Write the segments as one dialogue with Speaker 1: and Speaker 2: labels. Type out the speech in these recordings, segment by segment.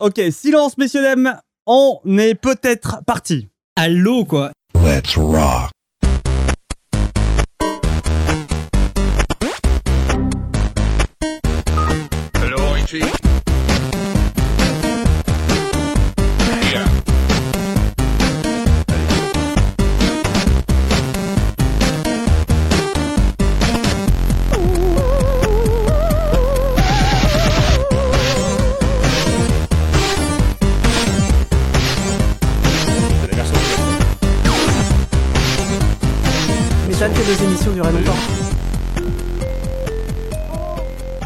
Speaker 1: Ok, silence, messieurs, dames. On est peut-être parti.
Speaker 2: À l'eau, quoi.
Speaker 3: Let's rock.
Speaker 4: Mais ça que nos émissions duraient longtemps.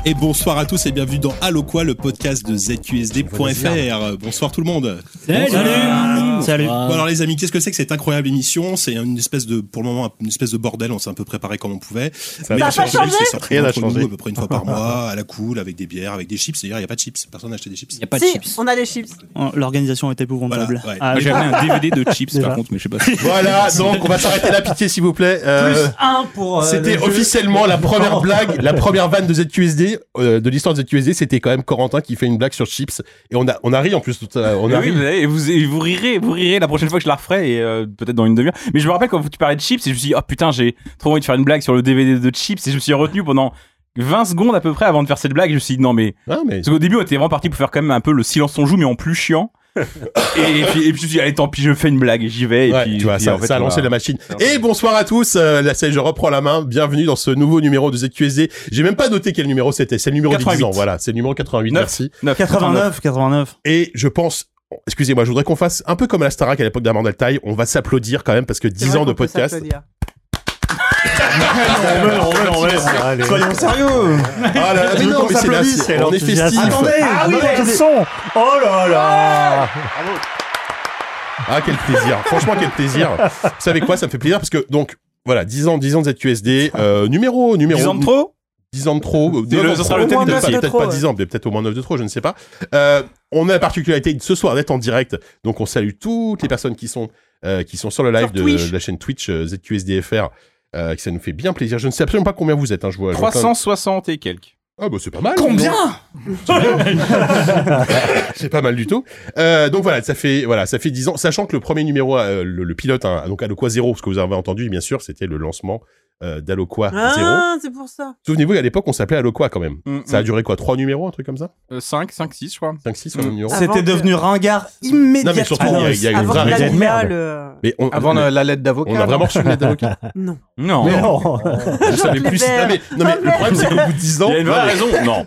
Speaker 5: Et bonsoir à tous et bienvenue dans Allo quoi, le podcast de ZQSD.fr. Bonsoir tout le monde.
Speaker 2: Salut Salut,
Speaker 5: Bon alors les amis, qu'est-ce que c'est que cette incroyable émission C'est une espèce de, pour le moment, une espèce de bordel. On s'est un peu préparé comme on pouvait. Mais
Speaker 4: a pas
Speaker 5: en général,
Speaker 4: changé
Speaker 5: c'est sorti
Speaker 6: Rien n'a
Speaker 5: entre nous
Speaker 6: changé.
Speaker 5: à peu près une fois par mois, à la cool, avec des bières, avec des chips. D'ailleurs, il n'y a pas de chips. Personne n'a acheté des chips.
Speaker 2: Il n'y a pas de
Speaker 4: si,
Speaker 2: chips.
Speaker 4: on a des chips.
Speaker 1: Oh,
Speaker 2: L'organisation est épouvantable.
Speaker 5: Voilà, ouais.
Speaker 2: Ah,
Speaker 7: Moi,
Speaker 2: j'ai-
Speaker 7: j'avais un DVD de chips par contre, mais je sais pas. si-
Speaker 6: Voilà, donc on va s'arrêter là, pitié s'il vous plaît. Euh,
Speaker 4: Un pour. euh,
Speaker 6: c'était
Speaker 4: le jeu.
Speaker 6: officiellement la première blague, la première vanne de ZQSD, euh, de l'histoire de ZQSD, c'était quand même Corentin qui fait une blague sur chips. Et on a, on a ri en plus, tout à- on
Speaker 7: Mais
Speaker 6: a
Speaker 7: oui,
Speaker 6: ri.
Speaker 7: vous, avez- vous, et vous rirez, vous rirez la prochaine fois que je la referai et euh, peut-être dans une demi-heure. Mais je me rappelle quand tu parlais de chips et je me suis dit, oh putain, j'ai trop envie de faire une blague sur le DVD de chips et je me suis retenu pendant 20 secondes à peu près avant de faire cette blague. Je me suis dit, non mais.
Speaker 6: Ah, mais
Speaker 7: Parce qu'au début, on était vraiment parti pour faire quand même un peu le silence on joue, mais en plus chiant. et, et puis, et puis je me suis dit, allez, tant pis, je fais une blague, j'y vais. Et
Speaker 6: Ouais,
Speaker 7: puis,
Speaker 6: tu vois,
Speaker 7: puis,
Speaker 6: ça,
Speaker 7: en fait,
Speaker 6: ça a
Speaker 7: on
Speaker 6: lancé
Speaker 7: va-
Speaker 6: la machine.
Speaker 7: Alors,
Speaker 6: Et bonsoir à tous. euh, là, c'est, je reprends la main. Bienvenue dans ce nouveau numéro de ZQSD. J'ai même pas noté quel numéro c'était. C'est le numéro des 10 ans.
Speaker 7: 88.
Speaker 6: Voilà, c'est le numéro 88.
Speaker 7: Neuf.
Speaker 6: Merci.
Speaker 1: 89, 89.
Speaker 6: Et je pense, excusez-moi, je voudrais qu'on fasse un peu comme à la Starac à l'époque d'Amanda Taille. On va s'applaudir quand même parce que
Speaker 4: C'est
Speaker 6: 10
Speaker 4: vrai
Speaker 6: ans de
Speaker 4: qu'on peut
Speaker 6: podcast.
Speaker 4: s'applaudir.
Speaker 1: Soyons sérieux.
Speaker 6: Ah là là, mais
Speaker 1: Je veux
Speaker 6: non,
Speaker 1: qu'on
Speaker 6: mais c'est Oh
Speaker 1: s'applaudisse,
Speaker 6: la-
Speaker 1: c'est
Speaker 6: on est festif.
Speaker 1: Attendez,
Speaker 4: Ah oui,
Speaker 1: attendez,
Speaker 4: le
Speaker 1: attendez.
Speaker 6: Ah, quel plaisir. Franchement, quel plaisir. Vous savez quoi? Ça me fait plaisir parce que, donc, voilà, 10 ans, 10 ans de ZQSD, euh, numéro, numéro.
Speaker 7: 10 ans de trop
Speaker 6: 10 ans de trop. euh,
Speaker 7: C'est
Speaker 6: neuf
Speaker 7: le-
Speaker 6: ans
Speaker 7: ce
Speaker 6: de
Speaker 7: sera
Speaker 6: trop,
Speaker 7: le thème
Speaker 6: peut-être
Speaker 4: de
Speaker 6: pas-
Speaker 4: neuf de
Speaker 6: Peut-être
Speaker 4: trop,
Speaker 6: pas
Speaker 4: ouais.
Speaker 6: 10 ans, mais peut-être au moins 9 de trop, je ne sais pas. Euh, on a la particularité de ce soir d'être en direct, donc on salue toutes les personnes qui sont, euh, qui sont sur le live
Speaker 4: Sur
Speaker 6: de,
Speaker 4: Twitch.
Speaker 6: de la chaîne Twitch euh, ZQSDFR. Euh, que ça nous fait bien plaisir. Je ne sais absolument pas combien vous êtes. Hein, je vois. je vois plein de-
Speaker 7: 360 et quelques.
Speaker 6: Ah bah c'est pas mal. C'est pas mal du tout. Euh, donc voilà, ça fait voilà, ça fait 10 ans. Sachant que le premier numéro, euh, le, le pilote, hein, donc Aloquois 0, ce que vous avez entendu, bien sûr, c'était le lancement euh, d'Aloquois 0.
Speaker 4: Ah, c'est pour ça.
Speaker 6: Souvenez-vous, à l'époque, on s'appelait Aloquois quand même.
Speaker 7: Mm,
Speaker 6: Ça a
Speaker 7: mm.
Speaker 6: duré quoi 3 numéros, un truc comme ça
Speaker 7: Euh, 5, 5, 6, je crois.
Speaker 6: 5, 6
Speaker 7: Mm.
Speaker 6: numéros
Speaker 4: Ah,
Speaker 1: C'était
Speaker 4: Avant que-
Speaker 1: devenu ringard immédiatement.
Speaker 6: Non, mais surtout,
Speaker 1: Ah,
Speaker 6: il y a- il y a eu une
Speaker 4: Avant
Speaker 6: vraie
Speaker 4: la
Speaker 6: raison.
Speaker 4: villa,
Speaker 1: merde.
Speaker 4: le-
Speaker 6: Mais on,
Speaker 8: Avant
Speaker 6: mais-
Speaker 8: la, la lettre d'avocat.
Speaker 6: on a vraiment reçu une lettre d'avocat.
Speaker 4: Non.
Speaker 7: Non.
Speaker 6: Mais non, je
Speaker 4: Jean
Speaker 6: savais plus.
Speaker 4: Clébert.
Speaker 6: Ah, mais, non, mais
Speaker 4: Oh,
Speaker 6: le problème, c'est qu'au bout de 10 ans,
Speaker 7: Il y a une
Speaker 6: non,
Speaker 7: vraie
Speaker 6: mais
Speaker 7: raison. Non.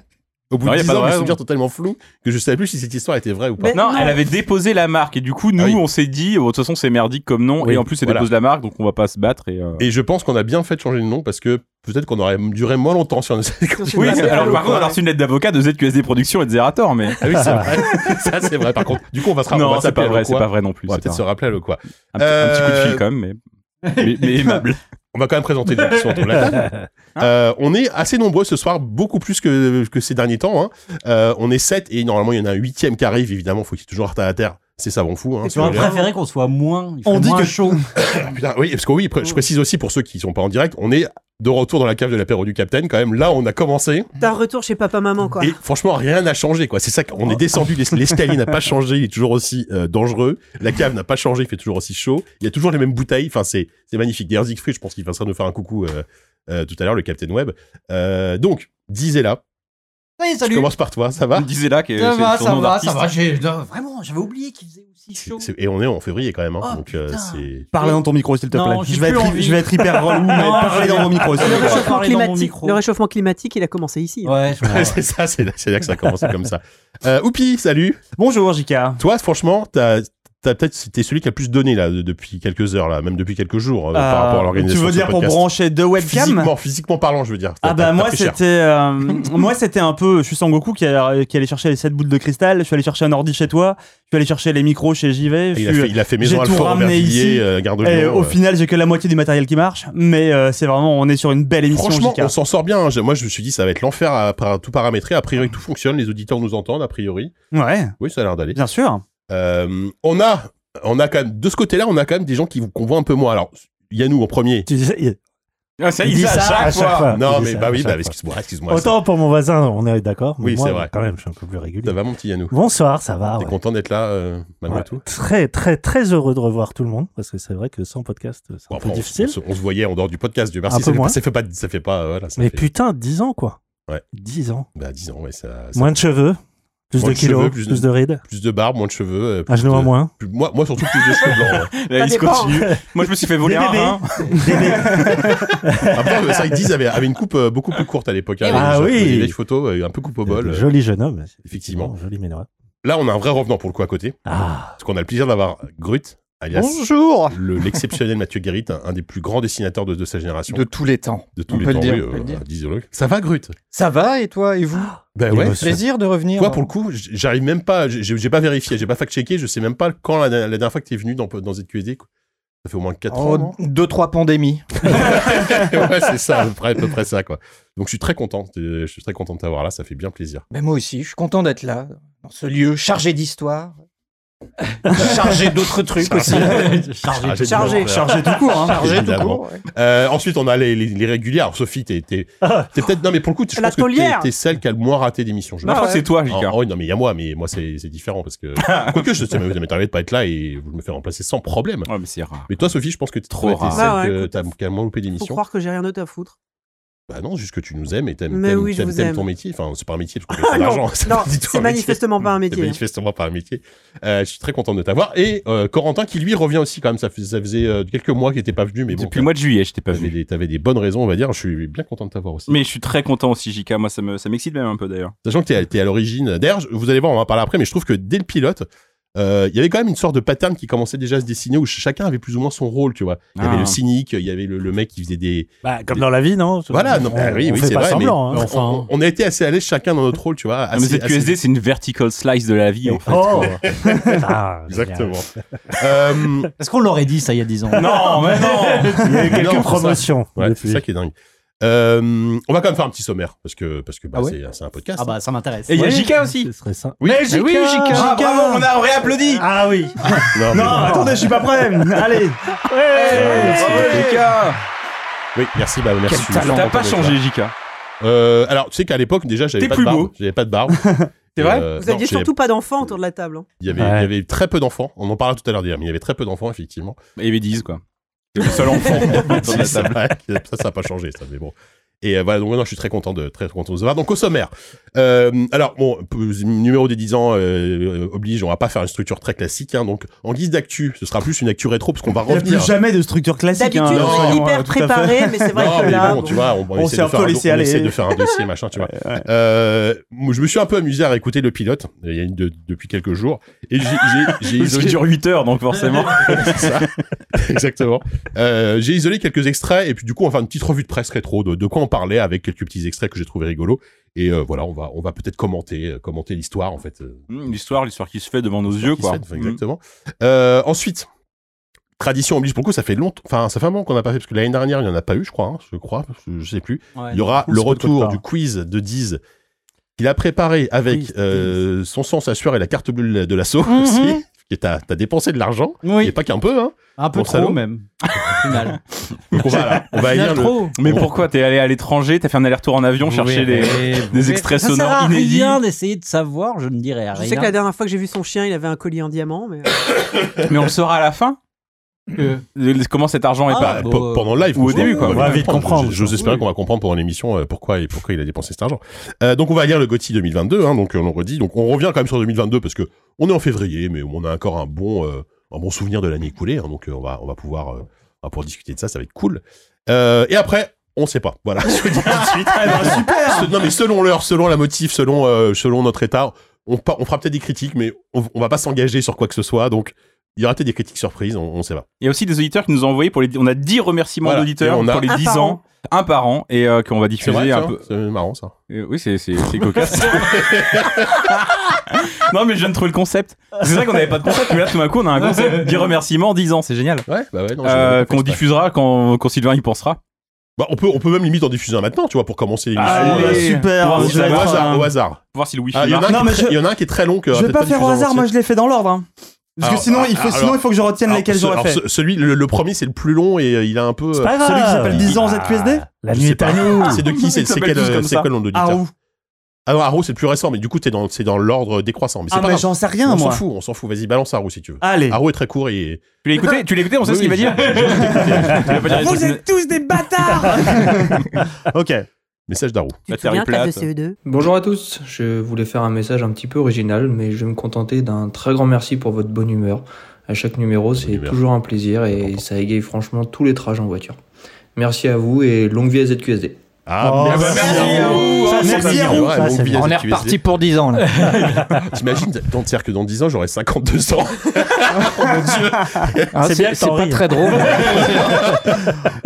Speaker 6: au bout
Speaker 7: Non,
Speaker 6: de
Speaker 7: il y a
Speaker 6: 10
Speaker 7: pas de
Speaker 6: ans, mes
Speaker 7: raison.
Speaker 6: souvenirs totalement flous, que je savais plus si cette histoire était vraie ou pas.
Speaker 4: Mais-
Speaker 7: Non,
Speaker 4: non.
Speaker 7: elle avait déposé la marque et du coup nous
Speaker 6: Ah oui.
Speaker 7: on s'est dit oh, de toute façon c'est merdique comme nom
Speaker 6: Oui,
Speaker 7: et en plus elle
Speaker 6: voilà.
Speaker 7: dépose la marque donc on va pas se battre et, euh,
Speaker 6: Et je pense qu'on a bien fait de changer de nom parce que peut-être qu'on aurait duré moins longtemps si on avait
Speaker 4: Sur
Speaker 7: Oui,
Speaker 4: Bah,
Speaker 7: alors
Speaker 4: c'est pas
Speaker 7: par
Speaker 4: lourd,
Speaker 7: contre on a reçu une lettre d'avocat de ZQSD Productions et de Zerator mais
Speaker 6: Ah oui, c'est vrai. Ça, c'est vrai. Par contre, du coup, on va se rappeler. on
Speaker 7: non
Speaker 6: va
Speaker 7: c'est
Speaker 6: s'appeler
Speaker 7: pas vrai
Speaker 6: Aloquois.
Speaker 7: c'est pas vrai non plus
Speaker 6: On va
Speaker 7: c'est
Speaker 6: peut-être se
Speaker 7: pas-
Speaker 6: rappeler le quoi.
Speaker 7: un, petit- un petit coup de
Speaker 6: Euh,
Speaker 7: fil quand même mais mais, mais aimable
Speaker 6: On va quand même présenter les gens qui sont autour de la table. Euh, on est assez nombreux ce soir, beaucoup plus que, que ces derniers temps. Hein. Euh, on est 7 et normalement il y en a un huitième qui arrive. Évidemment, faut qu'il y ait toujours un retard à terre. C'est ça, bon fou. Hein,
Speaker 4: C'est
Speaker 6: c'est
Speaker 4: vrai.
Speaker 6: clair.
Speaker 2: préféré qu'on soit moins. il
Speaker 1: On
Speaker 2: ferait
Speaker 1: dit
Speaker 2: moins
Speaker 1: que-
Speaker 2: chaud.
Speaker 6: Ah, putain, oui, parce que oui, pr- je précise aussi pour ceux qui sont pas en direct, on est de retour dans la cave de l'apéro du Capitaine quand même. Là, on a commencé
Speaker 4: D'un retour chez papa-maman, quoi.
Speaker 6: et franchement, rien n'a changé. quoi. C'est ça qu'on
Speaker 1: Oh.
Speaker 6: est descendu. l'es- L'escalier n'a pas changé. Il est toujours aussi euh, dangereux. La cave n'a pas changé. Il fait toujours aussi chaud. Il y a toujours les mêmes bouteilles. Enfin, c'est c'est magnifique. D'ailleurs, Siegfried, je pense qu'il passera nous faire un coucou euh, euh, tout à l'heure, le Capitaine Web. Euh, donc, disez là.
Speaker 2: Oui,
Speaker 6: Je commence par toi, ça va
Speaker 7: disait là que
Speaker 2: Ça
Speaker 7: c'est
Speaker 2: va,
Speaker 7: son
Speaker 2: ça
Speaker 7: nom
Speaker 2: va,
Speaker 7: d'artiste.
Speaker 2: ça va. j'ai- non, Vraiment, j'avais oublié qu'il faisait aussi chaud.
Speaker 6: C'est- Et on est en février quand même, hein,
Speaker 2: Oh,
Speaker 6: donc euh,
Speaker 2: putain.
Speaker 6: c'est.
Speaker 1: Parlez dans ton micro, s'il te plaît.
Speaker 2: Non, j'ai
Speaker 1: je, vais
Speaker 2: plus
Speaker 1: être,
Speaker 2: envie.
Speaker 1: je vais être hyper relou, mais
Speaker 2: Non,
Speaker 1: parlez
Speaker 2: je-
Speaker 1: dans vos micros. s'il
Speaker 4: Le
Speaker 1: vous plaît.
Speaker 2: réchauffement
Speaker 4: réchauffement,
Speaker 2: parler dans mon
Speaker 4: climatique,
Speaker 2: micro.
Speaker 4: le réchauffement climatique, il a commencé ici. hein.
Speaker 2: Ouais, je crois.
Speaker 6: c'est ça, c'est là, c'est là que ça a commencé comme ça. Euh, Oupi, salut.
Speaker 1: Bonjour, Jika.
Speaker 6: Toi, franchement, t'as t'as peut-être c'était celui qui a le plus donné là de- depuis quelques heures là, même depuis quelques jours euh, par rapport à
Speaker 1: tu
Speaker 6: l'organisation.
Speaker 1: veux
Speaker 6: de ce
Speaker 1: dire pour
Speaker 6: podcast.
Speaker 1: brancher deux webcams
Speaker 6: Physiquement, physiquement parlant, je veux dire. T'as-
Speaker 1: Ah
Speaker 6: t'as-
Speaker 1: bah
Speaker 6: t'as
Speaker 1: moi
Speaker 6: pris cher.
Speaker 1: c'était euh, moi c'était un peu je suis Sangoku qui, a- qui allait chercher les sept boules de cristal, je suis allé chercher un ordi chez toi, je suis allé chercher les micros chez JV, je
Speaker 6: Il a,
Speaker 1: suis-
Speaker 6: fait, il a fait
Speaker 1: j'ai
Speaker 6: maison
Speaker 1: tout
Speaker 6: Alfort,
Speaker 1: ramené ici.
Speaker 6: Aubervilliers, euh, Gare de
Speaker 1: et
Speaker 6: Lyon,
Speaker 1: au
Speaker 6: euh.
Speaker 1: final j'ai que la moitié du matériel qui marche mais euh, c'est vraiment on est sur une belle émission
Speaker 6: Franchement,
Speaker 1: JK.
Speaker 6: on s'en sort bien. hein. J'ai- Moi, je me suis dit, ça va être l'enfer à, à tout paramétrer. A priori, tout fonctionne. Les auditeurs nous entendent. A priori,
Speaker 1: Ouais,
Speaker 6: oui, ça a l'air d'aller.
Speaker 1: bien sûr.
Speaker 6: Euh, on a, on a quand même de ce côté-là, on a quand même des gens qui qu'on voit un peu moins. Alors, il y a nous en premier.
Speaker 1: Tu disais-
Speaker 7: Ah, ça,
Speaker 3: Il dit
Speaker 7: ça
Speaker 3: ça
Speaker 7: à chaque fois.
Speaker 6: Non,
Speaker 3: Il
Speaker 6: mais
Speaker 3: dit ça
Speaker 6: bah
Speaker 3: à
Speaker 6: oui,
Speaker 3: chaque
Speaker 6: bah
Speaker 3: fois.
Speaker 6: excuse-moi, excuse-moi. Ça,
Speaker 3: Autant pour mon voisin, on est d'accord. mais
Speaker 6: Oui,
Speaker 3: moi,
Speaker 6: c'est vrai.
Speaker 3: Quand même, je suis un peu plus régulier.
Speaker 6: ça va, mon petit Yannou
Speaker 3: Bonsoir, ça va.
Speaker 6: T'es
Speaker 3: ouais.
Speaker 6: content d'être là, euh, malgré
Speaker 3: Ouais.
Speaker 6: tout
Speaker 3: Très, très, très heureux de revoir tout le monde parce que c'est vrai que sans podcast, c'est
Speaker 6: Bon,
Speaker 3: un
Speaker 6: après,
Speaker 3: peu
Speaker 6: on,
Speaker 3: difficile.
Speaker 6: se- on se- on se voyait en dehors du podcast, Dieu
Speaker 3: Un
Speaker 6: merci.
Speaker 3: peu
Speaker 6: Ça fait, pas,
Speaker 3: moins.
Speaker 6: ça fait pas, ça fait pas, euh, voilà, ça
Speaker 3: Mais
Speaker 6: fait-
Speaker 3: putain, 10 ans quoi.
Speaker 6: Ouais.
Speaker 3: 10 ans.
Speaker 6: bah, 10 ans, ouais, ça, ça-
Speaker 3: Moins de cheveux, plus
Speaker 6: Moins
Speaker 3: de
Speaker 6: de
Speaker 3: kilos,
Speaker 6: cheveux, plus
Speaker 3: plus,
Speaker 6: de-
Speaker 3: de rides,
Speaker 6: plus de barbe, moins de cheveux. euh, plus
Speaker 3: un genou
Speaker 6: de-
Speaker 3: en moins.
Speaker 6: plus- moi, moi, surtout plus de cheveux blancs. hein. ouais.
Speaker 7: La
Speaker 4: Ça
Speaker 7: liste
Speaker 4: dépend.
Speaker 7: continue. Moi, je me suis fait voler
Speaker 3: Des
Speaker 7: un
Speaker 3: bébés.
Speaker 7: rein.
Speaker 6: Après, c'est vrai que 10 avait, avait une coupe euh, beaucoup plus courte à l'époque. hein,
Speaker 3: Et
Speaker 6: les-
Speaker 3: ah
Speaker 6: les-
Speaker 3: oui.
Speaker 6: Les vieilles photos, euh, un peu coupe au bol. euh,
Speaker 3: Joli jeune homme.
Speaker 6: Effectivement.
Speaker 3: Joli ménage.
Speaker 6: Là, on a un vrai revenant pour le coup à côté.
Speaker 3: Ah,
Speaker 6: Parce qu'on a le plaisir d'avoir Grut, alias
Speaker 8: Bonjour
Speaker 6: le- l'exceptionnel Mathieu Guérit, un, un des plus grands dessinateurs de, de sa génération.
Speaker 8: De tous les temps.
Speaker 6: de
Speaker 8: on
Speaker 6: tous les
Speaker 8: peut
Speaker 6: temps.
Speaker 8: le dire,
Speaker 6: oui,
Speaker 8: on peut
Speaker 6: euh,
Speaker 8: le dire.
Speaker 6: disons-le. Ça va, Grut
Speaker 8: Ça va et toi et vous
Speaker 6: Ben
Speaker 3: Il
Speaker 6: ouais.
Speaker 3: me semble.
Speaker 8: Plaisir de revenir. hein.
Speaker 6: Toi, pour le coup, j- j'arrive même pas, j'ai j'ai pas vérifié, j'ai pas fact-checké, je sais même pas quand la, la dernière fois que t'es venu dans, dans ZQSD. quoi. Ça fait au moins 4 ans. non
Speaker 8: En Oh, deux trois pandémies.
Speaker 6: ouais, c'est ça, à peu, près, à peu près ça, quoi. Donc, je suis très content, de- je suis très content de t'avoir là, ça fait bien plaisir.
Speaker 8: Ben moi aussi, je suis content d'être là dans ce lieu chargé d'histoire, chargé d'autres trucs aussi,
Speaker 6: Chargé.
Speaker 4: Chargé.
Speaker 2: Chargé tout court, hein.
Speaker 8: chargé tout
Speaker 6: Évidemment.
Speaker 8: court. ouais.
Speaker 6: Euh, ensuite, on a les, les, les régulières. Alors, Sophie, t'es, t'es, t'es peut-être, non, mais pour le coup, je
Speaker 4: Ah. La
Speaker 6: pense que t'es,
Speaker 4: taulière.
Speaker 6: t'es celle qui a le moins raté d'émission. Je
Speaker 7: Non, je crois que c'est toi, Jika.
Speaker 6: Ah, oui, non, mais il y a moi, mais moi, c'est, c'est différent parce que. Quoique, je sais, mais ça m'est arrivé de pas être là et vous me faites remplacer sans problème.
Speaker 7: Ouais, mais c'est rare.
Speaker 6: Mais toi, Sophie, je pense que t'es
Speaker 7: Trop
Speaker 6: ouais, t'es
Speaker 7: rare.
Speaker 6: celle
Speaker 4: Ah ouais,
Speaker 6: que
Speaker 4: écoute,
Speaker 6: t'as, qui a le moins loupé
Speaker 4: Faut
Speaker 6: d'émission.
Speaker 4: croire que j'ai rien d'autre à foutre.
Speaker 6: Bah non, juste que tu nous aimes et t'aimes,
Speaker 4: Mais
Speaker 6: t'aimes,
Speaker 4: oui, je
Speaker 6: t'aimes-
Speaker 4: vous
Speaker 6: t'aimes
Speaker 4: aime.
Speaker 6: ton métier. Enfin, c'est pas un métier parce qu'on fait pas
Speaker 4: Ah
Speaker 6: d'argent.
Speaker 4: non,
Speaker 6: c'est
Speaker 4: non,
Speaker 6: pas du tout
Speaker 4: c'est
Speaker 6: un métier.
Speaker 4: manifestement pas un
Speaker 6: C'est
Speaker 4: métier.
Speaker 6: manifestement pas un métier. Euh, je suis très content de t'avoir. Et euh, Corentin qui lui revient aussi quand même. Ça, fais- ça faisait euh, quelques mois qu'il était pas venu, mais bon.
Speaker 7: Depuis le mois de juillet, je t'ai pas
Speaker 6: T'avais
Speaker 7: vu.
Speaker 6: des, t'avais des bonnes raisons, on va dire. Je suis bien content de t'avoir aussi.
Speaker 7: Mais je suis très content aussi, JK. Moi, ça me- ça m'excite même un peu d'ailleurs.
Speaker 6: Sachant que t'es, à- t'es à l'origine. D'ailleurs, je- vous allez voir, on va en parler après, mais je trouve que dès le pilote, euh, il y avait quand même une sorte de pattern qui commençait déjà à se dessiner où ch- chacun avait plus ou moins son rôle, tu vois. Il y
Speaker 7: Ah.
Speaker 6: avait le cynique, il y avait le, le mec qui faisait des.
Speaker 3: bah, comme dans la vie, non
Speaker 6: Voilà, non,
Speaker 3: on,
Speaker 6: bah oui,
Speaker 3: on
Speaker 6: oui,
Speaker 3: fait
Speaker 6: c'est
Speaker 3: pas
Speaker 6: vrai.
Speaker 3: semblant.
Speaker 6: mais
Speaker 3: hein.
Speaker 6: on-
Speaker 3: Enfin,
Speaker 6: on, on a été assez à l'aise chacun dans notre rôle, tu vois.
Speaker 7: Ah, mais
Speaker 6: assez-
Speaker 7: cette QSD, c'est une vertical slice de la vie. en fait.
Speaker 3: Oh
Speaker 6: assez-
Speaker 3: Ah,
Speaker 6: Exactement. euh,
Speaker 2: Est-ce qu'on l'aurait dit ça il y a 10 ans
Speaker 7: Non, mais non
Speaker 3: génial. Il y a
Speaker 6: Non,
Speaker 3: eu quelques
Speaker 6: c'est ça.
Speaker 3: promotions
Speaker 6: Ouais, c'est
Speaker 3: depuis.
Speaker 6: ça qui est dingue. Euh, on va quand même faire un petit sommaire parce que parce que bah,
Speaker 2: Ah ouais
Speaker 6: c'est- c'est un podcast.
Speaker 2: Ah bah ça m'intéresse.
Speaker 7: Et il y a
Speaker 2: Ouais.
Speaker 7: JK aussi.
Speaker 3: Ce serait ça.
Speaker 6: Oui,
Speaker 8: Eh oui, Jika.
Speaker 7: Ah, bravo, on a réapplaudi
Speaker 3: Ah oui
Speaker 6: non, mais-
Speaker 3: Non,
Speaker 1: Eh,
Speaker 3: attendez, je suis pas prêt Allez
Speaker 7: Bravo, JK
Speaker 6: oui, merci, bah, merci.
Speaker 8: Quel talent.
Speaker 7: T'as pas changé, JK.
Speaker 6: Euh, alors, tu sais qu'à l'époque déjà, j'avais
Speaker 7: T'es
Speaker 6: pas,
Speaker 7: plus
Speaker 6: de barbe.
Speaker 7: beau.
Speaker 6: J'avais pas de barbe.
Speaker 7: C'est vrai
Speaker 6: Euh,
Speaker 4: Vous
Speaker 6: non, j'avais-
Speaker 4: aviez surtout pas d'enfants autour de la table. hein.
Speaker 6: Il y avait, il y avait très peu d'enfants. On en parlera tout à l'heure d'ailleurs, mais il y avait très peu d'enfants effectivement.
Speaker 7: Et ils disent quoi. C'est le seul enfant autour de la
Speaker 6: ça,
Speaker 7: table.
Speaker 6: ça, ça a pas changé, ça. Mais bon. Et euh, voilà, donc maintenant je suis très content de très content de vous avoir. Donc au sommaire, euh, alors bon, p- numéro des 10 ans euh, oblige, on va pas faire une structure très classique. Hein, donc en guise d'actu, ce sera plus une actu rétro parce qu'on va
Speaker 1: Il n'y a
Speaker 6: revenir.
Speaker 1: plus jamais de structure classique. hein,
Speaker 4: D'habitude,
Speaker 6: non,
Speaker 4: on est
Speaker 1: soyons, euh,
Speaker 4: hyper
Speaker 1: tout à fait.
Speaker 4: préparé, mais c'est vrai
Speaker 6: non,
Speaker 4: que
Speaker 6: mais
Speaker 4: là.
Speaker 6: bon, tu vois, on, on
Speaker 1: on
Speaker 6: essaie,
Speaker 1: s'est
Speaker 6: de
Speaker 1: un
Speaker 6: faire
Speaker 1: peu
Speaker 6: un, do-
Speaker 1: laissé
Speaker 6: on
Speaker 1: aller.
Speaker 6: essaie de faire un dossier, machin, tu vois. Euh, moi, je me suis un peu amusé à réécouter le pilote euh, il y a une- de- depuis quelques jours. Et j'ai- j'ai j'ai
Speaker 7: Parce
Speaker 6: isolé...
Speaker 7: qu'il dure 8 heures, donc forcément.
Speaker 6: C'est ça. Exactement. Euh, j'ai isolé quelques extraits et puis du coup, on va faire une petite revue de presse rétro de, de quoi on parlait avec quelques petits extraits que j'ai trouvé rigolos. Et euh, voilà, on va, on va peut-être commenter, euh, commenter l'histoire en fait. euh,
Speaker 7: Mmh, L'histoire, l'histoire qui se fait devant nos yeux,
Speaker 6: qui
Speaker 7: quoi. Mmh.
Speaker 6: se fait, enfin, exactement. Euh, ensuite, tradition oblige. Pour le coup, ça fait longtemps. Enfin, ça fait un moment qu'on n'a pas fait parce que l'année dernière, il n'y en a pas eu, je crois. hein, je crois, je, je sais plus.
Speaker 2: Ouais.
Speaker 6: Il y aura
Speaker 3: On
Speaker 6: le
Speaker 3: se retrouve
Speaker 6: retour
Speaker 3: pas.
Speaker 6: du quiz de Diz qu'il a préparé avec
Speaker 3: Quiz de
Speaker 6: euh, son sang, sa sueur et la carte bleue de l'assaut
Speaker 8: Mhm.
Speaker 6: aussi. Et t'as t'as dépensé de l'argent, et
Speaker 2: Oui,
Speaker 6: pas qu'un peu. Hein.
Speaker 2: un peu
Speaker 6: Bon
Speaker 2: trop
Speaker 6: salaud.
Speaker 2: même. Au final.
Speaker 6: Donc on va, on va
Speaker 2: Au final,
Speaker 6: élire le-
Speaker 2: trop.
Speaker 7: Mmh. Mais pourquoi T'es allé à l'étranger, t'as fait un aller-retour en avion, chercher des, des extraits
Speaker 2: Ça sert
Speaker 7: sonores
Speaker 2: à
Speaker 7: inédits.
Speaker 2: rien d'essayer de savoir, je ne dirais à
Speaker 4: Je
Speaker 2: rien.
Speaker 4: sais que la dernière fois que j'ai vu son chien, il avait un collier en diamant, mais euh,
Speaker 7: Mais on le saura à la fin. Euh, Le- Comment cet argent est
Speaker 2: Ah,
Speaker 7: pas.
Speaker 6: Bah,
Speaker 2: bon,
Speaker 6: pe-
Speaker 2: euh,
Speaker 6: pendant le live,
Speaker 7: ou au
Speaker 6: franchement,
Speaker 7: début, quoi.
Speaker 3: On va vite comprendre.
Speaker 6: J- J'ose espérer qu'on va comprendre pendant l'émission euh, pourquoi et pourquoi il a dépensé cet argent. Euh, donc on va lire le GOTY 2022, hein, donc euh, on le redit. Donc on revient quand même sur 2022 parce que on est en février, mais on a encore un bon euh, un bon souvenir de l'année écoulée. hein, donc euh, on va on va pouvoir euh, on va pouvoir discuter de ça, ça va être cool. Euh, et après. On sait pas, voilà. Ah, bah, Je vous dis tout de suite. Se- Non mais selon l'heure, selon la motif, selon euh, selon notre état, on, pa- on fera peut-être des critiques, mais on, on va pas s'engager sur quoi que ce soit. Donc il y aura peut-être des critiques surprises, on, on sait pas.
Speaker 7: Il y a aussi des auditeurs qui nous ont envoyé pour les. On a 10 remerciements
Speaker 6: Voilà.
Speaker 7: d'auditeurs
Speaker 6: Et on a-
Speaker 7: pour les
Speaker 4: Un
Speaker 7: 10
Speaker 4: par
Speaker 7: ans. Un par an. Et euh, qu'on va
Speaker 6: C'est
Speaker 7: diffuser
Speaker 6: vrai,
Speaker 7: un
Speaker 6: ça,
Speaker 7: peu.
Speaker 6: c'est marrant ça.
Speaker 7: Euh, oui, c'est, c'est, c'est cocasse. non, mais je viens de trouver le concept. C'est vrai qu'on n'avait pas de concept, mais là, tout d'un coup, on a un concept. 10 remerciements, 10 ans, c'est génial.
Speaker 6: Ouais, bah ouais, non,
Speaker 7: Euh,
Speaker 6: je-
Speaker 7: qu'on
Speaker 6: je-
Speaker 7: diffusera quand, quand Sylvain y pensera.
Speaker 6: Bah, on peut, on peut même limite en diffuser un maintenant, tu vois, pour commencer l'émission.
Speaker 7: Allez,
Speaker 6: euh,
Speaker 1: super,
Speaker 7: Bon,
Speaker 1: je vais
Speaker 6: au
Speaker 7: ça
Speaker 1: être,
Speaker 6: hasard,
Speaker 1: euh,
Speaker 6: au hasard.
Speaker 7: Pour voir si le wifi
Speaker 6: Ah, il y, en
Speaker 7: marche.
Speaker 6: a
Speaker 1: Non,
Speaker 6: un qui
Speaker 1: mais
Speaker 6: est très-
Speaker 1: je-
Speaker 6: il y en a un qui est très long que.
Speaker 1: Je vais
Speaker 6: peut-être
Speaker 1: pas faire au
Speaker 6: diffuser en
Speaker 1: hasard,
Speaker 6: entier.
Speaker 1: moi je l'ai fait dans l'ordre. hein. Parce
Speaker 6: Alors,
Speaker 1: que sinon, il faut,
Speaker 6: ah, alors-
Speaker 1: sinon, il faut que je retienne
Speaker 6: Alors,
Speaker 1: lesquels
Speaker 6: ce-
Speaker 1: j'aurais
Speaker 6: alors,
Speaker 1: fait.
Speaker 6: ce- celui, le, le premier, c'est le plus long et euh, il a un peu.
Speaker 3: C'est
Speaker 6: euh,
Speaker 3: pas grave.
Speaker 1: Celui qui s'appelle Byzance
Speaker 6: Ah.
Speaker 1: ZQSD
Speaker 3: La
Speaker 6: je
Speaker 3: nuit
Speaker 6: sais
Speaker 3: est à
Speaker 6: pas.
Speaker 3: nous.
Speaker 6: C'est de
Speaker 7: Ils
Speaker 6: qui C'est c'est
Speaker 7: s'appellent
Speaker 6: quel,
Speaker 7: tous
Speaker 6: euh,
Speaker 7: comme
Speaker 6: c'est
Speaker 7: ça.
Speaker 6: quoi le nom de l'auditeur
Speaker 1: Arou.
Speaker 6: Ah non, Arrow, c'est le plus récent, mais du coup, t'es dans- c'est dans, l'ordre décroissant. Mais c'est
Speaker 1: Ah,
Speaker 6: pas
Speaker 1: mais
Speaker 6: grave.
Speaker 1: j'en sais rien,
Speaker 6: on s'en
Speaker 1: moi.
Speaker 6: fout, on s'en fout. Vas-y, balance Arrow si tu veux.
Speaker 1: Allez.
Speaker 6: Arrow est très court et.
Speaker 7: Tu l'as écouté Tu l'as écouté On sait
Speaker 6: Oui,
Speaker 7: ce qu'il va
Speaker 6: oui,
Speaker 7: dire
Speaker 6: j'ai- j'ai écouté.
Speaker 7: Tu vas pas dire les
Speaker 4: Vous
Speaker 7: trucs-
Speaker 4: êtes tous des bâtards
Speaker 1: Ok.
Speaker 6: Message d'Arrow.
Speaker 4: Tu
Speaker 7: La
Speaker 4: te
Speaker 7: terre est
Speaker 4: souviens de la
Speaker 7: plate.
Speaker 4: VCE2
Speaker 9: Bonjour à tous, je voulais faire un message un petit peu original, mais je vais me contenter d'un très grand merci pour votre bonne humeur. À chaque numéro, c'est
Speaker 6: humeur.
Speaker 9: toujours un plaisir et ça égaye franchement tous les trajets en voiture. Merci à vous et longue vie à ZQSD.
Speaker 6: Ah,
Speaker 3: Oh,
Speaker 6: merci,
Speaker 3: merci,
Speaker 6: Arrow.
Speaker 1: Ça,
Speaker 6: c'est
Speaker 1: merci,
Speaker 6: pas bien,
Speaker 1: Arrow.
Speaker 6: ouais,
Speaker 3: Ça,
Speaker 6: longue
Speaker 3: c'est
Speaker 6: vie à
Speaker 3: bien.
Speaker 6: cette
Speaker 8: On est
Speaker 6: QSD.
Speaker 8: reparti pour 10 ans là.
Speaker 6: T'imagines, dans- c'est-à-dire que dans 10 ans, j'aurai 52 ans. oh mon dieu.
Speaker 8: Hein,
Speaker 3: C'est bien
Speaker 8: C'est
Speaker 3: que
Speaker 8: c'est
Speaker 3: t'en
Speaker 8: pas
Speaker 3: ris.
Speaker 8: très drôle.
Speaker 6: Euh,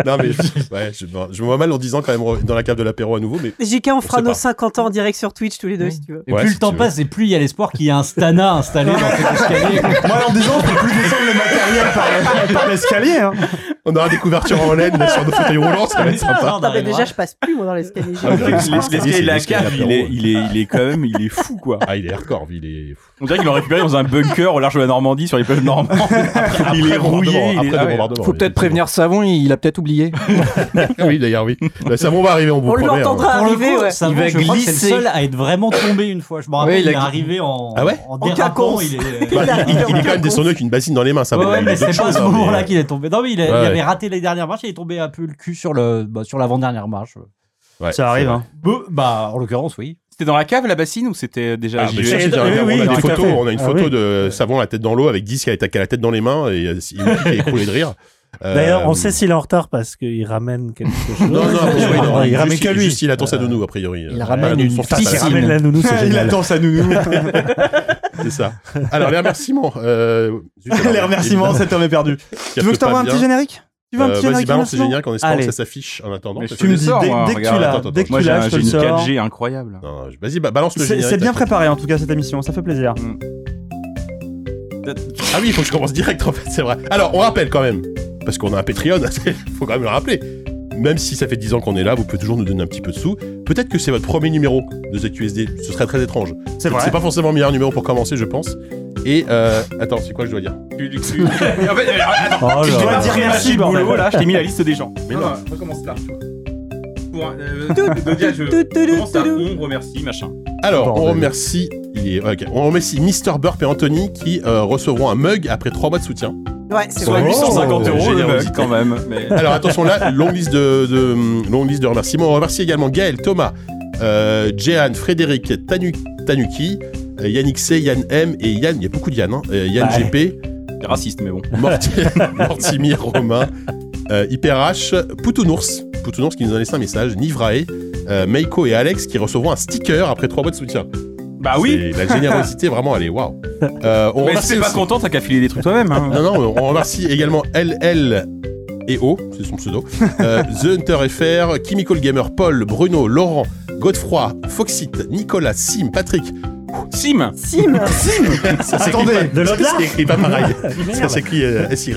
Speaker 6: Non, mais je, ouais, je, non, je me vois mal en 10 ans quand même re- dans la cave de l'apéro à nouveau, mais.
Speaker 4: JK, on fera
Speaker 6: sait
Speaker 4: nos
Speaker 6: pas.
Speaker 4: 50 ans en direct sur Twitch tous les deux, si tu veux.
Speaker 2: Et
Speaker 6: Ouais,
Speaker 2: plus
Speaker 6: si
Speaker 2: le temps
Speaker 6: tu veux.
Speaker 2: passe, et plus il y a l'espoir qu'il y ait un stana installé dans cet escalier.
Speaker 1: Moi, en 10 ans, je peux plus descendre le matériel par, par l'escalier. Hein.
Speaker 6: On aura des couvertures en laine là, sur nos fauteuils roulants, ça va être sympa.
Speaker 2: Genre,
Speaker 4: Non, Ah, mais
Speaker 2: d'arriver-
Speaker 4: déjà, je passe plus, moi, dans l'escalier. J'ai-
Speaker 6: Ah, oui.
Speaker 7: Les- L'escalier de la
Speaker 6: L'escalier
Speaker 7: cave,
Speaker 6: de
Speaker 7: il est,
Speaker 6: l'apéro.
Speaker 7: il, est, il est quand même, il est fou quoi.
Speaker 6: Ah, il est hardcore, il est.
Speaker 7: On dirait qu'il l'a récupéré dans un bunker au large de la Normandie sur les plages normandes. il est rouillé. il
Speaker 6: Après
Speaker 7: est-
Speaker 6: le
Speaker 7: ah ouais.
Speaker 6: bombardement.
Speaker 8: Faut
Speaker 6: oui,
Speaker 8: peut-être prévenir Savon, il a peut-être oublié.
Speaker 6: Oui, d'ailleurs, oui. Le savon va arriver, on vous
Speaker 4: On
Speaker 6: promet. hein.
Speaker 4: l'entendra
Speaker 2: Pour le
Speaker 4: arriver,
Speaker 2: coup,
Speaker 4: ouais.
Speaker 2: ça
Speaker 8: Il
Speaker 2: va
Speaker 8: va
Speaker 2: je crois que c'est le
Speaker 8: glisser.
Speaker 2: seul à être vraiment tombé une fois. Je me rappelle,
Speaker 8: Ouais,
Speaker 2: il,
Speaker 8: il a
Speaker 2: est
Speaker 8: gl-
Speaker 2: arrivé en,
Speaker 6: Ah ouais
Speaker 2: en dérapant.
Speaker 4: quinconce.
Speaker 2: Il est...
Speaker 6: hein. Bah, il, il est quand même descendu avec une bassine dans les mains, ça.
Speaker 2: ouais,
Speaker 6: bon,
Speaker 2: ouais,
Speaker 6: il y a
Speaker 2: mais
Speaker 6: d'autres
Speaker 2: c'est pas à
Speaker 6: choses,
Speaker 2: ce
Speaker 6: hein, mais-
Speaker 2: moment-là qu'il est tombé. Non, mais il, a- il
Speaker 6: Ouais,
Speaker 2: avait
Speaker 6: ouais.
Speaker 2: raté les dernières marches, il est tombé un peu le cul sur le, bah, sur l'avant-dernière marche.
Speaker 6: euh, Ouais,
Speaker 1: Ça arrive.
Speaker 6: c'est
Speaker 1: Hein.
Speaker 2: Bah, bah, en l'occurrence, oui.
Speaker 7: C'était dans la cave la bassine ou c'était déjà
Speaker 6: Ah, mais
Speaker 7: JE?
Speaker 6: si, si,
Speaker 1: euh, oui,
Speaker 6: derrière,
Speaker 1: oui,
Speaker 6: on a
Speaker 1: tout à
Speaker 6: une photo,
Speaker 1: fait.
Speaker 6: on a une
Speaker 3: Ah,
Speaker 6: photo
Speaker 3: oui.
Speaker 6: de savon la tête dans l'eau avec 10 qui a attaqué la tête dans les mains et euh, il qui est écroulé de rire. Euh,
Speaker 3: D'ailleurs, on sait s'il est en retard parce qu'il ramène quelque chose.
Speaker 6: Non, non, a priori, non.
Speaker 3: il ramène
Speaker 6: Juste-
Speaker 3: que lui.
Speaker 6: Juste, il attend sa nounou, a priori.
Speaker 8: Il
Speaker 6: Euh,
Speaker 8: ramène
Speaker 6: la
Speaker 8: une
Speaker 6: nounou, son
Speaker 3: Putain,
Speaker 6: fils,
Speaker 3: s'il
Speaker 8: piscine.
Speaker 3: ramène la nounou, c'est génial.
Speaker 1: sa nounou.
Speaker 6: c'est ça. Alors, les remerciements. euh, zut, alors,
Speaker 1: Les remerciements,
Speaker 6: évidemment,
Speaker 1: cet homme est perdu.
Speaker 6: capte
Speaker 1: Tu veux que je t'envoie
Speaker 6: pas
Speaker 1: un
Speaker 6: bien.
Speaker 1: petit générique Tu veux un
Speaker 6: Euh,
Speaker 1: petit
Speaker 6: Vas-y,
Speaker 1: générique
Speaker 6: balance ce
Speaker 1: maintenant
Speaker 6: générique en espérant que
Speaker 1: Allez.
Speaker 6: ça s'affiche en attendant.
Speaker 7: Mais
Speaker 6: parce
Speaker 1: Tu
Speaker 6: que-
Speaker 1: me
Speaker 7: le
Speaker 1: dis
Speaker 7: sors,
Speaker 1: dès,
Speaker 7: moi,
Speaker 1: dès que tu
Speaker 7: regarde.
Speaker 1: l'as,
Speaker 6: Attends, attends,
Speaker 1: dès que
Speaker 7: Moi
Speaker 1: tu
Speaker 7: j'ai
Speaker 1: l'as,
Speaker 7: un-
Speaker 1: je te
Speaker 7: j'ai
Speaker 1: le
Speaker 7: une
Speaker 1: sors.
Speaker 7: 4G incroyable.
Speaker 6: Non, Ah non, Vas-y, ba- balance le
Speaker 1: C'est
Speaker 6: générique. Mm.
Speaker 1: c'est bien
Speaker 6: t'inquiète.
Speaker 1: préparé en tout cas cette émission, ça fait plaisir.
Speaker 6: Ah oui, il faut que je commence direct en fait, c'est vrai. Alors, on rappelle quand même, parce qu'on a un Patreon, il faut quand même le rappeler. Même si ça fait 10 ans qu'on est là, vous pouvez toujours nous donner un petit peu de sous. Peut-être que c'est votre premier numéro de ZQSD, ce serait très étrange.
Speaker 1: C'est vrai.
Speaker 6: C'est pas forcément le meilleur numéro pour commencer, je pense. Et euh, attends, c'est quoi que je dois dire
Speaker 7: Tu- tu- tu- en fait,
Speaker 6: Ah,
Speaker 7: euh, attends,
Speaker 3: Oh
Speaker 7: je
Speaker 3: là
Speaker 1: dois
Speaker 7: t'ai pas
Speaker 3: là.
Speaker 1: dire
Speaker 7: pris ma
Speaker 1: merci,
Speaker 7: chez
Speaker 1: bordel.
Speaker 7: boulot, là, je t'ai mis la liste des gens. Ah,
Speaker 6: Mais non.
Speaker 7: recommence là. Pour un, euh, de dire, je
Speaker 4: Tout, tout,
Speaker 7: commence
Speaker 4: tout,
Speaker 7: à
Speaker 4: tout.
Speaker 7: on remercie, machin.
Speaker 6: Alors,
Speaker 3: Bordel.
Speaker 6: on remercie, il est- ok, on remercie Mister Burp et Anthony qui euh, recevront un mug après 3 mois de soutien.
Speaker 4: Ouais, c'est
Speaker 7: Soit
Speaker 4: vrai.
Speaker 7: 850
Speaker 6: Oh,
Speaker 7: euros le mug
Speaker 6: générosité.
Speaker 7: quand même. Mais...
Speaker 6: Alors attention là, longue liste de, de- hum, longue liste de remerciements. On remercie également Gaël, Thomas, euh, Jehan, Frédéric, Tanu- Tanuki, euh, Yannick C, Yann M et Yann. Il y a beaucoup de Yann. hein. Euh, Yann
Speaker 3: Ouais.
Speaker 6: GP,
Speaker 7: C'est raciste, mais bon.
Speaker 6: Morti- Mortimir, Romain, euh, Hyper H, Poutounours, Poutounours qui nous a laissé un message, Nivrae, euh, Meiko et Alex qui recevront un sticker après trois mois de soutien.
Speaker 7: Bah oui
Speaker 6: C'est La générosité vraiment, elle est waouh. Euh, on
Speaker 7: Mais
Speaker 6: remercie
Speaker 7: si t'es pas
Speaker 6: aussi-
Speaker 7: content, t'as qu'à filer des trucs toi-même. hein.
Speaker 6: non, non, on remercie également LL et O, c'est son pseudo, euh, The Hunter FR, Chemical Gamer, Paul, Bruno, Laurent, Godefroy, Foxit, Nicolas, Sim, Patrick.
Speaker 7: Sim
Speaker 4: Sim
Speaker 6: Ça s'écrit
Speaker 1: Attendez,
Speaker 6: pas-
Speaker 1: de l'autre
Speaker 6: ça
Speaker 1: là
Speaker 6: s'écrit pas pareil. Ça
Speaker 3: Merde.
Speaker 6: s'écrit euh, SYM.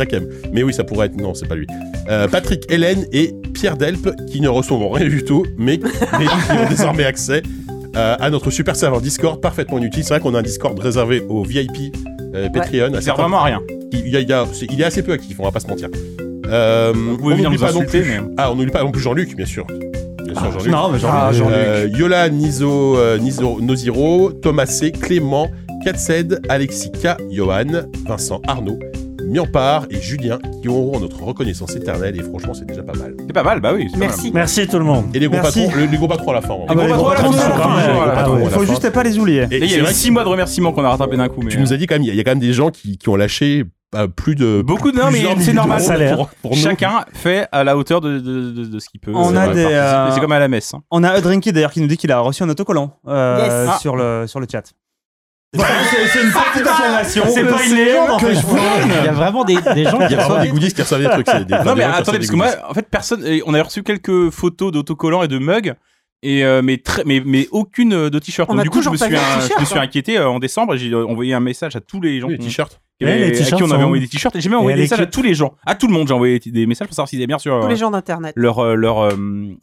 Speaker 6: Mais oui, ça pourrait être. Non, c'est pas lui. Euh, Patrick, Hélène et Pierre Delpe qui ne recevront rien du tout, mais, mais qui ont désormais accès euh, à notre super serveur Discord, parfaitement inutile. C'est vrai qu'on a un Discord réservé aux VIP euh, Patreon. à
Speaker 7: Ça sert
Speaker 6: certains
Speaker 7: vraiment à rien.
Speaker 6: il, y a- il y a- c'est- il est assez peu actif, on va pas se mentir. Euh,
Speaker 7: pouvez
Speaker 6: on
Speaker 7: venir
Speaker 6: n'oublie
Speaker 7: nous
Speaker 6: pas non
Speaker 7: insulter,
Speaker 6: plus.
Speaker 7: mais-
Speaker 6: Ah, on n'oublie pas non plus Jean-Luc, bien sûr. Bien sûr, Jean-Luc.
Speaker 1: Non, mais genre.
Speaker 8: Ah, Jean-Luc.
Speaker 6: Euh, Yola, Nizo, euh, Nizo- Noziro, Thomas C, Clément, Katsed, Alexis K, Johan, Vincent, Arnaud, Miampar et Julien qui auront notre reconnaissance éternelle et franchement c'est déjà pas mal.
Speaker 7: C'est pas mal, bah oui. c'est pas
Speaker 4: Merci.
Speaker 3: Merci tout le monde.
Speaker 6: Et les gros
Speaker 1: Merci.
Speaker 6: patrons, le- les gros patrons à la fin. en
Speaker 7: Ah
Speaker 6: vrai.
Speaker 7: bah, les gros patrons,
Speaker 6: à la
Speaker 1: c'est
Speaker 6: fin,
Speaker 1: vrai.
Speaker 6: les gros
Speaker 1: Ah
Speaker 6: patrons
Speaker 1: ouais.
Speaker 6: à la
Speaker 1: Faut
Speaker 6: fin.
Speaker 1: juste pas les oublier.
Speaker 6: Et
Speaker 7: mal. Là, il y
Speaker 6: c'est
Speaker 7: a eu
Speaker 6: vrai que
Speaker 7: 6 mois de remerciements qu'on a rattrapé d'un coup. Mais... euh.
Speaker 6: Tu nous as dit quand même, il y a- il y a quand même des gens qui, qui ont lâché euh, plus de
Speaker 7: Beaucoup de. Non, mais
Speaker 6: plusieurs
Speaker 7: c'est
Speaker 6: milliers
Speaker 7: normal.
Speaker 6: d'euros
Speaker 3: salaire.
Speaker 6: pour- pour nous.
Speaker 7: Chacun fait à la hauteur de, de, de- de ce qu'il peut.
Speaker 1: On
Speaker 7: euh,
Speaker 1: a des,
Speaker 7: participer.
Speaker 1: euh,
Speaker 7: C'est comme à la messe. hein.
Speaker 1: On a Drinky d'ailleurs qui nous dit qu'il a reçu un autocollant euh,
Speaker 4: Yes. Ah.
Speaker 1: sur, le, sur le chat.
Speaker 7: C'est une petite affirmation. C'est pas une légende.
Speaker 1: que je
Speaker 2: Il y a vraiment des, des gens
Speaker 6: Il y
Speaker 2: qui
Speaker 6: a vraiment des
Speaker 2: sont.
Speaker 6: goodies qui reçoivent des trucs. c'est des-
Speaker 7: Non, mais
Speaker 6: des gens qui
Speaker 7: attendez,
Speaker 6: reçoivent des
Speaker 7: parce que moi, en fait, personne. et On a reçu quelques photos d'autocollants et de mugs. Et euh, mais, très- mais mais aucune euh, de t-shirt.
Speaker 4: On
Speaker 7: Donc,
Speaker 4: a
Speaker 7: du coup, je
Speaker 4: toujours
Speaker 7: me
Speaker 4: pas
Speaker 7: suis
Speaker 4: vu de
Speaker 7: un- je me
Speaker 4: t-shirt,
Speaker 7: suis
Speaker 4: hein.
Speaker 7: inquiété euh, en décembre. et J'ai euh, envoyé un message à tous les gens
Speaker 6: les
Speaker 7: qu'on-
Speaker 6: t-shirts.
Speaker 7: qui
Speaker 3: Ouais,
Speaker 7: avaient-
Speaker 3: les
Speaker 7: à qui
Speaker 3: t-shirts
Speaker 7: on avait
Speaker 3: sont-
Speaker 7: envoyé des t-shirts. Et j'ai même envoyé
Speaker 3: Et
Speaker 7: des
Speaker 3: les
Speaker 7: messages à
Speaker 3: clips.
Speaker 7: tous les gens, à tout le monde. J'ai envoyé des messages pour savoir s'ils étaient bien sur
Speaker 4: Tous
Speaker 7: euh,
Speaker 4: les gens d'internet.
Speaker 7: leur euh, leur euh,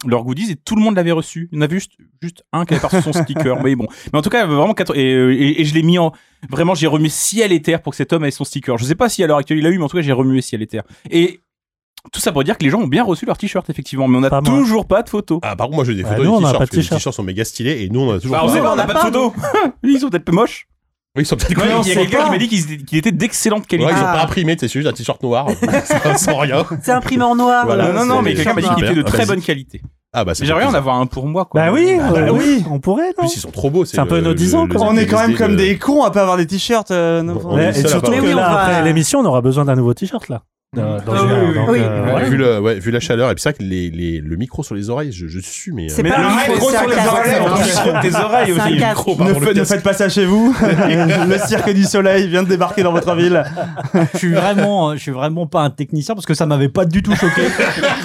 Speaker 7: leur goodies et tout le monde l'avait reçu. Il y en avait juste juste un qui avait pas reçu son sticker. Mais bon, mais en tout cas vraiment quatre et, euh, et, et je l'ai mis en vraiment j'ai remué ciel et terre pour que cet homme ait son sticker. Je sais pas si à l'heure actuelle il l'a eu, mais en tout cas j'ai remué ciel et terre. Et tout ça pour dire que les gens ont bien reçu leur t-shirt effectivement, mais on n'a
Speaker 3: Pas moi.
Speaker 7: toujours pas de photos.
Speaker 6: Ah, par contre, moi, j'ai des
Speaker 3: Bah,
Speaker 6: photos
Speaker 3: nous,
Speaker 6: des
Speaker 3: on a
Speaker 6: t-shirts,
Speaker 3: pas de
Speaker 6: parce que les
Speaker 3: t-shirts.
Speaker 6: t-shirts sont méga stylés et nous, on en a toujours
Speaker 7: Bah, on
Speaker 6: pas.
Speaker 7: sait pas, on
Speaker 4: on
Speaker 7: n'a
Speaker 4: a
Speaker 7: pas,
Speaker 4: pas,
Speaker 7: de photos. Ils sont peut-être plus moches.
Speaker 6: Oui, ils sont peut-être
Speaker 7: Non,
Speaker 6: connus.
Speaker 7: il y a
Speaker 4: sait
Speaker 7: quelqu'un
Speaker 4: pas.
Speaker 7: qui m'a dit qu'il qu'il était d'excellente
Speaker 6: Ouais,
Speaker 7: qualité.
Speaker 6: ils ont
Speaker 4: Ah.
Speaker 6: pas imprimé, c'est juste un t-shirt noir, sans- sans rien.
Speaker 4: C'est imprimé en noir.
Speaker 6: Voilà,
Speaker 4: euh,
Speaker 7: non, non, non, mais
Speaker 6: c'est-
Speaker 7: quelqu'un m'a dit qu'il
Speaker 6: super.
Speaker 7: était de
Speaker 6: Ah,
Speaker 7: très
Speaker 6: vas-y.
Speaker 7: bonne qualité.
Speaker 6: Ah bah c'est
Speaker 7: J'aimerais
Speaker 6: pas
Speaker 7: en
Speaker 6: plus-
Speaker 7: avoir un pour moi, quoi. Ah,
Speaker 3: Bah oui,
Speaker 6: Bah,
Speaker 3: euh,
Speaker 6: bah
Speaker 3: oui, on pourrait,
Speaker 6: En
Speaker 3: non
Speaker 6: plus ils sont trop beaux.
Speaker 3: C'est euh, un peu
Speaker 6: le-
Speaker 3: anodisant,
Speaker 6: le-
Speaker 3: quoi.
Speaker 6: le-
Speaker 1: On est
Speaker 6: le-
Speaker 1: quand même
Speaker 6: le-
Speaker 1: comme
Speaker 6: le-
Speaker 1: des cons à pas avoir des t-shirts. euh, non.
Speaker 6: On est
Speaker 3: Ouais,
Speaker 6: les
Speaker 3: Et
Speaker 6: seuls à
Speaker 3: surtout
Speaker 6: pas
Speaker 3: que
Speaker 4: avoir. Mais oui,
Speaker 3: là,
Speaker 4: on va-
Speaker 3: après l'émission, on aura besoin d'un nouveau t-shirt, là. Dans-
Speaker 7: Ah
Speaker 3: dans une heure, donc,
Speaker 4: Oui.
Speaker 3: euh,
Speaker 6: Ouais,
Speaker 3: voilà.
Speaker 6: Vu, le, ouais, vu la chaleur et puis ça que les, les- le micro sur les oreilles, je, je sue mais.
Speaker 4: C'est
Speaker 6: euh,
Speaker 4: pas
Speaker 7: le
Speaker 4: un
Speaker 7: micro
Speaker 4: micro, c'est
Speaker 7: sur
Speaker 4: un
Speaker 7: les
Speaker 4: casque.
Speaker 7: oreilles,
Speaker 6: Ah,
Speaker 4: C'est un
Speaker 7: le micro de
Speaker 4: casque.
Speaker 7: tes oreilles
Speaker 4: C'est un
Speaker 7: aussi.
Speaker 4: casque.
Speaker 6: micro,
Speaker 1: Ne,
Speaker 6: pardon, le
Speaker 1: fa- ne
Speaker 6: casque.
Speaker 1: faites pas ça chez vous. le cirque du soleil vient de débarquer dans votre ville.
Speaker 2: Je suis vraiment, euh, je suis vraiment pas un technicien parce que ça m'avait pas du tout choqué.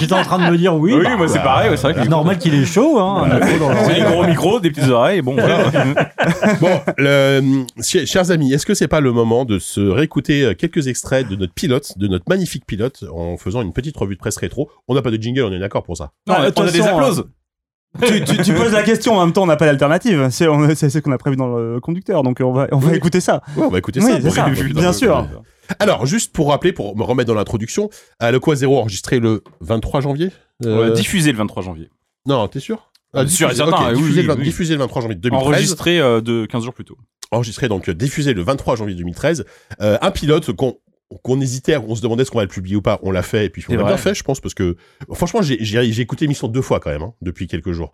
Speaker 2: J'étais en train de me dire oui.
Speaker 7: Oui,
Speaker 2: bah,
Speaker 7: moi c'est pareil, ouais, c'est vrai que
Speaker 2: c'est normal qu'il est chaud. Hein,
Speaker 3: Ah, bah,
Speaker 2: on a trop dans
Speaker 7: Ah, bah, C'est des
Speaker 2: l'oreille.
Speaker 7: gros micros, des petites oreilles, bon voilà.
Speaker 6: Bon, le, ch- chers amis, est-ce que c'est pas le moment de se réécouter euh, quelques extraits de notre pilote, de notre magnifique pilote, en faisant une petite revue de presse rétro On n'a pas de jingle, on est d'accord pour ça.
Speaker 7: Non,
Speaker 1: Ah, de
Speaker 7: on
Speaker 1: toute
Speaker 7: a des
Speaker 1: façon,
Speaker 7: applauses.
Speaker 1: hein. tu, tu- tu poses la question, en même temps, on n'a pas d'alternative. C'est on- c'est ce qu'on a prévu dans le conducteur, donc on va, on va écouter ça.
Speaker 6: Ouais, on va écouter
Speaker 1: Oui,
Speaker 6: bah, ça.
Speaker 1: c'est
Speaker 6: pour
Speaker 1: ça,
Speaker 6: réécouter.
Speaker 1: bien sûr.
Speaker 6: euh, Alors, juste pour rappeler, pour me remettre dans l'introduction, à Le Quoi Zéro enregistré le 23 janvier
Speaker 7: On
Speaker 6: euh,
Speaker 7: l'a diffusé le 23 janvier.
Speaker 6: Non, t'es sûr Ah,
Speaker 7: Sûr et
Speaker 6: diffusé,
Speaker 7: certain,
Speaker 6: ok,
Speaker 7: oui,
Speaker 6: diffusé,
Speaker 7: oui,
Speaker 6: le,
Speaker 7: oui.
Speaker 6: diffusé le 23 janvier 2013.
Speaker 7: Enregistré euh, de 15 jours plus tôt.
Speaker 6: enregistré donc euh, diffusé le 23 janvier 2013 euh, un pilote qu'on qu'on hésitait, on se demandait est-ce qu'on va le publier ou pas, on l'a fait et puis on
Speaker 7: C'est
Speaker 6: l'a
Speaker 7: vrai.
Speaker 6: bien fait, je pense, parce que franchement j'ai j'ai- j'ai écouté l'émission deux fois quand même hein, depuis quelques jours.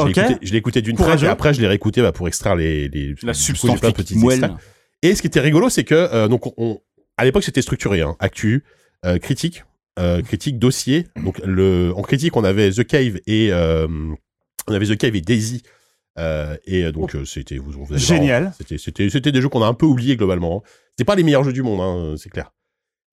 Speaker 6: Je l'ai
Speaker 1: Ok.
Speaker 6: écouté- je l'ai écouté d'une
Speaker 1: Courageux.
Speaker 6: traite et après je l'ai réécouté bah, pour extraire les, les
Speaker 7: La
Speaker 6: du coup, j'ai
Speaker 7: substance
Speaker 6: plein de
Speaker 7: qui
Speaker 6: petits extraits.
Speaker 7: moelle.
Speaker 6: Et ce qui était rigolo, c'est que euh, donc on, on- à l'époque c'était structuré, hein, actu, euh, critique, euh, critique dossier. Donc le en critique on avait The Cave et euh, on avait The Cave et Daisy. Euh, et euh, donc euh, c'était
Speaker 3: Oh,
Speaker 6: vous, vous allez voir,
Speaker 1: Génial.
Speaker 6: c'était c'était c'était des jeux qu'on a un peu oubliés globalement. hein. C'était pas les meilleurs jeux du monde, hein, euh, c'est clair.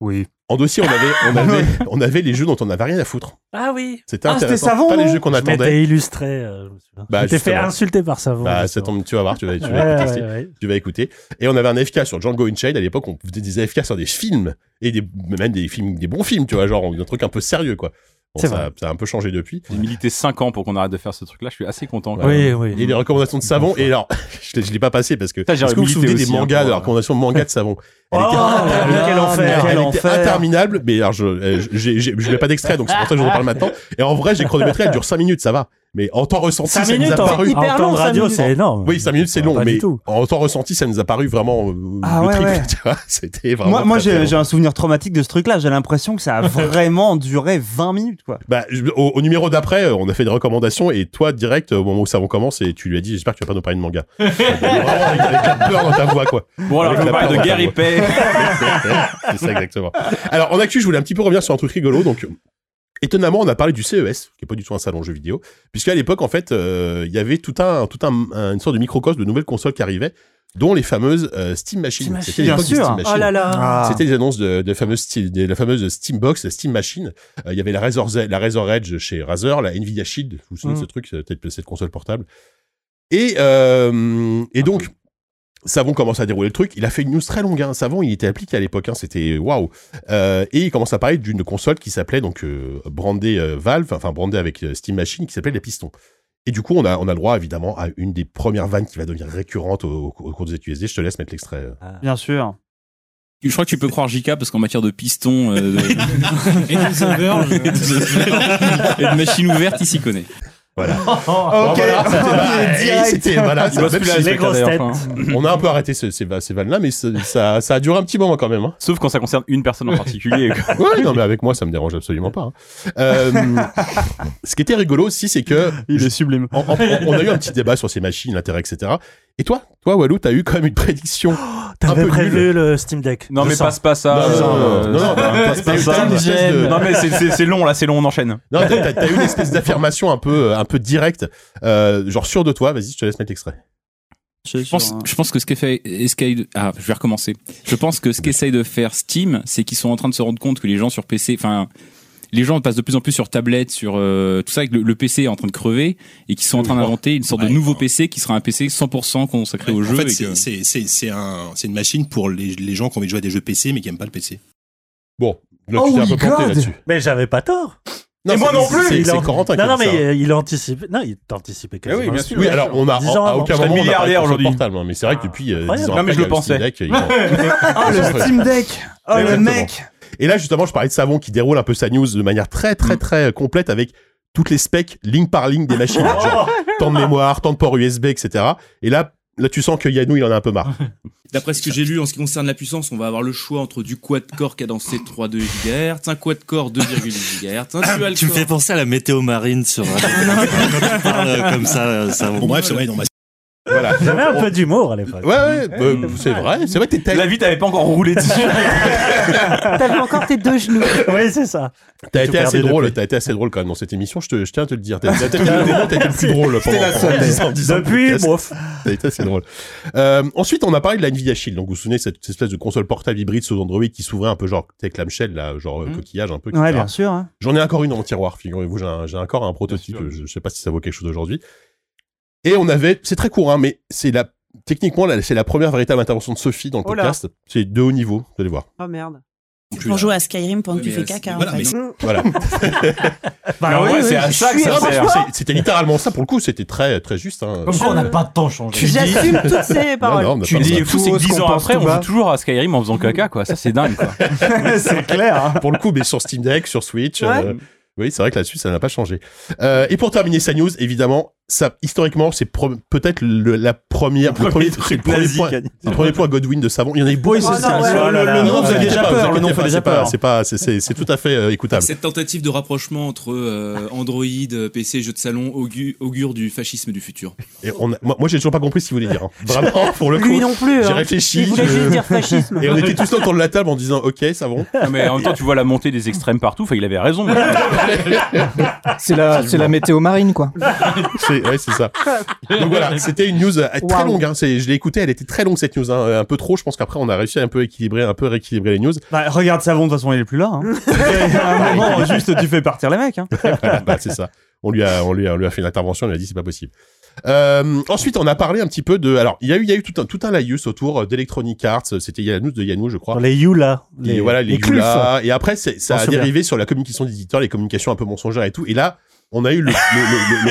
Speaker 1: Oui.
Speaker 6: En dossier on avait on avait on avait les jeux dont on n'avait rien à foutre.
Speaker 4: Ah oui.
Speaker 6: C'était
Speaker 1: Ah, c'était
Speaker 6: intéressant.
Speaker 1: savon,
Speaker 6: pas les
Speaker 2: hein.
Speaker 1: non
Speaker 6: jeux qu'on
Speaker 3: Je
Speaker 6: attendait.
Speaker 3: m'étais illustré. euh, je me souviens.
Speaker 6: Bah,
Speaker 3: Je t'ai fait
Speaker 6: justement.
Speaker 3: insulter par ça.
Speaker 6: Bah, ça tombe, tu vas voir, tu vas, tu vas
Speaker 3: Ouais,
Speaker 6: écouter,
Speaker 3: ouais, ouais.
Speaker 6: tu vas écouter. Et on avait un FK sur Django Unchained. À l'époque, on faisait des FK sur des films et des, même des films, des bons films, tu vois, genre un truc un peu sérieux, quoi. Bon,
Speaker 3: C'est
Speaker 6: ça,
Speaker 3: vrai.
Speaker 6: ça a un peu changé depuis.
Speaker 7: J'ai milité 5 ans pour qu'on arrête de faire ce truc-là, je suis assez content. quand même.
Speaker 3: Oui, oui.
Speaker 6: Il y a des recommandations de savon. Et alors, je ne l'ai pas passé parce que.
Speaker 7: Ça, j'ai
Speaker 6: Est-ce que vous vous
Speaker 7: milité
Speaker 6: souvenez des
Speaker 7: aussi, hein,
Speaker 6: mangas,
Speaker 7: pour,
Speaker 6: de la
Speaker 7: euh,
Speaker 6: recommandation de manga de savon
Speaker 3: Oh,
Speaker 6: Elle était-
Speaker 7: Oh
Speaker 6: ah,
Speaker 3: là là,
Speaker 1: quel
Speaker 3: mais
Speaker 1: enfer.
Speaker 6: Elle
Speaker 1: Quel
Speaker 6: était
Speaker 1: enfer.
Speaker 6: interminable, mais alors je, euh, je- j'ai- j'ai- je mets pas d'extrait, donc c'est pour ça que je vous en parle maintenant. Et en vrai, j'ai chronométré, elle dure 5 minutes, ça va. Mais en temps ressenti,
Speaker 3: Cinq
Speaker 6: ça
Speaker 3: minutes,
Speaker 6: nous a
Speaker 3: en-
Speaker 6: paru.
Speaker 3: en
Speaker 4: hyper
Speaker 3: temps de
Speaker 4: long, cinq
Speaker 3: radio,
Speaker 4: minutes.
Speaker 3: c'est énorme.
Speaker 6: Oui, 5 minutes, c'est
Speaker 3: Pas
Speaker 6: long,
Speaker 3: du
Speaker 6: mais
Speaker 3: tout.
Speaker 6: en temps ressenti, ça nous a paru vraiment euh,
Speaker 1: Ah
Speaker 6: le
Speaker 1: ouais,
Speaker 6: triple,
Speaker 1: ouais.
Speaker 6: tu vois. C'était vraiment.
Speaker 1: Moi, moi
Speaker 6: très, très
Speaker 1: j'ai
Speaker 6: long.
Speaker 1: j'ai un souvenir traumatique de ce truc-là. J'ai l'impression que ça a vraiment duré 20 minutes, quoi.
Speaker 6: Bah, je- au, au numéro d'après, euh, on a fait des recommandations et toi, direct, euh, au moment où ça commence, et tu lui as dit J'espère que tu vas pas nous parler de manga. Vraiment, avec, avec la peur dans ta voix, quoi.
Speaker 7: Bon, alors je
Speaker 6: Avec
Speaker 7: vous
Speaker 6: la
Speaker 7: parle
Speaker 6: peur
Speaker 7: de
Speaker 6: dans ta
Speaker 7: guerre
Speaker 6: voix.
Speaker 7: épais.
Speaker 6: C'est ça, exactement. Alors, en actu, je voulais un petit peu revenir sur un truc rigolo. Donc, étonnamment, on a parlé du CES, qui est pas du tout un salon jeu vidéo, puisqu'à l'époque, en fait, euh, il y avait tout un, tout un, un- une sorte de microcosme de nouvelles consoles qui arrivaient, dont les fameuses euh, Steam
Speaker 1: Steam
Speaker 6: Machines. C'était
Speaker 1: Machines, bien
Speaker 6: l'époque des
Speaker 1: sûr.
Speaker 6: Steam
Speaker 4: Oh
Speaker 6: Machines.
Speaker 4: là là.
Speaker 1: Ah.
Speaker 6: C'était les annonces de, de, fameuse Steam- de la fameuse Steam Box, la Steam Machine. Euh, Il y avait la Razor, Z- la Razor Edge chez Razer, la Nvidia Shield, vous vous souvenez de ce truc, c'est peut-être cette console portable. Et, euh, et donc, Savon commence à dérouler le truc. Il a fait une news très longue. Hein. Savon, il était appliqué à l'époque. Hein. C'était waouh. Euh, Et il commence à parler d'une console qui s'appelait donc euh, brandée euh, Valve, enfin brandée avec euh, Steam Machine, qui s'appelait les Pistons. Et du coup, on a, on a le droit évidemment à une des premières vannes qui va devenir récurrente au, au cours des QSD. Je te laisse mettre l'extrait. euh.
Speaker 7: Ah.
Speaker 1: Bien sûr.
Speaker 10: Je crois que tu peux croire JK parce qu'en matière de piston euh, de- et de serveur et de- et de machine ouverte, il s'y connaît.
Speaker 6: Voilà.
Speaker 1: Ok.
Speaker 6: Voilà, c'était- bah,
Speaker 1: Direct.
Speaker 6: c'était- voilà,
Speaker 7: Il
Speaker 6: ça-
Speaker 7: bosse
Speaker 6: même
Speaker 7: plus là,
Speaker 6: si-
Speaker 7: le spectateur,
Speaker 3: grosses
Speaker 7: d'ailleurs, enfin.
Speaker 6: on a un peu arrêté ce- ces, va- ces vannes-là, mais ça, ça, ça a duré un petit moment quand même. hein.
Speaker 7: Sauf quand ça concerne une personne en particulier.
Speaker 6: Ouais, non, mais avec moi, ça me dérange absolument pas. hein. Euh, ce qui était rigolo aussi, c'est que
Speaker 1: Il est sublime.
Speaker 6: en- en- on a eu un petit débat sur ces machines, l'intérêt, etc. Et toi, toi, Walou, t'as eu quand même une prédiction. un
Speaker 3: Oh, T'avais
Speaker 6: peu
Speaker 3: prévu le Steam Deck.
Speaker 7: Non,
Speaker 3: Je
Speaker 7: mais
Speaker 3: sens.
Speaker 7: passe pas ça.
Speaker 6: Non, non,
Speaker 7: euh,
Speaker 6: non, non, non,
Speaker 7: euh,
Speaker 6: non,
Speaker 7: passe pas
Speaker 6: non,
Speaker 7: ça.
Speaker 6: non, non, non,
Speaker 7: Non, mais c'est- c'est c'est long, là, c'est long, on enchaîne.
Speaker 6: Non, t'as- t'as t'as eu une espèce d'affirmation un peu, un peu directe, euh, genre sûr de toi. Vas-y, je te laisse mettre l'extrait.
Speaker 10: Je pense, je pense que ce qu'essaye escape- ah, je vais recommencer. Je pense que ce qu'essaye de faire Steam, c'est qu'ils sont en train de se rendre compte que les gens sur PC, enfin, les gens passent de plus en plus sur tablette, sur euh, tout ça, avec le, le PC est en train de crever et qui sont en train d'inventer une sorte de
Speaker 5: Ouais,
Speaker 10: nouveau
Speaker 5: enfin.
Speaker 10: PC qui sera un PC 100% consacré au jeu.
Speaker 5: en fait,
Speaker 10: et que-
Speaker 5: c'est- c'est c'est- c'est un, c'est une machine pour les, les gens qui ont envie de jouer à des jeux PC mais qui aiment pas le PC.
Speaker 6: Bon, là,
Speaker 3: Oh
Speaker 6: tu t'es un
Speaker 3: my
Speaker 6: peu planté
Speaker 3: God.
Speaker 6: là-dessus.
Speaker 3: Mais j'avais pas tort.
Speaker 6: Non,
Speaker 1: moi
Speaker 6: c'est-
Speaker 1: non plus,
Speaker 6: c'est-
Speaker 3: il
Speaker 6: C'est
Speaker 3: en-
Speaker 6: Corentin qui
Speaker 3: Non,
Speaker 6: a
Speaker 3: non,
Speaker 6: dit
Speaker 3: mais
Speaker 6: ça.
Speaker 3: euh, il anticipait. Non, il anticipait quasiment.
Speaker 7: Eh oui, bien
Speaker 3: le
Speaker 7: sûr.
Speaker 3: sujet.
Speaker 6: Oui, alors on a
Speaker 3: Dix ans
Speaker 6: à
Speaker 3: avant.
Speaker 6: aucun
Speaker 7: C'est
Speaker 6: moment on a
Speaker 7: milliardaire
Speaker 6: parlé de console
Speaker 7: aujourd'hui.
Speaker 6: portable, hein, mais c'est vrai que depuis euh,
Speaker 3: incroyable.
Speaker 6: 10 ans
Speaker 7: Non, mais
Speaker 6: après,
Speaker 7: je le
Speaker 6: il y a
Speaker 7: pensais.
Speaker 6: Steam Deck, il y a-
Speaker 1: Ah, le Steam Deck Oh, le
Speaker 6: Exactement.
Speaker 1: mec
Speaker 6: Et là, justement, je parlais de Savon qui déroule un peu sa news de manière très,
Speaker 1: Mm.
Speaker 6: très, très euh, complète avec toutes les specs ligne par ligne des machines.
Speaker 1: Oh.
Speaker 6: Genre, tant de mémoire, tant de port USB, etc. Et là, là, tu sens que Yannou, il en a un peu marre.
Speaker 10: D'après ce que j'ai lu en ce qui concerne la puissance, on va avoir le choix entre du quad-core cadencé 3,2 GHz, un quad-core 2,8 GHz, un dual-core...
Speaker 11: Tu me fais penser à la météo marine sur euh, quand tu parles euh, comme ça. euh, ça
Speaker 5: Bon bref, c'est vrai, non, bah,
Speaker 6: Voilà.
Speaker 3: J'avais un peu d'humour à l'époque.
Speaker 6: Ouais, ouais, euh, c'est vrai, c'est vrai, t'es
Speaker 7: La vie t'avais pas encore roulé dessus.
Speaker 4: T'avais encore tes deux genoux.
Speaker 3: Oui, c'est ça.
Speaker 6: T'as
Speaker 3: Tout
Speaker 6: été assez
Speaker 3: perdu
Speaker 6: drôle, t'as été assez drôle quand même dans cette émission. Je, te, je tiens à te le dire. T'as t'as- t'as été le moment, t'as été le plus
Speaker 3: Merci.
Speaker 6: drôle pendant
Speaker 3: la
Speaker 6: pendant
Speaker 3: seule.
Speaker 6: 10 ans, 10 ans de
Speaker 3: Depuis,
Speaker 6: podcast.
Speaker 3: bof.
Speaker 6: T'as été assez drôle. Euh, ensuite, on a parlé de la Nvidia Shield. Donc, vous vous souvenez cette cette espèce de console portable hybride sous Android qui s'ouvrait un peu genre avec clamshell là, genre euh,
Speaker 7: Mhm.
Speaker 6: coquillage un peu.
Speaker 1: Ouais,
Speaker 6: etc.
Speaker 1: bien sûr. hein.
Speaker 6: J'en ai encore une dans mon tiroir, figurez-vous. J'ai un- j'ai encore un prototype.
Speaker 7: sûr.
Speaker 6: Je, je sais pas si ça vaut quelque chose aujourd'hui. Et on avait, c'est très court, hein, mais c'est la, techniquement, la- c'est la première véritable intervention de Sophie dans le
Speaker 4: Oh là.
Speaker 6: podcast. C'est de haut niveau, vous allez voir.
Speaker 4: Oh merde.
Speaker 5: Pour
Speaker 11: jouer à Skyrim pendant
Speaker 10: que tu fais caca, en
Speaker 5: voilà, mais
Speaker 6: euh, Voilà. Bah
Speaker 7: Mais en vrai, c'est à
Speaker 4: je
Speaker 7: ça que
Speaker 4: suis-
Speaker 7: ça
Speaker 6: Non, mais
Speaker 7: sert.
Speaker 6: c'est- C'était littéralement ça pour le coup. C'était très, très juste. Hein.
Speaker 2: Comme quoi, on n'a pas de temps changé.
Speaker 4: J'assume toutes ces
Speaker 6: Non,
Speaker 4: paroles.
Speaker 6: non, on n'a
Speaker 7: Tu
Speaker 6: pas-
Speaker 7: dis,
Speaker 6: on
Speaker 7: le
Speaker 6: n'a-
Speaker 7: fou, c'est que 10 ans après, on joue toujours à Skyrim en faisant caca, quoi. Ça, c'est dingue, quoi.
Speaker 1: c'est clair. hein.
Speaker 6: pour le coup, mais sur Steam Deck, sur Switch.
Speaker 4: Ouais.
Speaker 6: euh, oui, c'est vrai que là-dessus, ça n'a pas changé. Euh, et pour terminer sa news, évidemment, ça, historiquement, c'est pro- peut-être le, la première, le premier, le premier
Speaker 1: nazi
Speaker 6: point,
Speaker 1: qui a dit.
Speaker 6: le premier point Godwin de savon. Il y en a eu beaucoup.
Speaker 1: Oui, c'est
Speaker 4: Oh,
Speaker 1: ça.
Speaker 4: non, ouais,
Speaker 1: Le-
Speaker 4: oh là
Speaker 1: le-
Speaker 4: là,
Speaker 1: le nom
Speaker 4: oh là
Speaker 1: faisait
Speaker 4: là.
Speaker 1: déjà
Speaker 6: Vous
Speaker 1: peur.
Speaker 6: inquiétez
Speaker 1: Le nom
Speaker 6: pas,
Speaker 1: faisait
Speaker 6: c'est
Speaker 1: déjà
Speaker 6: pas-
Speaker 1: peur.
Speaker 6: C'est pas, c'est- c'est c'est tout à fait euh, écoutable.
Speaker 10: Cette tentative de rapprochement entre euh, Android, euh, PC, jeux de salon, augu- augure du fascisme du futur.
Speaker 6: Et on a- moi, moi, j'ai toujours pas compris ce qu'il voulait dire. hein. Vraiment, pour le
Speaker 4: Lui
Speaker 6: coup,
Speaker 4: non plus.
Speaker 6: j'ai
Speaker 4: hein.
Speaker 6: réfléchi.
Speaker 4: Il voulait
Speaker 6: je-
Speaker 4: juste dire fascisme.
Speaker 6: Et on était tous là autour de la table en disant, ok, savon.
Speaker 7: Non, mais en même temps, tu vois la montée des extrêmes partout. Enfin, il avait raison. moi.
Speaker 8: C'est la, c'est la météo marine, quoi.
Speaker 6: C'est ouais, c'est ça. Donc voilà, c'était une news euh, très
Speaker 4: Waouh.
Speaker 6: longue. Hein. C'est- Je l'ai écoutée, elle était très longue cette news, hein. un peu trop. Je pense qu'après on a réussi à un peu équilibrer, un peu rééquilibrer les news.
Speaker 1: Bah, regarde Savon, de toute façon, il est plus là. hein. à un moment, juste, tu fais partir les mecs. hein.
Speaker 6: Voilà, bah, c'est ça. On lui a, on lui a, on lui a fait une intervention. On lui a dit c'est pas possible. Euh, ensuite, on a parlé un petit peu de. Alors, il y a eu, il y a eu tout un, tout un laïus autour euh, d'Electronic Arts. C'était il y a la news de Yannou, je crois.
Speaker 3: Dans les Yula.
Speaker 6: Et voilà les,
Speaker 3: clufs.
Speaker 6: Yula. Et après, c'est- ça
Speaker 3: On
Speaker 6: a
Speaker 3: se souvient.
Speaker 6: dérivé sur la communication des éditeurs, les communications un peu mensongères et tout. Et là, on a eu le. le, le- le-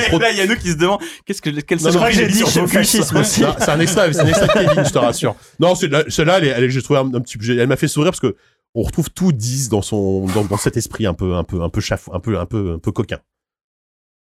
Speaker 6: le pro-
Speaker 7: Là, il y a nous qui se demandent qu'est-ce que, quel
Speaker 6: Non, non,
Speaker 7: saloperie
Speaker 6: je crois que j'ai
Speaker 7: sur
Speaker 6: dit
Speaker 7: vos cuisses.
Speaker 6: Non, C'est un extra, c'est un extra de Kevin, je te rassure. Non, celle-là, celle-là, elle, est- elle est- j'ai trouvé un, un petit, j'ai- elle m'a fait sourire parce que on retrouve tout 10 dans son, dans, dans cet esprit un peu, un peu, un peu chaf, un peu, un peu, un peu coquin.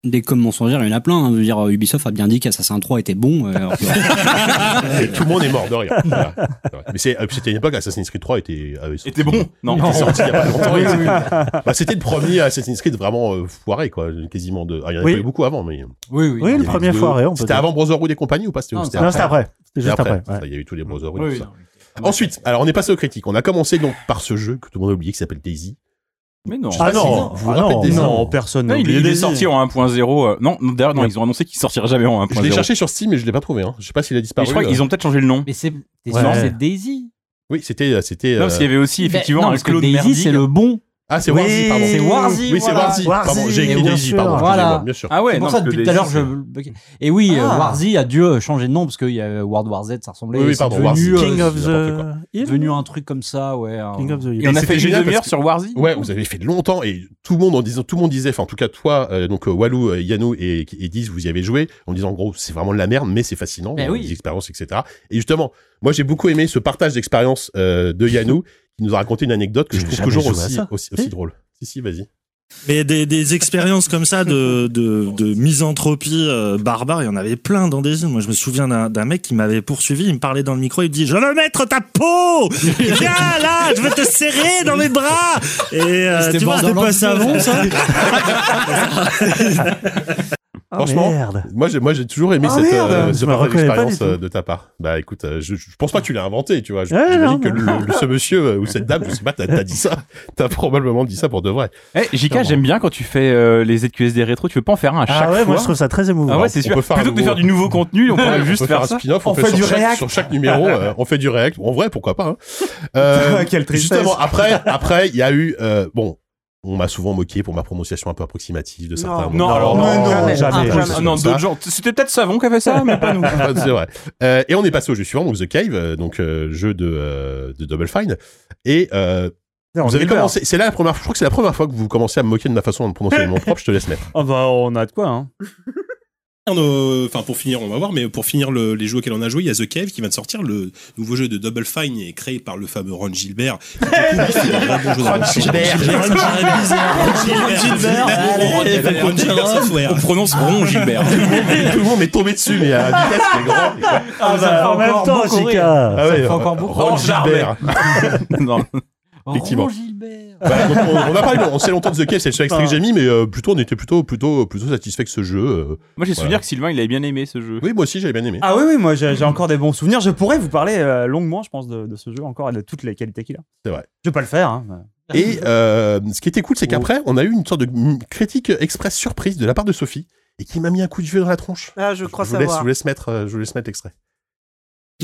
Speaker 11: Des comme mensongères, il y en a plein. hein. Je veux dire, Ubisoft a bien dit qu'Assassin 3 était bon. euh, alors que-
Speaker 6: Et tout le monde est mort de rire. Voilà. C'est vrai. Mais c'est, euh, c'était une époque, Assassin's Creed 3 était, avait sorti-
Speaker 7: Était bon. Non.
Speaker 6: était sorti il y a pas longtemps. Bah, c'était le premier Assassin's Creed vraiment euh, foiré, quoi, quasiment de. ah, il y en a
Speaker 3: Oui.
Speaker 6: pas eu beaucoup avant, mais
Speaker 2: Oui, oui.
Speaker 3: Oui, le
Speaker 6: Il y a
Speaker 3: premier
Speaker 6: eu deux.
Speaker 3: foiré, on peut
Speaker 6: c'était
Speaker 3: dire.
Speaker 6: avant Brotherhood et compagnie ou pas C'était-
Speaker 2: Non,
Speaker 6: c'était
Speaker 3: Non, c'était après. C'était juste après.
Speaker 6: C'est
Speaker 3: ouais.
Speaker 6: ça, Il y a eu tous les Brotherhood.
Speaker 2: Oui,
Speaker 6: tout
Speaker 2: oui,
Speaker 6: ça.
Speaker 2: non,
Speaker 6: Ensuite, alors on est passé aux critiques. On a commencé donc par ce jeu que tout le monde a oublié qui s'appelle Daisy.
Speaker 7: Mais non.
Speaker 6: Ah non,
Speaker 3: non,
Speaker 6: vous vous
Speaker 3: ah
Speaker 6: rappelez
Speaker 3: non,
Speaker 6: Daisy
Speaker 1: Non, personne.
Speaker 7: Non,
Speaker 1: n'a
Speaker 7: il,
Speaker 1: oublié
Speaker 7: il est
Speaker 1: Daisy.
Speaker 7: sorti en 1.0. euh, non, non, d'ailleurs, non, ils ont annoncé qu'il sortira jamais en 1.0.
Speaker 6: Je l'ai cherché sur Steam mais je l'ai pas trouvé. Hein. Je sais pas s'il a
Speaker 7: Mais
Speaker 6: disparu.
Speaker 7: je crois
Speaker 6: euh.
Speaker 7: qu'ils ont peut-être changé le nom.
Speaker 2: Mais c'est t'es
Speaker 3: Ouais.
Speaker 2: sûr, c'est Daisy.
Speaker 6: Oui, c'était euh,
Speaker 7: Non,
Speaker 6: c'était. euh,
Speaker 7: parce qu'il y avait aussi effectivement
Speaker 2: Non,
Speaker 7: un
Speaker 2: parce que
Speaker 7: clone
Speaker 2: Daisy,
Speaker 7: merdique.
Speaker 2: c'est le bon.
Speaker 6: Ah, c'est
Speaker 3: Oui,
Speaker 6: Warzy. Pardon.
Speaker 3: c'est
Speaker 2: Warzy,
Speaker 6: Oui, c'est
Speaker 2: voilà.
Speaker 6: Warzy.
Speaker 3: Warzy,
Speaker 6: Pardon, j'ai écrit
Speaker 2: bien
Speaker 6: Daisy.
Speaker 3: sûr.
Speaker 6: Pardon.
Speaker 2: Voilà.
Speaker 6: excusez-moi, Bien sûr.
Speaker 7: Ah ouais,
Speaker 2: C'est pour
Speaker 7: non,
Speaker 2: ça,
Speaker 7: parce que
Speaker 2: depuis tout à l'heure,
Speaker 7: Daisy,
Speaker 2: je. Et oui,
Speaker 4: Ah.
Speaker 2: euh, Warzy a dû euh, changer de nom parce qu'il y avait World War Z, ça ressemblait.
Speaker 6: Oui, oui,
Speaker 2: et c'est
Speaker 6: pardon,
Speaker 2: devenu,
Speaker 6: Warzy.
Speaker 2: euh,
Speaker 6: King
Speaker 3: King
Speaker 6: of
Speaker 3: of
Speaker 6: the
Speaker 3: the.
Speaker 2: c'est devenu un truc comme ça, ouais. un-
Speaker 3: King of the
Speaker 7: Et on a
Speaker 6: c'était
Speaker 7: fait une
Speaker 6: génial
Speaker 7: demi-heure
Speaker 6: parce que-
Speaker 7: sur Warzy.
Speaker 6: Ouais, vous avez fait longtemps et tout le monde en disant, tout le monde disait, enfin en tout cas toi, euh, donc euh, Walou, euh, Yannou et, et Diz, vous y avez joué en disant en gros c'est vraiment de la merde, mais c'est fascinant,
Speaker 7: Bah
Speaker 2: Ben
Speaker 6: euh,
Speaker 2: oui.
Speaker 6: les expériences, etc. Et justement, moi j'ai beaucoup aimé ce partage d'expériences euh, de Yannou qui nous a raconté une anecdote que je
Speaker 3: J'ai
Speaker 6: trouve
Speaker 3: jamais
Speaker 6: toujours
Speaker 3: joué à
Speaker 6: aussi,
Speaker 3: ça.
Speaker 6: aussi,
Speaker 3: Si.
Speaker 6: aussi drôle. Si si, vas-y.
Speaker 11: Mais des, des expériences comme ça de, de, de misanthropie euh, barbare, il y en avait plein dans des îles. Moi, je me souviens d'un d'un mec qui m'avait poursuivi, il me parlait dans le micro, il me dit « Je vais mettre ta peau Viens là, je veux te serrer dans mes bras !» Et euh,
Speaker 8: C'était
Speaker 11: tu vois, c'était
Speaker 8: Borderlands
Speaker 11: pas savon, ça
Speaker 4: Oh,
Speaker 6: Franchement,
Speaker 3: merde.
Speaker 6: moi j'ai moi j'ai toujours aimé
Speaker 3: Ah,
Speaker 6: cette
Speaker 3: merde.
Speaker 6: euh,
Speaker 3: Je
Speaker 6: ce
Speaker 3: me
Speaker 6: partage
Speaker 3: reconnais pas du
Speaker 6: d'expérience euh,
Speaker 3: tout.
Speaker 6: de ta part. Bah écoute, euh, je, je pense pas que tu l'as inventé, tu vois. Je-
Speaker 3: Ouais,
Speaker 6: J'imagine
Speaker 3: non,
Speaker 6: que le- le- ce monsieur euh, ou cette dame, je sais pas, t'as t'as dit ça, t'as probablement dit ça pour de vrai.
Speaker 7: Eh, JK, j'aime bien quand tu fais euh, les ZQSD rétro, tu veux pas en faire un à chaque
Speaker 3: Ah ouais,
Speaker 7: fois.
Speaker 3: moi je trouve ça très émouvant.
Speaker 7: ah ouais,
Speaker 6: on
Speaker 7: c'est sûr.
Speaker 6: peut faire
Speaker 7: Plutôt
Speaker 6: un
Speaker 7: que de
Speaker 6: nouveau-
Speaker 7: faire du nouveau contenu, on pourrait
Speaker 6: Ouais,
Speaker 7: juste
Speaker 6: peut
Speaker 7: faire,
Speaker 6: un
Speaker 7: ça.
Speaker 6: spin-off, on, fait, sur, chaque, sur chaque numéro, euh, on fait du react. En vrai, pourquoi pas hein. Euh,
Speaker 1: Quelle tristesse.
Speaker 6: Justement, après, après, il y a eu euh, bon. On m'a souvent moqué pour ma prononciation un peu approximative de
Speaker 7: Non,
Speaker 6: certains mots.
Speaker 7: non, alors, mais non,
Speaker 6: jamais,
Speaker 7: jamais,
Speaker 6: jamais.
Speaker 7: jamais.
Speaker 6: Jamais.
Speaker 7: Ah non, d'autres gens- C'était peut-être Savon qui a fait ça, mais pas nous.
Speaker 6: C'est vrai. Euh, et on est passé au jeu suivant, donc The Cave, euh, donc euh, jeu de, euh, de Double Fine. Et euh,
Speaker 1: Non,
Speaker 6: vous avez
Speaker 1: Gilbert.
Speaker 6: commencé. C'est là la première. Je crois que c'est la première fois que vous commencez à me moquer de ma façon de prononcer les noms propres. Je te laisse mettre.
Speaker 1: Ah bah, on a de quoi, hein.
Speaker 7: Ah,
Speaker 5: Euh, Enfin, pour finir, on va voir, mais pour finir le- les jeux auxquels on a joué, il y a The Cave qui vient de sortir, le nouveau jeu de Double Fine et créé par le fameux Ron Gilbert. Qui, du coup, lui, fait des vraies bonnes choses à
Speaker 10: Ron
Speaker 5: Ron
Speaker 10: Gilbert.
Speaker 5: Gilbert.
Speaker 10: Ron
Speaker 5: Ron Gilbert. Ron Gilbert. Ron Gilbert Software.
Speaker 10: On prononce Ron Gilbert.
Speaker 6: Tout le monde m'est tombé dessus, mais euh, à vitesse c'est grand.
Speaker 2: Ah, ça me fait
Speaker 6: en même
Speaker 2: encore
Speaker 6: temps,
Speaker 2: beaucoup
Speaker 6: JK.
Speaker 2: rire.
Speaker 6: Ah
Speaker 2: Ça me
Speaker 6: ouais,
Speaker 2: fait
Speaker 6: euh,
Speaker 2: encore beaucoup
Speaker 6: Ron
Speaker 2: rire.
Speaker 6: Gilbert.
Speaker 7: non.
Speaker 6: Effectivement.
Speaker 2: Ron Gilbert.
Speaker 6: Voilà, donc Bah, on, on a parlé, on s'est longtemps de The Cave, c'est le seul extrait que j'ai mis, mais euh, plutôt on était plutôt plutôt plutôt satisfait que ce jeu. euh,
Speaker 7: Moi, j'ai
Speaker 6: voilà.
Speaker 7: souvenir que Sylvain, il avait bien aimé ce jeu.
Speaker 6: Oui, moi aussi, j'avais bien aimé.
Speaker 1: Ah oui, oui, moi j'ai j'ai encore des bons souvenirs. Je pourrais vous parler euh, longuement, je pense, de, de ce jeu encore et de toutes les qualités qu'il a.
Speaker 6: C'est vrai.
Speaker 1: Je vais pas le faire. hein.
Speaker 6: Et euh, ce qui était cool, c'est
Speaker 7: Oh.
Speaker 6: qu'après, on a eu une sorte de mm, critique express surprise de la part de Sophie et qui m'a mis un coup de vieux dans la tronche.
Speaker 4: Ah, je crois
Speaker 6: je vous laisse, je
Speaker 4: savoir.
Speaker 6: vous laisse mettre, euh, je vous laisse mettre l'extrait.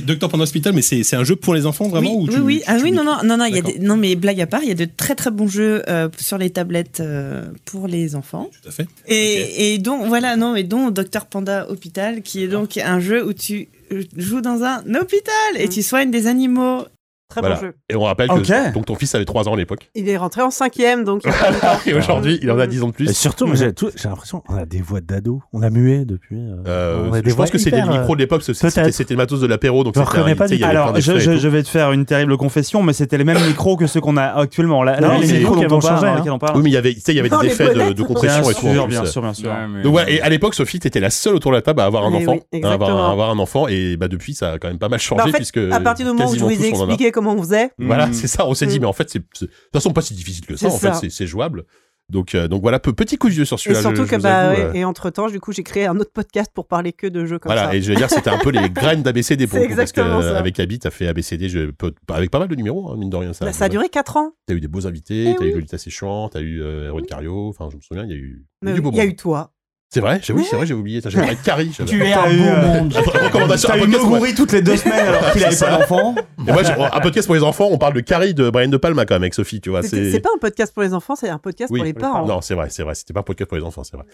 Speaker 5: Docteur Pendant Hospital, mais c'est c'est un jeu pour les enfants vraiment
Speaker 12: oui,
Speaker 5: ou
Speaker 12: oui,
Speaker 5: tu-
Speaker 12: oui.
Speaker 5: tu-
Speaker 12: Ah oui, non, non, non, non, il y a des-
Speaker 5: D'accord.
Speaker 12: non, mais blague à part, il y a de très très bons jeux euh, sur les tablettes euh, pour les enfants.
Speaker 5: Tout à fait.
Speaker 12: Et, et donc, voilà, non, mais dont Docteur Panda Hôpital, qui est donc un jeu où tu euh, joues dans un hôpital
Speaker 4: Mm.
Speaker 12: et tu soignes des animaux. Très
Speaker 6: Voilà. Et on rappelle que
Speaker 12: Ok.
Speaker 6: donc ton fils avait 3 ans à l'époque.
Speaker 4: Il est rentré en cinquième, donc. euh, il y a pas longtemps.
Speaker 6: Et aujourd'hui, il en a 10 ans de plus.
Speaker 3: Et surtout, moi, j'ai tout- j'ai l'impression qu'on a des voix d'ados. On a mué depuis. euh,
Speaker 6: Euh,
Speaker 3: on a des
Speaker 6: je
Speaker 3: voix
Speaker 6: pense que c'est des
Speaker 3: hyper, euh,
Speaker 6: micros de l'époque, parce que c'était c'était le matos de l'apéro, donc
Speaker 3: Je
Speaker 6: c'était
Speaker 3: reconnais
Speaker 6: un-
Speaker 3: pas
Speaker 6: tu sais, il
Speaker 3: du
Speaker 6: y avait
Speaker 1: Alors,
Speaker 6: plein
Speaker 1: je,
Speaker 6: d'extraits
Speaker 1: je-
Speaker 6: et tout.
Speaker 1: je vais te faire une terrible confession, mais c'était les mêmes micros que ceux qu'on a actuellement. La-
Speaker 6: Non,
Speaker 1: la-
Speaker 6: mais
Speaker 1: les micros
Speaker 6: lesquels
Speaker 1: dont
Speaker 6: ont
Speaker 1: on parle,
Speaker 6: changé,
Speaker 1: dans
Speaker 6: hein.
Speaker 1: lesquels on parle.
Speaker 6: Oui, mais il y avait, tu sais, il y avait
Speaker 1: Dans
Speaker 6: des
Speaker 1: les
Speaker 6: effets de,
Speaker 1: bonnettes.
Speaker 6: de compression
Speaker 1: Bien
Speaker 6: et tout. en
Speaker 1: sûr,
Speaker 6: plus.
Speaker 1: bien sûr, bien sûr. Ouais, mais-
Speaker 6: Donc, ouais, et à l'époque, Sophie, t'étais la seule autour de la table à avoir un
Speaker 4: Mais
Speaker 6: enfant.
Speaker 4: oui,
Speaker 6: à avoir,
Speaker 4: exactement.
Speaker 6: à avoir un enfant, et bah, depuis, ça a quand même pas mal changé,
Speaker 4: Bah, en fait,
Speaker 6: puisque.
Speaker 4: à partir du moment où je
Speaker 6: quasiment
Speaker 4: vous ai
Speaker 6: tous, on en a.
Speaker 4: expliqué comment on faisait.
Speaker 6: Voilà, c'est ça. On s'est dit,
Speaker 4: Mm.
Speaker 6: mais en fait, c'est c'est- de toute façon pas si difficile que ça.
Speaker 4: C'est
Speaker 6: En fait,
Speaker 4: ça.
Speaker 6: c'est- c'est jouable. Donc, euh, donc voilà, peu- petit coup de vieux sur
Speaker 4: Et
Speaker 6: celui-là. je-
Speaker 4: surtout
Speaker 6: je
Speaker 4: que,
Speaker 6: vous
Speaker 4: bah,
Speaker 6: avoue, euh,
Speaker 4: et entre temps, du coup, j'ai créé un autre podcast pour parler que de jeux comme
Speaker 6: voilà,
Speaker 4: ça.
Speaker 6: et je vais dire, c'était un peu les graines d'ABCD pour
Speaker 4: C'est
Speaker 6: le coup, parce que
Speaker 4: exactement
Speaker 6: euh,
Speaker 4: ça.
Speaker 6: avec Abby, t'as fait ABCD, je peux- bah, avec pas mal de numéros, hein, mine de rien. Ça,
Speaker 4: Bah, ça a duré Eh 4 ans.
Speaker 6: T'as eu des beaux invités, t'as eu Lolita Séchant, t'as eu euh, Erwan Cario, enfin, je me souviens, il y a eu.
Speaker 4: Mais
Speaker 6: du
Speaker 4: oui,
Speaker 6: beau
Speaker 4: Il y a
Speaker 6: monde.
Speaker 4: eu toi.
Speaker 6: C'est vrai, j'ai- oui, c'est vrai, j'ai oublié. J'avais parlé de Carrie. j'avais-
Speaker 4: Tu es un T'as beau eu, euh, monde.
Speaker 6: Recommandation,
Speaker 1: t'as
Speaker 6: un
Speaker 1: eu
Speaker 6: podcast,
Speaker 1: Moguri
Speaker 6: ouais.
Speaker 1: toutes les deux semaines alors qu'il avait
Speaker 6: C'est
Speaker 1: pas
Speaker 6: ça.
Speaker 1: d'enfant.
Speaker 6: Et moi, j'ai- un podcast pour les enfants, on parle de Carrie de Brian De Palma quand même avec Sophie, tu vois.
Speaker 4: C'était- Bah, C'est pas un podcast pour les enfants, c'est un podcast
Speaker 6: Oui.
Speaker 4: pour les parents.
Speaker 6: Non, c'est vrai, c'est vrai. C'était pas un podcast pour les enfants, c'est vrai.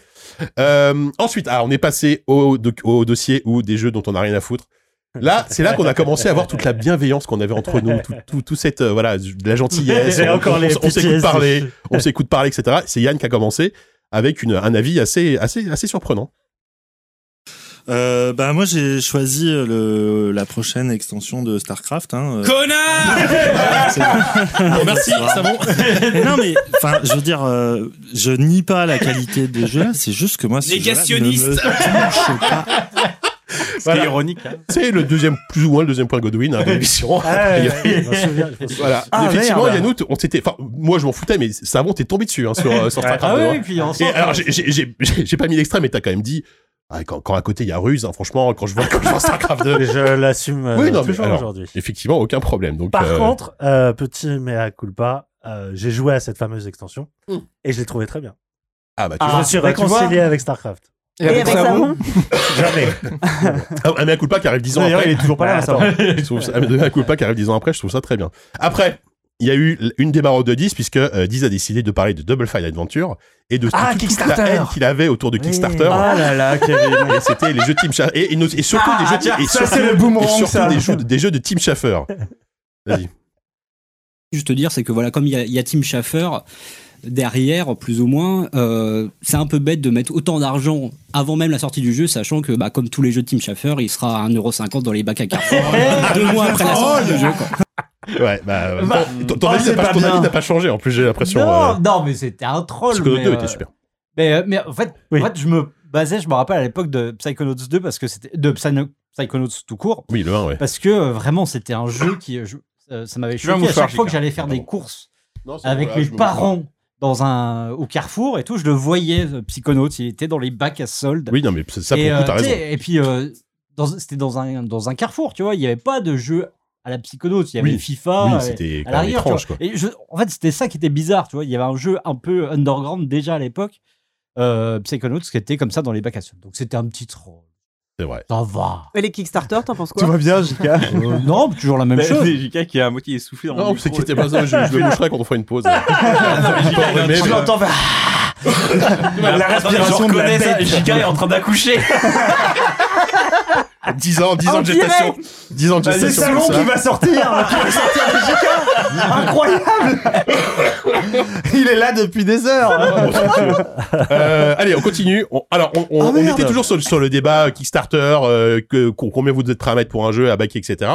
Speaker 6: Euh, ensuite, ah, on est passé au, doc- au dossier ou des jeux dont on n'a rien à foutre. Là, c'est là qu'on a commencé à voir toute la bienveillance qu'on avait entre nous, tout, tout, tout cette euh, voilà, de la gentillesse.
Speaker 3: Et
Speaker 6: on,
Speaker 3: encore
Speaker 6: on-
Speaker 3: les
Speaker 6: on s'écoute
Speaker 3: PTSD.
Speaker 6: parler, on s'écoute parler, etc. C'est Yann qui a commencé avec une, un avis assez, assez, assez surprenant.
Speaker 11: Euh, bah moi j'ai choisi euh, le, la prochaine extension de Starcraft. Hein, euh.
Speaker 10: Connard
Speaker 11: C'est bon.
Speaker 10: Bon, merci, c'est bon.
Speaker 11: non mais enfin je veux dire, euh, je nie pas la qualité des jeux là, c'est juste que moi ce jeu-là ne me
Speaker 10: Négationniste.
Speaker 11: touche pas.
Speaker 6: Voilà.
Speaker 7: ironique.
Speaker 3: hein.
Speaker 6: C'est le deuxième, plus ou moins le deuxième point Godwin hein, de l'émission.
Speaker 1: Ah ouais, ouais,
Speaker 3: je me souviens, je me souviens.
Speaker 6: voilà.
Speaker 3: Ah,
Speaker 6: Effectivement,
Speaker 3: merde.
Speaker 6: Yannout, on s'était, enfin, moi je m'en foutais, mais Savon t'es tombé dessus hein, sur, euh, sur
Speaker 3: Ouais.
Speaker 6: Starcraft.
Speaker 3: Ah
Speaker 6: moi.
Speaker 3: oui, et puis ensemble,
Speaker 6: Et alors,
Speaker 3: hein.
Speaker 6: j'ai- j'ai j'ai- j'ai- j'ai pas mis l'extrait, mais t'as quand même dit. ah, quand, quand à côté il y a Ruse, hein, franchement, quand je vois, quand je vois Starcraft 2.
Speaker 3: Je l'assume euh,
Speaker 6: oui, non, mais
Speaker 3: toujours
Speaker 6: alors,
Speaker 3: aujourd'hui.
Speaker 6: Effectivement, aucun problème. Donc,
Speaker 3: Par
Speaker 6: euh,
Speaker 3: contre, euh, petit mea culpa, euh, j'ai joué à cette fameuse extension
Speaker 4: Mm.
Speaker 3: et je l'ai trouvé très bien.
Speaker 6: Ah, bah, tu
Speaker 3: je
Speaker 6: vois.
Speaker 3: me suis
Speaker 6: Bah, tu
Speaker 3: réconcilié
Speaker 6: vois.
Speaker 3: avec Starcraft.
Speaker 4: Et avec Savon
Speaker 3: Jamais.
Speaker 6: Ah, un mea culpa qui arrive 10 ans
Speaker 1: D'ailleurs,
Speaker 6: après.
Speaker 1: il est toujours pas là,
Speaker 6: Ah,
Speaker 1: ça.
Speaker 3: hein.
Speaker 6: attends. Je trouve ça- un mea culpa qui arrive 10 ans après, je trouve ça très bien. Après, il y a eu l- une démarre de 10, puisque euh, 10 a décidé de parler de Double Fine Adventure et de
Speaker 1: Ah,
Speaker 6: toute- toute
Speaker 1: Kickstarter.
Speaker 6: la haine qu'il avait autour de Kickstarter.
Speaker 1: Ah là là, Kevin.
Speaker 6: Et c'était les jeux Team Schafer. Et, et nos- et surtout
Speaker 1: Ah,
Speaker 6: des jeux,
Speaker 1: tiens,
Speaker 6: et
Speaker 1: ça,
Speaker 6: surtout-
Speaker 1: c'est le boomerang,
Speaker 6: et surtout
Speaker 1: ça.
Speaker 6: des jeux, des jeux de Team Schafer. Vas-y.
Speaker 13: juste te dire, c'est que voilà, comme il y, a- il y a Tim Schafer derrière, plus ou moins, euh, c'est un peu bête de mettre autant d'argent avant même la sortie du jeu, sachant que, bah, comme tous les jeux de Tim Schafer, il sera à 1,50€ dans les bacs à Carrefour
Speaker 1: Ah,
Speaker 13: deux mois après la sortie du jeu. quoi.
Speaker 6: Oh, Ouais, bah,
Speaker 2: Bah,
Speaker 6: bon, ton, ton
Speaker 2: oh,
Speaker 6: avis
Speaker 2: c'est
Speaker 6: n'a pas,
Speaker 2: pas
Speaker 6: ton
Speaker 2: bien.
Speaker 6: avis n'a pas changé en plus, j'ai l'impression.
Speaker 2: Non,
Speaker 6: euh,
Speaker 2: non, mais c'était un troll.
Speaker 6: Psychonauts
Speaker 2: mais,
Speaker 6: 2
Speaker 2: euh,
Speaker 6: était super.
Speaker 2: Mais, euh, mais en, fait, en fait, je me basais, je me rappelle à l'époque de Psychonauts 2 parce que c'était de Psyno- Psychonauts tout court.
Speaker 6: Oui, le 1, ouais.
Speaker 2: Parce que euh, vraiment, c'était un jeu qui, euh, je- euh, ça m'avait
Speaker 7: Tu vas
Speaker 2: choqué
Speaker 7: vous
Speaker 2: à
Speaker 7: faire, hein.
Speaker 2: chaque fois
Speaker 7: Jika.
Speaker 2: que j'allais faire des courses
Speaker 6: Non, c'est
Speaker 2: avec
Speaker 6: bon, là,
Speaker 2: mes
Speaker 6: je me
Speaker 2: parents dans un au Carrefour et tout, je le voyais euh, Psychonauts, il était dans les bacs à soldes.
Speaker 6: Oui, non, mais ça, pour
Speaker 2: et,
Speaker 6: le coup, t'as
Speaker 2: euh, tu sais,
Speaker 6: raison.
Speaker 2: Et puis euh, dans- c'était dans un dans un Carrefour, tu vois, il n'y avait pas de jeu à la Psychonauts, il y avait
Speaker 6: Oui.
Speaker 2: FIFA.
Speaker 6: Oui,
Speaker 2: et-
Speaker 6: c'était
Speaker 2: à
Speaker 6: quand même
Speaker 2: l'arrière, tu vois.
Speaker 6: étrange, quoi.
Speaker 2: Et je- en fait, c'était ça qui était bizarre, tu vois. Il y avait un jeu un peu underground déjà à l'époque, euh, Psychonauts, qui était comme ça dans les bacs à sable. Donc c'était un petit troll.
Speaker 6: C'est vrai.
Speaker 2: Ça va.
Speaker 4: Et les Kickstarter, t'en penses quoi
Speaker 1: Tout va bien, JK
Speaker 2: Euh, non, toujours la même
Speaker 7: Bah,
Speaker 2: chose.
Speaker 7: C'est JK qui est à moitié essoufflé dans
Speaker 6: Non,
Speaker 7: le
Speaker 6: c'est
Speaker 7: micro.
Speaker 6: que c'était pas ça, je, je le boucherai quand on fera une pause. Je l'entends
Speaker 7: faire.
Speaker 1: La respiration de la
Speaker 7: connaît ça.
Speaker 1: bête.
Speaker 7: JK est en train d'accoucher.
Speaker 6: 10 ans, 10 ans
Speaker 1: En
Speaker 6: de gestation.
Speaker 1: direct.
Speaker 6: 10 ans de
Speaker 1: Ah,
Speaker 6: gestation.
Speaker 1: le salon
Speaker 6: pour ça.
Speaker 1: qui va sortir, qui va sortir de JK Incroyable Il est là depuis des heures
Speaker 6: Euh, allez, on continue. On- alors, on, on-
Speaker 1: Ah,
Speaker 6: on
Speaker 1: merde.
Speaker 6: était toujours sur, le- sur le débat euh, Kickstarter, euh, que, co- combien vous êtes prêt à mettre pour un jeu, à baquer, etc.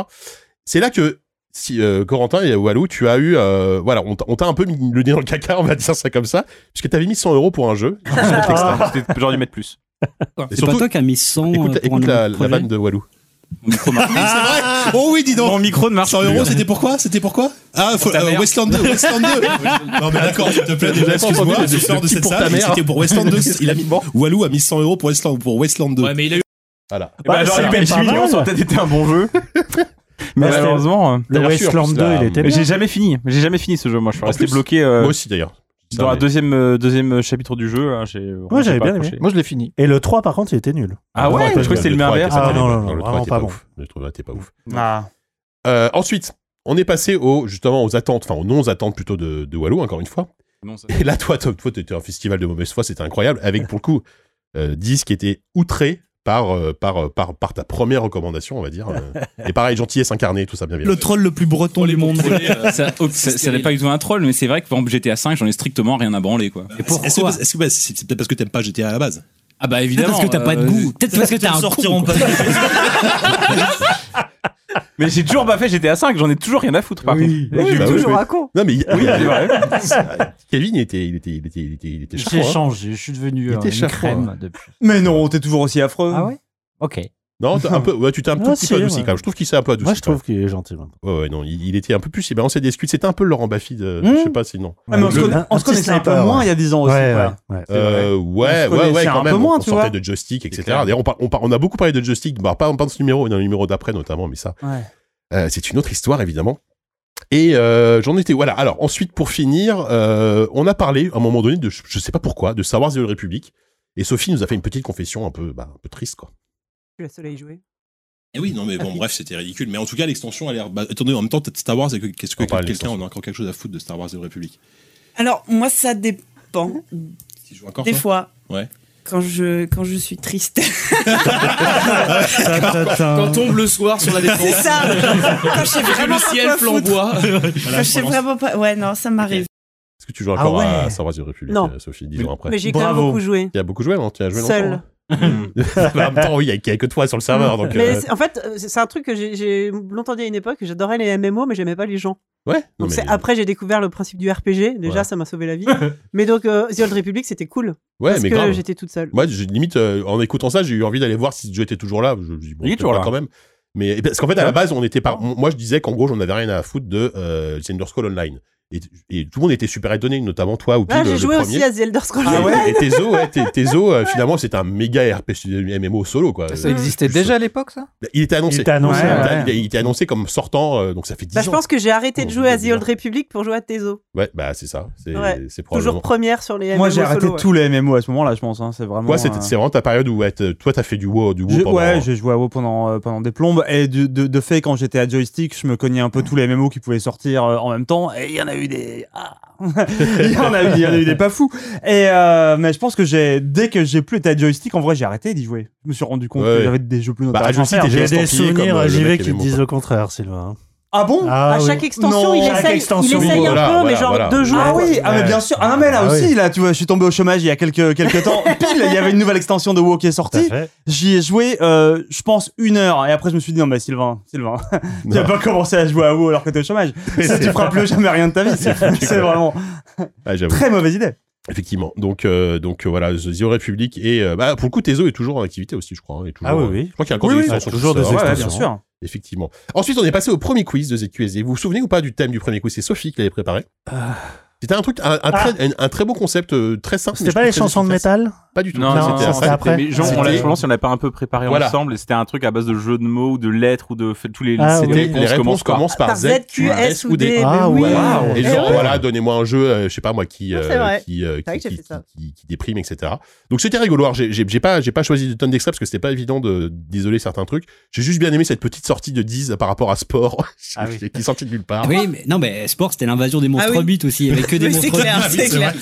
Speaker 6: C'est là que, si, euh, Corentin et Walou, tu as eu, euh, voilà, on t'a- on t'a un peu mis le nez dans le caca, on va dire ça comme ça, puisque t'avais mis 100 euros pour un jeu. sur le Kickstarter.
Speaker 7: Ah, C'était- J'aurais dû mettre plus.
Speaker 6: Et
Speaker 13: C'est pas toi qui as mis 100
Speaker 6: écoute, la-
Speaker 13: euh, pour
Speaker 6: écoute
Speaker 13: un
Speaker 6: la, la
Speaker 13: projet
Speaker 6: vanne de Walou.
Speaker 5: Ah, oh oui, dis donc.
Speaker 7: Mon micro ne marche
Speaker 5: 100 euros,
Speaker 7: plus.
Speaker 5: c'était pourquoi C'était pourquoi Ah, faut-
Speaker 7: ta
Speaker 5: euh,
Speaker 7: mère.
Speaker 5: Westland 2, Westland 2. non mais d'accord, s'il te plaît,
Speaker 6: J'ai
Speaker 5: déjà
Speaker 6: pas entendu
Speaker 5: excuse-moi,
Speaker 6: le-
Speaker 5: je
Speaker 6: le
Speaker 5: sors de
Speaker 6: petit
Speaker 5: cette
Speaker 6: pour ta
Speaker 5: salle. et
Speaker 6: mère.
Speaker 5: C'était pour Westland 2. Il a mis Walou a mis 100 euros pour Westland pour Westland 2. Ouais,
Speaker 10: mais il a eu.
Speaker 6: Voilà.
Speaker 7: Eh ben,
Speaker 1: c'est
Speaker 7: j'aurais dû mettre
Speaker 1: pas
Speaker 7: 10 millions,
Speaker 1: mal.
Speaker 7: ça aurait peut-être été un bon jeu.
Speaker 5: Bah,
Speaker 7: Mais
Speaker 1: Ouais,
Speaker 6: Bah,
Speaker 1: c'était-
Speaker 7: malheureusement.
Speaker 1: le
Speaker 7: euh,
Speaker 1: Wasteland 2, il était bien.
Speaker 7: J'ai jamais fini. J'ai jamais fini ce jeu. Moi, je suis
Speaker 6: En
Speaker 7: resté
Speaker 6: plus,
Speaker 7: bloqué. euh,
Speaker 6: Moi aussi, d'ailleurs. Ça,
Speaker 7: Dans la
Speaker 6: mais-
Speaker 7: deuxième, euh, deuxième chapitre du jeu, hein, j'ai.
Speaker 3: Moi,
Speaker 7: j'ai
Speaker 3: j'avais
Speaker 7: pas
Speaker 3: bien aimé.
Speaker 7: accroché.
Speaker 3: Moi, je l'ai fini. Et le 3, par contre, il était nul.
Speaker 7: Ah ouais, je crois que c'est le
Speaker 6: trois
Speaker 7: meilleur
Speaker 6: était pas
Speaker 3: Ah,
Speaker 6: terrible.
Speaker 3: non, non, non,
Speaker 6: le trois
Speaker 3: vraiment
Speaker 6: était
Speaker 3: pas bon.
Speaker 6: ouf. Le trois était pas ouf.
Speaker 7: Ah.
Speaker 6: Euh, ensuite, on est passé au, justement aux attentes, enfin aux non-attentes plutôt de, de Walou, encore une fois.
Speaker 7: Non, ça-
Speaker 6: Et là, toi, Tom, toi, t'étais un festival de mauvaise foi, c'était incroyable, avec pour le coup, euh, 10 qui étaient outrés par, euh, par, euh, par, par ta première recommandation, on va dire. euh. Et pareil, gentillesse incarnée, tout ça, bien, bien.
Speaker 11: Le troll le plus breton du monde.
Speaker 7: euh,
Speaker 10: ça oh, ça- ça n'a pas eu besoin d'un troll, mais c'est vrai que par exemple GTA 5, j'en ai strictement rien à branler quoi. Et
Speaker 5: Est-ce que- est-ce que bah, c'est c'est peut-être parce que t'aimes pas GTA à la base
Speaker 10: Ah bah évidemment.
Speaker 13: Parce que t'as pas de
Speaker 10: euh,
Speaker 13: goût. Peut-être parce que t'as un
Speaker 11: sortiront
Speaker 13: con,
Speaker 11: pas.
Speaker 13: quoi.
Speaker 7: Mais j'ai toujours pas fait GTA 5. J'en ai toujours rien à foutre. Par contre.
Speaker 6: Oui,
Speaker 7: J'ai
Speaker 6: bah oui,
Speaker 7: toujours-
Speaker 6: je-
Speaker 4: raconte.
Speaker 6: Non, mais il-
Speaker 7: Oui, c'est vrai.
Speaker 6: Kevin, il était, il était, il était, il était, il était
Speaker 2: J'ai
Speaker 6: chafouin, hein.
Speaker 2: changé, je suis devenu
Speaker 6: Il
Speaker 2: euh,
Speaker 6: était
Speaker 2: une
Speaker 6: chafouin,
Speaker 2: crème
Speaker 6: hein.
Speaker 2: depuis.
Speaker 1: Mais non, t'es toujours aussi affreux.
Speaker 2: Ah ouais Ok.
Speaker 6: Non, t'as un peu, ouais, tu t'es un tout
Speaker 3: Ah,
Speaker 6: petit peu
Speaker 3: si,
Speaker 6: adouci
Speaker 3: ouais.
Speaker 6: quand même. Je trouve qu'il s'est un peu adouci.
Speaker 3: Moi, je
Speaker 6: quand même.
Speaker 3: trouve qu'il est gentil. maintenant.
Speaker 6: Ouais, ouais, non, il, il était un peu plus. eh ben, Il balançait des excuses. C'était un peu le Laurent Baffy de. Je sais pas sinon.
Speaker 1: Ah, mais on se
Speaker 6: Le-
Speaker 1: connaît- on se
Speaker 3: Mmh. petit
Speaker 1: connaissait un peu
Speaker 3: sniper,
Speaker 1: moins
Speaker 3: ouais.
Speaker 1: il y a 10 ans aussi.
Speaker 3: Ouais,
Speaker 1: voilà.
Speaker 3: ouais, ouais.
Speaker 6: Euh, ouais,
Speaker 1: On se
Speaker 6: ouais, ouais,
Speaker 1: connaissait
Speaker 6: quand
Speaker 1: un
Speaker 6: même.
Speaker 1: peu moins,
Speaker 6: on
Speaker 1: tu
Speaker 6: sortait
Speaker 1: vois.
Speaker 6: de joystick, etc. D'ailleurs, on, par- on, par- on a beaucoup parlé de joystick, bah, pas, pas dans ce numéro, mais dans le numéro d'après notamment, mais ça,
Speaker 1: Ouais.
Speaker 6: euh, c'est une autre histoire évidemment. Et euh, j'en étais voilà. Alors ensuite, pour finir, euh, on a parlé à un moment donné de, je je sais pas pourquoi, de Star Wars The Old Republic. Et Sophie nous a fait une petite confession un peu, bah, un peu triste quoi.
Speaker 4: Tu la soleil jouer.
Speaker 5: Eh oui, non, mais bon, bref, c'était ridicule. Mais en tout cas, l'extension a l'air. Bah, attendez, en même temps, peut-être Star Wars, et que- qu'est-ce que
Speaker 6: On parle
Speaker 5: quelqu'un
Speaker 6: d'extension.
Speaker 5: en a encore quelque chose à foutre de Star Wars de République
Speaker 12: Alors, moi, ça dépend.
Speaker 5: Tu joues encore
Speaker 12: Des
Speaker 5: toi
Speaker 12: fois.
Speaker 5: Ouais.
Speaker 12: Quand je, quand je suis triste.
Speaker 10: Quand tombe le soir sur la défense.
Speaker 12: C'est ça. Quand je sais vraiment
Speaker 10: le
Speaker 12: pas
Speaker 10: ciel
Speaker 12: quoi
Speaker 10: flamboie.
Speaker 12: Quand je sais vraiment pas. Ouais, non, ça m'arrive.
Speaker 6: Est-ce que tu joues
Speaker 1: Ah
Speaker 6: encore à
Speaker 1: ouais.
Speaker 6: Star Wars The Old Republic,
Speaker 4: Non.
Speaker 6: euh, Sophie, dix jours après
Speaker 4: Mais j'ai quand même
Speaker 1: Bravo.
Speaker 4: beaucoup joué.
Speaker 6: Il y a beaucoup joué, non Tu as joué
Speaker 4: Seul.
Speaker 6: longtemps hein Bah, En même temps, oui, il y a- il y a que toi sur le serveur, donc.
Speaker 4: mais
Speaker 6: euh,
Speaker 4: c'est- en fait, euh, c'est c'est un truc que j'ai- j'ai longtemps dit à une époque. J'adorais les MMO, mais j'aimais pas les gens.
Speaker 6: Ouais. non,
Speaker 4: Donc c'est
Speaker 6: mais-
Speaker 4: après j'ai découvert le principe du RPG. Déjà,
Speaker 6: Ouais.
Speaker 4: ça m'a sauvé la vie. mais donc euh, The Old Republic, c'était cool.
Speaker 6: Ouais,
Speaker 4: parce
Speaker 6: mais
Speaker 4: que
Speaker 6: grave.
Speaker 4: j'étais toute seule.
Speaker 6: Moi, j'ai limite, euh, en écoutant ça, j'ai eu envie d'aller voir si j'étais toujours là. Je me dis, bon,
Speaker 7: Il est
Speaker 6: peut-être
Speaker 7: toujours
Speaker 6: pas
Speaker 7: là.
Speaker 6: quand même. Mais et parce qu'en fait, à la base, on était par. Moi, je disais qu'en gros, j'en avais rien à foutre de euh, The Elder Scrolls Online. Et, et tout le monde était super étonné, notamment toi ou
Speaker 4: Ah,
Speaker 6: le,
Speaker 4: j'ai
Speaker 6: le
Speaker 4: joué
Speaker 6: premier.
Speaker 4: aussi à The Elder Scrolls.
Speaker 6: Ah
Speaker 4: Online.
Speaker 6: ouais, et Tezo, ouais, Te- Tezo, euh, finalement, c'était un méga RPG MMO solo, quoi.
Speaker 8: Ça
Speaker 6: Euh,
Speaker 8: existait
Speaker 6: plus-
Speaker 8: déjà à l'époque, ça
Speaker 6: Il était annoncé.
Speaker 3: Il était annoncé,
Speaker 6: Il était-
Speaker 1: ouais.
Speaker 6: il était- il était annoncé comme sortant, euh, donc ça fait 10
Speaker 4: Bah,
Speaker 6: ans.
Speaker 4: je pense que j'ai arrêté de
Speaker 6: Bon,
Speaker 4: jouer à The
Speaker 6: bizarre.
Speaker 4: Old Republic pour jouer à Tezo.
Speaker 6: Ouais, bah, c'est ça. C'est
Speaker 4: Ouais.
Speaker 6: c'est probablement.
Speaker 4: Toujours première sur les MMO.
Speaker 1: Moi j'ai arrêté
Speaker 4: solo, ouais.
Speaker 1: tous les MMO à ce moment-là, je pense. hein, C'est vraiment.
Speaker 6: Moi, c'était-
Speaker 1: euh,
Speaker 6: c'est vraiment ta période où ouais, t- toi, t'as fait du WoW, du hein, WoW
Speaker 1: J'ai-
Speaker 6: pendant-
Speaker 1: ouais, j'ai joué à WoW pendant, euh, pendant des plombes. Et du- de, de fait, quand j'étais à Joystick, je me cognais un peu tous les MMO qui pouvaient sortir euh, en même temps. Et il y en a eu des. ah. il, y en a eu, il y en a eu des pas fous. Et, euh, mais je pense que j'ai, dès que j'ai plus été à Joystick, en vrai, j'ai arrêté d'y jouer. Je me suis rendu compte
Speaker 6: Ouais.
Speaker 1: que j'avais des jeux plus
Speaker 6: Bah, à
Speaker 1: intéressants à
Speaker 6: Joystick,
Speaker 1: faire.
Speaker 6: t'étais
Speaker 3: J'ai
Speaker 6: estampillé
Speaker 3: des souvenirs
Speaker 6: comme, euh,
Speaker 3: à
Speaker 6: le mec
Speaker 3: JV
Speaker 6: qui
Speaker 3: qui
Speaker 6: aimait
Speaker 3: me
Speaker 6: mon
Speaker 3: disent
Speaker 6: pote.
Speaker 3: le contraire, Sylvain.
Speaker 1: Ah bon
Speaker 3: Ah
Speaker 4: à
Speaker 3: oui.
Speaker 4: chaque extension,
Speaker 1: Non,
Speaker 4: il
Speaker 1: chaque
Speaker 4: essaye,
Speaker 3: extension,
Speaker 4: il essaye un
Speaker 6: voilà,
Speaker 4: peu, mais
Speaker 6: voilà,
Speaker 4: genre
Speaker 6: voilà.
Speaker 4: deux jours.
Speaker 1: Ah oui,
Speaker 4: quoi.
Speaker 1: ah mais bien sûr. Ah non mais là
Speaker 3: Ah oui.
Speaker 1: aussi, là, tu vois, je suis tombé au chômage il y a quelques, quelques temps. Pile, il y avait une nouvelle extension de WoW qui est
Speaker 3: Tout à
Speaker 1: sortie.
Speaker 3: fait.
Speaker 1: J'y ai joué, euh, je pense, une heure. Et après, je me suis dit, non, bah, Sylvain, Sylvain, tu
Speaker 6: Non.
Speaker 1: n'as pas commencé à jouer à WoW alors que t'es au chômage. Ça, tu feras plus jamais rien de ta vie. C'est vraiment
Speaker 6: Ah, j'avoue.
Speaker 1: très mauvaise idée.
Speaker 6: Effectivement. Donc, euh, donc euh, voilà, The Zero Republic et euh, bah, pour le coup, Tezo est toujours en activité aussi, je crois. hein, est toujours,
Speaker 3: Ah oui,
Speaker 6: euh,
Speaker 3: oui.
Speaker 6: Je crois qu'il y a encore des extensions
Speaker 3: toujours
Speaker 6: qui
Speaker 3: des
Speaker 6: sortent.
Speaker 1: Ouais,
Speaker 3: extensions.
Speaker 1: bien sûr.
Speaker 6: Effectivement. Ensuite, on est passé au premier quiz de ZQSD. Vous vous souvenez ou pas du thème du premier quiz C'est Sophie qui l'avait
Speaker 3: Ah.
Speaker 6: préparé. C'était un truc, un, un très, un, un très beau concept, euh, très simple. mais
Speaker 3: C'était
Speaker 6: je
Speaker 3: pas
Speaker 6: trouve
Speaker 3: les
Speaker 6: très
Speaker 3: chansons de
Speaker 6: efficace.
Speaker 3: métal
Speaker 6: Pas du tout.
Speaker 7: Non,
Speaker 6: Ça,
Speaker 7: non,
Speaker 6: c'était-
Speaker 7: non,
Speaker 6: ça,
Speaker 7: c'était-
Speaker 6: c'était-
Speaker 7: mais genre, on l'a- je pense qu'on l'a pas un peu préparé
Speaker 6: Voilà.
Speaker 7: ensemble et c'était un truc à base de jeux de mots ou de lettres ou de fait, tous les,
Speaker 6: Ah,
Speaker 7: les
Speaker 6: oui. Les réponses commencent par Par Z, Z, Q, S ou D.
Speaker 7: Ah,
Speaker 6: Ouais.
Speaker 7: waouh.
Speaker 6: Et
Speaker 7: Eh
Speaker 6: genre,
Speaker 7: ouais.
Speaker 6: voilà, donnez-moi un jeu, euh, je sais pas moi, qui,
Speaker 1: Ah,
Speaker 6: euh,
Speaker 4: c'est vrai.
Speaker 6: qui, euh,
Speaker 4: C'est vrai que
Speaker 6: qui-
Speaker 4: j'ai fait ça.
Speaker 6: qui- qui déprime, etc. Donc c'était rigolo. Alors, J'ai j'ai- j'ai pas, j'ai pas choisi de tonnes d'extraits parce que c'était pas évident de d'isoler certains trucs. J'ai juste bien aimé cette petite sortie de 10 par rapport à sport, qui est sortie de nulle part.
Speaker 13: Oui, mais, non, mais sport, c'était l'invasion des monstres
Speaker 6: Ah oui.
Speaker 13: bits aussi. Il n'y avait que des
Speaker 6: Oui, c'est
Speaker 13: monstres
Speaker 6: clair,
Speaker 13: bits.
Speaker 6: c'est clair.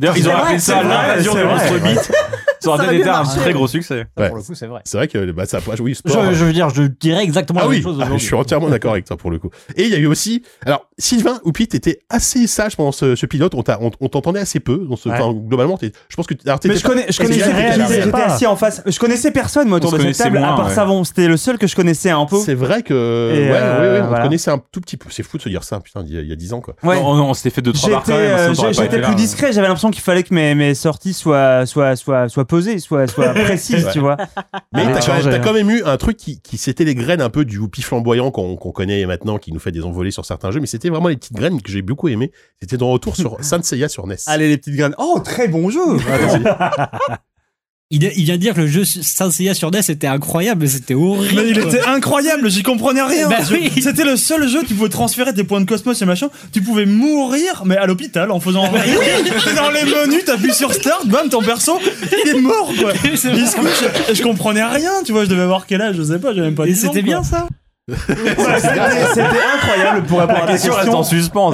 Speaker 7: D'ailleurs, ils ont appelé ça l'invasion des monstres bits. Ça aurait bien été un très gros succès.
Speaker 6: Ouais.
Speaker 8: Pour le coup, c'est vrai.
Speaker 6: C'est vrai que bah, ça, oui,
Speaker 2: Je,
Speaker 6: sport.
Speaker 2: je veux dire, je dirais exactement
Speaker 6: Ah
Speaker 2: la
Speaker 6: oui,
Speaker 2: même chose
Speaker 6: ah, je
Speaker 2: aujourd'hui.
Speaker 6: suis entièrement d'accord avec toi pour le coup. Et il y a eu aussi, alors Sylvain Houpit était assez sage pendant ce, ce pilote. On t'a- on- on t'entendait assez peu. On se- enfin, globalement, t'es- je pense que. alors, t'étais
Speaker 1: Mais je
Speaker 6: pas-
Speaker 1: connais, je
Speaker 6: Est-ce
Speaker 1: connaissais
Speaker 6: qu'il y a-
Speaker 1: réalisé, j'étais
Speaker 6: pas-
Speaker 1: assis en face. Je connaissais personne, moi,
Speaker 6: On
Speaker 1: autour
Speaker 6: se
Speaker 1: de cette
Speaker 6: connaissait
Speaker 1: table,
Speaker 6: moins,
Speaker 1: à part
Speaker 6: ouais.
Speaker 1: Savon. C'était le seul que je connaissais un peu.
Speaker 6: C'est vrai que.
Speaker 1: Et, euh,
Speaker 6: ouais, ouais, ouais, on te
Speaker 1: voilà.
Speaker 6: connaissait un tout petit peu. C'est fou de se dire ça, putain, il y a- il y a 10 ans, quoi.
Speaker 1: Ouais.
Speaker 7: Non, non, on s'était fait deux, trois barres
Speaker 1: J'étais
Speaker 7: quand même. hein,
Speaker 1: euh,
Speaker 7: sinon, t'aurais pas été
Speaker 1: j'étais
Speaker 7: là.
Speaker 14: hein.
Speaker 1: plus discret, j'avais l'impression qu'il fallait que mes, mes sorties soient, soient, soient, soient pesées, soient, soient précises,
Speaker 6: Ouais.
Speaker 1: tu vois.
Speaker 6: Mais
Speaker 1: Ah,
Speaker 6: t'as
Speaker 1: ouais.
Speaker 6: quand, même-
Speaker 1: Changé,
Speaker 6: t'as
Speaker 1: hein.
Speaker 6: quand même eu un truc qui, qui c'était les graines un peu du whoopi flamboyant qu'on qu'on connaît maintenant, qui nous fait des envolées sur certains jeux, mais c'était vraiment les petites graines que j'ai beaucoup aimé. C'était dans retour sur Saint Seiya sur E NES.
Speaker 1: Allez, les petites graines. Oh, très bon jeu
Speaker 13: Il, il vient de dire que le jeu Saint Seiya sur NES était incroyable, mais c'était horrible.
Speaker 14: Mais il
Speaker 13: quoi.
Speaker 14: était incroyable, j'y comprenais rien.
Speaker 13: Bah
Speaker 14: Je-
Speaker 13: oui.
Speaker 14: C'était le seul jeu qui pouvait transférer tes points de cosmos et machin. Tu pouvais mourir, mais à l'hôpital en faisant. dans les menus, t'appuies sur start, bam, ton perso, il est mort quoi. Il se couche. Et je comprenais rien, tu vois, je devais avoir quel âge, je sais pas, j'avais même pas dit.
Speaker 13: c'était bien,
Speaker 14: ça
Speaker 1: C'était c'était incroyable pour répondre à la question.
Speaker 7: suspens.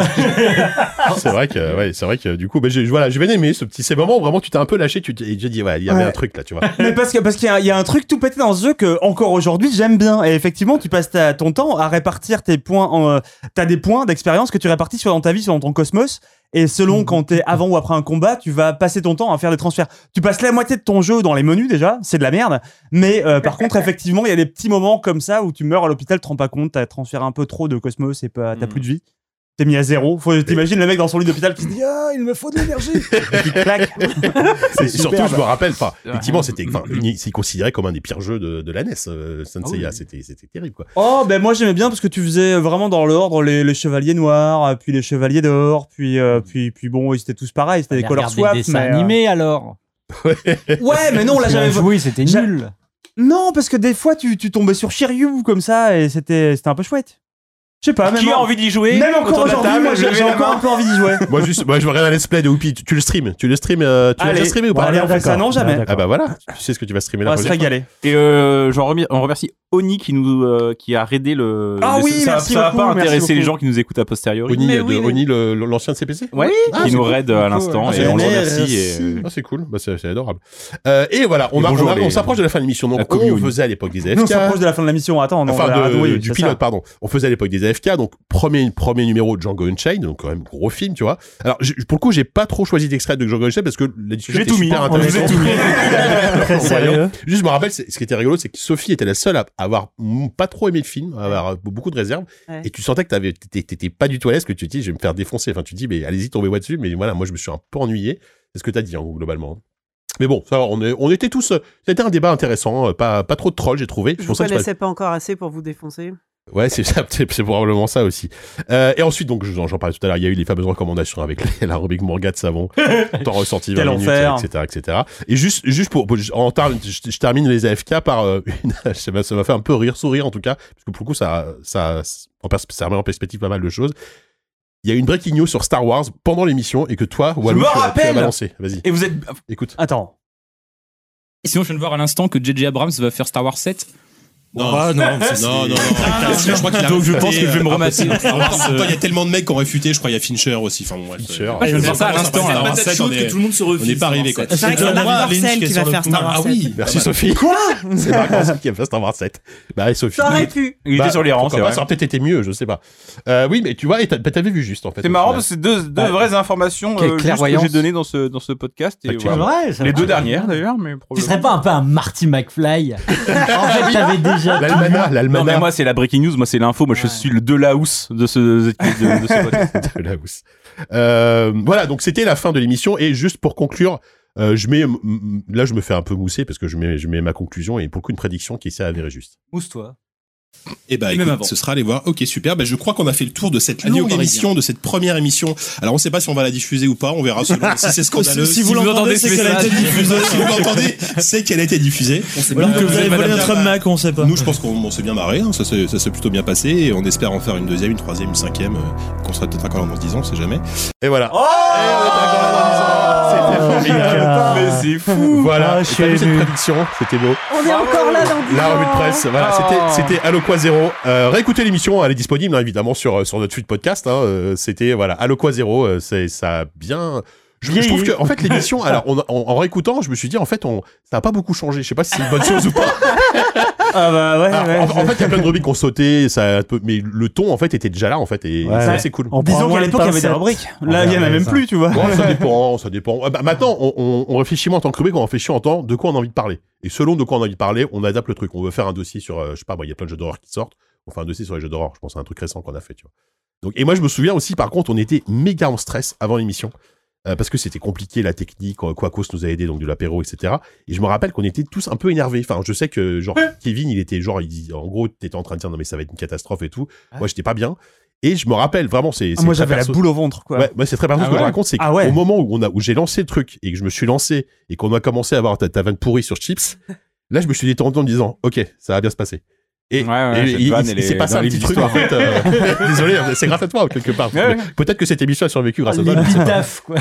Speaker 6: c'est vrai que, ouais, c'est vrai que du coup, ben, j'ai voilà, j'ai bien aimé ce petit, ces moments où vraiment tu t'es un peu lâché, tu t'es et j'ai dit, ouais, il y avait
Speaker 1: Ouais.
Speaker 6: un truc là, tu vois.
Speaker 1: Mais parce que parce qu'il y, a- il y a un truc tout pété dans ce jeu que encore aujourd'hui j'aime bien et effectivement tu passes ta- ton temps à répartir tes points en, euh, t'as des points d'expérience que tu répartis soit dans ta vie soit dans ton cosmos et
Speaker 6: Mhm.
Speaker 1: selon quand t'es avant ou après un combat tu vas passer ton temps à faire des transferts tu passes la moitié de ton jeu dans les menus déjà c'est de la merde mais euh, par contre effectivement il y a des petits moments comme ça où tu meurs à l'hôpital tu te rends pas compte t'as transféré un peu trop de cosmos et pas
Speaker 6: Mhm.
Speaker 1: t'as plus de vie T'es mis à zéro. Faut, t'imagines le mec dans son lit d'hôpital qui se dit Ah, il me faut de l'énergie. Et qui claque.
Speaker 6: C'est surtout,
Speaker 1: superbe.
Speaker 6: je me rappelle, enfin, effectivement, c'était, enfin, uni- c'est considéré comme un des pires jeux de, de la NES, euh, Saint
Speaker 1: Ah oui.
Speaker 6: Seiya. C'était, c'était terrible, quoi.
Speaker 1: Oh, ben moi j'aimais bien parce que tu faisais euh, vraiment dans l'ordre les, les chevaliers noirs, euh, puis les chevaliers d'or, puis, euh, puis, puis bon, ils étaient tous pareils, c'était des
Speaker 2: Mais
Speaker 1: color
Speaker 2: regardez
Speaker 1: swap.
Speaker 2: des dessins
Speaker 1: mais, euh,
Speaker 2: animés, alors.
Speaker 1: Ouais, mais non, là
Speaker 2: Tu as
Speaker 1: j'avais.
Speaker 2: joué, c'était
Speaker 1: j'a-
Speaker 2: nul.
Speaker 1: Non, parce que des fois tu, tu tombais sur Shiryu comme ça et c'était c'était un peu chouette. Je sais pas, même.
Speaker 7: Qui a
Speaker 1: en-
Speaker 7: envie d'y jouer
Speaker 1: Même encore
Speaker 7: Autour de la
Speaker 1: aujourd'hui,
Speaker 7: table,
Speaker 1: moi j'ai
Speaker 7: levez
Speaker 1: j'ai
Speaker 7: la
Speaker 1: encore
Speaker 7: main.
Speaker 1: un peu envie d'y jouer.
Speaker 6: Moi, juste, moi, je regarde un let's play de Whoopi. Tu, tu le stream, tu le stream, euh, tu l'as
Speaker 7: Allez.
Speaker 6: déjà streamé ou pas
Speaker 7: Ouais, allez, on fait ça, non, jamais.
Speaker 6: Ah bah voilà, tu sais ce que tu vas streamer la
Speaker 7: On va se
Speaker 6: prochaine
Speaker 7: régaler. Et euh, j'en remercie, on remercie Oni qui nous euh, qui a raidé le.
Speaker 6: Ah
Speaker 7: le-
Speaker 6: oui,
Speaker 7: ça,
Speaker 6: merci
Speaker 7: ça va
Speaker 6: beaucoup,
Speaker 7: pas
Speaker 6: merci
Speaker 7: intéresser les
Speaker 6: beaucoup.
Speaker 7: gens qui nous écoutent a posteriori.
Speaker 6: Oni, euh, de, Oni le- l'ancien de CPC
Speaker 7: Ouais,
Speaker 1: Ah,
Speaker 7: qui nous raid à l'instant, et on le remercie, et-
Speaker 6: Ah, c'est cool, bah, c'est c'est adorable. Euh, et voilà, on
Speaker 7: Et
Speaker 6: a- on
Speaker 7: bonjour,
Speaker 6: a-
Speaker 7: les-
Speaker 6: on s'approche de la fin de l'émission.
Speaker 7: la
Speaker 6: Donc, on
Speaker 7: commune.
Speaker 6: faisait à l'époque des AFK.
Speaker 1: Nous on s'approche de la fin de la mission, attends, on en
Speaker 6: Enfin,
Speaker 1: va-
Speaker 6: de-
Speaker 1: oui,
Speaker 6: du
Speaker 1: c'est
Speaker 6: pilote,
Speaker 1: ça.
Speaker 6: pardon. On faisait à l'époque des AFK, donc premier, premier numéro de Django Unchained, donc quand même gros film, tu vois. Alors, j'ai- pour le coup, j'ai pas trop choisi d'extrait de Django Unchained parce que la discussion
Speaker 7: J'ai
Speaker 6: était
Speaker 7: tout mis.
Speaker 6: super
Speaker 1: hein.
Speaker 7: On vous a
Speaker 6: intéressante.
Speaker 7: tout mis.
Speaker 6: En voyant.
Speaker 7: sérieux.
Speaker 6: Juste, je me rappelle, c'est- ce qui était rigolo, c'est que Sophie était la seule à avoir m- pas trop aimé le film, à avoir beaucoup de réserves,
Speaker 4: Ouais.
Speaker 6: et tu sentais que t'avais- t'étais t'étais pas du tout à l'aise, que tu te dis, je vais me faire défoncer. Enfin, tu te dis, mais allez-y, tombez-moi dessus, mais voilà, moi, je me suis un peu ennuyé. C'est ce que t'as dit, en gros, globalement. Mais bon, ça, va, on, est- on était tous. C'était un débat intéressant, euh, pas, pas trop de trolls, j'ai trouvé.
Speaker 4: Je
Speaker 6: C'est
Speaker 4: vous
Speaker 6: pour ça que je passe-
Speaker 4: connaissais pas encore assez pour vous défoncer.
Speaker 6: Ouais, c'est ça, c'est c'est probablement ça aussi. Euh, et ensuite, donc, je vous en- j'en parlais tout à l'heure, il y a eu les fameuses recommandations avec les- la rubrique Morga de savon, temps ressenti 20
Speaker 1: Quel
Speaker 6: minutes,
Speaker 1: enfer.
Speaker 6: etc., etc. Et juste, juste pour, pour- je- en terme- je, je termine les AFK par euh, une, ça m'a ça m'a fait un peu rire, sourire en tout cas, parce que pour le coup, ça, ça, en pers- ça remet en perspective pas mal de choses. Il y a eu une breaking news sur Star Wars pendant l'émission et que toi, Walou,
Speaker 10: me
Speaker 6: tu as- tu as
Speaker 10: rappelle
Speaker 6: balancé. Vas-y.
Speaker 7: Et vous êtes.
Speaker 6: Écoute.
Speaker 1: Attends.
Speaker 10: Sinon, je viens de voir à l'instant que JJ Abrams va faire Star Wars 7.
Speaker 5: Non, Ah, non, ça, c'est- non, non, non.
Speaker 6: Ah,
Speaker 5: Je crois qu'il a
Speaker 10: Donc je
Speaker 5: réfuté,
Speaker 10: pense que je vais
Speaker 5: euh,
Speaker 10: me ramasser. dans Star Wars,
Speaker 5: Attends,
Speaker 10: euh,
Speaker 5: Il y a tellement de mecs qui ont réfuté, je crois, il y a Fincher aussi. Enfin, bon, bref. euh,
Speaker 6: Fincher.
Speaker 10: Ouais, je vais voir ça à l'instant, là.
Speaker 5: Star Wars 7, on
Speaker 10: Chose que
Speaker 5: est-
Speaker 10: tout le monde se
Speaker 5: On n'est
Speaker 10: refuse,
Speaker 5: pas arrivé,
Speaker 10: Star
Speaker 5: quoi.
Speaker 10: Wars 7. C'est vrai que c'est Marc Dorcel qui va faire Star Wars
Speaker 5: Ah oui,
Speaker 10: 7.
Speaker 6: Merci
Speaker 10: Pas mal.
Speaker 6: Sophie.
Speaker 10: Quoi
Speaker 6: C'est Marc Dorcel qui a fait Star Wars 7. Bah, et Sophie. Bah,
Speaker 7: Ça aurait pu. Il était sur les rangs,
Speaker 6: pourquoi
Speaker 7: c'est
Speaker 6: pas,
Speaker 7: vrai.
Speaker 6: Ça aurait peut-être été mieux, je sais pas. Euh, oui, mais tu vois, et t'as- bah, t'avais vu juste en fait.
Speaker 7: C'est
Speaker 6: au
Speaker 7: marrant
Speaker 6: final.
Speaker 7: parce que c'est deux, deux
Speaker 6: Ouais.
Speaker 7: vraies informations
Speaker 6: Quelle
Speaker 7: euh, juste que
Speaker 6: clairvoyance.
Speaker 7: j'ai données dans ce, dans ce podcast. Et
Speaker 6: Effectivement.
Speaker 7: voilà.
Speaker 2: Ouais, ça
Speaker 7: les
Speaker 2: va.
Speaker 7: deux dernières d'ailleurs, mais
Speaker 2: Tu serais pas un peu un Marty McFly En fait, Ah, t'avais déjà.
Speaker 6: Ah, L'almanach, l'almanach.
Speaker 7: Non, mais moi, c'est la breaking news, moi, c'est l'info, moi, je suis le de la housse de ce, de, de ce podcast.
Speaker 6: de la housse. Euh, voilà, donc c'était la fin de l'émission. Et juste pour conclure, euh, je mets, m- m- là, je me fais un peu mousser parce que je mets, je mets ma conclusion et pour le coup, une prédiction qui essaie à juste.
Speaker 2: Mousse-toi.
Speaker 5: Et bah,
Speaker 10: Et
Speaker 5: écoute,
Speaker 10: même avant.
Speaker 5: ce sera aller voir. Ok, super. Bah, je crois qu'on a fait le tour de cette
Speaker 10: Allez au
Speaker 5: longue
Speaker 10: Parisien.
Speaker 5: émission, de cette première émission. Alors, on sait pas si on va la diffuser ou pas. On verra selon- si c'est scandaleux.
Speaker 11: Si vous l'entendez, c'est qu'elle a été diffusée.
Speaker 5: si vous l'entendez, c'est qu'elle a été diffusée. On sait
Speaker 11: Voilà, que vous avez volé notre Mac, on sait pas.
Speaker 5: Nous, je pense qu'on on s'est bien marré. hein. Ça s'est ça s'est plutôt bien passé. Et on espère en faire une deuxième, une troisième, une cinquième. euh, Qu'on sera peut-être encore là dans 10 ans, on sait jamais.
Speaker 6: Et voilà.
Speaker 4: Ah.
Speaker 5: Mais Ah,
Speaker 6: c'est fou. Voilà, j'ai vu cette prédiction, c'était beau.
Speaker 4: On est encore là dans 10
Speaker 6: La
Speaker 4: ans.
Speaker 6: revue de presse, voilà,
Speaker 1: Oh.
Speaker 4: Ah.
Speaker 6: c'était c'était Alloquoi Zéro. Euh, réécoutez l'émission, elle est disponible hein, évidemment sur, sur notre suite podcast. hein, euh, c'était voilà Alloquoi Zéro, euh, c'est ça a bien. Je, je trouve que en fait l'émission, alors on- en, en réécoutant, je me suis dit en fait on, ça a pas beaucoup changé. Je sais pas si c'est une bonne chose ou pas.
Speaker 1: Ah bah ouais,
Speaker 6: Alors,
Speaker 1: ouais.
Speaker 6: en, en fait, il y a plein de rubriques qu'on sautait, ça, a peu- mais le ton en fait était déjà là en fait et
Speaker 1: Ouais.
Speaker 6: ça, c'est cool.
Speaker 1: On Disons prend qu'à moins l'époque, il y avait des de rubriques. pincettes. Là, il y en a même plus, tu vois.
Speaker 6: Bon, ça dépend, ça dépend. Ah bah, maintenant, on, on- on réfléchit moins en tant que rubrique, on réfléchit en tant de quoi on a envie de parler. Et selon de quoi on a envie de parler, on adapte le truc. On veut faire un dossier sur, euh, je sais pas, moi, il y a plein de jeux d'horreur qui sortent. On fait un dossier sur les jeux d'horreur. Je pense à un truc récent qu'on a fait, tu vois. Donc, et moi, je me souviens aussi, par contre, on était méga en stress avant l'émission. euh, parce que c'était compliqué la technique, euh, Quacos nous a aidé donc de l'apéro, etc. Et je me rappelle qu'on était tous un peu énervés. Enfin, je sais que genre Kevin, il était genre, il dit, en gros, t'étais en train de dire non mais ça va être une catastrophe et tout. Moi, j'étais pas bien. Et je me rappelle vraiment, c'est
Speaker 1: Ah,
Speaker 6: c'est
Speaker 1: moi,
Speaker 6: très
Speaker 1: j'avais la
Speaker 6: perso.
Speaker 1: boule au ventre, quoi.
Speaker 6: Ouais, moi c'est très perso
Speaker 1: Ah
Speaker 6: ce que je
Speaker 1: ouais
Speaker 6: raconte, c'est
Speaker 1: Ah ouais.
Speaker 6: qu'au moment où on a où j'ai lancé le truc et que je me suis lancé et qu'on a commencé à avoir ta, ta vanne pourrie sur chips, là je me suis détendu en me disant ok ça va bien se passer. Et,
Speaker 7: ouais,
Speaker 6: et-
Speaker 7: cette
Speaker 6: et- il-
Speaker 7: vanne,
Speaker 6: il
Speaker 7: elle est
Speaker 6: s'est passé
Speaker 7: dans
Speaker 6: un
Speaker 7: les
Speaker 6: petit
Speaker 7: livres
Speaker 6: truc en
Speaker 7: d'histoire.
Speaker 6: fait. euh, Désolé, c'est grâce à toi quelque part.
Speaker 7: Ouais, ouais.
Speaker 6: Peut-être que cette émission a survécu grâce à toi.
Speaker 1: L'épitaphe, quoi.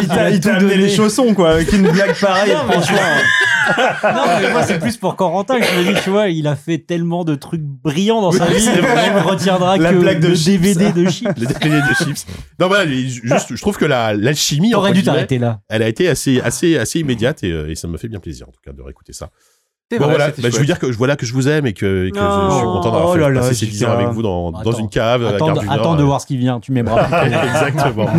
Speaker 1: il t'a il t'a amené les chaussons, quoi, avec une blague pareille,
Speaker 2: Non, mais-
Speaker 1: franchement.
Speaker 2: Non, mais moi, c'est plus pour Corentin que je me dis, tu vois, il a fait tellement de trucs brillants dans sa
Speaker 6: Oui,
Speaker 2: vie,
Speaker 6: c'est vrai.
Speaker 2: il ne retiendra
Speaker 6: La
Speaker 2: que
Speaker 6: blague de
Speaker 2: le
Speaker 6: chips.
Speaker 2: DVD de Chips.
Speaker 6: Le DVD de chips. Non, voilà, les- juste, je trouve que la- l'alchimie.
Speaker 2: T'aurais
Speaker 6: entre
Speaker 2: dû
Speaker 6: guillemets,
Speaker 2: t'arrêter là.
Speaker 6: Elle a été assez, assez, assez immédiate et, euh, et ça me fait bien plaisir, en tout cas, de réécouter ça.
Speaker 2: C'est
Speaker 6: Bon,
Speaker 2: vrai,
Speaker 6: voilà,
Speaker 2: c'était
Speaker 6: bah, je veux
Speaker 2: chouette.
Speaker 6: dire que je vois là que je vous aime et que, et que
Speaker 2: Non.
Speaker 6: je suis content d'avoir
Speaker 2: Oh
Speaker 6: fait
Speaker 2: là là,
Speaker 6: passer ces 10 ans
Speaker 2: Jessica.
Speaker 6: avec vous dans, dans une cave. à la
Speaker 2: Attends,
Speaker 6: Gare du Nord,
Speaker 2: attends de
Speaker 6: euh.
Speaker 2: voir ce qui vient, tu m'aimeras.
Speaker 6: Exactement.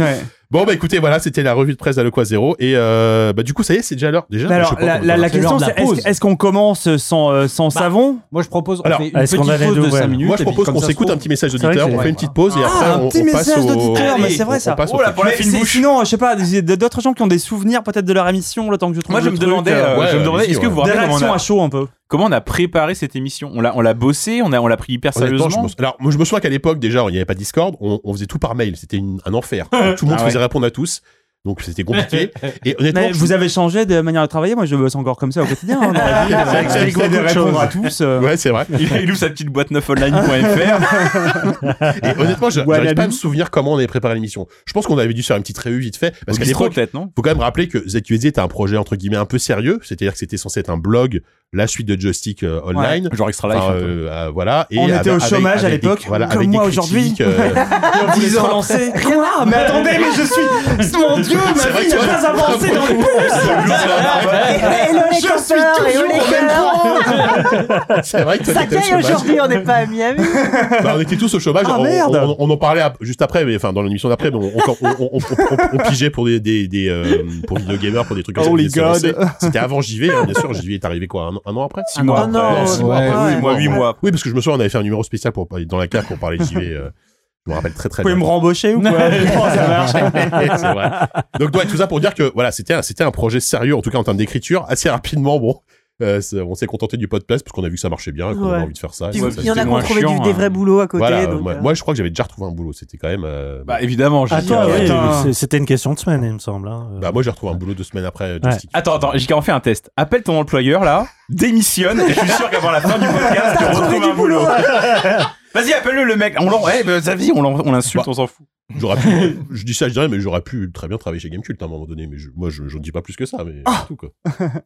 Speaker 6: Bon, bah écoutez, voilà, c'était la revue de presse d'Alequois Zéro. Et euh, bah, du coup, ça y est, c'est déjà l'heure. Déjà,
Speaker 1: Mais
Speaker 6: je
Speaker 1: alors,
Speaker 6: sais pas
Speaker 1: la,
Speaker 6: comment
Speaker 1: la-
Speaker 6: on
Speaker 1: la
Speaker 6: va faire.
Speaker 1: question, c'est est-ce est-ce qu'on commence sans, euh, sans savon
Speaker 2: Moi, je propose,
Speaker 6: Alors, est-ce qu'on a les deux, ouais. Moi, je propose qu'on s'écoute un petit message d'auditeur, on fait une petite pause et après,
Speaker 1: ah,
Speaker 6: on-
Speaker 1: un petit
Speaker 6: on passe
Speaker 1: message
Speaker 6: au-
Speaker 1: d'auditeur, mais
Speaker 6: Allez,
Speaker 1: c'est vrai
Speaker 6: on- on
Speaker 1: ça.
Speaker 6: passe au
Speaker 1: Oh là,
Speaker 2: Ah,
Speaker 1: pour
Speaker 6: truc.
Speaker 1: la- c'est- Sinon, je sais pas, des- d'autres gens qui ont des souvenirs peut-être de leur émission, le temps que je trouve.
Speaker 7: Moi, je
Speaker 1: le
Speaker 7: me
Speaker 1: truc,
Speaker 7: demandais,
Speaker 1: euh,
Speaker 7: euh, je me demandais, est-ce que vous vous
Speaker 1: Des
Speaker 7: rappelez comment
Speaker 1: réactions
Speaker 7: on a-
Speaker 1: à chaud un peu.
Speaker 7: Comment on a préparé cette émission On l'a, on l'a bossé, on a, on l'a pris hyper
Speaker 6: Honnêtement, je
Speaker 7: sérieusement.
Speaker 6: me- Alors, moi, je me souviens qu'à l'époque, déjà, il n'y avait pas Discord, on, on faisait tout par mail, c'était une- un enfer. Tout le
Speaker 7: Ah
Speaker 6: monde se
Speaker 7: ouais.
Speaker 6: faisait répondre à tous, donc c'était compliqué. Et honnêtement,
Speaker 1: Mais
Speaker 6: je-
Speaker 1: vous avez changé de manière de travailler. Moi, je bosse encore comme ça au quotidien. hein, dans la vie,
Speaker 6: C'est
Speaker 1: euh,
Speaker 6: vrai que c'est
Speaker 1: avec
Speaker 6: beaucoup
Speaker 1: des
Speaker 6: de
Speaker 1: réponses
Speaker 6: choses.
Speaker 1: à tous.
Speaker 6: Ouais, c'est vrai.
Speaker 7: Il, il ouvre sa petite boîte neufonline.fr.
Speaker 6: Et honnêtement, je
Speaker 7: Guadalupe.
Speaker 6: n'arrive pas à me souvenir comment on avait préparé l'émission. Je pense qu'on avait dû faire une petite réu vite fait. Parce
Speaker 7: Au
Speaker 6: qu'à
Speaker 7: bistrot,
Speaker 6: l'époque,
Speaker 7: peut-être, non
Speaker 6: faut quand même rappeler que ZQSD était un projet entre guillemets un peu sérieux. C'est-à-dire que c'était censé être un blog, la suite de Joystick euh, Online.
Speaker 7: genre Extra Life, un peu.
Speaker 6: euh, euh, voilà. Et
Speaker 1: On était
Speaker 6: avec-
Speaker 1: au
Speaker 6: avec-
Speaker 1: chômage à
Speaker 6: avec des-
Speaker 1: l'époque,
Speaker 6: Voilà,
Speaker 1: comme
Speaker 6: avec des
Speaker 1: moi aujourd'hui.
Speaker 6: critiques, euh,
Speaker 1: Et on voulait se relancer. Quoi Mais attendez, mais je suis. Mon Dieu,
Speaker 6: C'est
Speaker 1: ma
Speaker 6: vrai
Speaker 1: vie
Speaker 6: que
Speaker 1: n'a
Speaker 6: toi,
Speaker 1: pas avancé dans les
Speaker 4: Je suis toujours au même
Speaker 6: C'est vrai que toi,
Speaker 4: Ça
Speaker 6: t'étais au
Speaker 4: caille
Speaker 6: chômage.
Speaker 4: aujourd'hui, on n'est pas à Miami.
Speaker 6: Bah, on était tous au chômage.
Speaker 4: Ah,
Speaker 6: on,
Speaker 4: merde.
Speaker 6: on- on en parlait ap- juste après, mais enfin dans l'émission d'après, mais on, on, on- on- on- on- on pigeait pour des, des, des euh, pour vidéo gamers, pour des trucs comme
Speaker 1: Holy
Speaker 6: ça. qui allaient se
Speaker 1: God.
Speaker 6: lancer. C'était avant JV, hein, bien sûr. JV est arrivé quoi, un, an- un an après,
Speaker 7: Six mois
Speaker 1: Ah, non, après.
Speaker 6: six
Speaker 1: ouais,
Speaker 6: mois après,
Speaker 1: ouais.
Speaker 6: huit
Speaker 7: Huit
Speaker 6: ouais.
Speaker 7: mois.
Speaker 6: Oui, parce que je me souviens, on avait fait un numéro spécial pour parler- dans la cave pour parler de JV. euh, je me rappelle très
Speaker 1: Vous
Speaker 6: très
Speaker 1: pouvez
Speaker 6: bien.
Speaker 1: me rembaucher ou quoi Oh, ça marche.
Speaker 6: C'est vrai. Donc ouais, tout ça pour dire que voilà, c'était un- c'était un projet sérieux en tout cas en termes d'écriture assez rapidement bon. euh, c'est- on s'est contenté du podcast parce qu'on a vu que ça marchait bien et qu'on avait
Speaker 4: Ouais.
Speaker 6: envie de faire ça.
Speaker 4: Puis
Speaker 6: Et
Speaker 4: vous-
Speaker 6: ça,
Speaker 4: il y en
Speaker 6: c'était
Speaker 4: a qui ont
Speaker 6: moins
Speaker 4: trouvé
Speaker 6: chiant,
Speaker 4: du- des
Speaker 6: hein.
Speaker 4: vrais boulots à côté,
Speaker 6: Voilà,
Speaker 4: donc,
Speaker 6: moi,
Speaker 4: euh. Ah,
Speaker 6: moi, je crois que j'avais déjà retrouvé un boulot. C'était quand même. euh,
Speaker 7: Bah, évidemment, j'ai
Speaker 3: Attends,
Speaker 7: dit,
Speaker 3: ouais,
Speaker 7: euh,
Speaker 3: c'est- C'était une question de semaine, il me semble. hein.
Speaker 6: Bah moi j'ai retrouvé un boulot deux semaines après. euh, Joystick.
Speaker 7: Attends, attends, JK, on fait un test. Appelle ton employeur là, démissionne, et je suis sûr qu'avant la fin du podcast, tu retrouves un boulot. Vas-y, appelle-le le mec. On l'en, eh, ben, ça vit, on l'en- on l'insulte, on s'en fout.
Speaker 6: Bah, J'aurais pu. je dis ça, je dirais, mais j'aurais pu très bien travailler chez Gamecult hein, à un moment donné. Mais je- moi je j'en dis pas plus que ça. Mais c'est tout quoi.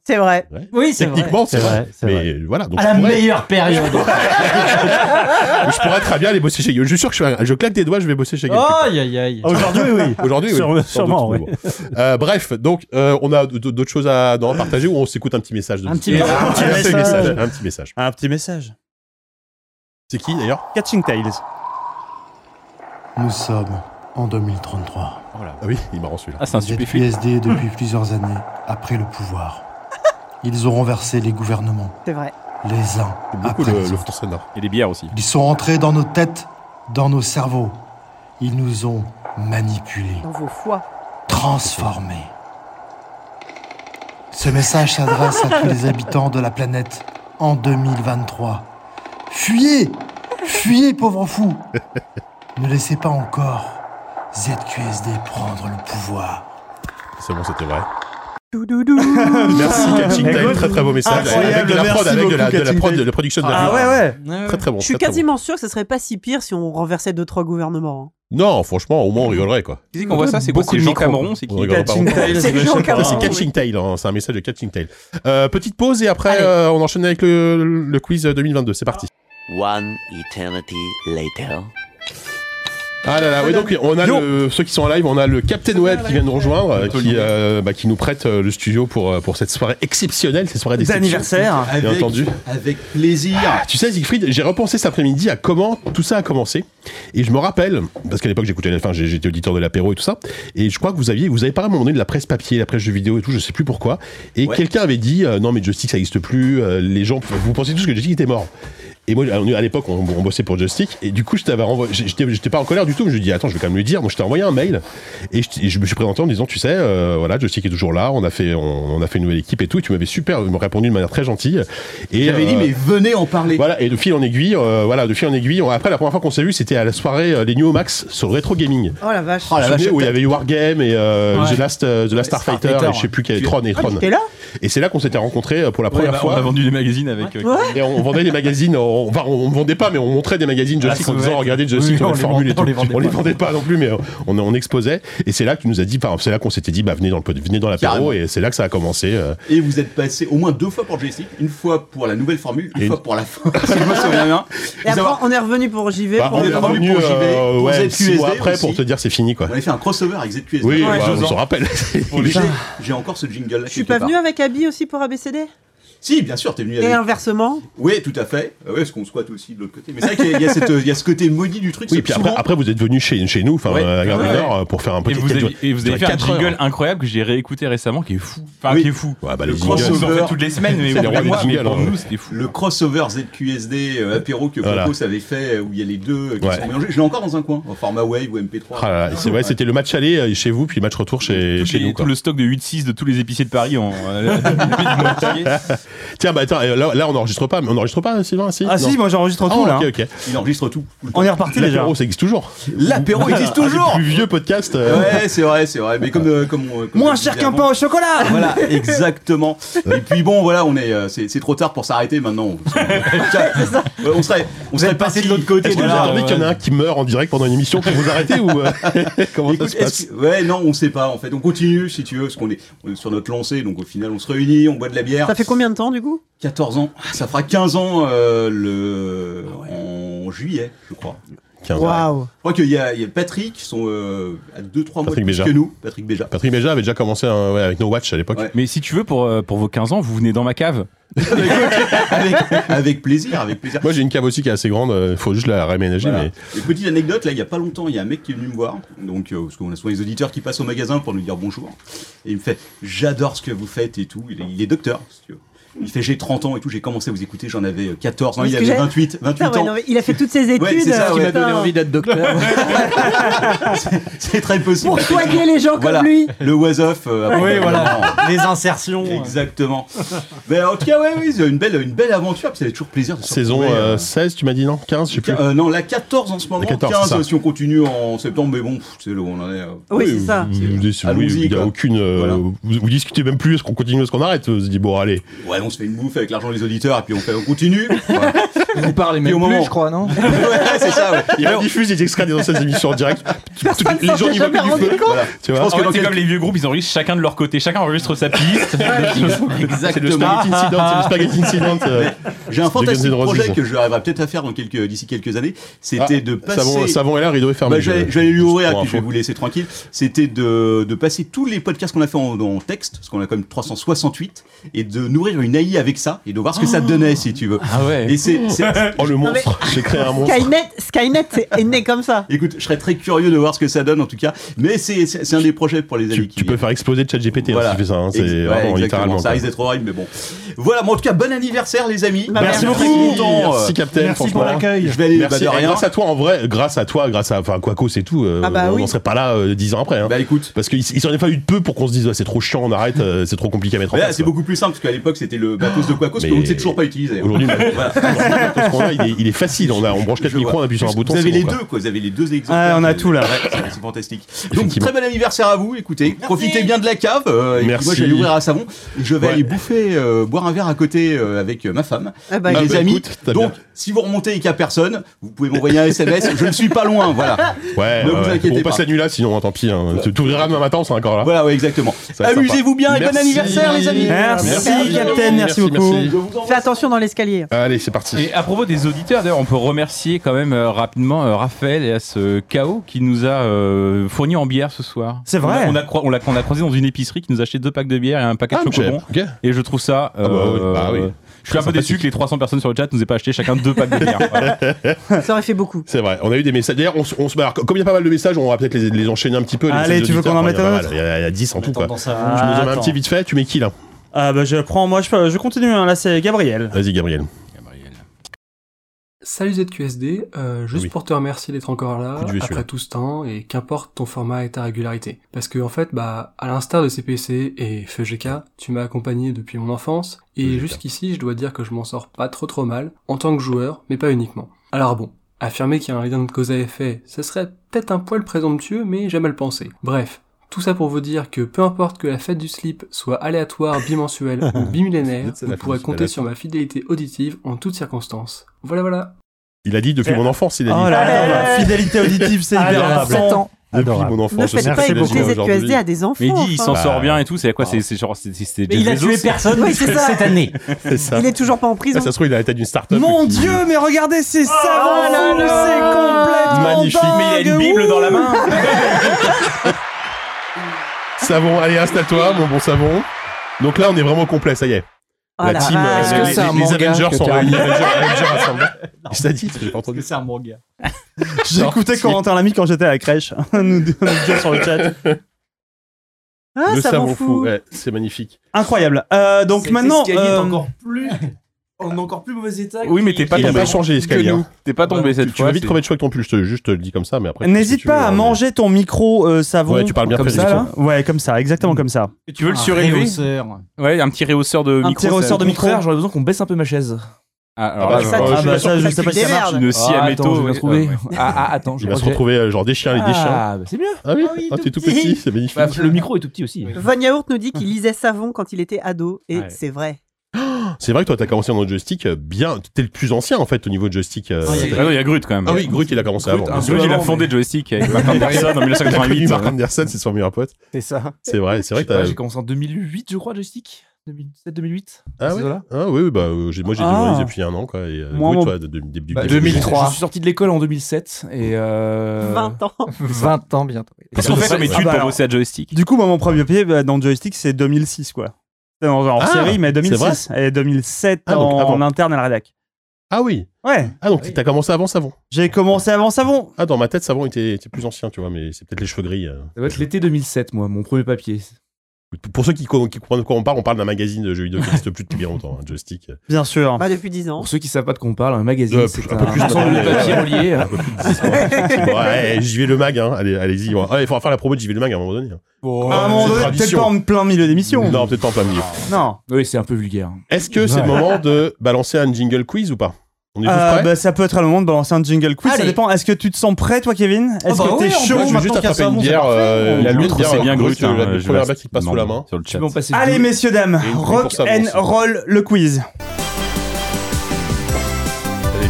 Speaker 4: C'est vrai.
Speaker 6: Ouais.
Speaker 4: Oui, c'est
Speaker 6: Techniquement
Speaker 4: vrai.
Speaker 6: c'est
Speaker 4: C'est
Speaker 6: vrai.
Speaker 4: vrai,
Speaker 6: Mais voilà. Donc
Speaker 2: À
Speaker 6: je
Speaker 2: la
Speaker 6: pourrais-
Speaker 2: meilleure période.
Speaker 6: je pourrais très bien aller bosser chez. Je suis sûr que je, fais un- je claque des doigts, je vais bosser chez Gamecult.
Speaker 2: Aïe, aïe, aïe.
Speaker 6: Aujourd'hui,
Speaker 2: oui.
Speaker 6: Aujourd'hui, oui.
Speaker 2: Sûre-
Speaker 6: Sans
Speaker 2: sûrement,
Speaker 6: doute,
Speaker 2: oui.
Speaker 6: mais bon. Euh, bref, donc, euh, on a d- d- d'autres choses à, non, à partager ou on s'écoute un petit message de
Speaker 1: Un petit
Speaker 6: Ah,
Speaker 1: message.
Speaker 6: un petit
Speaker 1: Un petit
Speaker 6: message.
Speaker 1: message.
Speaker 6: Un petit message.
Speaker 1: Un petit message.
Speaker 6: C'est qui d'ailleurs
Speaker 1: Catching Tales.
Speaker 15: Nous sommes en 2033.
Speaker 6: Ah oui, il m'a rendu celui-là.
Speaker 15: ZQSD est depuis plusieurs années après le pouvoir. Ils ont renversé les gouvernements,
Speaker 4: C'est vrai.
Speaker 15: les uns
Speaker 6: C'est beaucoup
Speaker 15: après
Speaker 6: le,
Speaker 15: les
Speaker 6: le
Speaker 15: autres.
Speaker 6: Fontenay.
Speaker 7: Et les bières aussi.
Speaker 15: Ils sont entrés dans nos têtes, dans nos cerveaux. Ils nous ont manipulés,
Speaker 4: Dans vos foies.
Speaker 15: transformés. Ce message s'adresse à tous les habitants de la planète en 2023. Fuyez Fuyez, pauvre fou Ne laissez pas encore ZQSD prendre le pouvoir.
Speaker 6: C'est bon, c'était vrai. Merci Catching Time, très très beau message.
Speaker 4: Ah. Incroyable,
Speaker 6: Avec de la
Speaker 4: merci
Speaker 6: prod, avec de la,
Speaker 4: beaucoup,
Speaker 6: de la
Speaker 4: Catching
Speaker 6: prod,
Speaker 4: Time.
Speaker 6: de la production de
Speaker 4: Ah
Speaker 6: la-
Speaker 4: ouais, ouais.
Speaker 6: Très très bon.
Speaker 4: Je suis
Speaker 6: très, très
Speaker 4: quasiment sûr que ce serait pas si pire si on renversait deux trois gouvernements. hein.
Speaker 6: bon. Non, franchement, au moins on rigolerait quoi.
Speaker 7: Qui c'est qu'on voit ça C'est quoi
Speaker 6: Beaucoup
Speaker 7: C'est
Speaker 6: de
Speaker 7: Jean
Speaker 6: micros.
Speaker 7: Cameron C'est qui
Speaker 6: On rigolera pas
Speaker 7: Catching
Speaker 6: longtemps.
Speaker 7: Tail,
Speaker 6: C'est
Speaker 7: Jean Cameron,
Speaker 6: C'est Catching Tail, hein, c'est un message de Catching Tail. Euh, petite pause et après euh, on enchaîne avec le, le quiz 2022. C'est parti.
Speaker 16: One eternity later.
Speaker 6: Ah là là, oui, donc on a le- ceux qui sont en live, on a le Captain Web qui vient nous rejoindre, euh, qui, euh, bah, qui nous prête euh, le studio pour, euh, pour cette soirée exceptionnelle, cette soirée d'exception.
Speaker 1: D'anniversaire.
Speaker 6: Bien
Speaker 1: Avec-
Speaker 6: entendu. Avec plaisir. Ah, tu sais, Siegfried, j'ai repensé cet après-midi à comment tout ça a commencé. Et je me rappelle, parce qu'à l'époque, j'écoutais, enfin, j'ai- j'étais auditeur de l'apéro et tout ça. Et je crois que vous aviez, vous avez parlé à un moment donné de la presse papier, la presse jeux vidéo et tout, je sais plus pourquoi. Et quelqu'un avait dit, euh, non, mais joystick, ça existe plus, euh, les gens, vous pensez tous que joystick était mort. Et moi, à l'époque, on, on bossait pour Joystick, et du coup, je t'avais renvoyé. J'étais j'étais pas en colère du tout, mais je me suis dit, attends, je vais quand même lui dire. Donc, je t'ai envoyé un mail, et je, t- et je me suis présenté en disant, tu sais, euh, voilà, Joystick est toujours là, on a, fait, on, on a fait une nouvelle équipe et tout, et tu m'avais super me répondu de manière très gentille. Et
Speaker 17: J'avais dit, mais venez en parler.
Speaker 6: Euh, Voilà, et de fil en aiguille, euh, voilà, de fil en aiguille. on- après, la première fois qu'on s'est vu, c'était à la soirée euh, Les New Max sur le Retro Gaming.
Speaker 4: Oh la vache.
Speaker 6: Tu te souviens où il y avait eu Wargame et euh, The Last, euh, The Last Starfighter,
Speaker 4: Starfighter,
Speaker 6: et je sais plus quel
Speaker 4: ouais.
Speaker 6: Tron et
Speaker 4: Ah,
Speaker 6: Tron.
Speaker 4: t'étais là
Speaker 6: et c'est là qu'on s'était rencontrés euh, pour la
Speaker 7: Ouais,
Speaker 6: première
Speaker 7: bah,
Speaker 6: fois.
Speaker 7: on a vendu des magazines avec. euh,
Speaker 6: Et on vendait des magazines, on, enfin, on vendait pas, mais on montrait des magazines Joystick
Speaker 7: Ah,
Speaker 6: en disant
Speaker 7: ouais.
Speaker 6: regardez
Speaker 7: Oui,
Speaker 6: Joystick, on,
Speaker 7: on
Speaker 6: les
Speaker 7: les
Speaker 6: formule et
Speaker 7: vendait- on
Speaker 6: tout.
Speaker 7: les vendait
Speaker 6: On les
Speaker 7: pas.
Speaker 6: vendait pas non plus, mais euh, on, on exposait. Et c'est là que tu nous as dit, par- c'est là qu'on s'était dit, bah venez dans le pod- venez dans l'apéro,
Speaker 17: Carrément.
Speaker 6: et c'est là que ça a commencé. euh,
Speaker 17: Et vous êtes passé au moins deux fois pour joystick, une fois pour la nouvelle formule, une
Speaker 6: Et-
Speaker 17: fois pour la fin. si je me souviens bien.
Speaker 4: Et après, on est revenu pour JV.
Speaker 6: bah,
Speaker 4: pour
Speaker 6: on est
Speaker 4: le-
Speaker 6: revenu
Speaker 17: pour JV,
Speaker 6: euh,
Speaker 17: pour
Speaker 6: ouais,
Speaker 17: ZQSD
Speaker 6: six mois après pour
Speaker 17: aussi.
Speaker 6: te dire c'est fini quoi.
Speaker 17: On avait fait un crossover avec ZQSD.
Speaker 6: Oui,
Speaker 17: Ouais,
Speaker 6: bah,
Speaker 17: deux
Speaker 6: on
Speaker 17: ans.
Speaker 6: s'en rappelle.
Speaker 17: J'ai- J'ai encore ce jingle là.
Speaker 4: Je suis pas venu avec Abby aussi pour ABCD
Speaker 17: Si, bien sûr, t'es venu avec.
Speaker 4: Et inversement.
Speaker 17: Oui, tout à fait. Euh, Ouais, parce qu'on squatte aussi de l'autre côté. Mais c'est vrai qu'il y a- il y, a cette, euh, il y a ce côté maudit du truc.
Speaker 6: Oui,
Speaker 17: c'est
Speaker 6: puis
Speaker 17: que
Speaker 6: après,
Speaker 17: souvent-
Speaker 6: après vous êtes venu chez, chez nous, enfin
Speaker 17: Ouais.
Speaker 6: à Gare du
Speaker 17: Ouais.
Speaker 6: Nord, euh, pour faire un
Speaker 7: Et
Speaker 6: petit.
Speaker 7: vous, avez, et vous avez fait un
Speaker 6: quatre heures.
Speaker 7: jingle incroyable que j'ai réécouté récemment qui est fou. Enfin,
Speaker 17: Oui.
Speaker 7: qui est fou.
Speaker 6: Ouais, bah,
Speaker 7: le
Speaker 6: les jingles.
Speaker 7: crossover. en fait toutes les semaines, mais
Speaker 17: C'est
Speaker 7: pour
Speaker 17: les rois
Speaker 7: moi,
Speaker 17: des
Speaker 7: mais
Speaker 17: jingles,
Speaker 7: pour
Speaker 17: hein.
Speaker 7: nous, c'était fou.
Speaker 17: Le crossover ZQSD euh, apéro que
Speaker 6: Voilà.
Speaker 17: Focus avait fait, euh, où il y a les deux euh, qui
Speaker 6: Ouais.
Speaker 17: sont mélangés. Je l'ai encore dans un coin, en format Wave ou MP3.
Speaker 6: Ah là là, c'est vrai, c'était le match aller euh, chez vous, puis le match retour chez,
Speaker 7: Tout,
Speaker 6: chez
Speaker 7: les-
Speaker 6: nous.
Speaker 7: tout
Speaker 6: quoi.
Speaker 7: le stock de 8-6 de tous les épiciers de Paris en. euh, la- la- la- moitié.
Speaker 6: Tiens, bah attends, euh, là, là, on n'enregistre pas, mais on n'enregistre pas, Sylvain si
Speaker 1: Ah
Speaker 6: Non.
Speaker 1: si, moi, j'enregistre tout, là.
Speaker 6: Ok, ok.
Speaker 17: Il enregistre tout.
Speaker 1: On est reparti déjà.
Speaker 6: L'apéro, ça existe toujours. Ah,
Speaker 17: L'apéro existe toujours.
Speaker 6: Le plus vieux podcast. euh,
Speaker 17: Ouais, c'est vrai, c'est vrai. Mais comme, euh, comme, on- comme
Speaker 1: Moins
Speaker 17: on disait
Speaker 1: cher qu'un
Speaker 17: avant.
Speaker 1: pain au chocolat
Speaker 17: Voilà, exactement. Et puis bon, voilà, on est, euh, c'est c'est trop tard pour s'arrêter maintenant. Ouais, on serait, on serait passé de l'autre côté.
Speaker 6: Est-ce que vous
Speaker 17: voilà.
Speaker 6: attendez qu'il y en a un qui meurt en direct pendant une émission pour vous arrêter ou euh, comment
Speaker 17: Écoute,
Speaker 6: ça se passe
Speaker 17: est-ce que- Ouais, non, on sait pas en fait. On continue si tu veux, parce qu'on est, on est sur notre lancée, donc au final on se réunit, on boit de la bière.
Speaker 4: Ça fait combien de temps du coup
Speaker 17: 14 ans. Ah, Ça fera 15 ans euh, le... en juillet, je crois.
Speaker 6: 15
Speaker 4: ans. Waouh.
Speaker 17: Je crois qu'il y, a- il y a Patrick, sont euh, à 2-3 mois de
Speaker 6: Patrick
Speaker 17: plus
Speaker 6: Béja.
Speaker 17: que nous. Patrick Béja.
Speaker 6: Patrick Béja avait déjà commencé un- ouais, avec No Watch à l'époque.
Speaker 7: Mais si tu veux, pour, euh, pour vos 15 ans, vous venez dans ma cave.
Speaker 17: avec, avec plaisir, avec plaisir.
Speaker 6: Moi j'ai une cave aussi qui est assez grande, euh, faut juste la réaménager.
Speaker 17: Voilà.
Speaker 6: Mais...
Speaker 17: Et petite anecdote, là, il y a pas longtemps, il y a un mec qui est venu me voir. Donc, euh, parce qu'on a souvent les auditeurs qui passent au magasin pour nous dire bonjour. Et il me fait J'adore ce que vous faites et tout. Il est, il est docteur, si tu veux. Il fait J'ai 30 ans et tout, j'ai commencé à vous écouter, j'en avais euh, 14 ans,
Speaker 4: Parce
Speaker 17: il
Speaker 4: que
Speaker 17: avait
Speaker 4: j'ai-
Speaker 17: 28, 28
Speaker 4: Putain, ouais,
Speaker 17: ans.
Speaker 4: non, mais il a fait toutes ses études.
Speaker 17: Ouais, c'est ça,
Speaker 4: euh,
Speaker 17: ouais.
Speaker 4: putain.
Speaker 17: d'être docteur. C'est- c'est très possible.
Speaker 4: Pour soigner les gens comme
Speaker 17: Voilà.
Speaker 4: lui.
Speaker 17: Le was off. euh, après,
Speaker 2: Oui, voilà.
Speaker 17: vraiment.
Speaker 2: Les insertions.
Speaker 17: Exactement. Mais en tout cas, ouais, oui, c'est une belle, une belle aventure. Puis ça fait toujours plaisir de se
Speaker 6: Saison
Speaker 17: retrouver,
Speaker 6: euh,
Speaker 17: euh,
Speaker 6: 16, tu m'as dit non 15, je sais plus.
Speaker 17: euh, non, la 14 en ce moment.
Speaker 6: La 14, c'est
Speaker 17: 15
Speaker 6: ça.
Speaker 17: si on continue en septembre, mais bon, pff, c'est là où on en est. euh.
Speaker 6: Vous, vous- vous-
Speaker 17: Allons-y,
Speaker 6: il y a
Speaker 17: quoi.
Speaker 6: aucune. euh, vous, vous discutez même plus, est-ce qu'on continue, est-ce qu'on arrête Vous se dit bon, allez.
Speaker 17: Ouais, on se fait une bouffe avec l'argent des auditeurs et puis on fait, on continue. Voilà.
Speaker 8: Vous parlez
Speaker 17: Puis
Speaker 8: même
Speaker 17: au moment-
Speaker 8: plus, je crois, non
Speaker 17: ouais, c'est ça, ouais.
Speaker 6: Il diffuse des extraits des anciennes émissions en direct.
Speaker 17: les gens, ils voient que du feu. Voilà.
Speaker 6: Tu
Speaker 7: Je
Speaker 6: vois
Speaker 7: pense
Speaker 6: En
Speaker 7: que
Speaker 6: fait,
Speaker 7: c'est comme les vieux groupes, ils enregistrent chacun de leur côté. Chacun enregistre sa piste.
Speaker 6: C'est le Spaghetti Incident, c'est le Spaghetti Incident. euh,
Speaker 17: J'ai
Speaker 6: de
Speaker 17: un
Speaker 6: Guns
Speaker 17: fantastique
Speaker 6: N' Roses.
Speaker 17: projet que j'arriverai peut-être à faire dans quelques, d'ici quelques années. C'était
Speaker 6: Ah,
Speaker 17: de passer.
Speaker 6: Savon- Savon et l'air, il doit fermer,
Speaker 17: Bah, j'allais
Speaker 6: je-
Speaker 17: j'allais lui
Speaker 6: juste
Speaker 17: ouvrir,
Speaker 6: pour
Speaker 17: puis je vais
Speaker 6: info.
Speaker 17: vous laisser tranquille. C'était de, de passer tous les podcasts qu'on a fait en, en texte, parce qu'on a quand même 368, et de nourrir une AI avec ça, et de voir ce que ça donnait, si tu veux.
Speaker 6: Ah ouais.
Speaker 17: Et c'est. c'est-
Speaker 6: Oh le
Speaker 17: Non, mais-
Speaker 6: monstre, j'ai créé un monstre.
Speaker 4: Skynet, Skynet, c'est né comme ça.
Speaker 17: Écoute, je serais très curieux de voir ce que ça donne en tout cas, mais c'est c'est- c'est un des projets pour les années qui
Speaker 6: Tu peux faire exploser ChatGPT hein, si tu fais ça, hein,
Speaker 17: Ex- ouais,
Speaker 6: c'est vraiment
Speaker 17: exactement,
Speaker 6: littéralement.
Speaker 17: Ça
Speaker 6: quoi.
Speaker 17: risque d'être horrible, mais bon. Voilà, mais en tout cas, bon anniversaire, les amis.
Speaker 4: Bah,
Speaker 6: Merci
Speaker 17: Très
Speaker 6: beaucoup.
Speaker 17: content, euh,
Speaker 6: Merci Captain. franchement.
Speaker 17: Je vais aller
Speaker 6: Merci.
Speaker 17: bah, de
Speaker 6: Et
Speaker 17: rien.
Speaker 6: Grâce à toi en vrai, grâce à toi, grâce à enfin Quaco c'est tout. euh,
Speaker 17: Ah bah
Speaker 6: on
Speaker 17: oui.
Speaker 6: n'en serait pas là dix ans après.
Speaker 17: Bah écoute,
Speaker 6: parce qu'il il s'en est fallu de peu pour qu'on se dise ouais, c'est trop chiant, on arrête, euh, c'est trop compliqué à mettre en
Speaker 17: Mais là,
Speaker 6: place.
Speaker 17: c'est beaucoup plus simple parce qu'à l'époque c'était le le matos de Quacos
Speaker 6: Mais-
Speaker 17: qu'on ne sait toujours pas utiliser.
Speaker 6: Aujourd'hui, le-
Speaker 17: Voilà.
Speaker 6: Parce qu'on a, il, est, il est facile. On, a, on branche 4
Speaker 17: Je vois.
Speaker 6: micros, on appuie sur un
Speaker 17: Vous
Speaker 6: bouton.
Speaker 17: avez
Speaker 6: c'est bon,
Speaker 17: les
Speaker 6: quoi.
Speaker 17: deux, quoi. Vous avez les deux exemples.
Speaker 6: Ah, on a tout, là.
Speaker 17: c'est fantastique. Donc, très bon anniversaire à vous. Écoutez, profitez bien de la cave. euh, et puis
Speaker 6: Merci.
Speaker 17: Moi, j'allais ouvrir un savon. Et je vais
Speaker 6: Ouais.
Speaker 17: aller bouffer, euh, boire un verre à côté euh, avec euh, ma femme
Speaker 4: Ah bah,
Speaker 17: et
Speaker 4: Ah
Speaker 17: mes
Speaker 4: bah,
Speaker 17: amis.
Speaker 4: écoute, t'as
Speaker 17: Donc, si vous remontez et qu'il n'y a personne, vous pouvez m'envoyer un SMS. je ne suis pas loin. Voilà.
Speaker 6: Ouais,
Speaker 17: Ne
Speaker 6: ouais,
Speaker 17: vous
Speaker 6: ouais.
Speaker 17: inquiétez
Speaker 6: on passe
Speaker 17: pas.
Speaker 6: la nuit là, sinon hein, tant pis. Hein. Tu ouvriras demain matin, on sera encore là.
Speaker 17: Voilà, ouais, exactement. Amusez-vous bien et bon anniversaire, les amis.
Speaker 6: Ah,
Speaker 4: Merci,
Speaker 17: Captain,
Speaker 4: merci
Speaker 17: beaucoup.
Speaker 4: Fais attention dans l'escalier.
Speaker 6: Allez, c'est parti.
Speaker 7: Et à propos des auditeurs, d'ailleurs, on peut remercier quand même euh, rapidement euh, Raphaël et à ce KO qui nous a euh, fourni en bière ce soir.
Speaker 1: C'est vrai.
Speaker 7: On a- on a, croi- on l'a on a croisé dans une épicerie qui nous a acheté deux packs de bière et un paquet
Speaker 6: Ah,
Speaker 7: de chocobons.
Speaker 6: ok.
Speaker 7: Et je trouve ça.
Speaker 6: bah oui,
Speaker 7: euh,
Speaker 6: bah oui.
Speaker 7: Je suis un peu déçu que les 300 personnes sur le chat nous aient pas acheté chacun deux packs de bière. Voilà.
Speaker 4: Ça aurait fait beaucoup.
Speaker 6: C'est vrai, on a eu des messages. D'ailleurs, on, se- on se barre. Comme il y a pas mal de messages, on va peut-être les, les enchaîner un petit peu. les
Speaker 1: Allez,
Speaker 6: messages
Speaker 1: tu veux
Speaker 6: auditeurs.
Speaker 1: qu'on en
Speaker 6: Bon,
Speaker 1: mette
Speaker 6: il y a
Speaker 1: un
Speaker 6: pas
Speaker 1: autre
Speaker 6: mal, Il y, a- il y a 10 en tout. Quoi.
Speaker 1: tendance à-
Speaker 6: tu nous en mets un
Speaker 1: Ah, Attends.
Speaker 6: petit vite fait, tu mets qui là
Speaker 1: Ah bah je prends, moi je, peux- je continue, hein, là c'est Gabriel.
Speaker 6: Vas-y, Gabriel.
Speaker 18: Salut ZQSD, euh, juste
Speaker 6: Oui.
Speaker 18: pour te remercier d'être encore là,
Speaker 6: Coup de vieux, celui-là.
Speaker 18: après tout ce temps, et qu'importe ton format et ta régularité. Parce que en fait, bah, à l'instar de CPC et FGK, tu m'as accompagné depuis mon enfance, et jusqu'ici, je dois dire que je m'en sors pas trop trop mal, en tant que joueur, mais pas uniquement. Alors bon, affirmer qu'il y a un lien de cause à effet, ce serait peut-être un poil présomptueux, mais jamais le penser. Bref, tout ça pour vous dire que peu importe que la fête du slip soit aléatoire, bimensuelle ou bimillénaire,
Speaker 6: Ça, la
Speaker 18: vous
Speaker 6: fête
Speaker 18: pourrez
Speaker 6: du slip
Speaker 18: compter
Speaker 6: aléatoire.
Speaker 18: sur ma fidélité auditive en toutes circonstances. Voilà, voilà.
Speaker 6: Il a dit depuis
Speaker 18: Eh.
Speaker 6: mon enfance, il a dit.
Speaker 18: Oh là là, la fidélité
Speaker 1: auditive, c'est hyper important.
Speaker 6: Depuis
Speaker 1: Adorable.
Speaker 6: mon enfance.
Speaker 1: Ne
Speaker 6: je
Speaker 1: faites
Speaker 6: sais
Speaker 1: pas
Speaker 6: ce que
Speaker 1: écouter
Speaker 6: j'ai aujourd'hui.
Speaker 1: ZQSD à des enfants,
Speaker 7: Mais dis, il
Speaker 1: enfin.
Speaker 7: s'en sort
Speaker 1: Bah.
Speaker 7: bien et tout. C'est quoi C'est c'est genre. c'est- c'est- c'est
Speaker 1: Mais il a
Speaker 7: Jeff
Speaker 1: tué
Speaker 7: Bezos.
Speaker 1: personne Oui, c'est ça. cette année.
Speaker 6: C'est ça.
Speaker 1: Il est toujours pas en prison.
Speaker 6: Ah, ça se trouve, il a la tête d'une start-up.
Speaker 1: Mon
Speaker 6: qui-
Speaker 1: dieu, mais regardez ces savants fous, c'est complètement
Speaker 6: Magnifique.
Speaker 1: dingue, ouh. Ah.
Speaker 6: savon, allez, installe-toi, mon bon savon. Donc là, on est vraiment complet, ça y est.
Speaker 4: Oh la
Speaker 6: euh,
Speaker 4: vache. Est-ce que
Speaker 6: les,
Speaker 4: c'est un
Speaker 6: les
Speaker 4: manga
Speaker 6: Avengers
Speaker 4: que
Speaker 6: sont
Speaker 4: t'as
Speaker 6: réunis.
Speaker 4: regardé
Speaker 6: Avengers, Avengers assemblés. Je t'ai dit, j'ai pas entendu.
Speaker 2: C'est un manga.
Speaker 1: J'écoutais Corentin Lamy quand j'étais à la crèche, nous, nous dire sur le chat.
Speaker 4: Ah,
Speaker 6: le
Speaker 1: Ah, ça
Speaker 6: savon
Speaker 1: m'en
Speaker 6: fou,
Speaker 1: fout.
Speaker 6: ouais, c'est magnifique.
Speaker 1: Incroyable. Euh, donc
Speaker 6: Cet
Speaker 1: maintenant,
Speaker 6: escalier est
Speaker 1: euh,
Speaker 6: encore
Speaker 14: Plus, en encore plus mauvais état.
Speaker 7: Oui, mais t'es pas
Speaker 6: Il a
Speaker 7: tombé.
Speaker 6: pas changé l'escalier.
Speaker 7: Que nous.
Speaker 6: hein.
Speaker 7: T'es pas tombé cette
Speaker 6: tu,
Speaker 7: fois.
Speaker 6: Tu vas vite
Speaker 7: c'est-
Speaker 6: crever de choix avec ton pull, je te, juste te le dis comme ça, mais après. tu fais ce que
Speaker 1: n'hésite
Speaker 6: tu veux,
Speaker 1: pas à
Speaker 6: hein, mais-
Speaker 1: manger ton micro euh, savon.
Speaker 6: Ouais, tu parles bien
Speaker 1: comme
Speaker 6: près du
Speaker 1: ça. là.
Speaker 6: micro.
Speaker 1: Ouais, comme ça, exactement comme ça.
Speaker 7: Tu veux le
Speaker 1: Un
Speaker 7: surélever
Speaker 1: réhausseur.
Speaker 7: Ouais, un petit réhausseur de
Speaker 1: Un
Speaker 7: micro.
Speaker 1: petit réhausseur
Speaker 7: ça-
Speaker 1: de micro.
Speaker 7: Frère,
Speaker 14: J'aurais besoin qu'on baisse un peu ma chaise.
Speaker 7: Ah,
Speaker 6: Ah
Speaker 7: alors
Speaker 6: bah,
Speaker 7: là,
Speaker 6: je-
Speaker 7: je-
Speaker 6: ah,
Speaker 7: je suis
Speaker 6: bah,
Speaker 7: pas
Speaker 6: ça,
Speaker 7: sûr
Speaker 6: je
Speaker 7: que
Speaker 6: sais pas
Speaker 7: calcul
Speaker 6: si ça
Speaker 7: marche.
Speaker 6: marche.
Speaker 7: Une scie
Speaker 6: Ah,
Speaker 7: à
Speaker 6: attends,
Speaker 7: métaux.
Speaker 6: je vais
Speaker 7: ouais.
Speaker 6: trouver.
Speaker 14: Ah, ah, attends,
Speaker 6: Il va se retrouver euh, genre des chiens, les des chiens.
Speaker 14: Ah, bah, c'est bien.
Speaker 6: Ah oui,
Speaker 14: Ah oui,
Speaker 6: ah,
Speaker 14: tout
Speaker 6: t'es tout
Speaker 14: petit.
Speaker 6: petit, c'est magnifique.
Speaker 14: Bah, le micro est tout petit aussi.
Speaker 4: Von Yaourt nous dit qu'il lisait Savon quand il était ado, et
Speaker 6: Ouais.
Speaker 4: c'est vrai.
Speaker 6: C'est vrai que toi, t'as commencé dans le joystick euh, bien. T'es le plus ancien en fait au niveau de joystick. euh,
Speaker 7: Ah, il y a- Ah non, il y a Grut, quand même.
Speaker 6: Ah oui, Grut, il a commencé
Speaker 7: Grut,
Speaker 6: avant.
Speaker 7: un peu Grut, il a avant, fondé mais- Joystick avec Mark Anderson en
Speaker 6: Il a connu
Speaker 7: 1988.
Speaker 6: Mark Anderson, c'est son meilleur pote.
Speaker 14: C'est ça.
Speaker 6: C'est vrai, c'est vrai que
Speaker 14: Ouais,
Speaker 6: t'as.
Speaker 14: J'ai commencé en 2008, je crois, joystick. 2007, 2008.
Speaker 6: Ah oui, ah oui, oui, bah euh, j'ai- moi j'ai
Speaker 14: Ah.
Speaker 6: démoralisé depuis un an quoi. Et, euh,
Speaker 14: Moi,
Speaker 6: Grut,
Speaker 14: mon-
Speaker 6: toi, de- de- début
Speaker 14: Bah,
Speaker 6: début-
Speaker 14: Je suis sorti de l'école en 2007 et euh...
Speaker 4: 20 ans.
Speaker 14: 20 ans bientôt.
Speaker 7: Parce qu'on fait comme étude
Speaker 1: bah
Speaker 7: pour
Speaker 1: alors.
Speaker 7: bosser à joystick.
Speaker 1: Du coup, moi, mon premier pied bah, dans le joystick, c'est 2006, quoi. C'est dans en
Speaker 6: Ah,
Speaker 1: série, mais
Speaker 6: c'est
Speaker 1: 2006 et 2007
Speaker 6: Ah, donc
Speaker 1: en,
Speaker 6: avant.
Speaker 1: en interne à la rédac.
Speaker 6: Ah oui.
Speaker 1: Ouais.
Speaker 6: Ah donc t'as commencé avant Savon.
Speaker 1: J'ai commencé avant Savon.
Speaker 6: Ah dans ma tête Savon était, était plus ancien tu vois, mais c'est peut-être les cheveux gris. euh.
Speaker 14: Ça doit être l'été 2007, moi, mon premier papier.
Speaker 6: Pour ceux qui, co- qui comprennent de quoi on parle, on parle d'un magazine de jeux vidéo qui existe plus depuis bien longtemps, hein, joystick. euh.
Speaker 1: Bien sûr.
Speaker 4: Bah, depuis 10 ans.
Speaker 14: Pour ceux qui savent pas de quoi on parle, un magazine,
Speaker 6: Euh,
Speaker 14: c'est
Speaker 6: un peu plus
Speaker 14: un euh, ensemble de
Speaker 6: maintenant,
Speaker 14: papiers
Speaker 6: ouais.
Speaker 14: reliés.
Speaker 6: euh,
Speaker 14: hein.
Speaker 6: Un peu plus de dix ans. Ouais, j'y vais le mag, hein. allez, allez-y. ouais. Ah, il faudra faire la promo de j'y vais le mag à un moment donné. hein.
Speaker 1: à un moment
Speaker 6: c'est
Speaker 1: donné, peut-être
Speaker 6: tradition.
Speaker 1: pas en plein milieu d'émission.
Speaker 6: Non, peut-être pas en plein milieu.
Speaker 1: Non.
Speaker 14: Oui, c'est un peu vulgaire.
Speaker 6: Est-ce que c'est le
Speaker 1: Ouais.
Speaker 6: moment de balancer un jingle quiz ou pas On est tous
Speaker 7: Ah,
Speaker 1: Euh,
Speaker 6: prêts
Speaker 1: bah, ça peut être à le moment de balancer un jingle quiz. Ça
Speaker 6: Allez.
Speaker 1: dépend. Est-ce que tu te sens prêt, toi, Kevin
Speaker 2: Oh,
Speaker 1: Est-ce
Speaker 14: Ah bah
Speaker 1: que t'es
Speaker 14: ouais, on
Speaker 1: chaud
Speaker 14: peut-
Speaker 6: Je vais juste attraper une bière. euh,
Speaker 7: La
Speaker 6: je vais
Speaker 7: loutre,
Speaker 6: dire,
Speaker 7: c'est
Speaker 6: euh,
Speaker 7: bien
Speaker 6: grosse,
Speaker 7: Grut,
Speaker 6: euh,
Speaker 7: hein,
Speaker 6: La
Speaker 7: je vais
Speaker 6: première
Speaker 7: la-
Speaker 6: bière qui te passe sous la main.
Speaker 7: sur le chat.
Speaker 14: Tu peux en passer
Speaker 1: Allez,
Speaker 14: deux.
Speaker 1: messieurs, dames,
Speaker 14: Et une prix
Speaker 1: rock
Speaker 14: pour ça, bon,
Speaker 1: and
Speaker 14: ça.
Speaker 1: roll le quiz.
Speaker 6: Allez.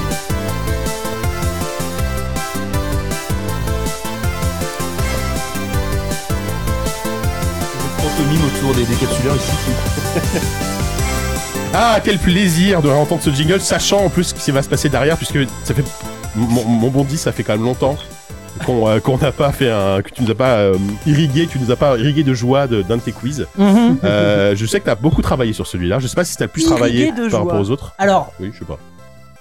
Speaker 14: pantomime autour des décapsuleurs ici.
Speaker 6: Ah, quel plaisir de entendre ce jingle, sachant en plus ce qui va se passer derrière, puisque ça fait. Mon, mon bondi, ça fait quand même longtemps qu'on euh, qu'on n'a pas fait un. que tu nous as pas euh, irrigué, tu nous as pas irrigué de joie de- d'un de, tes quiz.
Speaker 4: Mhm.
Speaker 6: Euh, je sais que t'as beaucoup travaillé sur celui-là, je sais pas si t'as le plus
Speaker 4: Irrigué
Speaker 6: travaillé
Speaker 4: de
Speaker 6: par
Speaker 4: joie.
Speaker 6: rapport aux autres.
Speaker 13: Alors-
Speaker 6: Oui, je sais pas.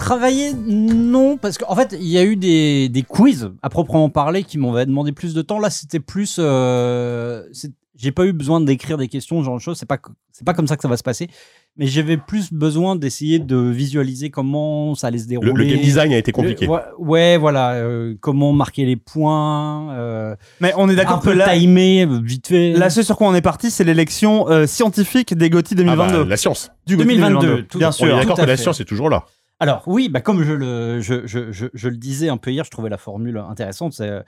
Speaker 13: Travailler, non, parce qu'en fait, il y a eu des, des quiz à proprement parler qui m'ont demandé plus de temps. Là, c'était plus. euh, c'est-
Speaker 2: j'ai pas eu besoin d'écrire des questions, ce genre de choses. C'est pas, co- c'est pas comme ça que ça va se passer. Mais j'avais plus besoin d'essayer de visualiser comment ça allait se dérouler.
Speaker 6: game design a été compliqué.
Speaker 2: Le- ouais, ouais, voilà. euh, comment marquer les points. euh,
Speaker 1: Mais on est d'accord
Speaker 2: un
Speaker 1: que
Speaker 2: peu
Speaker 1: là-
Speaker 2: timé, vite fait.
Speaker 1: Là, ce sur quoi on est parti, c'est l'élection euh, scientifique des GOTY 2022.
Speaker 6: Ah bah, la science.
Speaker 1: Du GOTY
Speaker 2: 2022, tout-
Speaker 1: bien
Speaker 2: on
Speaker 1: sûr.
Speaker 2: est d'accord Tout à que la fait. science
Speaker 6: est toujours là.
Speaker 2: Alors oui, bah, comme je le, je, je- je- je le disais un peu hier, je trouvais la formule intéressante. C'est euh,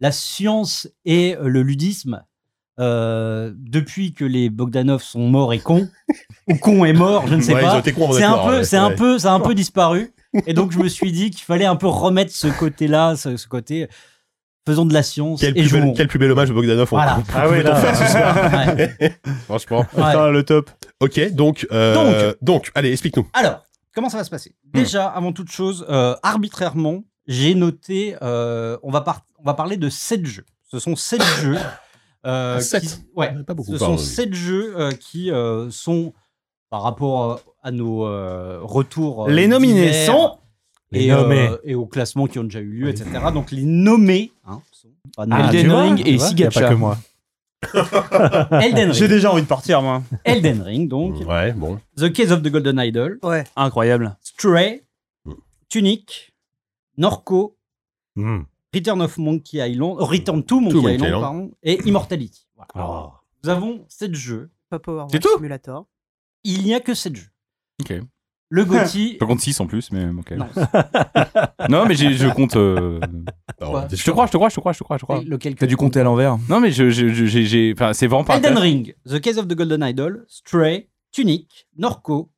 Speaker 2: la science et le ludisme. euh, depuis que les Bogdanov sont morts et cons, ou cons et morts, je ne sais
Speaker 6: Ouais, ils ont
Speaker 2: pas.
Speaker 6: été cons, on est
Speaker 2: C'est un
Speaker 6: d'accord,
Speaker 2: peu,
Speaker 6: ouais,
Speaker 2: c'est un
Speaker 6: ouais.
Speaker 2: peu, ça a un peu disparu. Et donc je me suis dit qu'il fallait un peu remettre ce côté-là, ce, ce côté faisons de la science
Speaker 6: Quel
Speaker 2: et
Speaker 6: plus, bel,
Speaker 2: jouons.
Speaker 6: quel plus bel hommage de Bogdanov on-
Speaker 2: Voilà.
Speaker 6: on peut-
Speaker 2: Ah ouais,
Speaker 6: peut-on
Speaker 2: là.
Speaker 6: faire ce soir Franchement.
Speaker 2: Putain,
Speaker 1: le top.
Speaker 6: Ok, donc, euh, donc. allez, explique-nous.
Speaker 2: Alors, comment ça va se passer
Speaker 1: Hmm.
Speaker 2: Déjà, avant toute chose, euh, arbitrairement, j'ai noté, euh, on, va par- on va parler de 7 jeux. Ce sont 7 jeux.
Speaker 1: Ah,
Speaker 2: euh,
Speaker 6: Sept
Speaker 2: qui- Ouais,
Speaker 6: Pas beaucoup,
Speaker 2: ce
Speaker 6: pardon.
Speaker 2: sont 7 jeux euh, qui euh, sont, par rapport à, à nos euh, retours. euh,
Speaker 1: Les nominés
Speaker 2: divers
Speaker 1: sont-
Speaker 2: Et,
Speaker 1: Les nommés.
Speaker 2: euh, et aux classements qui ont déjà eu lieu, etc. Donc les nommés hein, sont pas nommés.
Speaker 1: Elden Ring et
Speaker 2: Sigacha.
Speaker 1: Sigacha. pas que moi.
Speaker 2: Elden Ring.
Speaker 1: J'ai déjà envie de partir, moi.
Speaker 2: Elden Ring, donc.
Speaker 6: Ouais, bon.
Speaker 2: The Case of the Golden Idol.
Speaker 1: Incroyable.
Speaker 2: Stray, Tunic, Norco, Return of Monkey Island, euh, Return Hmm. to Monkey,
Speaker 6: Monkey
Speaker 2: Island,
Speaker 6: Island.
Speaker 2: pardon, et Immortality. Voilà. Nous avons 7 jeux.
Speaker 4: Pas Power
Speaker 2: C'est
Speaker 4: Wars
Speaker 2: tout
Speaker 4: Simulator.
Speaker 2: Il n'y a que 7 jeux.
Speaker 7: Ok.
Speaker 2: Le Gauthier.
Speaker 7: Je compte 6 en plus, mais ok.
Speaker 2: Non.
Speaker 7: Non, mais j'ai- je compte. euh,
Speaker 2: Quoi
Speaker 7: je te crois, je te crois, je te crois, je te crois. Je te crois.
Speaker 2: Et lequel que-
Speaker 7: T'as dû
Speaker 14: compter à l'envers.
Speaker 7: Non, mais je, je- je- j'ai- j'ai- enfin, c'est vraiment pas.
Speaker 2: Elden Ring, The Case of the Golden Idol, Stray, Tunic, Norco,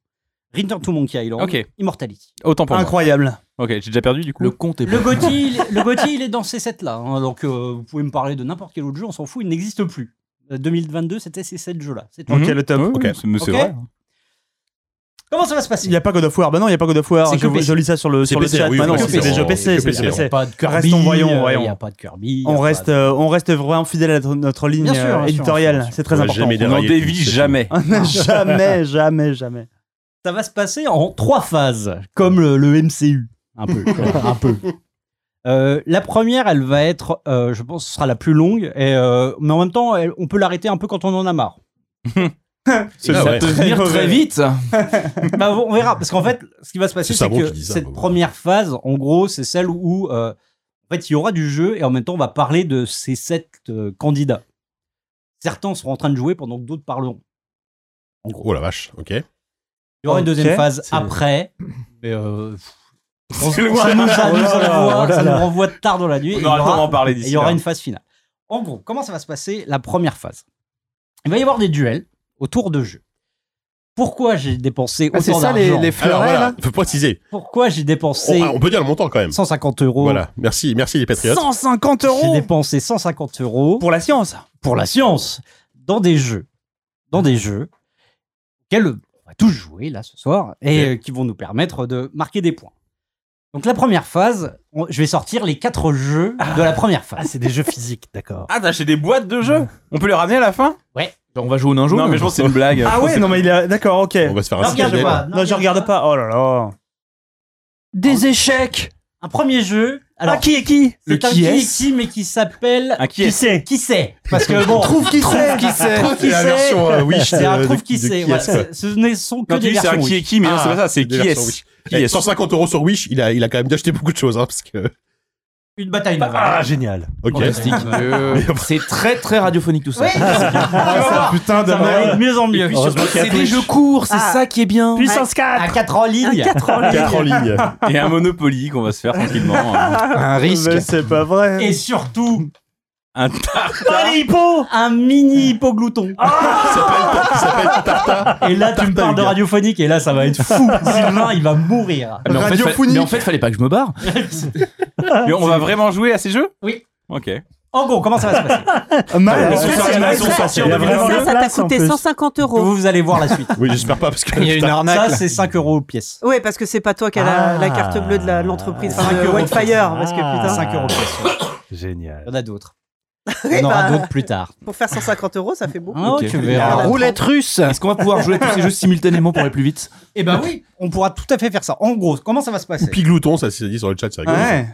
Speaker 2: Return to Monkey Island,
Speaker 7: Ok.
Speaker 2: Immortality.
Speaker 7: Autant pour moi.
Speaker 1: Incroyable.
Speaker 7: Ok, j'ai déjà perdu du coup. Le
Speaker 14: compte
Speaker 2: Le Gauthier, il, le Gauthier, il est dans ces 7 là. hein, donc euh, vous pouvez me parler de n'importe quel autre jeu, on s'en fout, il n'existe plus. Euh, 2022, c'était ces 7 jeux là. C'est tout.
Speaker 1: Ok, le top.
Speaker 7: Ok, c'est- mais c'est
Speaker 2: Ok
Speaker 7: vrai.
Speaker 2: Comment ça va se passer
Speaker 1: Il n'y a pas God of War. Bah non, il n'y a pas God of War.
Speaker 2: C'est
Speaker 1: Je,
Speaker 2: que PC.
Speaker 1: je lis ça sur le,
Speaker 2: C'est
Speaker 1: sur le
Speaker 2: PC,
Speaker 1: chat.
Speaker 2: oui,
Speaker 1: Bah non,
Speaker 2: oui,
Speaker 1: c'est des
Speaker 2: forcément.
Speaker 1: jeux PC.
Speaker 2: C'est
Speaker 1: C'est des jeux
Speaker 2: PC.
Speaker 1: PC.
Speaker 2: Pas de Kirby,
Speaker 1: Restons,
Speaker 2: euh,
Speaker 1: voyons, voyons.
Speaker 2: y a pas de Kirby, y a
Speaker 1: On
Speaker 2: pas
Speaker 1: reste,
Speaker 2: de-
Speaker 1: euh, on reste vraiment fidèle à notre- notre ligne
Speaker 2: Bien sûr,
Speaker 1: euh,
Speaker 2: bien sûr, bien
Speaker 1: éditoriale.
Speaker 2: sûr.
Speaker 1: C'est très
Speaker 6: On va
Speaker 1: important.
Speaker 6: jamais
Speaker 1: On en
Speaker 6: dérailler
Speaker 1: dévie
Speaker 6: dessus, c'est
Speaker 7: jamais.
Speaker 1: jamais, jamais, jamais.
Speaker 2: Ça va se passer en trois phases, comme le, le MCU, un peu. un peu. Euh, la première, elle va être, euh, je pense, que ce sera la plus longue, et, euh, mais en même temps, elle- on peut l'arrêter un tout quand on en a marre.
Speaker 1: C'est
Speaker 2: Et
Speaker 1: ça,
Speaker 2: ça
Speaker 1: ouais.
Speaker 2: peut
Speaker 1: Très
Speaker 2: venir
Speaker 1: mauvais.
Speaker 2: très vite. Bah, on verra, parce qu'en fait, ce qui va se passer,
Speaker 1: C'est
Speaker 2: c'est
Speaker 1: Sabon
Speaker 2: que
Speaker 1: qui dit ça,
Speaker 2: cette
Speaker 1: bah, ouais.
Speaker 2: première phase, en gros, c'est celle où, euh, en fait, il y aura du jeu et en même temps, on va parler de ces sept euh, candidats. Certains seront en train de jououer pendant que d'autres parleront.
Speaker 6: Oh la vache, ok.
Speaker 2: Il y aura une
Speaker 6: Ok.
Speaker 2: deuxième phase
Speaker 6: C'est-
Speaker 2: après. Mais euh, on-
Speaker 7: C'est loin.
Speaker 2: ça nous, ça nous
Speaker 7: Oh là là,
Speaker 2: renvoie-
Speaker 7: oh là
Speaker 2: ça
Speaker 7: là.
Speaker 2: nous renvoie tard dans la nuit.
Speaker 7: On
Speaker 2: Il y
Speaker 7: aura le
Speaker 2: aura-
Speaker 7: temps d'en parler d'ici
Speaker 2: et Il y aura
Speaker 7: là.
Speaker 2: une phase finale. En gros, comment ça va se passer La première phase. Il va y avoir des duels autour de jeux. Pourquoi j'ai dépensé
Speaker 6: Ah,
Speaker 2: autant
Speaker 6: c'est ça, les-
Speaker 2: d'argent
Speaker 6: les fleurets, Alors voilà, là faut préciser.
Speaker 2: Pourquoi j'ai dépensé
Speaker 6: On, on peut dire le montant quand même.
Speaker 2: 150 euros.
Speaker 6: Voilà, merci, merci les Patriotes.
Speaker 1: 150
Speaker 2: euros J'ai dépensé 150 euros.
Speaker 1: Pour la science
Speaker 2: Pour la science Dans des jeux. Dans des jeux auxquels on va tous jouer là ce soir et euh, qui vont nous permettre de marquer des points. Donc la première phase, on- je vais sortir les quatre jeux de la première phase. c'est des jeux physiques, d'accord.
Speaker 7: Ah, t'as acheté des boîtes de jeux On peut les ramener à la
Speaker 1: Hein
Speaker 7: fin
Speaker 2: Ouais.
Speaker 14: on va jouer au ninja.
Speaker 7: Non, mais je pense que c'est une blague.
Speaker 1: Ah ouais, non mais il est d'accord, ok. On
Speaker 6: va se faire
Speaker 1: un
Speaker 2: Non, regarde pas,
Speaker 1: Non, je regarde pas. Oh là là.
Speaker 2: Des échecs Un premier jeu. Alors, qui est qui
Speaker 1: Le
Speaker 2: C'est un
Speaker 1: qui
Speaker 2: qui est
Speaker 1: est-ce
Speaker 2: qui, mais qui s'appelle.
Speaker 1: Un qui est-ce
Speaker 2: sait Qui sait Parce que bon.
Speaker 1: Trouve qui sait.
Speaker 2: Trouve qui
Speaker 1: C'est la
Speaker 2: sait.
Speaker 1: version, euh, Wish
Speaker 2: C'est un
Speaker 1: de-
Speaker 2: trouve
Speaker 1: de-
Speaker 2: qui
Speaker 1: de
Speaker 2: sait.
Speaker 1: qui
Speaker 2: Voilà,
Speaker 1: est-ce, quoi.
Speaker 2: c'est- ce ne sont que
Speaker 7: Non, tu
Speaker 2: des
Speaker 7: dis, c'est
Speaker 2: versions. Ah.
Speaker 7: un qui est qui, mais non, c'est pas ça, c'est
Speaker 6: Ah, des
Speaker 7: qui
Speaker 6: versions
Speaker 7: est-ce
Speaker 6: Wish.
Speaker 7: Qui
Speaker 6: Eh,
Speaker 7: est-ce
Speaker 6: 150 euros sur Wish, il a, il a quand même acheté beaucoup de choses, hein, parce que.
Speaker 2: Une bataille navale.
Speaker 14: Ah, génial.
Speaker 6: Ok.
Speaker 14: Fantastique.
Speaker 6: Euh,
Speaker 14: c'est très très radiophonique tout ça.
Speaker 1: putain
Speaker 2: de
Speaker 14: merde.
Speaker 2: de mieux en mieux.
Speaker 14: C'est des jeux courts, c'est ça qui est bien.
Speaker 2: Puissance 4 À 4 en ligne
Speaker 7: Quatre Et un Monopoly qu'on va se faire tranquillement. hein.
Speaker 1: Un risque. Mais c'est pas vrai.
Speaker 2: Et surtout,
Speaker 7: Un tar-
Speaker 2: Un mini hippoglouton
Speaker 1: Ah.
Speaker 2: Et là, tu me parles de radiophonique, et là, ça va être fou Sylvain, il va
Speaker 7: Ah,
Speaker 2: mourir
Speaker 14: Mais en, fait, fa- mais en fait, fallait pas que je me barre.
Speaker 2: Ah,
Speaker 7: Mais on va vraiment jouer à ces jeux
Speaker 2: Oui.
Speaker 7: Ok.
Speaker 2: En gros, comment ça va se passer
Speaker 1: Mal.
Speaker 2: Ils sont sortis- ils sont sortis en 2022.
Speaker 4: Ça, ça t'a coûté 150 euros.
Speaker 2: Vous, vous allez voir la suite.
Speaker 6: Oui, j'espère pas parce que.
Speaker 2: Ça, c'est 5 euros pièce.
Speaker 4: Ouais, parce que c'est pas toi qui as
Speaker 6: Ah.
Speaker 4: la, la carte bleue de la- de l'entreprise, enfin, de Wildfire, parce que putain.
Speaker 2: 5 euros pièce. ouais.
Speaker 14: Génial.
Speaker 2: Il y en a d'autres.
Speaker 4: Oui,
Speaker 2: On en aura
Speaker 4: bah,
Speaker 2: d'autres plus tard.
Speaker 4: Pour faire 150 euros, ça fait beaucoup.
Speaker 2: Ah, tu verras.
Speaker 14: roulette russe.
Speaker 2: hein.
Speaker 14: Est-ce qu'on va pouvoir jouer à tous ces jeux simultanément pour aller plus vite
Speaker 2: Eh ben oui, on pourra tout à fait faire ça. En gros, comment ça va se passer
Speaker 6: Piglouton, ça c'est dit sur le chat, c'est rigolo.
Speaker 2: Ouais.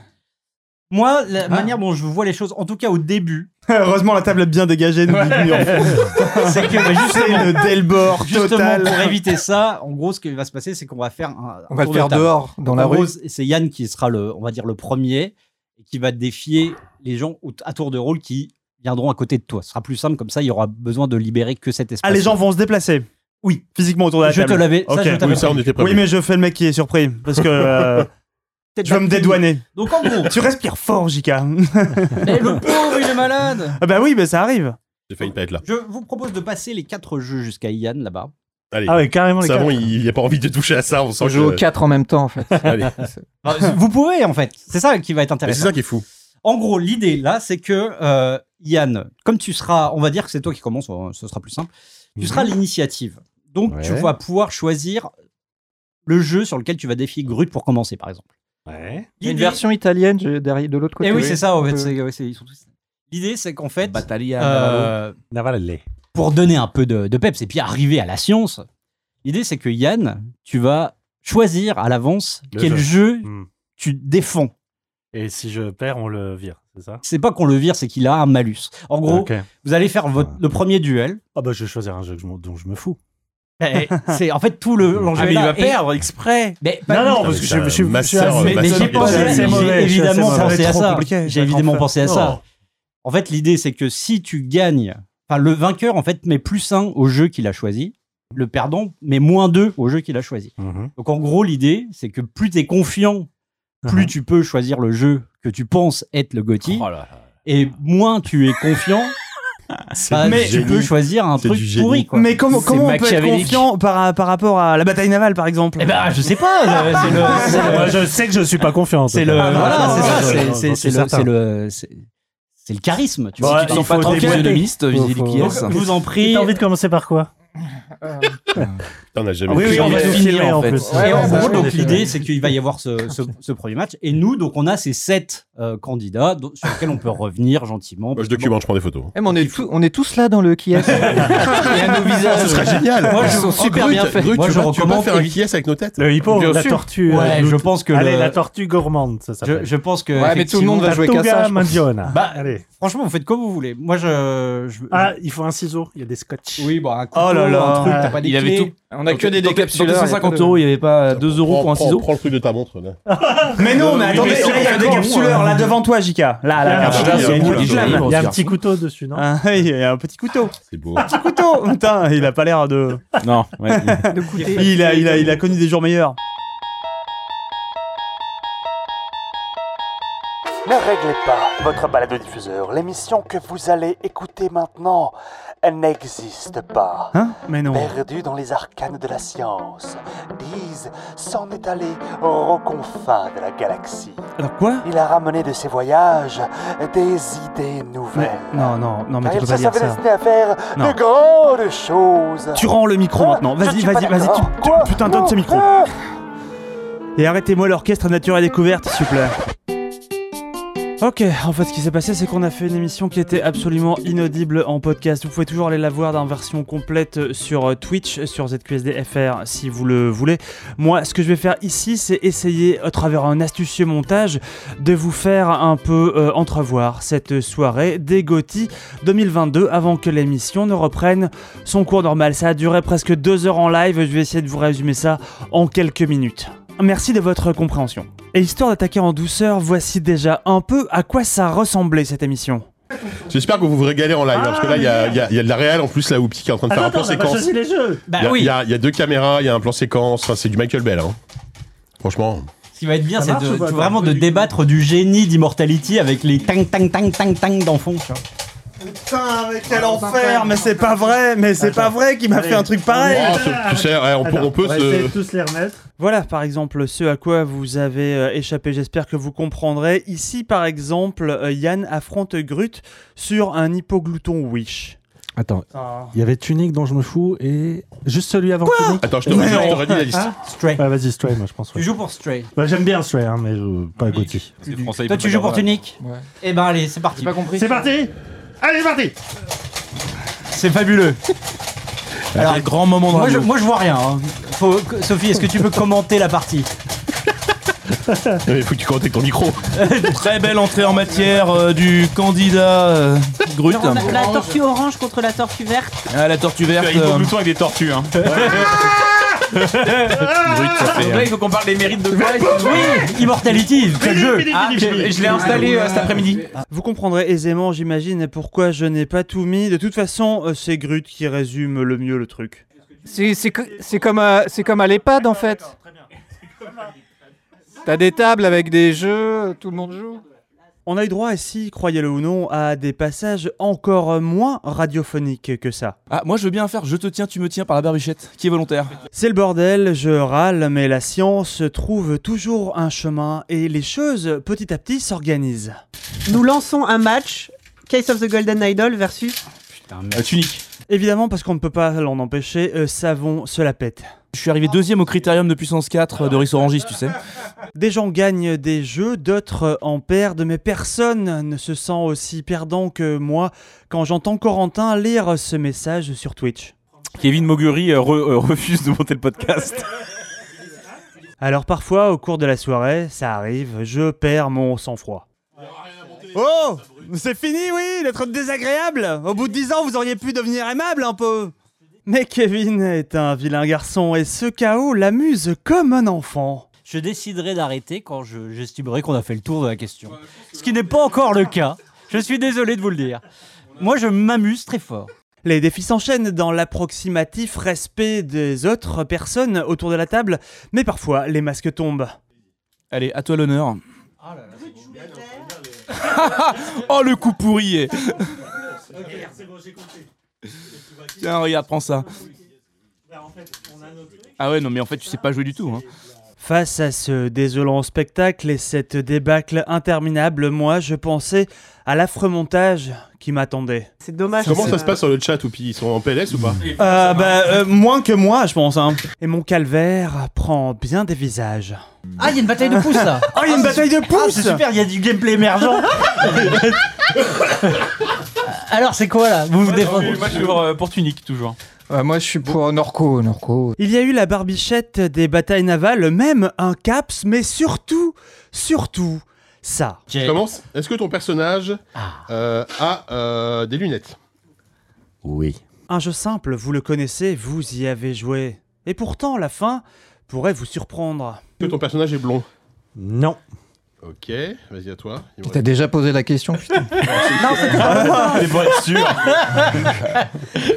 Speaker 2: Moi, la manière dont je vois les choses, en tout cas au début,
Speaker 1: Heureusement, la table est bien dégagée. nous, du mur.
Speaker 2: c'est que bah, justement,
Speaker 1: C'est le Delbord
Speaker 2: justement,
Speaker 1: total.
Speaker 2: pour éviter ça, en gros, ce qui va se passer, c'est qu'on va faire un,
Speaker 8: On va le
Speaker 2: tour de
Speaker 8: faire
Speaker 2: table.
Speaker 8: dehors, dans
Speaker 2: Donc,
Speaker 8: la
Speaker 2: en gros,
Speaker 8: rue.
Speaker 2: C'est Yann qui sera le, on va dire le premier et qui va défier les gens au- à tour de rôle qui viendront à côté de toi. Ce sera plus simple comme ça. Il y aura besoin de libérer que cet espace.
Speaker 1: Ah, les gens vont se déplacer. Oui, physiquement autour de la
Speaker 2: Je
Speaker 1: table.
Speaker 2: te l'avais- ça,
Speaker 1: Ok.
Speaker 2: je t'avais Oui, ça, on prévenu. était prévenu.
Speaker 1: Oui, mais je fais le mec qui est surpris parce que euh, je veux me dédouaner.
Speaker 2: Donc en gros,
Speaker 1: tu respires fort, Jika.
Speaker 2: Mais le pauvre, il est malade.
Speaker 1: ah bah oui, mais ça arrive.
Speaker 6: J'ai failli pas être là.
Speaker 2: Je vous propose de passer les quatre jeux jusqu'à Yann là-bas.
Speaker 6: Allez.
Speaker 2: Ah ouais, carrément les
Speaker 6: Savon,
Speaker 2: quatre.
Speaker 6: il il a pas envie de toucher à ça. On sent
Speaker 8: On joue
Speaker 6: que-
Speaker 8: aux 4 en même temps, en fait.
Speaker 6: Allez.
Speaker 2: Ah, Vous pouvez en fait. C'est ça qui va être intéressant.
Speaker 6: c'est ça qui est fou.
Speaker 2: En gros, l'idée là, c'est que euh, Yann, comme tu seras, on va dire que c'est toi qui commence, on- ce sera plus simple. Tu
Speaker 8: Mhm.
Speaker 2: seras l'initiative. Donc tu
Speaker 13: Ouais.
Speaker 2: vas pouvoir choisir le jeu sur lequel tu vas défier Grut pour commencer, par exemple.
Speaker 8: Il y a une
Speaker 2: L'idée-
Speaker 8: version italienne j'ai- derrière- de l'autre côté.
Speaker 2: Eh oui, c'est ça, en fait.
Speaker 8: Euh,
Speaker 2: c'est- ouais, c'est- ils sont tous- L'idée, c'est qu'en fait.
Speaker 13: Navale.
Speaker 2: euh, Pour donner un peu de, de peps et puis arriver à la science, l'idée, c'est que Yann, tu vas choisir à l'avance
Speaker 3: Le
Speaker 2: quel
Speaker 3: jeu.
Speaker 2: jeu tu défends.
Speaker 3: Et si je perds, on le vire, c'est ça
Speaker 2: C'est pas qu'on le vire, c'est qu'il a un malus. En gros,
Speaker 3: Ok.
Speaker 2: vous allez faire votre, le premier duel.
Speaker 3: Ah bah je vais choisir un jeu que je m'en- dont je me fous.
Speaker 2: Eh, c'est en fait tout le l'enjeu.
Speaker 3: Ah, mais
Speaker 2: est
Speaker 3: il
Speaker 2: là.
Speaker 3: va perdre
Speaker 2: exprès. Mais
Speaker 3: Non, non,
Speaker 2: mais-
Speaker 3: parce que je- je suis-
Speaker 2: Mais-
Speaker 3: je suis assez-
Speaker 2: mais- mais
Speaker 3: assez
Speaker 2: j'ai pensé-
Speaker 3: mauvais,
Speaker 2: j'ai
Speaker 3: mauvais, je suis
Speaker 2: évidemment
Speaker 3: assez mauvais.
Speaker 2: pensé
Speaker 3: Ça va
Speaker 2: à
Speaker 3: être trop Oh.
Speaker 2: ça.
Speaker 3: compliqué, je
Speaker 2: J'ai
Speaker 3: vais
Speaker 2: évidemment
Speaker 3: être
Speaker 2: pensé à
Speaker 3: enfer.
Speaker 2: ça. En fait, l'idée c'est que si tu gagnes, enfin le vainqueur en fait met plus un au jeu qu'il a choisi. Le perdant met moins deux au jeu qu'il a choisi. Donc en gros, l'idée c'est que plus t'es confiant, plus tu peux choisir le jeu que tu penses être le Gotti.
Speaker 3: Oh
Speaker 2: Et moins tu es confiant, bah,
Speaker 1: du
Speaker 2: tu
Speaker 1: génie.
Speaker 2: peux choisir un
Speaker 1: C'est
Speaker 2: truc
Speaker 1: du génie.
Speaker 2: pourri. Quoi.
Speaker 1: Mais comment, comment on peut être confiant par, par rapport à la bataille navale, par exemple Ah,
Speaker 2: Eh ben, je sais pas. euh, c'est le- c'est le-
Speaker 3: Moi, je sais que je suis pas confiant. en tout
Speaker 2: C'est le,
Speaker 3: cas. Ah,
Speaker 2: voilà, c'est
Speaker 3: Non,
Speaker 2: ça, c'est-
Speaker 3: non,
Speaker 2: c'est-
Speaker 3: non,
Speaker 2: c'est le-
Speaker 3: certain.
Speaker 2: c'est le, c'est c'est le charisme. Tu, vois.
Speaker 3: Ouais,
Speaker 2: Si tu te
Speaker 3: il
Speaker 2: sens pas
Speaker 3: faut
Speaker 2: tranquille,
Speaker 3: déboîter.
Speaker 2: économiste,
Speaker 3: Faut-
Speaker 2: visite
Speaker 3: faut-
Speaker 2: qui est.
Speaker 3: Donc,
Speaker 2: Je vous en prie.
Speaker 3: T'as envie de commencer par quoi
Speaker 6: T'en as
Speaker 2: Ah
Speaker 6: jamais
Speaker 3: Ah. Oui,
Speaker 6: fait.
Speaker 3: oui, on va
Speaker 6: Jamais.
Speaker 3: finir, en fait. Ouais,
Speaker 2: Et en
Speaker 3: ouais,
Speaker 2: gros,
Speaker 3: ouais,
Speaker 2: donc
Speaker 3: ouais.
Speaker 2: l'idée, c'est qu'il va y avoir ce, ce- ce premier match. Et nous, donc, on a ces sept euh, candidats dont- sur lesquels on peut revenir gentiment.
Speaker 6: Moi, je documente, je prends des photos.
Speaker 8: Eh, mais on, est tous- on est tous là dans le qui est. à nos visages.
Speaker 6: Ce serait génial.
Speaker 8: Moi, je-
Speaker 6: Ils sont
Speaker 8: oh,
Speaker 6: super
Speaker 8: Grut,
Speaker 6: bien faits.
Speaker 8: Grut,
Speaker 6: Moi,
Speaker 8: tu
Speaker 6: je
Speaker 8: vas- tu vas
Speaker 6: recommande
Speaker 8: faire un
Speaker 6: qui est avec nos têtes.
Speaker 3: Le hippo,
Speaker 6: Bien
Speaker 3: la
Speaker 6: sûr.
Speaker 3: tortue.
Speaker 6: Ouais,
Speaker 3: le-
Speaker 6: je
Speaker 2: pense que
Speaker 3: Allez,
Speaker 2: le-
Speaker 3: la tortue gourmande, ça s'appelle.
Speaker 2: Je, je pense que.
Speaker 8: Ouais, mais tout le monde va
Speaker 2: effectivement,
Speaker 8: jouer qu'à ça,
Speaker 3: Tortuga
Speaker 8: je pense.
Speaker 3: Mandiona.
Speaker 2: Bah,
Speaker 3: Allez.
Speaker 2: Franchement, vous faites comme vous voulez. Moi, je. je-
Speaker 3: Ah, il faut un ciseau, il y a des scotch.
Speaker 2: Oui, bon, un couteau,
Speaker 3: Oh là là.
Speaker 2: un truc, t'as pas des
Speaker 3: Il avait
Speaker 2: clés.
Speaker 3: tout. On a que des décapsuleurs,
Speaker 10: Dans
Speaker 3: il y a
Speaker 10: 250
Speaker 3: pas de-
Speaker 10: euros, il n'y avait pas 2 euros pour un
Speaker 6: Prends,
Speaker 10: ciseau.
Speaker 6: prends le truc de ta montre. Là.
Speaker 3: Ah.
Speaker 1: Mais non, mais
Speaker 6: Oui,
Speaker 1: attendez,
Speaker 6: mais
Speaker 1: là, il y a
Speaker 6: c'est
Speaker 1: des
Speaker 6: encore
Speaker 1: capsuleurs
Speaker 6: bon,
Speaker 1: là
Speaker 6: hein.
Speaker 1: devant toi, Jika. Là, là,
Speaker 6: Ah,
Speaker 1: regarde,
Speaker 6: là,
Speaker 1: il y a
Speaker 6: c'est
Speaker 1: une
Speaker 6: beau,
Speaker 1: petite
Speaker 6: là,
Speaker 1: flamme.
Speaker 6: joli,
Speaker 3: Il y a un petit couteau dessus, non
Speaker 1: Ah, il y a un petit couteau.
Speaker 6: C'est beau.
Speaker 1: Un petit couteau. Putain, il a pas l'air de.
Speaker 7: Non, ouais.
Speaker 1: il, a, il, a, il a connu des jours meilleurs.
Speaker 15: Ne réglez pas votre balado-diffuseur. L'émission que vous allez écouter maintenant, elle n'existe pas.
Speaker 1: Hein Mais non.
Speaker 15: Perdue dans les arcanes de la science, Diz s'en est allé aux confins de la galaxie.
Speaker 1: Alors quoi
Speaker 15: Il a ramené de ses voyages des idées nouvelles.
Speaker 1: Non, non, non, mais
Speaker 15: Car
Speaker 1: tu
Speaker 15: il
Speaker 1: peux
Speaker 15: se
Speaker 1: pas dire
Speaker 15: savait
Speaker 1: ça.
Speaker 15: destiné à faire
Speaker 1: Non.
Speaker 15: de grandes choses.
Speaker 1: Tu rends le micro maintenant.
Speaker 15: je ne
Speaker 1: Vas-y,
Speaker 15: suis pas
Speaker 1: vas-y, vas-y.
Speaker 15: d'accord.
Speaker 1: tu- tu-
Speaker 15: Quoi
Speaker 1: Putain, donne
Speaker 15: Non.
Speaker 1: ce micro.
Speaker 15: Ah
Speaker 1: Et arrêtez-moi l'orchestre Nature et Découverte, s'il vous plaît. Ok, en fait, ce qui s'est passé, c'est qu'on a fait une émission qui était absolument inaudible en podcast. Vous pouvez toujours aller la voir dans version complète sur euh, Twitch, sur ZQSDFR, si vous le voulez. Moi, ce que je vais faire ici, c'est essayer, à travers un astucieux montage, de vous faire un peu euh, entrevoir cette soirée des GOTY 2022 avant que l'émission ne reprenne son cours normal. Ça a duré presque deux heures en live. Je vais essayer de vous résumer ça en quelques minutes. Merci de votre compréhension. Et histoire d'attaquer en douceur, voici déjà un peu à quoi ça ressemblait cette émission.
Speaker 6: J'espère que vous vous régalez en live. parce que là, il y
Speaker 3: Ah.
Speaker 6: a, il y a- il y a de la réal en plus, là, où Petit qui est en train de faire un plan séquence. Il
Speaker 3: les jeux
Speaker 6: y, a- il y a, il y a deux caméras, il y a un plan séquence. Enfin, c'est du Michael Bell. Hein. Franchement.
Speaker 2: Ce qui va être bien,
Speaker 6: Ça
Speaker 2: c'est
Speaker 6: marche
Speaker 2: de-
Speaker 6: ou pas,
Speaker 2: tu-
Speaker 6: toi
Speaker 2: vraiment de débattre du génie d'Immortality avec les tang tang tang tang tang d'en fond. tu vois.
Speaker 1: Putain, mais
Speaker 3: Ah,
Speaker 1: quel
Speaker 3: bah,
Speaker 1: enfer Mais c'est pas vrai Mais c'est pas vrai qu'il m'a fait un truc pareil
Speaker 6: Oh, c'est- tu sais, ouais, on peut, on peut se.
Speaker 3: tous les remettre.
Speaker 1: Voilà par exemple ce à quoi vous avez euh, échappé, j'espère que vous comprendrez. Ici par exemple, euh, Yann affronte Grut sur un hypoglouton Wish.
Speaker 3: Attends, il y avait Tunic dont je me fous et juste celui avant Tunic.
Speaker 6: Attends, je
Speaker 1: te redis- je te redis la
Speaker 6: liste.
Speaker 2: Stray.
Speaker 3: Ouais, vas-y, Stray, moi je pense.
Speaker 2: Tu joues pour Stray.
Speaker 3: Bah, j'aime bien Stray, hein, mais je- pas Gauthier.
Speaker 2: Toi, tu joues pour Tunic
Speaker 3: Ouais.
Speaker 2: Eh ben, allez, c'est parti.
Speaker 3: C'est parti Allez, c'est parti
Speaker 2: C'est fabuleux. Alors, grand moment
Speaker 3: de
Speaker 2: moi, je,
Speaker 3: radio.
Speaker 2: moi, je vois rien. hein. Faut- Sophie, est-ce que tu peux commenter la partie
Speaker 6: mais faut que tu connectes ton micro.
Speaker 10: Très belle entrée en matière euh, du candidat euh, Grut.
Speaker 4: On
Speaker 6: hein.
Speaker 4: a la tortue orange contre la tortue verte.
Speaker 10: Ah, la tortue verte.
Speaker 7: Il faut
Speaker 10: euh,
Speaker 7: avec des tortues. Hein. Eh,
Speaker 10: Donc
Speaker 7: hein. euh,
Speaker 10: là, il faut qu'on parle des mérites de quoi
Speaker 2: Oui, Immortality, quel jeu
Speaker 10: Ah, je je l'ai installé euh, cet après-midi.
Speaker 1: Ah, Vous comprendrez aisément, j'imagine, pourquoi je n'ai pas tout mis. De toute façon, euh, c'est Grut qui résume le mieux le truc.
Speaker 19: C'est- C'est co- c'est comme, à- c'est comme à l'EHPAD en fait. T'as des tables avec des jeux, tout le monde joue.
Speaker 1: On a eu droit ici, croyez-le ou non, à des passages encore moins radiophoniques que ça.
Speaker 10: Ah, moi je veux bien faire je te tiens, tu me tiens par la barbichette. Qui est volontaire
Speaker 1: C'est le bordel, je râle, mais la science trouve toujours un chemin et les choses petit à petit s'organisent.
Speaker 4: Nous lançons un match Case of the Golden Idol versus.
Speaker 1: tunique. Évidemment, parce qu'on ne peut pas l'en empêcher, euh, savon se la pète.
Speaker 10: Je suis arrivé deuxième au critérium de puissance 4 de Riss Orangis, tu sais.
Speaker 1: Des gens gagnent des jeux, d'autres euh, en perdent, mais personne ne se sent aussi perdant que moi quand j'entends Corentin lire ce message sur Twitch.
Speaker 7: Kevin Moguri euh, re- euh, refuse de monter le podcast.
Speaker 1: Alors parfois, au cours de la soirée, ça arrive, je perds mon sang-froid. Oh C'est fini, oui, d'être désagréable Au bout de 10 ans, vous auriez pu devenir aimable un peu Mais Kevin est un vilain garçon et ce chaos l'amuse comme un enfant.
Speaker 2: Je déciderai d'arrêter quand je- j'estimerai qu'on a fait le tour de la question. Ce qui n'est pas encore le cas. Je suis désolé de vous le dire. Moi, je m'amuse très fort.
Speaker 1: Les défis s'enchaînent dans l'approximatif respect des autres personnes autour de la table, mais parfois les masques tombent.
Speaker 10: Allez, à toi l'honneur. oh le coup pourri eh. Tiens, regarde, prends ça. Ah ouais, non, mais en fait, tu sais pas jouer du tout. Hein.
Speaker 1: Face à ce désolant spectacle et cette débâcle interminable, moi je pensais à l'affreux montage qui m'attendait.
Speaker 4: C'est dommage.
Speaker 6: Comment ça se passe sur le chat, Oupi Ils sont en PLS ou pas
Speaker 1: Euh, bah, euh, moins que moi, je pense. hein. Et mon calvaire prend bien des visages.
Speaker 2: Ah, il y a une bataille de pouces là
Speaker 1: Oh, il y a une
Speaker 2: c'est
Speaker 1: bataille de
Speaker 2: su-
Speaker 1: pouces
Speaker 2: Ah, C'est super, il y a du gameplay émergent Alors, c'est quoi là Vous vous défendez
Speaker 7: Moi, je suis pour, euh, pour Tunique, toujours.
Speaker 19: Ouais, moi je suis pour Norco, Norco.
Speaker 1: Il y a eu la barbichette des batailles navales, même un caps, mais surtout, surtout, ça.
Speaker 6: Je commence. Est-ce que ton personnage euh, a euh, des lunettes
Speaker 1: Oui. Un jeu simple, vous le connaissez, vous y avez joué. Et pourtant, la fin pourrait vous surprendre.
Speaker 6: Est-ce que ton personnage est blond
Speaker 1: Non.
Speaker 6: Ok, vas-y à toi. Il me
Speaker 19: T'as déjà posé la question putain.
Speaker 6: Ah, reste-
Speaker 19: c'était pas moi. Mais pour être sûr.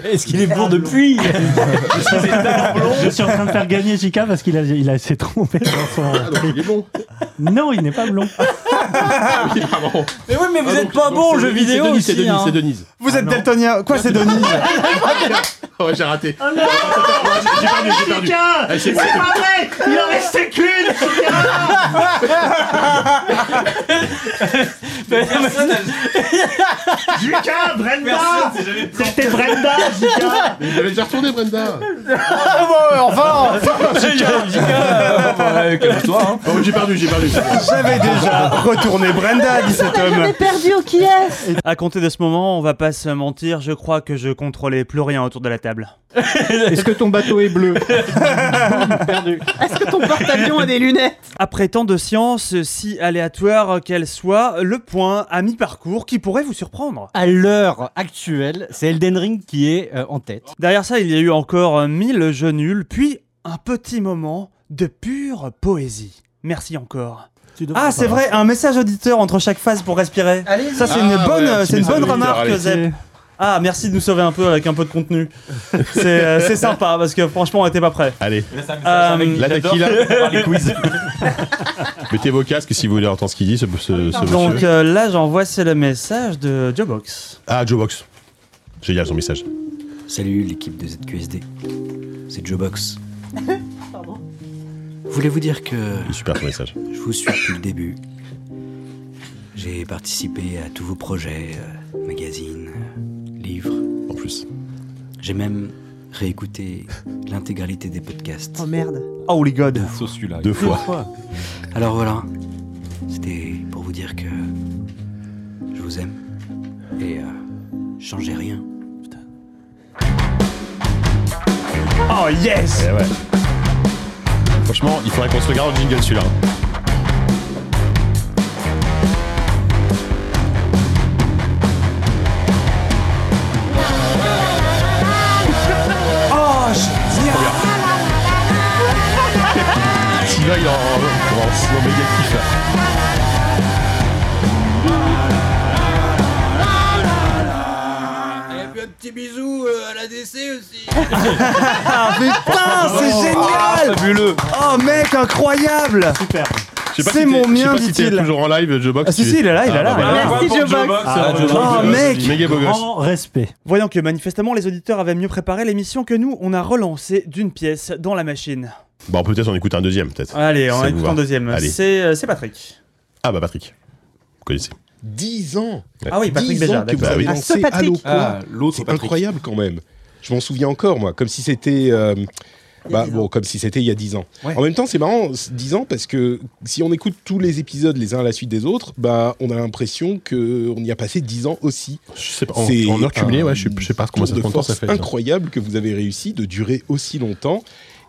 Speaker 2: Est-ce qu'il est blond depuis
Speaker 3: Je suis en train de faire gagner Jika parce qu'il a, il a s'est trompé dans son.
Speaker 6: il est bon.
Speaker 3: Non, il n'est pas blond.
Speaker 2: Mais oui, mais
Speaker 3: vous êtes pas bon
Speaker 6: Ah, c'est
Speaker 3: au jeu
Speaker 6: Denise,
Speaker 3: vidéo
Speaker 6: C'est Denise,
Speaker 3: aussi,
Speaker 6: c'est Denise,
Speaker 3: hein.
Speaker 6: c'est Denise.
Speaker 1: Vous êtes daltonien. Quoi, c'est Denis
Speaker 6: Ouais, j'ai raté.
Speaker 15: Oh non
Speaker 6: J'ai perdu, j'ai perdu.
Speaker 15: Chika
Speaker 6: Ah,
Speaker 15: C'est
Speaker 6: c'est-
Speaker 15: pas vrai Il en restait qu'une Jika Brenda C'était Brenda, Jika
Speaker 6: Mais il avait déjà retourné, Brenda.
Speaker 15: Ah bon, enfin
Speaker 6: hein. Oh, j'ai perdu, j'ai perdu.
Speaker 1: J'avais déjà retourné Brenda, dit cet homme.
Speaker 4: perdu au qui est
Speaker 1: Et à compter de ce moment, on va pas se mentir, je crois que je contrôlais plus rien autour de la table.
Speaker 19: Est-ce que ton bateau est bleu
Speaker 4: Est-ce que ton porte-avions a des lunettes
Speaker 1: Après tant de sciences, si aléatoires qu'elles soient, le point à mi-parcours qui pourrait vous surprendre.
Speaker 2: À l'heure actuelle, c'est Elden Ring qui est euh, en tête.
Speaker 1: Derrière ça, il y a eu encore euh, mille jeux nuls, puis un petit moment de pure poésie. Merci encore. Ah, c'est vrai, un message auditeur entre chaque phase pour respirer. ça, c'est
Speaker 6: Ah,
Speaker 1: une
Speaker 6: ouais,
Speaker 1: bonne,
Speaker 6: un petit
Speaker 1: hein, c'est une
Speaker 6: message
Speaker 1: bonne
Speaker 6: auditeur,
Speaker 1: remarque,
Speaker 6: allez.
Speaker 1: Zep. Ah, merci de nous sauver un peu avec un peu de contenu. c'est euh, c'est sympa parce que franchement, on était pas prêts.
Speaker 6: Allez.
Speaker 1: Euh,
Speaker 6: La tequila. Mettez vos casques si vous voulez entendre ce qu'il dit, ce, ce, ce
Speaker 1: Donc
Speaker 6: monsieur.
Speaker 1: euh, là, j'envoie c'est le message de Jobox.
Speaker 6: Ah, Joe Box. Génial son message.
Speaker 20: Salut l'équipe de ZQSD. C'est Joebox. Voulez-vous dire que
Speaker 6: Super son message.
Speaker 20: je vous suis depuis le début J'ai participé à tous vos projets, euh, magazines, euh, livres.
Speaker 6: En plus.
Speaker 20: J'ai même réécouté l'intégralité des podcasts.
Speaker 4: Oh merde.
Speaker 1: Holy God.
Speaker 6: Deux fois.
Speaker 20: Alors voilà, c'était pour vous dire que je vous aime et euh, changez rien.
Speaker 1: Oh yes
Speaker 6: Eh Franchement, il faudrait qu'on se regarde en jingle celui-là.
Speaker 1: Ah,
Speaker 6: Sinon, méga kiffe.
Speaker 13: Ah, Et puis un petit bisou euh, à la DC aussi.
Speaker 1: Ah, Putain,
Speaker 13: Oh,
Speaker 1: c'est génial
Speaker 6: Ah, Fabuleux
Speaker 1: Oh mec, incroyable Super
Speaker 6: Je
Speaker 1: C'est
Speaker 6: sais pas si t'es-
Speaker 1: mon
Speaker 6: je sais
Speaker 1: mien,
Speaker 6: pas si t'es
Speaker 1: dit-il.
Speaker 6: toujours en live, Jobox.
Speaker 1: Ah si,
Speaker 6: tu-
Speaker 1: si, il est là, il est
Speaker 6: Ah,
Speaker 1: là.
Speaker 6: bah, voilà. Ah, Jobox.
Speaker 1: Oh, mec
Speaker 6: Méga beau gosse.
Speaker 1: respect. Voyant que manifestement les auditeurs avaient mieux préparé l'émission que nous, on a relancé d'une pièce dans la machine.
Speaker 6: Bon, peut-être Bah, on écoute un deuxième, peut-être.
Speaker 1: Allez, on
Speaker 6: Ça vous
Speaker 1: écoute
Speaker 6: va.
Speaker 1: en deuxième.
Speaker 6: Allez.
Speaker 1: C'est euh, c'est Patrick.
Speaker 6: Ah bah Patrick, vous connaissez.
Speaker 21: 10 ans
Speaker 1: Ouais. Ah oui, Patrick
Speaker 21: 10
Speaker 1: Béja,
Speaker 21: ans que vous
Speaker 1: d'accord.
Speaker 21: avez
Speaker 1: Ah, ce
Speaker 21: lancé
Speaker 1: Patrick.
Speaker 21: Allo Quoi.
Speaker 1: Ah,
Speaker 21: l'autre C'est incroyable quand même. Je m'en souviens encore, moi, comme si c'était. euh, bah, bon, comme si c'était il y a 10 ans. En même temps, c'est marrant, c- 10 ans, parce que si on écoute tous les épisodes les uns à la suite des autres, bah, on a l'impression qu'on y a passé 10 ans aussi.
Speaker 6: Je sais pas, en- en heure cumulée, ouais, je sais- je sais pas comment ça-
Speaker 21: de
Speaker 6: combien de temps ça
Speaker 21: force
Speaker 6: fait, ça.
Speaker 21: incroyable que vous avez réussi de durer aussi longtemps.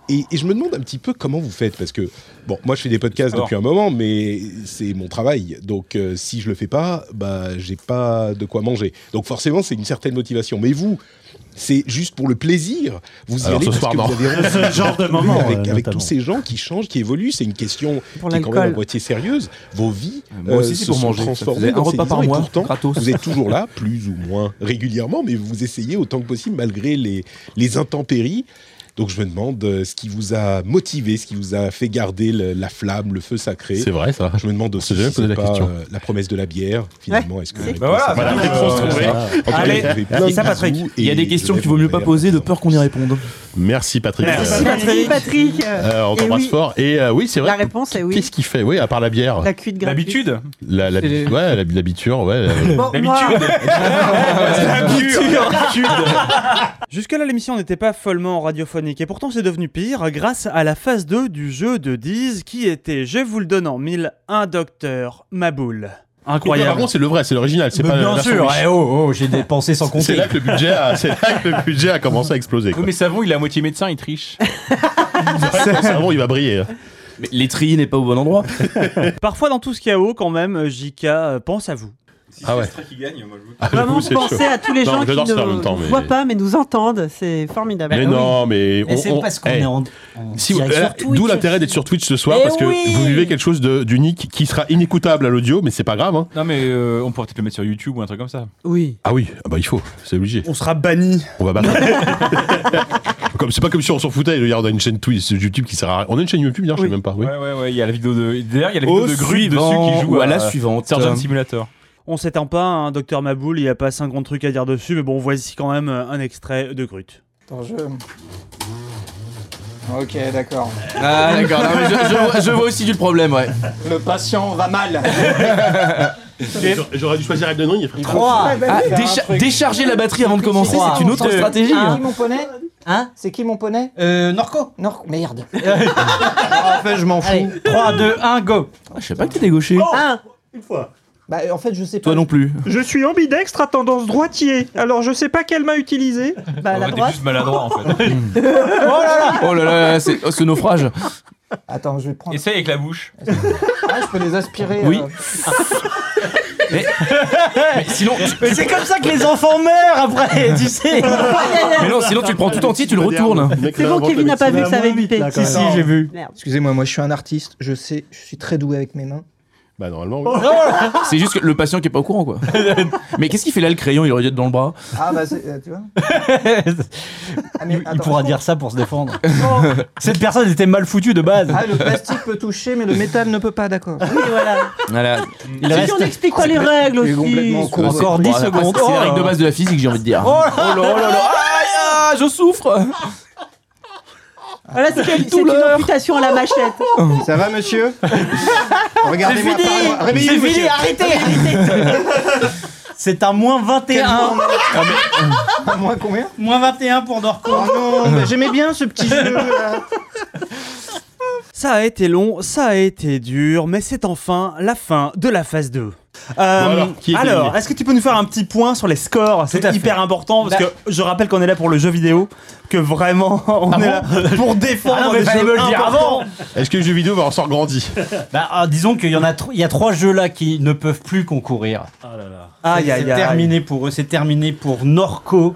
Speaker 21: Et, et je me demande un petit peu comment vous faites, parce que, bon, moi je fais des podcasts
Speaker 6: Alors.
Speaker 21: depuis un moment, mais c'est mon travail. Donc euh, si je le fais pas, bah j'ai pas de quoi manger. Donc forcément, c'est une certaine motivation. Mais vous, c'est juste pour le plaisir. Vous y
Speaker 6: Alors,
Speaker 21: allez
Speaker 6: ce
Speaker 21: parce
Speaker 6: soir,
Speaker 21: que
Speaker 6: non.
Speaker 21: vous avez envie.
Speaker 6: Ce genre de
Speaker 21: Oui,
Speaker 6: moment,
Speaker 21: Avec,
Speaker 6: euh,
Speaker 21: avec
Speaker 6: notamment.
Speaker 21: tous ces gens qui changent, qui évoluent, c'est une question
Speaker 6: Pour
Speaker 21: qui est quand
Speaker 6: l'alcool.
Speaker 21: même à moitié sérieuse. Vos vies
Speaker 6: Moi aussi,
Speaker 21: euh,
Speaker 6: c'est
Speaker 21: se
Speaker 6: pour
Speaker 21: sont
Speaker 6: manger. Ça
Speaker 21: transformées
Speaker 6: faisait
Speaker 21: dans
Speaker 6: un
Speaker 21: ces
Speaker 6: repas
Speaker 21: 10
Speaker 6: par
Speaker 21: ans, et
Speaker 6: mois,
Speaker 21: pourtant,
Speaker 6: gratos.
Speaker 21: vous êtes toujours là, plus ou moins régulièrement, mais vous essayez autant que possible malgré les, les intempéries. Donc je me demande euh, ce qui vous a motivé, ce qui vous a fait garder le- la flamme, le feu sacré.
Speaker 6: C'est vrai, ça.
Speaker 21: Je me demande aussi
Speaker 6: s'est jamais
Speaker 21: si
Speaker 6: posé
Speaker 21: c'est
Speaker 6: la
Speaker 21: pas,
Speaker 6: question.
Speaker 21: euh, la promesse de la bière. Finalement, est-ce que
Speaker 6: Ouais.
Speaker 21: la
Speaker 6: Bah
Speaker 21: réponse
Speaker 6: voilà,
Speaker 21: est
Speaker 6: voilà,
Speaker 21: pas-
Speaker 6: réponse trouvée.
Speaker 21: En tout cas,
Speaker 6: Allez,
Speaker 21: je vous fais plein de
Speaker 6: et ça, Patrick.
Speaker 21: bisous
Speaker 6: Il y a
Speaker 21: et
Speaker 6: des questions
Speaker 21: je vais
Speaker 6: qu'il vaut mieux
Speaker 21: vous
Speaker 6: pas
Speaker 21: faire
Speaker 6: poser
Speaker 21: de
Speaker 6: peur qu'on y réponde. Merci Patrick.
Speaker 4: Merci
Speaker 6: Euh,
Speaker 4: Patrick. Patrick.
Speaker 6: euh, on
Speaker 21: Eh
Speaker 4: Et
Speaker 6: t'embrasse
Speaker 4: oui,
Speaker 6: fort. Et euh, oui, c'est vrai.
Speaker 4: La réponse est oui.
Speaker 6: Qu'est-ce qu'il fait Oui, à part la bière.
Speaker 4: La cuite gratuite. L'habitude
Speaker 6: La, la,
Speaker 4: C'est-
Speaker 6: Ouais, la- l'habitude, ouais. Euh, la-
Speaker 4: Bon, moi-
Speaker 1: Jusque-là, l'émission n'était pas follement radiophonique, et pourtant c'est devenu pire grâce à la phase 2 du jeu de Diz qui était, je vous le donne en mille, un docteur Maboul.
Speaker 6: Incroyable.
Speaker 1: Incroyable.
Speaker 6: c'est le vrai, c'est l'original, c'est
Speaker 1: Mais
Speaker 6: pas
Speaker 1: bien
Speaker 6: la version
Speaker 1: sûr,
Speaker 6: Wish.
Speaker 1: eh
Speaker 2: oh, oh, j'ai dépensé sans compter.
Speaker 6: C'est là que le budget a, c'est là que le budget a commencé à exploser.
Speaker 7: Oui,
Speaker 6: Quoi.
Speaker 7: mais Savon, il est à moitié médecin, il triche.
Speaker 6: Ton cerveau, il va briller. hein.
Speaker 10: Mais l'étrier n'est pas au bon endroit.
Speaker 1: Parfois, dans tout ce chaos, quand même, JK euh, pense à vous.
Speaker 6: Ah ouais.
Speaker 10: Qui gagne, moi, je
Speaker 6: Ah,
Speaker 4: Vraiment
Speaker 6: j'avoue, c'est
Speaker 4: penser
Speaker 6: chaud.
Speaker 4: à tous les
Speaker 6: Non,
Speaker 4: gens qui
Speaker 6: j'adore ça en
Speaker 4: ne
Speaker 6: même temps, mais-
Speaker 4: voient pas mais nous entendent, c'est formidable.
Speaker 6: Mais
Speaker 4: Eh
Speaker 6: non, mais. on- on- eh, si vous-
Speaker 4: direct
Speaker 6: euh,
Speaker 4: sur Twitch.
Speaker 6: D'où l'intérêt d'être sur Twitch ce soir,
Speaker 4: Eh
Speaker 6: parce que
Speaker 4: oui
Speaker 6: vous vivez quelque chose de- d'unique qui sera inécoutable à l'audio, mais c'est pas grave. Hein.
Speaker 7: Non, mais euh, on pourrait peut-être le mettre sur YouTube ou un truc comme ça.
Speaker 4: Oui.
Speaker 6: Ah oui, ah bah il faut, c'est obligé.
Speaker 1: On sera banni.
Speaker 6: On va battre. Comme c'est pas comme si on s'en foutait. Regarde, on a une chaîne Twitch, euh, YouTube qui sert à rien. On a une chaîne YouTube, d'ailleurs, je sais même pas. Oui.
Speaker 7: Ouais, ouais, ouais, il y a la vidéo de. D'ailleurs, il y a la vidéo
Speaker 6: Au
Speaker 7: de Gruy dessus
Speaker 6: suivant,
Speaker 7: qui joue
Speaker 6: ou
Speaker 7: à,
Speaker 6: à la suivante.
Speaker 1: Euh,
Speaker 7: Sergeant Simulator.
Speaker 1: On s'étend pas, hein, docteur Maboul, il n'y a pas 50 trucs à dire dessus, mais bon, voici quand même euh, un extrait de Grut.
Speaker 8: Attends, je... Ok, d'accord.
Speaker 10: Ah, d'accord. Non, mais je- je vois- je vois aussi
Speaker 6: du problème, ouais.
Speaker 8: Le patient va mal.
Speaker 6: J'aurais dû choisir Elden Ring.
Speaker 8: Trois. Ah, décha-
Speaker 10: décharger la batterie avant de commencer, c'est une autre stratégie.
Speaker 8: C'est
Speaker 10: hein.
Speaker 8: Ah, qui mon poney Hein C'est qui mon poney
Speaker 2: Euh, Norco
Speaker 8: Norco, merde.
Speaker 2: En fait, je m'en fous. 3, 2, 1, go
Speaker 10: Je sais pas que t'étais gaucher.
Speaker 2: Oh.
Speaker 8: Un Une fois. Bah, en fait, je sais pas.
Speaker 10: Toi non plus.
Speaker 22: Je suis ambidextre à tendance droitier, alors je sais pas quelle main utiliser.
Speaker 8: Bah, la
Speaker 10: T'es
Speaker 8: droite.
Speaker 10: juste maladroit en fait.
Speaker 8: oh là là
Speaker 10: Oh là là, là, c'est- oh, ce naufrage.
Speaker 8: Attends, je vais prendre.
Speaker 7: Essaye avec la bouche.
Speaker 8: Ah, je peux les aspirer.
Speaker 10: Oui. Ah.
Speaker 8: euh.
Speaker 10: Mais sinon,
Speaker 2: Mais c'est comme ça que les enfants meurent après, tu sais
Speaker 10: Mais non, sinon tu le prends tout entier, tu le retournes.
Speaker 8: C'est bon, Kevin n'a pas vu que ça avait bipé.
Speaker 10: Si, si, j'ai vu.
Speaker 8: Excusez-moi, moi je suis un artiste, je sais, je suis très doué avec mes mains.
Speaker 6: Bah, normalement,
Speaker 8: Oh
Speaker 10: C'est juste que le patient qui est pas au courant quoi. Mais qu'est-ce qu'il fait là le crayon Il le rejette dans le bras.
Speaker 8: Ah bah, c'est- euh, tu vois Ah,
Speaker 2: Il pourra dire ça pour se défendre. Cette personne était mal foutue de base.
Speaker 8: Ah, le plastique peut toucher, mais le métal ne peut pas, d'accord. Oui, voilà.
Speaker 10: Voilà.
Speaker 2: Il reste-
Speaker 8: Ah, on
Speaker 12: Ah,
Speaker 8: expliquera les règles aussi.
Speaker 2: Encore 10 secondes.
Speaker 10: C'est les règles de base de la physique, j'ai envie de dire.
Speaker 2: Oh là
Speaker 10: là là là. Aïe, aïe, je souffre.
Speaker 4: Voilà, c'est quel- c'est une amputation à la machette.
Speaker 8: Ça va, monsieur
Speaker 4: Regardez-moi
Speaker 2: C'est fini
Speaker 4: pardon.
Speaker 2: C'est
Speaker 4: Réveillez-vous,
Speaker 2: fini,
Speaker 4: monsieur.
Speaker 2: arrêtez,
Speaker 4: Réveillez-vous.
Speaker 2: arrêtez C'est un moins 21
Speaker 8: Moins combien
Speaker 2: Moins 21 pour Dorco Ah,
Speaker 8: Oh non, j'aimais bien ce petit jeu là.
Speaker 1: Ça a été long, ça a été dur, mais c'est enfin la fin de la phase 2. Euh,
Speaker 6: alors, qui est
Speaker 1: alors,
Speaker 6: éliminé
Speaker 1: est-ce que tu peux nous faire un petit point sur les scores C'est hyper important parce
Speaker 6: Bah-
Speaker 1: que je rappelle qu'on est là pour le jeu vidéo, que vraiment on
Speaker 6: Ah
Speaker 1: est
Speaker 6: bon
Speaker 1: là pour défendre
Speaker 2: Ah non, mais
Speaker 1: des
Speaker 2: fallait
Speaker 1: jeux
Speaker 2: me le dire
Speaker 1: importants.
Speaker 2: avant.
Speaker 6: Est-ce que le jeu vidéo va en sortir grandi
Speaker 2: Bah, ah, disons qu'il y en a, tro- il y a trois jeux là qui ne peuvent plus concourir.
Speaker 1: Ah là là.
Speaker 2: C'est- c'est terminé pour eux, c'est terminé pour Norco.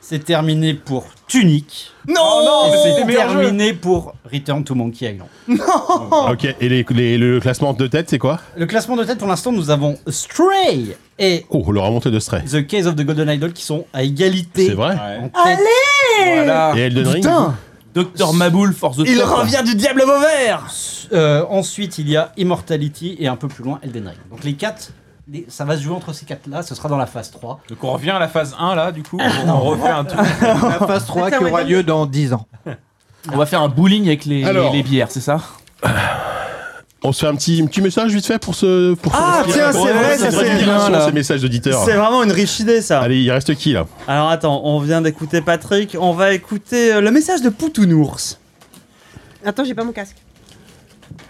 Speaker 2: C'est terminé pour Tunic.
Speaker 4: Non,
Speaker 13: Oh,
Speaker 4: non, mais c'était
Speaker 2: C'est
Speaker 4: le meilleur
Speaker 2: terminé pour Return to Monkey Island.
Speaker 6: Ok, et les- les- le classement de tête, c'est quoi
Speaker 2: Le classement de tête pour l'instant, nous avons Stray et
Speaker 6: Oh, le remonté de Stray.
Speaker 2: The Case of the Golden Idol qui sont à égalité.
Speaker 6: C'est vrai
Speaker 2: Allez
Speaker 6: Et Elden Ring
Speaker 10: Docteur Maboul, force de
Speaker 2: Il
Speaker 10: frappe.
Speaker 2: revient du diable mauvais Euh, Ensuite, il y a Immortality et un peu plus loin Elden Ring. Donc les quatre, les- ça va se jouer entre ces quatre-là. Ce sera dans la phase Ah, 3.
Speaker 7: Donc on revient à la phase 1 là, du coup. On refait un tour.
Speaker 2: La phase
Speaker 7: 3
Speaker 2: qui aura lieu
Speaker 7: dans 10 ans. On va faire un bowling avec les,
Speaker 6: Alors.
Speaker 7: les bières, c'est ça
Speaker 6: On se fait un petit, un petit message vite fait pour ce. Pour ce-
Speaker 1: Ah, tiens, c'est
Speaker 6: Ouais,
Speaker 1: vrai, ça,
Speaker 6: une vraie
Speaker 1: c'est
Speaker 6: libération,
Speaker 1: bien, là.
Speaker 6: ces messages d'auditeurs.
Speaker 1: C'est vraiment une riche idée, ça.
Speaker 6: Allez, il reste qui là
Speaker 1: Alors attends, on vient d'écouter Patrick, on va écouter euh, le message de Poutounours.
Speaker 4: Attends, j'ai pas mon casque.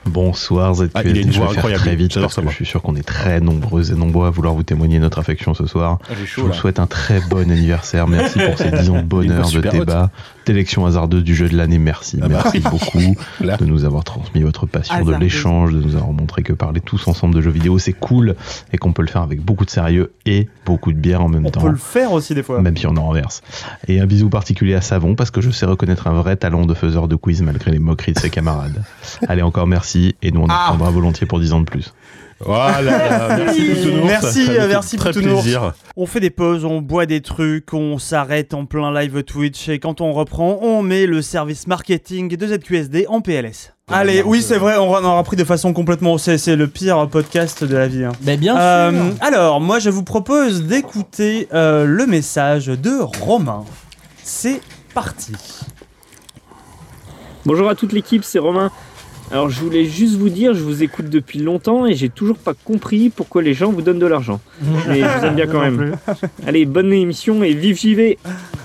Speaker 9: Bonsoir ZQSD,
Speaker 6: Ah, il a une
Speaker 9: je
Speaker 6: voix
Speaker 9: vais faire
Speaker 6: incroyable,
Speaker 9: très vite
Speaker 6: j'adore
Speaker 9: parce que je suis sûr qu'on est très nombreux et nombreux à vouloir vous témoigner notre affection ce soir.
Speaker 6: Ah, j'ai
Speaker 9: je
Speaker 6: chaud,
Speaker 9: vous
Speaker 6: là.
Speaker 9: souhaite un très bon anniversaire, merci pour ces 10 ans de
Speaker 6: Une voix
Speaker 9: bonheur, de
Speaker 6: super haute.
Speaker 9: débat, d'élection hasardeuse du jeu de l'année, merci,
Speaker 6: Ah bah
Speaker 9: merci
Speaker 6: oui.
Speaker 9: beaucoup de nous avoir transmis votre passion, de
Speaker 6: Hasardeuse.
Speaker 9: l'échange, de nous avoir montré que parler tous ensemble de jeux vidéo c'est cool et qu'on peut le faire avec beaucoup de sérieux et beaucoup de bière en même
Speaker 1: On
Speaker 9: temps.
Speaker 1: peut le faire aussi des fois.
Speaker 9: Même si on en renverse. Et un bisou particulier à Savon, parce que je sais reconnaître un vrai talent de faiseur de quiz malgré les moqueries de ses camarades. Allez, encore merci, et nous on
Speaker 6: Ah
Speaker 9: en prendra volontiers pour 10 ans de plus.
Speaker 6: Voilà, Ah merci Poutounours.
Speaker 1: Merci,
Speaker 6: Ça m'a
Speaker 1: euh,
Speaker 6: fait
Speaker 1: merci
Speaker 6: très
Speaker 1: Poutounours.
Speaker 6: plaisir.
Speaker 1: On fait des pauses, on boit des trucs, on s'arrête en plein live Twitch et quand on reprend, on met le service marketing de ZQSD en PLS.
Speaker 6: Bah,
Speaker 1: Allez, oui, c'est vrai, on en aura pris de façon complètement. C'est c'est le pire podcast de la vie. hein.
Speaker 2: Bah, bien
Speaker 1: Euh,
Speaker 2: sûr.
Speaker 1: Alors, moi, je vous propose d'écouter euh, le message de Romain. C'est parti.
Speaker 12: Bonjour à toute l'équipe, c'est Romain. Alors je voulais juste vous dire, je vous écoute depuis longtemps et j'ai toujours pas compris pourquoi les gens vous donnent de l'argent. Mais je vous aime bien quand
Speaker 1: Moi non
Speaker 12: même. Allez, bonne émission et vive JV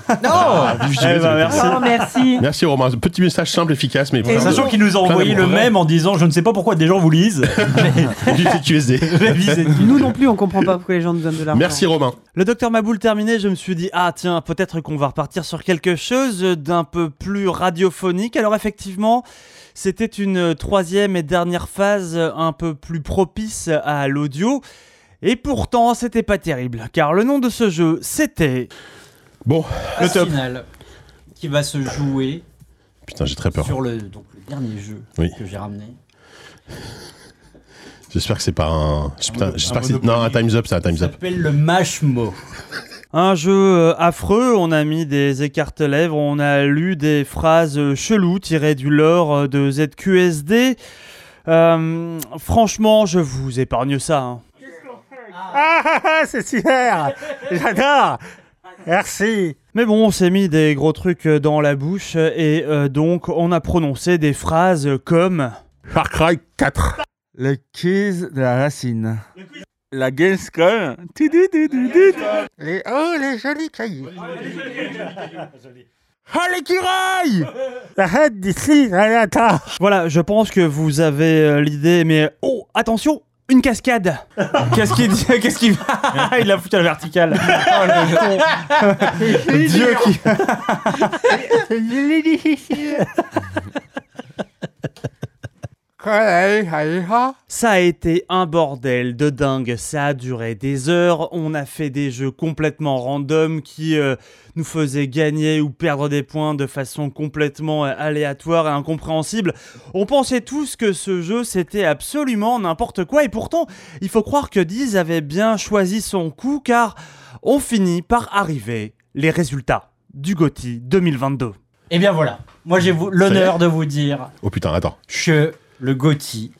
Speaker 2: Oh,
Speaker 6: Ah, vive JV,
Speaker 12: Eh ben,
Speaker 6: ça me
Speaker 12: merci.
Speaker 6: fait plaisir.
Speaker 12: Oh, merci.
Speaker 6: Merci Romain. Petit message simple, efficace, mais.
Speaker 2: Et sachant qu'il nous a envoyé le même en disant Je ne sais pas pourquoi des gens vous lisent.
Speaker 6: QSD.
Speaker 1: Nous non plus, on comprend pas pourquoi les gens nous donnent de l'argent.
Speaker 6: Merci, Romain.
Speaker 1: Le docteur Maboul terminé, je me suis dit ah tiens peut-être qu'on va repartir sur quelque chose d'un peu plus radiophonique. Alors effectivement, c'était une troisième et dernière phase un peu plus propice à l'audio. Et pourtant, c'était pas terrible, car le nom de ce jeu, c'était
Speaker 6: bon
Speaker 2: le top finale qui va se jouer
Speaker 6: Putain, j'ai très peur.
Speaker 2: sur le, donc, le dernier jeu
Speaker 6: Oui.
Speaker 2: que j'ai ramené.
Speaker 6: J'espère que c'est pas un. Putain,
Speaker 2: mono-
Speaker 6: J'espère
Speaker 2: un
Speaker 6: que c'est. Non, un Time's Up, c'est un Time's Up.
Speaker 2: s'appelle le Mashmo.
Speaker 1: Un jeu euh, affreux, on a mis des écartes-lèvres, on a lu des phrases euh, cheloues tirées du lore euh, de ZQSD. Euh, franchement, je vous épargne ça. hein.
Speaker 23: Ah, ah, ah, c'est super J'adore Merci
Speaker 1: Mais bon, on s'est mis des gros trucs euh, dans la bouche euh, et euh, donc on a prononcé des phrases comme Far 4.
Speaker 23: Le quiz de la racine. La Gamescom. Les... Oh, les jolis cahiers. Oh, les curailles
Speaker 1: Arrête d'ici, Renata Voilà, je pense que vous avez euh, l'idée, mais oh, attention, une cascade Qu'est-ce qu'il dit Qu'est-ce qu'il Il l'a foutu à la verticale. Oh, le con. Dieu qui... Ça a été un bordel de dingue, ça a duré des heures, on a fait des jeux complètement random qui euh, nous faisaient gagner ou perdre des points de façon complètement euh, aléatoire et incompréhensible. On pensait tous que ce jeu c'était absolument n'importe quoi et pourtant il faut croire que Diz avait bien choisi son coup car on finit par arriver les résultats du GOTY 2022.
Speaker 2: Et Eh bien voilà, moi j'ai vous- l'honneur de vous dire
Speaker 6: Oh putain, attends.
Speaker 2: que le Gauthier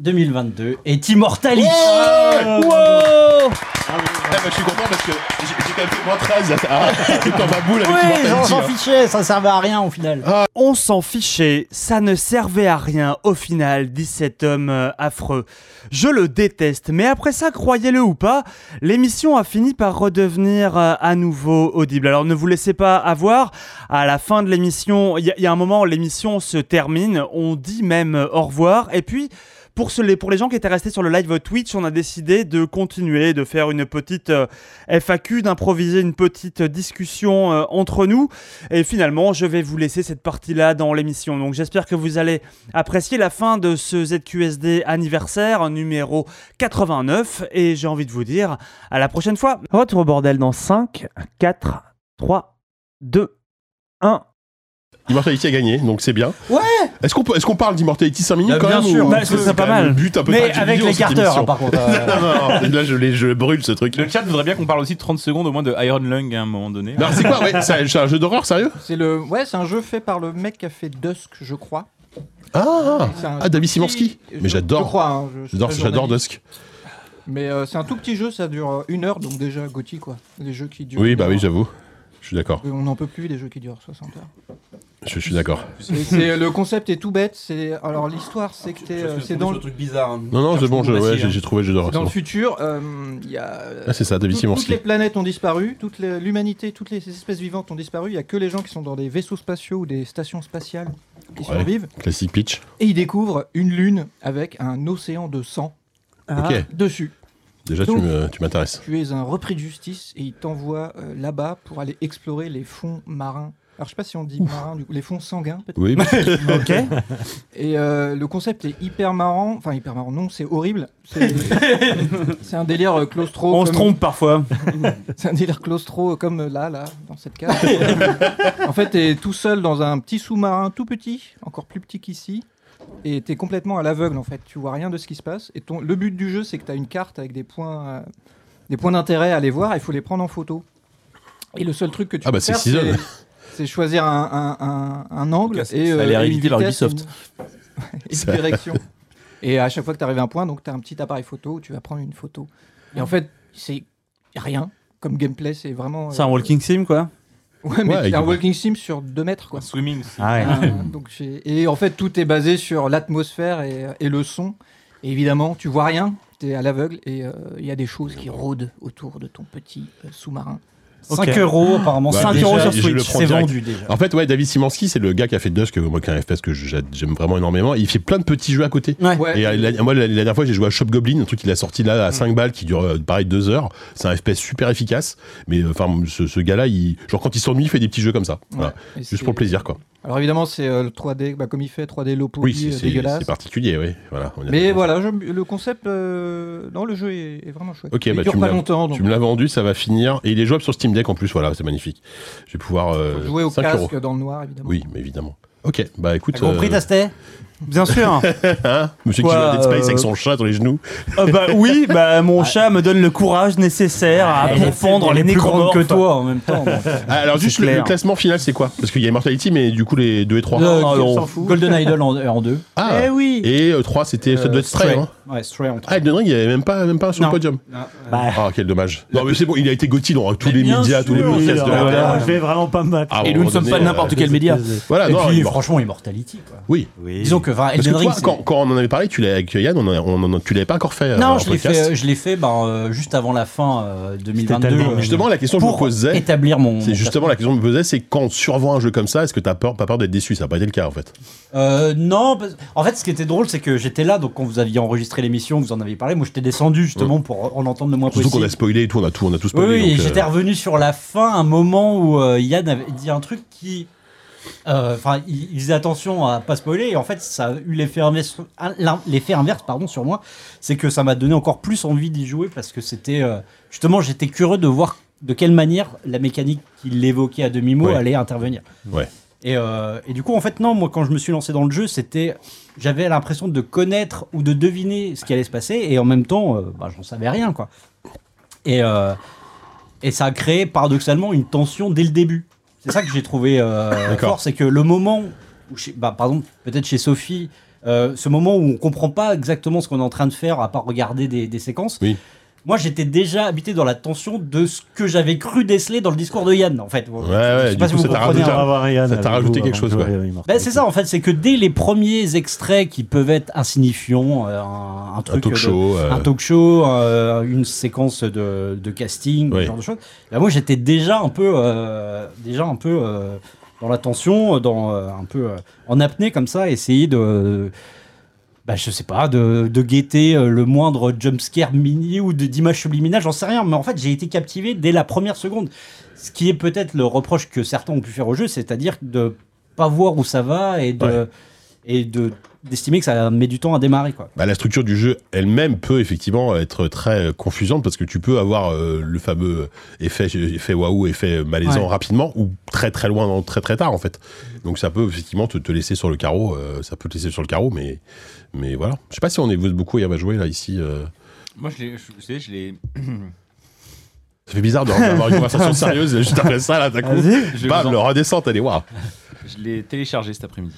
Speaker 2: 2022 est Ah immortalisé. Oh
Speaker 6: Eh ben, je suis content parce que j'ai quand même fait moins 13 à Docteur Maboul avec
Speaker 2: Oui,
Speaker 6: Immortality,
Speaker 2: on s'en
Speaker 6: hein.
Speaker 2: fichait, ça servait à rien au final.
Speaker 1: Ah. On s'en fichait, ça ne servait à rien au final, dit cet homme euh, affreux. Je le déteste, mais après ça, croyez-le ou pas, l'émission a fini par redevenir euh, à nouveau audible. Alors ne vous laissez pas avoir, à la fin de l'émission, il y, a- il y a un moment, l'émission se termine, on dit même euh, au revoir, et puis... Pour, ce- les, pour les gens qui étaient restés sur le live Twitch, on a décidé de continuer, de faire une petite euh, FAQ, d'improviser une petite discussion euh, entre nous. Et finalement, je vais vous laisser cette partie-là dans l'émission. Donc j'espère que vous allez apprécier la fin de ce ZQSD anniversaire numéro 89. Et j'ai envie de vous dire à la prochaine fois. Retour au bordel dans 5, 4, 3, 2, 1.
Speaker 6: Immortality a gagné, donc c'est bien.
Speaker 2: Ouais
Speaker 6: Est-ce qu'on peut- est-ce qu'on parle d'Immortality 5 minutes
Speaker 2: Bah,
Speaker 6: quand
Speaker 2: bien
Speaker 6: même
Speaker 2: sûr,
Speaker 6: ou-
Speaker 2: parce que c'est pas
Speaker 6: quand même
Speaker 2: mal.
Speaker 6: le but un peu
Speaker 2: Mais
Speaker 6: traduit
Speaker 2: avec
Speaker 6: dans
Speaker 2: les
Speaker 6: cette
Speaker 2: carteurs,
Speaker 6: émission.
Speaker 2: hein, par contre, euh.
Speaker 6: Non, non, là, je, l'ai- je brûle ce truc.
Speaker 7: Le chat voudrait bien qu'on parle aussi de 30 secondes au moins de Iron Lung à un moment donné.
Speaker 6: Non, Bah, c'est quoi ouais, C'est un- c'est un jeu d'horreur, sérieux
Speaker 8: C'est le, ouais, c'est un jeu fait par le mec qui a fait Dusk, je crois.
Speaker 6: Ah,
Speaker 8: C'est un
Speaker 6: ah David
Speaker 8: petit-
Speaker 6: Simonski Mais j'adore.
Speaker 8: Je crois, hein, je suis
Speaker 6: J'adore
Speaker 8: très
Speaker 6: j'adore
Speaker 8: journaliste.
Speaker 6: Dusk.
Speaker 8: Mais euh, c'est un tout petit jeu, ça dure euh, une heure, donc déjà Gauthier quoi. Des jeux qui durent.
Speaker 6: Oui,
Speaker 8: une
Speaker 6: bah oui,
Speaker 8: heure. Euh,
Speaker 6: j'avoue. Je suis d'accord.
Speaker 8: On n'en peut plus des jeux qui durent 60 heures.
Speaker 6: Je, je suis d'accord.
Speaker 8: Et c'est- euh, le concept est tout bête. C'est alors l'histoire, c'est que t'es, euh, c'est dans le
Speaker 20: truc bizarre. hein.
Speaker 6: Non, non, c'est bon, je-
Speaker 20: Cherche ton
Speaker 6: ouais,
Speaker 20: glacier,
Speaker 6: j'ai j'ai trouvé le jeu d'horreur.
Speaker 8: dans le
Speaker 6: c'est bon.
Speaker 8: futur, euh, il y a. euh,
Speaker 6: Ah, c'est ça, David
Speaker 8: tout-
Speaker 6: Simonski.
Speaker 8: Toutes les planètes ont disparu, toute les- l'humanité, toutes les espèces vivantes ont disparu. Il y a que les gens qui sont dans des vaisseaux spatiaux ou des stations spatiales qui
Speaker 6: Ouais,
Speaker 8: survivent.
Speaker 6: Classique pitch.
Speaker 8: Et ils découvrent une lune avec un océan de sang
Speaker 1: Ah.
Speaker 6: Ok.
Speaker 8: dessus.
Speaker 6: Déjà, tu
Speaker 8: Donc,
Speaker 6: me- tu m'intéresses.
Speaker 8: Tu es un repris de justice et ils t'envoient euh, là-bas pour aller explorer les fonds marins. Alors, je sais pas si on dit marins, du coup, les fonds sanguins, peut-être.
Speaker 6: Oui, bah. Ok.
Speaker 8: Et euh, le concept est hyper marrant. Enfin, hyper marrant, non, c'est horrible. C'est c'est un délire euh, claustro.
Speaker 1: On se
Speaker 8: comme-
Speaker 1: trompe parfois.
Speaker 8: c'est un délire claustro euh, comme euh, là, là, dans cette cave. en fait, t'es tout seul dans un petit sous-marin tout petit, encore plus petit qu'ici. Et t'es complètement à l'aveugle en fait, tu vois rien de ce qui se passe. Et ton- le but du jeu, c'est que t'as une carte avec des points, euh, des points d'intérêt à aller voir. Il faut les prendre en photo. Et le seul truc que tu
Speaker 6: Ah bah,
Speaker 8: peux
Speaker 6: c'est
Speaker 8: faire,
Speaker 6: Season.
Speaker 8: c'est c'est choisir un, un- un- un angle
Speaker 6: Ok,
Speaker 8: et
Speaker 6: ça a
Speaker 8: euh,
Speaker 6: l'air
Speaker 8: et une
Speaker 6: évité par
Speaker 8: vitesse,
Speaker 6: Ubisoft.
Speaker 8: une- et une
Speaker 6: Ça-
Speaker 8: direction. Et à chaque fois que tu arrives à un point, donc tu as un petit appareil photo où tu vas prendre une photo. Et en fait, c'est rien comme gameplay, c'est vraiment.
Speaker 1: C'est un
Speaker 8: euh,
Speaker 1: walking sim, quoi.
Speaker 8: Ouais, mais
Speaker 1: Ouais,
Speaker 8: c'est un
Speaker 1: avec-
Speaker 8: walking sim sur 2 mètres, quoi.
Speaker 7: swimming.
Speaker 1: Ah ouais.
Speaker 8: donc c'est- et en fait, tout est basé sur l'atmosphère et, et le son. Et évidemment, tu vois rien, tu es à l'aveugle et euh, il y a des choses qui rôdent autour de ton petit euh, sous-marin.
Speaker 2: 5 euros, apparemment.
Speaker 6: Bah,
Speaker 2: 5
Speaker 6: déjà,
Speaker 2: euros sur
Speaker 6: je le
Speaker 2: Switch.
Speaker 6: prends
Speaker 2: C'est
Speaker 6: direct.
Speaker 2: vendu déjà.
Speaker 6: En fait, ouais, David Simanski, c'est le gars qui a fait Dusk, moi qui est un FPS que j'a- j'aime vraiment énormément. Il fait plein de petits jeux à côté.
Speaker 8: Ouais.
Speaker 6: Et euh, la- moi, la, la dernière fois, j'ai joué à Shop Goblin, un truc qu'il a sorti là à 5 balles qui dure euh, pareil 2 heures. C'est un FPS super efficace. Mais euh, enfin, ce, ce gars-là, il- genre quand il s'ennuie, il fait des petits jeux comme ça. Voilà.
Speaker 8: Et
Speaker 6: Juste
Speaker 8: c'est-
Speaker 6: pour le plaisir, quoi.
Speaker 8: Alors évidemment, c'est euh, le 3D, bah, comme il fait 3D low
Speaker 6: Oui,
Speaker 8: poly,
Speaker 6: c'est-
Speaker 8: euh,
Speaker 6: c'est
Speaker 8: dégueulasse.
Speaker 6: c'est particulier, oui. Voilà, Ah, on y a-
Speaker 8: Mais voilà, je- le concept, euh, non, le jeu est, est vraiment chouette.
Speaker 6: Ok,
Speaker 8: il
Speaker 6: bah,
Speaker 8: dure
Speaker 6: tu me
Speaker 8: pas
Speaker 6: l'as-
Speaker 8: longtemps, donc
Speaker 6: Tu me l'as vendu, ça va finir. Et il est jouable sur Steam Deck en plus, voilà, c'est magnifique. Je vais pouvoir. euh,
Speaker 8: jouer au
Speaker 6: 5
Speaker 8: casque
Speaker 6: euros.
Speaker 8: dans le noir, évidemment.
Speaker 6: Oui, mais évidemment. Ok, bah écoute.
Speaker 2: T'as compris, Tastet
Speaker 1: Bien sûr.
Speaker 6: Hein Monsieur qui
Speaker 1: Quoi,
Speaker 6: joue à Dead Space
Speaker 1: euh,
Speaker 6: avec son chat dans les genoux.
Speaker 1: Ah bah oui, bah mon chat me donne le courage nécessaire à
Speaker 6: Elle est-
Speaker 1: confondre
Speaker 6: elle
Speaker 1: les
Speaker 6: est
Speaker 1: plus
Speaker 6: plus
Speaker 1: grandes
Speaker 6: grande
Speaker 1: que
Speaker 6: que
Speaker 1: toi
Speaker 6: toi,
Speaker 1: en même temps.
Speaker 6: Ah, alors juste le, le classement final, c'est quoi Parce qu'il y a Immortality, mais du coup les 2 et 3.
Speaker 2: Le- Golden Idol en, en deux.
Speaker 6: Ah Et 3, c'était ça doit être Stray. hein.
Speaker 2: Ouais, Stray en
Speaker 6: Ah, Elden Ring, il n'y avait même pas, même pas sur
Speaker 2: Euh, Non.
Speaker 6: le podium.
Speaker 2: Bah.
Speaker 6: Ah, quel dommage. Non, mais c'est bon, il a été Gauthier dans tous les médias, tous les
Speaker 5: Oui,
Speaker 6: podcasts de la
Speaker 5: alors,
Speaker 6: Terre.
Speaker 5: Je vais vraiment pas me battre.
Speaker 6: Ah, bon, donné, euh, Voilà,
Speaker 2: et
Speaker 6: non,
Speaker 2: puis,
Speaker 6: il-
Speaker 2: franchement, Immortality. Quoi.
Speaker 6: Oui.
Speaker 2: Disons que, enfin,
Speaker 6: Parce que
Speaker 2: Elden Ring,
Speaker 6: toi,
Speaker 2: c'est-
Speaker 6: quand, quand on en avait parlé, tu l'as avec Yann, on, a- on, en a- tu l'avais pas encore fait. euh,
Speaker 2: Non,
Speaker 6: en
Speaker 2: je l'ai
Speaker 6: podcast.
Speaker 2: fait, je l'ai fait ben, euh, juste avant la fin euh, 2022.
Speaker 6: Mais
Speaker 2: euh,
Speaker 6: justement, la question que je me
Speaker 2: pour
Speaker 6: posais.
Speaker 2: établir mon.
Speaker 6: C'est justement la question que je me posais, c'est quand on survoit un jeu comme ça, est-ce que t'as peur, pas peur d'être déçu Ça n'a pas été le cas en fait.
Speaker 2: Euh, non, parce- en fait, ce qui était drôle, c'est que j'étais là, donc quand vous aviez enregistré l'émission, vous en avez parlé. Moi, j'étais descendu justement pour en entendre le moins
Speaker 6: Surtout
Speaker 2: possible.
Speaker 6: qu'on a spoilé et tout, on a tout, on a tout
Speaker 2: Oui,
Speaker 6: spoilé.
Speaker 2: oui, et
Speaker 6: donc, euh,
Speaker 2: j'étais revenu sur la fin, un moment où euh, Yann avait dit un truc qui. euh, Enfin, il, il faisait attention à pas spoiler, et en fait, ça a eu l'effet inverse, ah, l'in- l'effet inverse pardon, sur moi. C'est que ça m'a donné encore plus envie d'y jouer parce que c'était. euh, justement, j'étais curieux de voir de quelle manière la mécanique qu'il évoquait à demi-mot
Speaker 6: Ouais.
Speaker 2: allait intervenir.
Speaker 6: Ouais.
Speaker 2: Et, euh, et du coup, en fait, non, moi, quand je me suis lancé dans le jeu, c'était. J'avais l'impression de connaître ou de deviner ce qui allait se passer, et en même temps, euh, bah, j'en savais rien, quoi. Et, euh, et ça a créé paradoxalement une tension dès le début. C'est ça que j'ai trouvé euh,
Speaker 6: D'accord.
Speaker 2: fort, c'est que le moment où, chez- bah, par exemple, peut-être chez Sophie, euh, ce moment où on comprend pas exactement ce qu'on est en train de faire à part regarder des, des séquences.
Speaker 6: Oui.
Speaker 2: Moi, j'étais déjà habité dans la tension de ce que j'avais cru déceler dans le discours de Yann, en fait.
Speaker 6: Ouais, ouais, du coup, ça t'a rajouté, un- ça t'a rajouté quelque chose. Quoi.
Speaker 2: hein. Ben, c'est ça en fait, c'est que dès les premiers extraits qui peuvent être insignifiants, euh, un, un truc,
Speaker 6: talk
Speaker 2: de-
Speaker 6: show, euh.
Speaker 2: un talk show, euh, une séquence de, de casting,
Speaker 6: Oui.
Speaker 2: ce genre de choses, ben, moi j'étais déjà un peu, euh, déjà un peu euh, dans la tension, dans euh, un peu euh, en apnée comme ça, essayer de, bah, je sais pas, de, de guetter euh, le moindre jumpscare mini ou de- d'image subliminale, j'en sais rien. Mais en fait, j'ai été captivé dès la première seconde. Ce qui est peut-être le reproche que certains ont pu faire au jeu, c'est-à-dire de pas voir où ça va et de. et de d'estimer que ça met du temps à démarrer quoi.
Speaker 6: Bah, la structure du jeu elle-même peut effectivement être très euh, confusante parce que tu peux avoir euh, le fameux effet, effet waouh, effet malaisant
Speaker 2: Ouais.
Speaker 6: rapidement ou très très loin, dans- très très tard en fait. Donc ça peut effectivement te, te laisser sur le carreau, euh, ça peut te laisser sur le carreau, mais, mais voilà. Je sais pas si on est vous êtes beaucoup à y avoir joué là ici. euh.
Speaker 7: Moi, je l'ai. je- Vous savez, je l'ai.
Speaker 6: Ça fait bizarre de- d'avoir une conversation sérieuse juste après ça là d'un coup.
Speaker 7: Vas-y. Je vais vous
Speaker 6: Bam,
Speaker 7: en-
Speaker 6: le redescente, allez voir.
Speaker 7: Je l'ai téléchargé cet après-midi.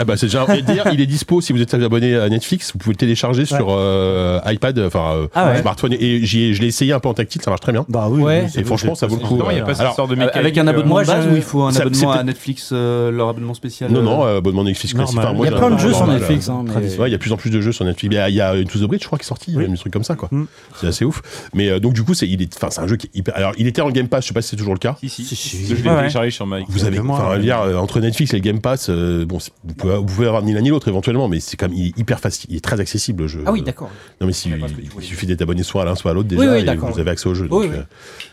Speaker 6: Ah bah c'est déjà envie de dire, il est dispo si vous êtes abonné à Netflix, vous pouvez le télécharger sur euh, iPad, enfin euh,
Speaker 7: Ah ouais.
Speaker 6: smartphone et j'y ai- je l'ai essayé un peu en tactile, ça marche très bien.
Speaker 3: Bah
Speaker 2: oui, Ouais.
Speaker 6: Et franchement ça vaut le coup.
Speaker 5: Non, il y a
Speaker 6: euh,
Speaker 5: pas cette
Speaker 6: alors,
Speaker 5: sorte de
Speaker 6: euh,
Speaker 5: mécanique, euh, Moi,
Speaker 6: de base
Speaker 5: je-
Speaker 6: ou il faut
Speaker 5: ça- c'est peut-être-
Speaker 6: Netflix, euh, leur abonnement spécial Non, non,
Speaker 5: euh,
Speaker 6: abonnement Netflix
Speaker 5: normal.
Speaker 6: classique. Enfin, moi,
Speaker 5: Il y a
Speaker 6: j'ai
Speaker 5: plein de
Speaker 6: un
Speaker 5: jeux sur
Speaker 6: normal,
Speaker 5: Netflix,
Speaker 6: euh,
Speaker 5: hein, mais-
Speaker 6: traditionnel. Ouais, il y a de plus en plus de jeux sur Netflix. Il y a, il y a Into the Bridge, je crois, qui est sorti, il y a un truc comme ça, quoi.
Speaker 5: Mm.
Speaker 6: C'est assez ouf. Mais euh, donc, du coup, c'est il est, enfin, c'est un jeu qui est hyper. Alors, il était dans le Game Pass, je sais pas si c'est toujours le cas.
Speaker 7: Je l'ai
Speaker 6: Ouais, ouais.
Speaker 7: téléchargé sur ma.
Speaker 6: Vous avez, enfin, je veux dire, euh, entre Netflix et le Game Pass, euh, bon, c'est- vous pouvez, vous pouvez avoir ni l'un ni l'autre éventuellement, mais c'est quand même il est hyper facile, il est très accessible le jeu.
Speaker 2: Ah oui, d'accord.
Speaker 6: Non mais si, il, il suffit d'être abonné soit à l'un soit à l'autre déjà,
Speaker 2: Oui, oui,
Speaker 6: et
Speaker 2: d'accord.
Speaker 6: vous avez accès au jeu.
Speaker 2: Oui,
Speaker 6: donc,
Speaker 2: oui.
Speaker 6: euh,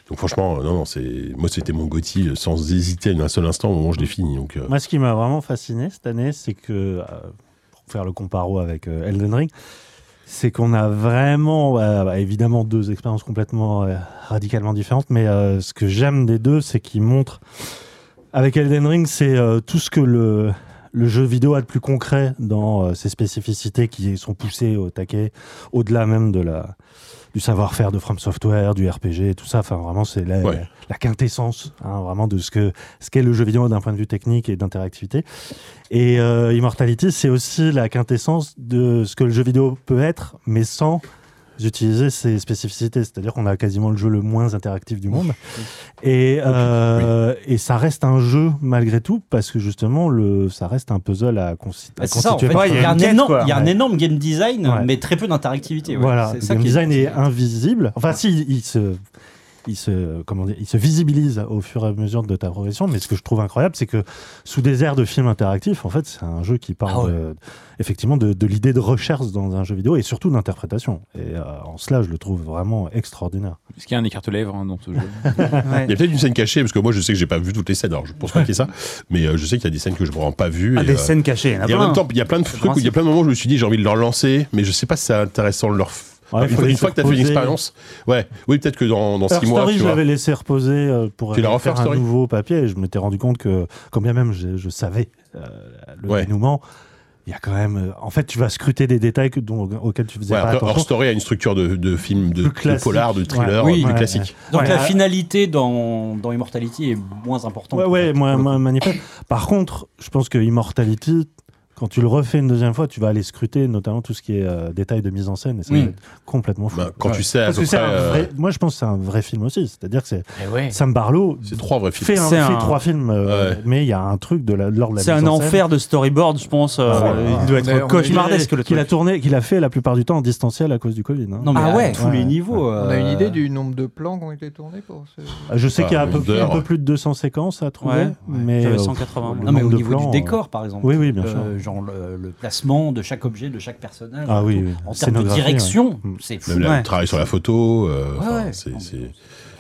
Speaker 6: donc franchement, euh, non, non, c'est, moi c'était mon Gotti sans hésiter un seul instant au moment où je l'ai fini. Donc euh,
Speaker 3: Moi, ce qui m'a vraiment fasciné cette année, c'est que, euh, pour faire le comparo avec euh, Elden Ring, c'est qu'on a vraiment, euh, bah, évidemment, deux expériences complètement euh, radicalement différentes, mais euh, ce que j'aime des deux, c'est qu'ils montrent. Avec Elden Ring, c'est euh, tout ce que le, le jeu vidéo a de plus concret dans euh, ses spécificités qui sont poussées au taquet, au-delà même de la, du savoir-faire de From Software, du RPG, et tout ça. Enfin, vraiment, c'est la, la quintessence, hein, vraiment, de ce que ce qu'est le jeu vidéo d'un point de vue technique et d'interactivité. Et euh, Immortality, c'est aussi la quintessence de ce que le jeu vidéo peut être, mais sans utiliser ses spécificités. C'est-à-dire qu'on a quasiment le jeu le moins interactif du monde. Et, euh, et ça reste un jeu malgré tout, parce que justement, le, ça reste un puzzle à, consi- à
Speaker 2: Bah, c'est ça, en fait.
Speaker 3: constituer.
Speaker 2: il y a, un, énorme, il y a un
Speaker 3: Ouais.
Speaker 2: énorme game design,
Speaker 3: Ouais.
Speaker 2: mais très peu d'interactivité. ouais.
Speaker 3: Voilà,
Speaker 2: c'est
Speaker 3: le
Speaker 2: ça
Speaker 3: game
Speaker 2: qui est-
Speaker 3: design est... invisible. Enfin, si, il se, il, se, comment dire, il se visibilise au fur et à mesure de ta progression. Mais ce que je trouve incroyable, c'est que sous des airs de films interactifs, en fait, c'est un jeu qui
Speaker 2: Ah
Speaker 3: parle euh, effectivement de, de l'idée de recherche dans un jeu vidéo et surtout d'interprétation. Et euh, en cela, je le trouve vraiment extraordinaire.
Speaker 7: Est-ce qu'il y a un écarte-lèvres hein, dans ce jeu
Speaker 6: Il y a peut-être une scène cachée parce que moi je sais que j'ai pas vu toutes les scènes. Alors je pense pas qu'il y ait ça, mais euh, je sais qu'il y a des scènes que je me rends pas vu.
Speaker 1: Ah, des scènes cachées, il y en a
Speaker 6: et en
Speaker 1: plein.
Speaker 6: même
Speaker 3: hein.
Speaker 6: temps, il y a plein de
Speaker 1: C'est le
Speaker 6: trucs où il y a
Speaker 1: principe.
Speaker 6: plein de moments où je me suis dit j'ai envie de leur lancer, mais je sais pas si c'est intéressant de leur. f-
Speaker 3: Ouais,
Speaker 6: une
Speaker 3: faut
Speaker 6: fois,
Speaker 3: les
Speaker 6: une fois que t'as fait une
Speaker 3: surposer.
Speaker 6: expérience, ouais, oui peut-être que dans, dans
Speaker 3: Her
Speaker 6: six mois,
Speaker 3: Story,
Speaker 6: tu
Speaker 3: je
Speaker 6: vois.
Speaker 3: l'avais laissé reposer euh, pour
Speaker 6: Tu l'as refait,
Speaker 3: faire
Speaker 6: Her
Speaker 3: un
Speaker 6: Story
Speaker 3: nouveau papier et je m'étais rendu compte que, quand bien même je, je savais euh, le dénouement, il y a quand même. euh, en fait, tu vas scruter des détails que, dont- auxquels tu faisais
Speaker 6: Ouais,
Speaker 3: pas
Speaker 6: après, Horror
Speaker 3: attention.
Speaker 6: Story a une structure de, de film, de,
Speaker 3: Plus
Speaker 6: de
Speaker 3: classique.
Speaker 6: polar, de thriller,
Speaker 3: Ouais.
Speaker 6: euh,
Speaker 3: Oui.
Speaker 6: plus
Speaker 3: Ouais,
Speaker 6: classique.
Speaker 2: Donc
Speaker 3: Ouais.
Speaker 2: la finalité dans, dans Immortality est moins importante.
Speaker 3: Ouais, ouais, moins, moins manifeste. Par contre, je pense que Immortality, quand tu le refais une deuxième fois, tu vas aller scruter notamment tout ce qui est euh, détails de mise en scène et ça
Speaker 6: Oui.
Speaker 3: va être complètement fou.
Speaker 6: Bah, quand tu sais à
Speaker 3: Parce
Speaker 6: peu
Speaker 3: que c'est
Speaker 6: près,
Speaker 3: un vrai-
Speaker 6: euh,
Speaker 3: Moi, je pense que c'est un vrai film aussi. C'est-à-dire que c'est
Speaker 1: Eh ouais.
Speaker 3: Sam Barlow
Speaker 6: C'est trois vrais films.
Speaker 3: fait, un-
Speaker 1: C'est
Speaker 3: fait
Speaker 1: un-
Speaker 3: trois films, euh,
Speaker 1: Ouais.
Speaker 3: mais il y a un truc de la, lors de la
Speaker 1: C'est
Speaker 3: mise
Speaker 1: un
Speaker 3: en scène.
Speaker 1: enfer de storyboard, je pense. euh,
Speaker 3: Ah,
Speaker 1: il doit
Speaker 3: d'ailleurs,
Speaker 1: être
Speaker 3: on a eu-
Speaker 1: cauchemardesque le
Speaker 3: Qu'il a
Speaker 1: truc.
Speaker 3: tourné, qu'il a fait la plupart du temps en distanciel à cause du Covid. hein.
Speaker 2: Non, mais à tous les niveaux.
Speaker 8: Ah On a une
Speaker 2: euh,
Speaker 8: idée du nombre de plans qui ont été tournés pour ce.
Speaker 3: Je sais
Speaker 2: Ah,
Speaker 3: qu'il y a un peu,
Speaker 2: nombre d'heures.
Speaker 3: un peu plus de 200 séquences à trouver,
Speaker 2: Ouais, ouais.
Speaker 3: mais
Speaker 2: J'avais
Speaker 3: euh,
Speaker 2: 180.
Speaker 3: le
Speaker 2: Non, mais au
Speaker 3: nombre de
Speaker 2: niveau
Speaker 3: plans, euh,
Speaker 2: du décor, par exemple.
Speaker 3: Oui, oui, bien sûr.
Speaker 2: Euh, Genre le, le placement de chaque objet, de chaque personnage.
Speaker 3: Ah oui,
Speaker 2: tout.
Speaker 3: oui.
Speaker 2: En termes de
Speaker 3: Scénographie, Mm.
Speaker 2: direction, c'est fou.
Speaker 6: Même le
Speaker 1: Ouais.
Speaker 6: travail sur la photo, euh,
Speaker 1: Ouais,
Speaker 6: enfin,
Speaker 1: ouais.
Speaker 6: c'est- c'est-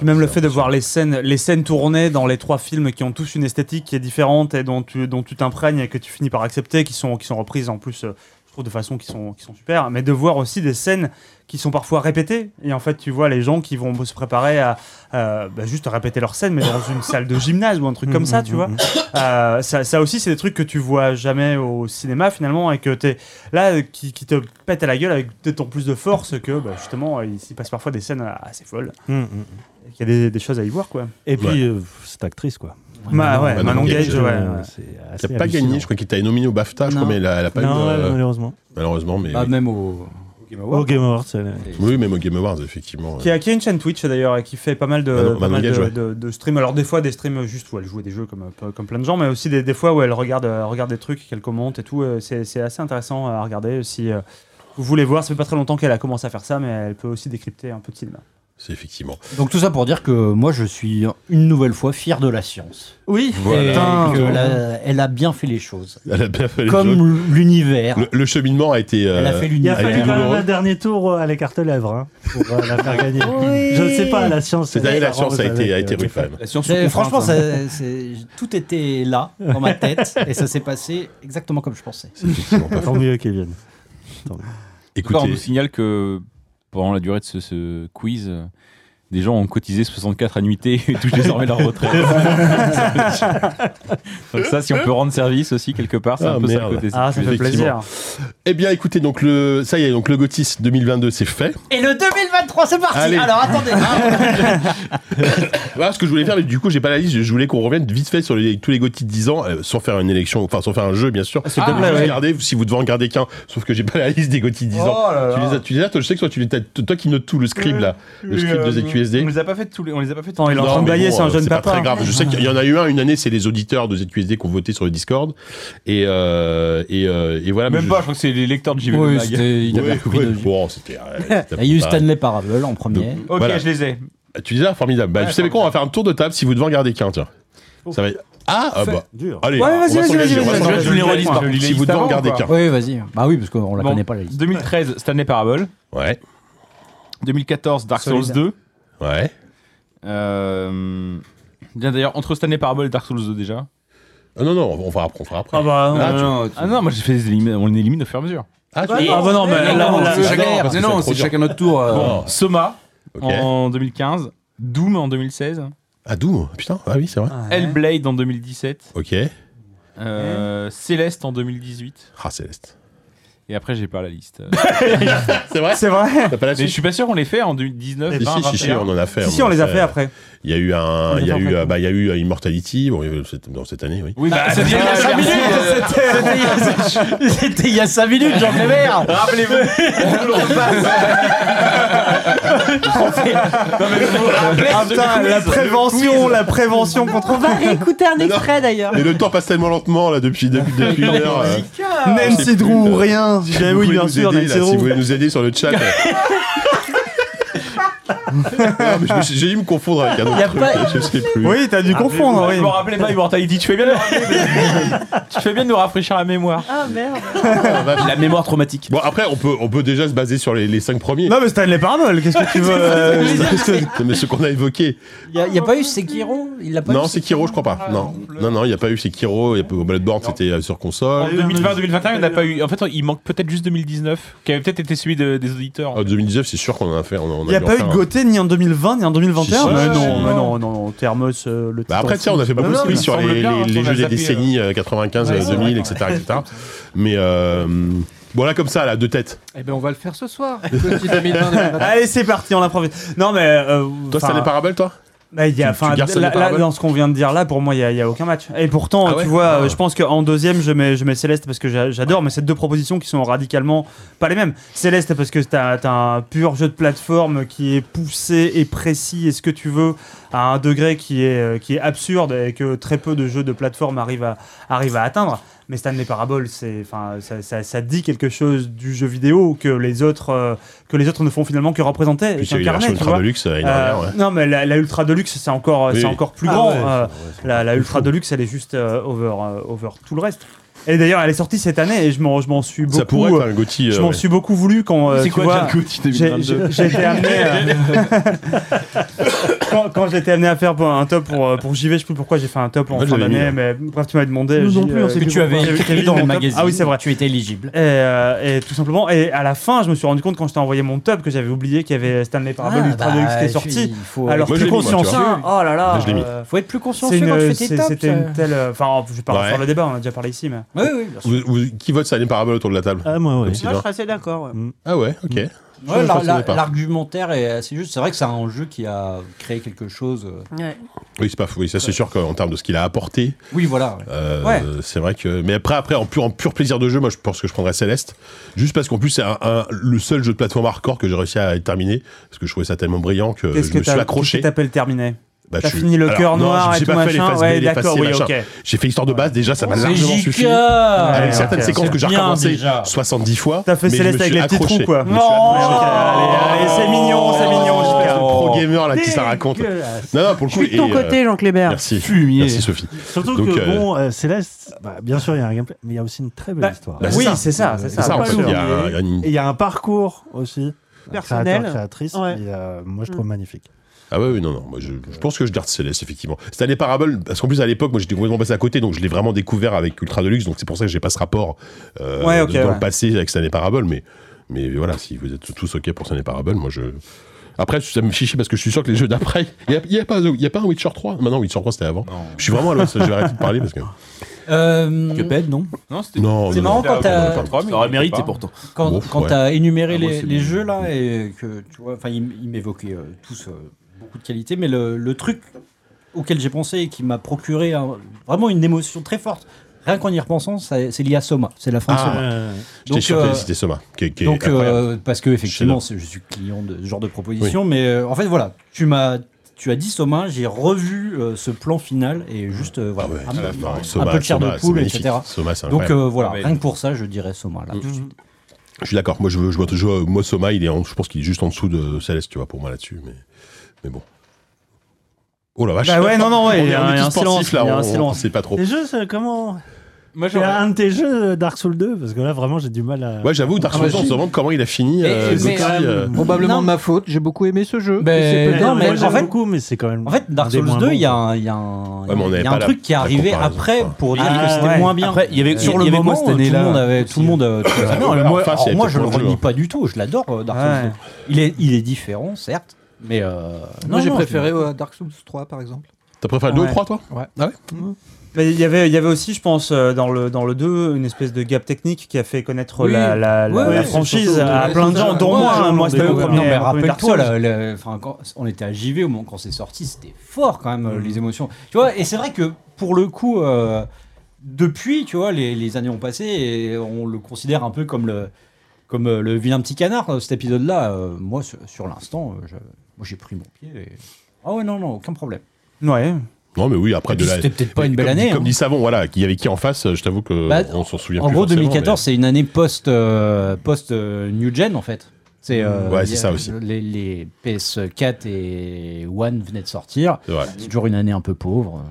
Speaker 1: Même le fait de voir les scènes, les scènes tournées dans les trois films qui ont tous une esthétique qui est différente et dont tu dont tu t'imprègnes et que tu finis par accepter, qui sont qui sont reprises en plus, euh, je trouve de façon qui sont qui sont super. Mais de voir aussi des scènes qui sont parfois répétées et en fait tu vois les gens qui vont se préparer à euh, bah, juste répéter leurs scènes mais dans une salle de gymnase ou un
Speaker 6: Mmh,
Speaker 1: truc comme ça, tu vois. Euh, ça, ça aussi c'est des trucs que tu vois jamais au cinéma finalement et que t'es là euh, qui, qui te pète à la gueule avec peut-être en plus de force que bah, justement il s'y passe parfois des scènes euh, assez folles.
Speaker 6: Hmm.
Speaker 3: Mm, mm,
Speaker 1: Il y a des, des choses à y voir, quoi.
Speaker 3: Et puis, euh, cette actrice, quoi.
Speaker 1: Ma- ouais,
Speaker 6: Manon
Speaker 1: Manon Gage,
Speaker 6: Gage,
Speaker 1: ouais.
Speaker 3: euh, c'est
Speaker 6: Elle
Speaker 3: assez
Speaker 6: a pas
Speaker 3: hallucinant.
Speaker 6: gagné, je crois qu'il était nominé au BAFTA, je
Speaker 3: Non.
Speaker 6: crois, mais elle a, elle a pas eu.
Speaker 3: Non,
Speaker 6: euh,
Speaker 3: malheureusement.
Speaker 6: Malheureusement, mais.
Speaker 2: Bah,
Speaker 6: oui.
Speaker 2: même au.
Speaker 3: Au Game Awards, elle est-
Speaker 6: Oui, même au Game Awards, effectivement.
Speaker 1: Qui a, qui a une chaîne Twitch d'ailleurs et qui fait pas mal de,
Speaker 6: Manon-
Speaker 1: pas
Speaker 6: Manon
Speaker 1: mal de-
Speaker 6: Gage, ouais.
Speaker 1: de- de streams. Alors des fois des streams juste où elle joue à des jeux comme, euh, comme plein de gens, mais aussi des, des fois où elle regarde, euh, regarde des trucs, qu'elle commente et tout. euh, C'est c'est assez intéressant à regarder. Si euh, vous voulez voir, ça fait pas très longtemps qu'elle a commencé à faire ça, mais elle peut aussi décrypter un peu de cinéma.
Speaker 6: C'est effectivement.
Speaker 2: Donc tout ça pour dire que moi je suis une nouvelle fois fier de la science.
Speaker 6: Oui.
Speaker 2: Et
Speaker 6: Voilà.
Speaker 2: que la- elle a bien fait les choses.
Speaker 6: euh, Elle a bien fait les
Speaker 2: Comme
Speaker 6: choses.
Speaker 2: l'univers.
Speaker 6: Le, le cheminement a été. euh,
Speaker 2: Elle a fait
Speaker 3: Il a
Speaker 6: été
Speaker 3: fallu quand même
Speaker 6: douloureux.
Speaker 3: un dernier tour euh, à l'écarte-lèvres hein, pour euh, la faire gagner. Je ne sais pas, la science.
Speaker 6: Cette année, la science a été, a été rude quand même.
Speaker 2: Mais Euh, franchement, ça- c'est- tout était là dans ma tête et ça s'est passé exactement comme je pensais.
Speaker 3: Tant mieux, Kevin.
Speaker 7: Écoutez, on nous signale que pendant la durée de ce, ce quiz, euh, des gens ont cotisé 64 annuités et touchent désormais leur retraite. donc ça, si on peut rendre service aussi quelque part, c'est
Speaker 6: Ah,
Speaker 7: un peu ça
Speaker 6: merde.
Speaker 7: le côté.
Speaker 6: Effectivement. Eh bien, écoutez, donc le, ça y est, donc le Gotis 2022, c'est fait.
Speaker 2: Et le 2023, c'est parti
Speaker 6: Allez.
Speaker 2: Alors attendez.
Speaker 6: Voilà ce que je voulais faire, mais du coup, j'ai pas la liste. Je voulais qu'on revienne vite fait sur les- tous les Gotis de 10 ans, euh, sans faire une élection, enfin, sans faire un jeu, bien sûr.
Speaker 7: Ah,
Speaker 2: s'il te
Speaker 6: Vous
Speaker 2: plaît, ouais.
Speaker 6: regardez, si vous devez en garder qu'un, sauf que j'ai pas la liste des Gotis de 10 ans.
Speaker 7: Oh là là.
Speaker 6: Tu les as, tu les as, toi, je sais que toi, tu les, t'as- toi qui notes tout le scribe, là. Le scribe de ZQSD.
Speaker 7: euh, On les a pas fait tous les. On les a pas fait.
Speaker 1: Attends, il est en train de
Speaker 6: mais
Speaker 1: bailler, c'est un
Speaker 6: euh,
Speaker 1: jeune papa.
Speaker 6: Pas
Speaker 7: hein.
Speaker 6: très grave. Je sais qu'il y en a eu un une année, c'est les auditeurs de ZQSD qui ont voté sur le Discord. Et, euh, et, euh, et voilà.
Speaker 7: Même
Speaker 6: mais
Speaker 7: pas, je crois que c'est les lecteurs de JV.
Speaker 6: Oui,
Speaker 7: Mag.
Speaker 6: c'était- il avait
Speaker 7: Ouais,
Speaker 6: repris
Speaker 7: ouais,
Speaker 6: de-
Speaker 7: bon,
Speaker 6: bon, c'était. euh, c'était
Speaker 2: Il y a eu
Speaker 6: pas-
Speaker 2: Stanley Parable en premier.
Speaker 7: Ok,
Speaker 6: Voilà.
Speaker 7: je les ai.
Speaker 6: Tu disais, ah, formidable. Bah,
Speaker 7: Ouais,
Speaker 6: tu savais quoi, on va faire un tour de table si vous devez en garder qu'un, tiens. Ça va être- Ah, ah
Speaker 7: Fait-
Speaker 6: bah.
Speaker 7: Dur.
Speaker 6: Allez,
Speaker 7: Ouais,
Speaker 6: on va
Speaker 7: vas-y, vas-y,
Speaker 6: s'engager,
Speaker 7: vas-y,
Speaker 6: on va
Speaker 7: vas-y,
Speaker 6: s'engager.
Speaker 7: je les relis pas. Je les
Speaker 6: Si
Speaker 7: lis
Speaker 6: vous devez
Speaker 7: avant
Speaker 6: en
Speaker 7: ou
Speaker 6: garder
Speaker 7: pas
Speaker 6: qu'un.
Speaker 2: Oui, vas-y. Bah oui, parce qu'on la
Speaker 7: Bon,
Speaker 2: connaît pas la liste.
Speaker 7: 2013, Stanley Parable.
Speaker 6: Ouais.
Speaker 7: 2014, Dark Souls
Speaker 2: Solide.
Speaker 7: 2.
Speaker 6: Ouais.
Speaker 7: Euh... bien D'ailleurs, entre Stanley Parable et Dark Souls 2 déjà.
Speaker 6: Ah non, non, on fera après. On fera après.
Speaker 7: Ah bah
Speaker 6: Là, tu-
Speaker 7: non, ah, non, moi j'ai fait des élim- on élimine au fur et à mesure.
Speaker 6: Ah,
Speaker 7: tu-
Speaker 1: Ah bah non, mais là,
Speaker 7: non,
Speaker 1: là,
Speaker 7: c'est
Speaker 1: là,
Speaker 7: chacun-
Speaker 1: là, parce que
Speaker 7: non,
Speaker 1: c'est
Speaker 7: c'est
Speaker 1: trop dur.
Speaker 7: chacun notre tour. euh,
Speaker 6: Bon.
Speaker 7: Soma
Speaker 6: Ok.
Speaker 7: en 2015, Doom en 2016,
Speaker 6: Ah, d'où Putain, ah oui, c'est vrai.
Speaker 7: Hellblade en 2017,
Speaker 6: Ok.
Speaker 7: euh, Céleste en 2018.
Speaker 6: Ah, Céleste.
Speaker 7: Et après, j'ai pas la liste.
Speaker 6: c'est vrai
Speaker 1: C'est vrai
Speaker 6: T'as pas la
Speaker 7: Mais
Speaker 6: suite
Speaker 7: je suis pas sûr qu'on l'ait fait en 2019.
Speaker 6: Si,
Speaker 7: 20,
Speaker 6: si, si, si,
Speaker 7: 21.
Speaker 6: on en a fait.
Speaker 1: Si,
Speaker 6: en
Speaker 1: on les a
Speaker 6: fait
Speaker 1: fait après.
Speaker 6: Il y a eu
Speaker 1: On
Speaker 6: un,
Speaker 1: les
Speaker 6: il y
Speaker 1: a
Speaker 6: a
Speaker 1: fait
Speaker 6: eu,
Speaker 1: après.
Speaker 6: euh, bah, il y a eu euh, Immortality, bon, il y a eu cette- dans cette année, oui.
Speaker 7: Oui, bah, c'était il y a
Speaker 2: cinq
Speaker 7: cinq
Speaker 2: minutes, c'était- C'était il y a 5 minutes, Jean Clébert
Speaker 7: Rappelez-vous
Speaker 1: Ah, putain, la prévention, la prévention contre.
Speaker 4: On va réécouter un extrait d'ailleurs.
Speaker 6: Mais le temps passe tellement lentement là depuis depuis, depuis une heure. euh, je sais
Speaker 1: Nancy
Speaker 6: plus,
Speaker 1: Drew,
Speaker 6: euh,
Speaker 1: rien.
Speaker 6: si
Speaker 1: J'ai-
Speaker 6: vous
Speaker 1: oui,
Speaker 6: pouvez
Speaker 1: bien
Speaker 6: nous
Speaker 1: sûr,
Speaker 6: aider,
Speaker 1: Nancy
Speaker 6: là, Si vous
Speaker 1: Drew.
Speaker 6: voulez nous aider sur le chat. euh. Non, mais je me suis- J'ai dû me confondre avec un
Speaker 1: Y a
Speaker 6: autre truc, euh,
Speaker 1: pas-
Speaker 6: je sais plus. Ah,
Speaker 1: Oui, t'as dû confondre, oui.
Speaker 7: Je me
Speaker 6: bah,
Speaker 7: rappelais pas Immortality. Tu fais bien de rappeler. tu fais bien de nous rafraîchir la mémoire.
Speaker 4: Ah merde.
Speaker 6: La
Speaker 7: mémoire traumatique.
Speaker 6: Bon, après, on peut, on peut déjà se baser sur les, les cinq premiers.
Speaker 1: Non, mais Stanley Parable, qu'est-ce que tu veux euh, qu'est-ce que-
Speaker 6: Non, mais ce qu'on a évoqué.
Speaker 2: Il n'y a, pas eu Sekiro Il l'a pas eu
Speaker 6: Non, c'est Kiro, je crois pas. Non, non, non, il n'y a pas eu, c'est Kiro. Il y a pas- Bloodborne, c'était euh, sur
Speaker 7: En
Speaker 6: console.
Speaker 7: 2020-2021, il n'y en a pas eu. En fait, il manque peut-être juste 2019, qui avait peut-être été celui de- des auditeurs.
Speaker 6: En 2019, c'est sûr qu'on en a fait. On,
Speaker 1: Il n'y a pas eu de Gauthier ni en 2020 ni en 2021
Speaker 6: Si, si,
Speaker 1: Mais
Speaker 6: si,
Speaker 1: non,
Speaker 6: si.
Speaker 1: mais non, non, non, Thermos, euh, le
Speaker 6: Bah après, tiens, on a fait beaucoup de quiz sur les,
Speaker 1: hein,
Speaker 6: les- les jeux des décennies euh, 95,
Speaker 8: Ouais,
Speaker 6: euh,
Speaker 8: c'est
Speaker 6: 2000, etc. etc. mais euh, voilà, comme ça, là, deux têtes.
Speaker 8: Eh ben, on va le faire ce soir. Petit 2020.
Speaker 1: Allez, c'est parti, on improvise. Non, mais. euh,
Speaker 6: Toi,
Speaker 1: enfin,
Speaker 6: Stanley Parable, toi
Speaker 1: bah, il y a,
Speaker 6: Tu-
Speaker 1: enfin,
Speaker 6: tu gardes ça
Speaker 1: là-
Speaker 6: des
Speaker 1: là,
Speaker 6: paraboles
Speaker 1: dans ce qu'on vient de dire là, pour moi, il n'y a, aucun match. Et pourtant,
Speaker 6: Ah
Speaker 1: tu
Speaker 6: ouais
Speaker 1: vois,
Speaker 6: Ah
Speaker 1: euh,
Speaker 6: ouais.
Speaker 1: je pense qu'en deuxième, je mets, je mets Céleste parce que j'a- j'adore, mais c'est deux propositions qui sont radicalement pas les mêmes. Céleste, parce que t'as as un pur jeu de plateforme qui est poussé et précis et ce que tu veux à un degré qui est, euh, qui est absurde et que très peu de jeux de plateforme arrivent à, arrivent à atteindre. Mais Stanley Parable, c'est, enfin, ça, ça, ça dit quelque chose du jeu vidéo que les autres, euh, que les autres ne font finalement que représenter.
Speaker 6: Puis
Speaker 1: et
Speaker 6: il y a eu la
Speaker 1: qu'incarner,
Speaker 6: version
Speaker 1: tu
Speaker 6: ultra euh,
Speaker 1: vois. Euh,
Speaker 6: de luxe, l'année dernière, ouais.
Speaker 1: Non, mais la, la ultra deluxe, c'est encore,
Speaker 6: Oui,
Speaker 1: c'est
Speaker 6: oui.
Speaker 1: encore plus
Speaker 6: Ah
Speaker 1: grand.
Speaker 6: ouais,
Speaker 1: Euh, la, la ultra deluxe, elle est juste euh, over, euh, over tout le reste. Et d'ailleurs, elle est sortie cette année et je m'en, je m'en suis beaucoup.
Speaker 6: Ça pourrait être
Speaker 1: euh,
Speaker 6: un Gauthier.
Speaker 1: je m'en suis beaucoup voulu quand. euh,
Speaker 6: C'est
Speaker 1: tu
Speaker 6: quoi,
Speaker 1: vois,
Speaker 6: Jack Gauthier
Speaker 1: j'ai- j'ai-
Speaker 6: 2022?
Speaker 1: j'ai été amené, euh, quand, quand je l'étais amené à faire pour un top pour, euh, pour JV, je sais plus pourquoi j'ai fait un top en
Speaker 2: Moi, je
Speaker 1: fin
Speaker 2: l'avais mis,
Speaker 1: d'année,
Speaker 2: hein.
Speaker 1: mais bref, tu m'avais demandé.
Speaker 2: Nous
Speaker 1: J-
Speaker 2: non plus, on
Speaker 1: euh,
Speaker 2: sait plus
Speaker 1: tu avais
Speaker 2: pourquoi.
Speaker 1: écrit dans le magazine. Ah oui, c'est vrai.
Speaker 2: Tu étais éligible.
Speaker 1: Et, euh, et tout simplement, et à la fin, je me suis rendu compte quand je t'ai envoyé mon top que j'avais oublié qu'il y avait Stanley Parable
Speaker 2: Ah,
Speaker 1: Ultra
Speaker 2: bah,
Speaker 1: Deluxe qui est
Speaker 2: il
Speaker 1: sorti.
Speaker 2: faut-
Speaker 1: alors
Speaker 2: Moi,
Speaker 1: plus
Speaker 2: je l'ai mis, moi, tu vois.
Speaker 1: consciencieux.
Speaker 2: Oh là là,
Speaker 1: Moi,
Speaker 2: je l'ai mis.
Speaker 1: euh,
Speaker 2: faut être plus consciencieux
Speaker 1: c'est une- euh,
Speaker 2: quand tu fais tes
Speaker 1: c'est-
Speaker 2: tops,
Speaker 1: C'était
Speaker 2: ça.
Speaker 1: une telle. euh, Enfin, je vais pas
Speaker 6: Ouais.
Speaker 1: refaire le débat, on en a déjà parlé ici, mais.
Speaker 6: Vous- vous- qui vote Stanley Parable autour de la table
Speaker 1: Ah, moi, ouais.
Speaker 6: Comme
Speaker 4: Moi, je
Speaker 6: Sylvain.
Speaker 4: serais assez d'accord. ouais.
Speaker 6: Ah ouais, ok. Je
Speaker 2: Ouais,
Speaker 6: ne
Speaker 2: la-
Speaker 6: pensais
Speaker 2: la-
Speaker 6: pas.
Speaker 2: L'argumentaire est assez juste. C'est vrai que c'est un jeu qui a créé quelque chose. euh,
Speaker 6: Oui, c'est pas fou. Oui, ça, c'est sûr qu'en termes de ce qu'il a apporté.
Speaker 2: Oui, voilà.
Speaker 6: euh,
Speaker 2: Ouais.
Speaker 6: C'est vrai que. Mais après, après en, pur, en pur plaisir de jeu, moi, je pense que je prendrais Céleste. Juste parce qu'en plus, c'est un- un- le seul jeu de plateforme hardcore que j'ai réussi à terminer. Parce que je trouvais ça tellement brillant que
Speaker 1: Qu'est-ce
Speaker 6: Euh,
Speaker 1: que
Speaker 6: je me suis
Speaker 1: t'as- qu'est-ce
Speaker 6: accroché.
Speaker 1: que t'appelles terminé
Speaker 6: Bah,
Speaker 1: T'as
Speaker 6: je suis-
Speaker 1: fini le
Speaker 6: Alors,
Speaker 1: cœur
Speaker 6: non,
Speaker 1: noir
Speaker 6: j'ai-
Speaker 1: et
Speaker 6: j'ai
Speaker 1: tout
Speaker 6: pas fait les
Speaker 1: machin.
Speaker 6: phases B,
Speaker 1: Ouais,
Speaker 6: les
Speaker 1: d'accord,
Speaker 6: phases C,
Speaker 1: oui,
Speaker 6: machin.
Speaker 1: ok.
Speaker 6: J'ai fait histoire de base, déjà, ça m'a
Speaker 1: C'est
Speaker 6: largement
Speaker 1: J.K.
Speaker 6: suffi.
Speaker 1: Ouais,
Speaker 6: Avec
Speaker 1: ok,
Speaker 6: certaines
Speaker 1: c'est
Speaker 6: séquences que j'ai
Speaker 1: bien
Speaker 6: recommencées
Speaker 1: déjà.
Speaker 6: 70 fois.
Speaker 1: T'as fait
Speaker 6: mais je me
Speaker 1: Céleste avec
Speaker 6: suis
Speaker 1: les petits
Speaker 6: accroché.
Speaker 1: trous, quoi.
Speaker 6: Je me suis accroché. Oh,
Speaker 1: Allez, allez, c'est mignon, c'est mignon,
Speaker 6: Espèce de
Speaker 1: Jika.
Speaker 6: pro gamer là qui ça raconte.
Speaker 3: Dégueulasse.
Speaker 6: Non, non, pour le coup.
Speaker 4: Je suis de ton
Speaker 6: et, euh,
Speaker 4: côté, Jean Kléber.
Speaker 6: Merci.
Speaker 3: Fumier.
Speaker 6: Merci Sophie.
Speaker 3: Surtout
Speaker 6: Donc,
Speaker 3: que,
Speaker 6: euh,
Speaker 3: bon, euh, Céleste, bah, bien sûr, il y a un gameplay, mais il y a aussi une très belle
Speaker 1: Bah,
Speaker 3: histoire.
Speaker 1: bah, c'est Oui, ça. c'est ça, c'est ça. C'est
Speaker 3: Faut pas
Speaker 1: ça, en fait, il y a
Speaker 3: l'oublier.
Speaker 1: un- il y a une-
Speaker 3: Et il y a un parcours aussi.
Speaker 1: Personnel.
Speaker 3: Créateur, créatrice.
Speaker 1: Ouais. Mm.
Speaker 3: et, euh, moi, je trouve magnifique.
Speaker 6: Ah ouais, oui, non, non. Moi, je, je pense que je garde Céleste, effectivement. C'était les Parable, parce qu'en plus, à l'époque, moi, j'étais complètement passé à côté, donc je l'ai vraiment découvert avec Ultra Deluxe, donc c'est pour ça que j'ai pas ce rapport euh,
Speaker 1: Ouais, ok,
Speaker 6: de- dans
Speaker 1: ouais.
Speaker 6: le passé avec Stanley Parable, mais, mais voilà, si vous êtes tous OK pour Stanley Parable, moi, je. Après, ça me fait chier parce que je suis sûr que les jeux d'après, il n'y a, il y a, pas- il y a pas un Witcher 3. Maintenant, Witcher 3, c'était avant. Je suis vraiment à l'os, je vais arrêter de parler parce que.
Speaker 2: Euh,
Speaker 24: non
Speaker 7: Non, c'était.
Speaker 6: Non,
Speaker 2: C'est
Speaker 6: non,
Speaker 2: marrant
Speaker 6: non,
Speaker 2: quand t'as-
Speaker 6: pardon, pardon.
Speaker 7: Ça aurait mérité pourtant.
Speaker 2: Quand,
Speaker 7: Bon,
Speaker 2: quand
Speaker 7: ouais.
Speaker 2: t'as énuméré
Speaker 7: Ah, moi,
Speaker 2: les,
Speaker 7: c'est
Speaker 2: les
Speaker 7: bon.
Speaker 2: jeux là et que tu vois, enfin, ils ils m'évoquaient euh, tous euh, beaucoup de qualités, mais le, le truc auquel j'ai pensé et qui m'a procuré un- vraiment une émotion très forte, rien qu'en y repensant, ça- c'est lié à Soma, c'est la fin de
Speaker 6: Ah,
Speaker 2: Soma.
Speaker 6: ouais, ouais, ouais. J'étais
Speaker 2: Donc,
Speaker 6: sûr que
Speaker 2: euh,
Speaker 6: c'était Soma, qui est- qui est
Speaker 2: donc, euh,
Speaker 6: incroyable.
Speaker 2: parce que effectivement,
Speaker 6: Chef-d'œuvre.
Speaker 2: c'est- je suis client de ce genre de proposition, mais euh, en fait voilà, tu m'as tu as dit Soma, j'ai revu euh, ce plan final et juste euh,
Speaker 3: Ah
Speaker 2: voilà, un,
Speaker 6: c'est la fin.
Speaker 2: un
Speaker 6: Soma,
Speaker 2: peu de chair
Speaker 6: Soma,
Speaker 2: de
Speaker 6: c'est
Speaker 2: poule,
Speaker 6: magnifique.
Speaker 2: etc.
Speaker 6: Soma, c'est
Speaker 2: Donc
Speaker 6: incroyable.
Speaker 2: euh, voilà,
Speaker 6: Ah, mais-
Speaker 2: rien que pour ça, je dirais Soma là. tout de suite.
Speaker 6: Je suis d'accord. Moi, je veux, je vois, je vois- moi, Soma, il est en- je pense qu'il est juste en dessous de Céleste, tu vois, pour moi là-dessus, mais, mais bon. Oh la vache.
Speaker 1: Bah ouais, non, non, ouais,
Speaker 6: On
Speaker 1: il y a
Speaker 6: est- on
Speaker 1: un-
Speaker 6: est
Speaker 1: il y a un
Speaker 6: tous
Speaker 1: silence,
Speaker 6: pensifs là,
Speaker 1: il y a un
Speaker 6: on- on
Speaker 1: silence.
Speaker 6: sait pas trop.
Speaker 3: Les jeux, c'est comment.
Speaker 7: Moi,
Speaker 3: c'est un de tes jeux, euh, Dark Souls 2, parce que là, vraiment, j'ai du mal à.
Speaker 6: Ouais, j'avoue, Dark
Speaker 3: Ah,
Speaker 6: Souls,
Speaker 3: bah,
Speaker 6: on se
Speaker 3: j'ai-
Speaker 6: demande comment il a fini.
Speaker 3: Et-
Speaker 6: euh,
Speaker 3: mais c'est
Speaker 6: Gotti,
Speaker 3: quand même
Speaker 6: euh,
Speaker 8: Probablement
Speaker 3: Non.
Speaker 8: de ma faute, j'ai beaucoup aimé ce jeu.
Speaker 3: Ben,
Speaker 8: Et c'est peut-être
Speaker 3: non, mais
Speaker 8: un
Speaker 3: en
Speaker 8: jeu-
Speaker 3: fait- beaucoup, mais c'est quand même.
Speaker 2: En fait, Dark
Speaker 3: un des
Speaker 2: Souls
Speaker 3: moins
Speaker 2: 2,
Speaker 3: bons.
Speaker 2: il y a un, il y a un,
Speaker 3: Ouais, mais on
Speaker 2: il y a
Speaker 3: n'avait
Speaker 2: un
Speaker 3: pas la-
Speaker 2: truc qui est
Speaker 3: la
Speaker 2: arrivé
Speaker 3: comparaison,
Speaker 2: après pour dire
Speaker 3: Ah,
Speaker 2: que c'était
Speaker 3: ouais.
Speaker 2: moins bien. Euh,
Speaker 3: Après, il y avait-
Speaker 2: sur
Speaker 3: il y
Speaker 2: le
Speaker 3: avait quoi
Speaker 2: moment,
Speaker 3: cette
Speaker 2: tout le
Speaker 3: année-là
Speaker 2: monde avait, tout le monde. euh, tout le monde-
Speaker 3: Ah,
Speaker 2: Non,
Speaker 3: ouais,
Speaker 2: moi,
Speaker 3: en face,
Speaker 2: alors
Speaker 3: il y a
Speaker 2: moi,
Speaker 3: peut-être
Speaker 2: je le
Speaker 3: moins de
Speaker 2: renie
Speaker 3: jeux.
Speaker 2: pas du tout. Je l'adore, euh, Dark Souls
Speaker 3: Ouais.
Speaker 2: 2. Il est, il est différent, certes, mais euh,
Speaker 8: Moi, j'ai préféré
Speaker 2: finalement.
Speaker 8: euh, Dark Souls 3 par exemple.
Speaker 6: T'as préféré
Speaker 8: le
Speaker 6: le
Speaker 8: deux ou
Speaker 6: 2
Speaker 8: Ouais.
Speaker 6: ou
Speaker 8: trois,
Speaker 6: 3,
Speaker 8: toi
Speaker 6: toi
Speaker 8: Ouais.
Speaker 6: Ah ouais
Speaker 1: Mais Bah, il y avait, il y avait aussi, je pense, euh, dans le, dans le 2, une espèce de gap technique qui a fait connaître
Speaker 2: Oui.
Speaker 1: la, la- la-
Speaker 2: Ouais,
Speaker 1: la
Speaker 2: ouais,
Speaker 1: franchise
Speaker 2: surtout,
Speaker 1: à
Speaker 2: ouais,
Speaker 1: plein de
Speaker 2: c'est
Speaker 1: gens,
Speaker 2: ça.
Speaker 1: dont
Speaker 2: Ouais,
Speaker 1: moi.
Speaker 2: ouais,
Speaker 1: hein, Moi, c'était
Speaker 2: ouais,
Speaker 1: le
Speaker 2: ouais.
Speaker 1: premier.
Speaker 2: Non, mais
Speaker 1: mon premier Dark
Speaker 2: rappelle-toi,
Speaker 1: Souls.
Speaker 2: là, le- enfin, quand on était à JV, au moment quand c'est sorti, c'était fort quand
Speaker 1: Mm.
Speaker 2: même, euh, les émotions. Tu vois, et c'est vrai que pour le coup, euh, depuis, tu vois, les, les années ont passé et on le considère un peu comme le, comme euh, le vilain petit canard, euh, cet épisode-là. Euh, moi, sur, sur l'instant, euh, je- moi, j'ai pris mon pied. et- Ah ouais, non, non, aucun problème.
Speaker 1: Ouais.
Speaker 6: Non, mais oui, après
Speaker 2: Et
Speaker 6: de
Speaker 2: puis,
Speaker 6: la.
Speaker 2: c'était peut-être pas une belle
Speaker 6: comme dit-
Speaker 2: année,
Speaker 6: Comme
Speaker 2: hein.
Speaker 6: dit Savon, voilà, qu'il y avait qui en face, euh, je t'avoue que
Speaker 2: Bah,
Speaker 6: on s'en souvient
Speaker 2: en
Speaker 6: plus.
Speaker 2: gros,
Speaker 6: forcément,
Speaker 2: 2014, c'est une année post, euh, post euh, New Gen en fait. C'est euh,
Speaker 6: Ouais, c'est
Speaker 2: il y a-
Speaker 6: ça aussi.
Speaker 2: Les, les PS4 et One venaient de sortir.
Speaker 6: C'est vrai.
Speaker 2: toujours une année un peu pauvre.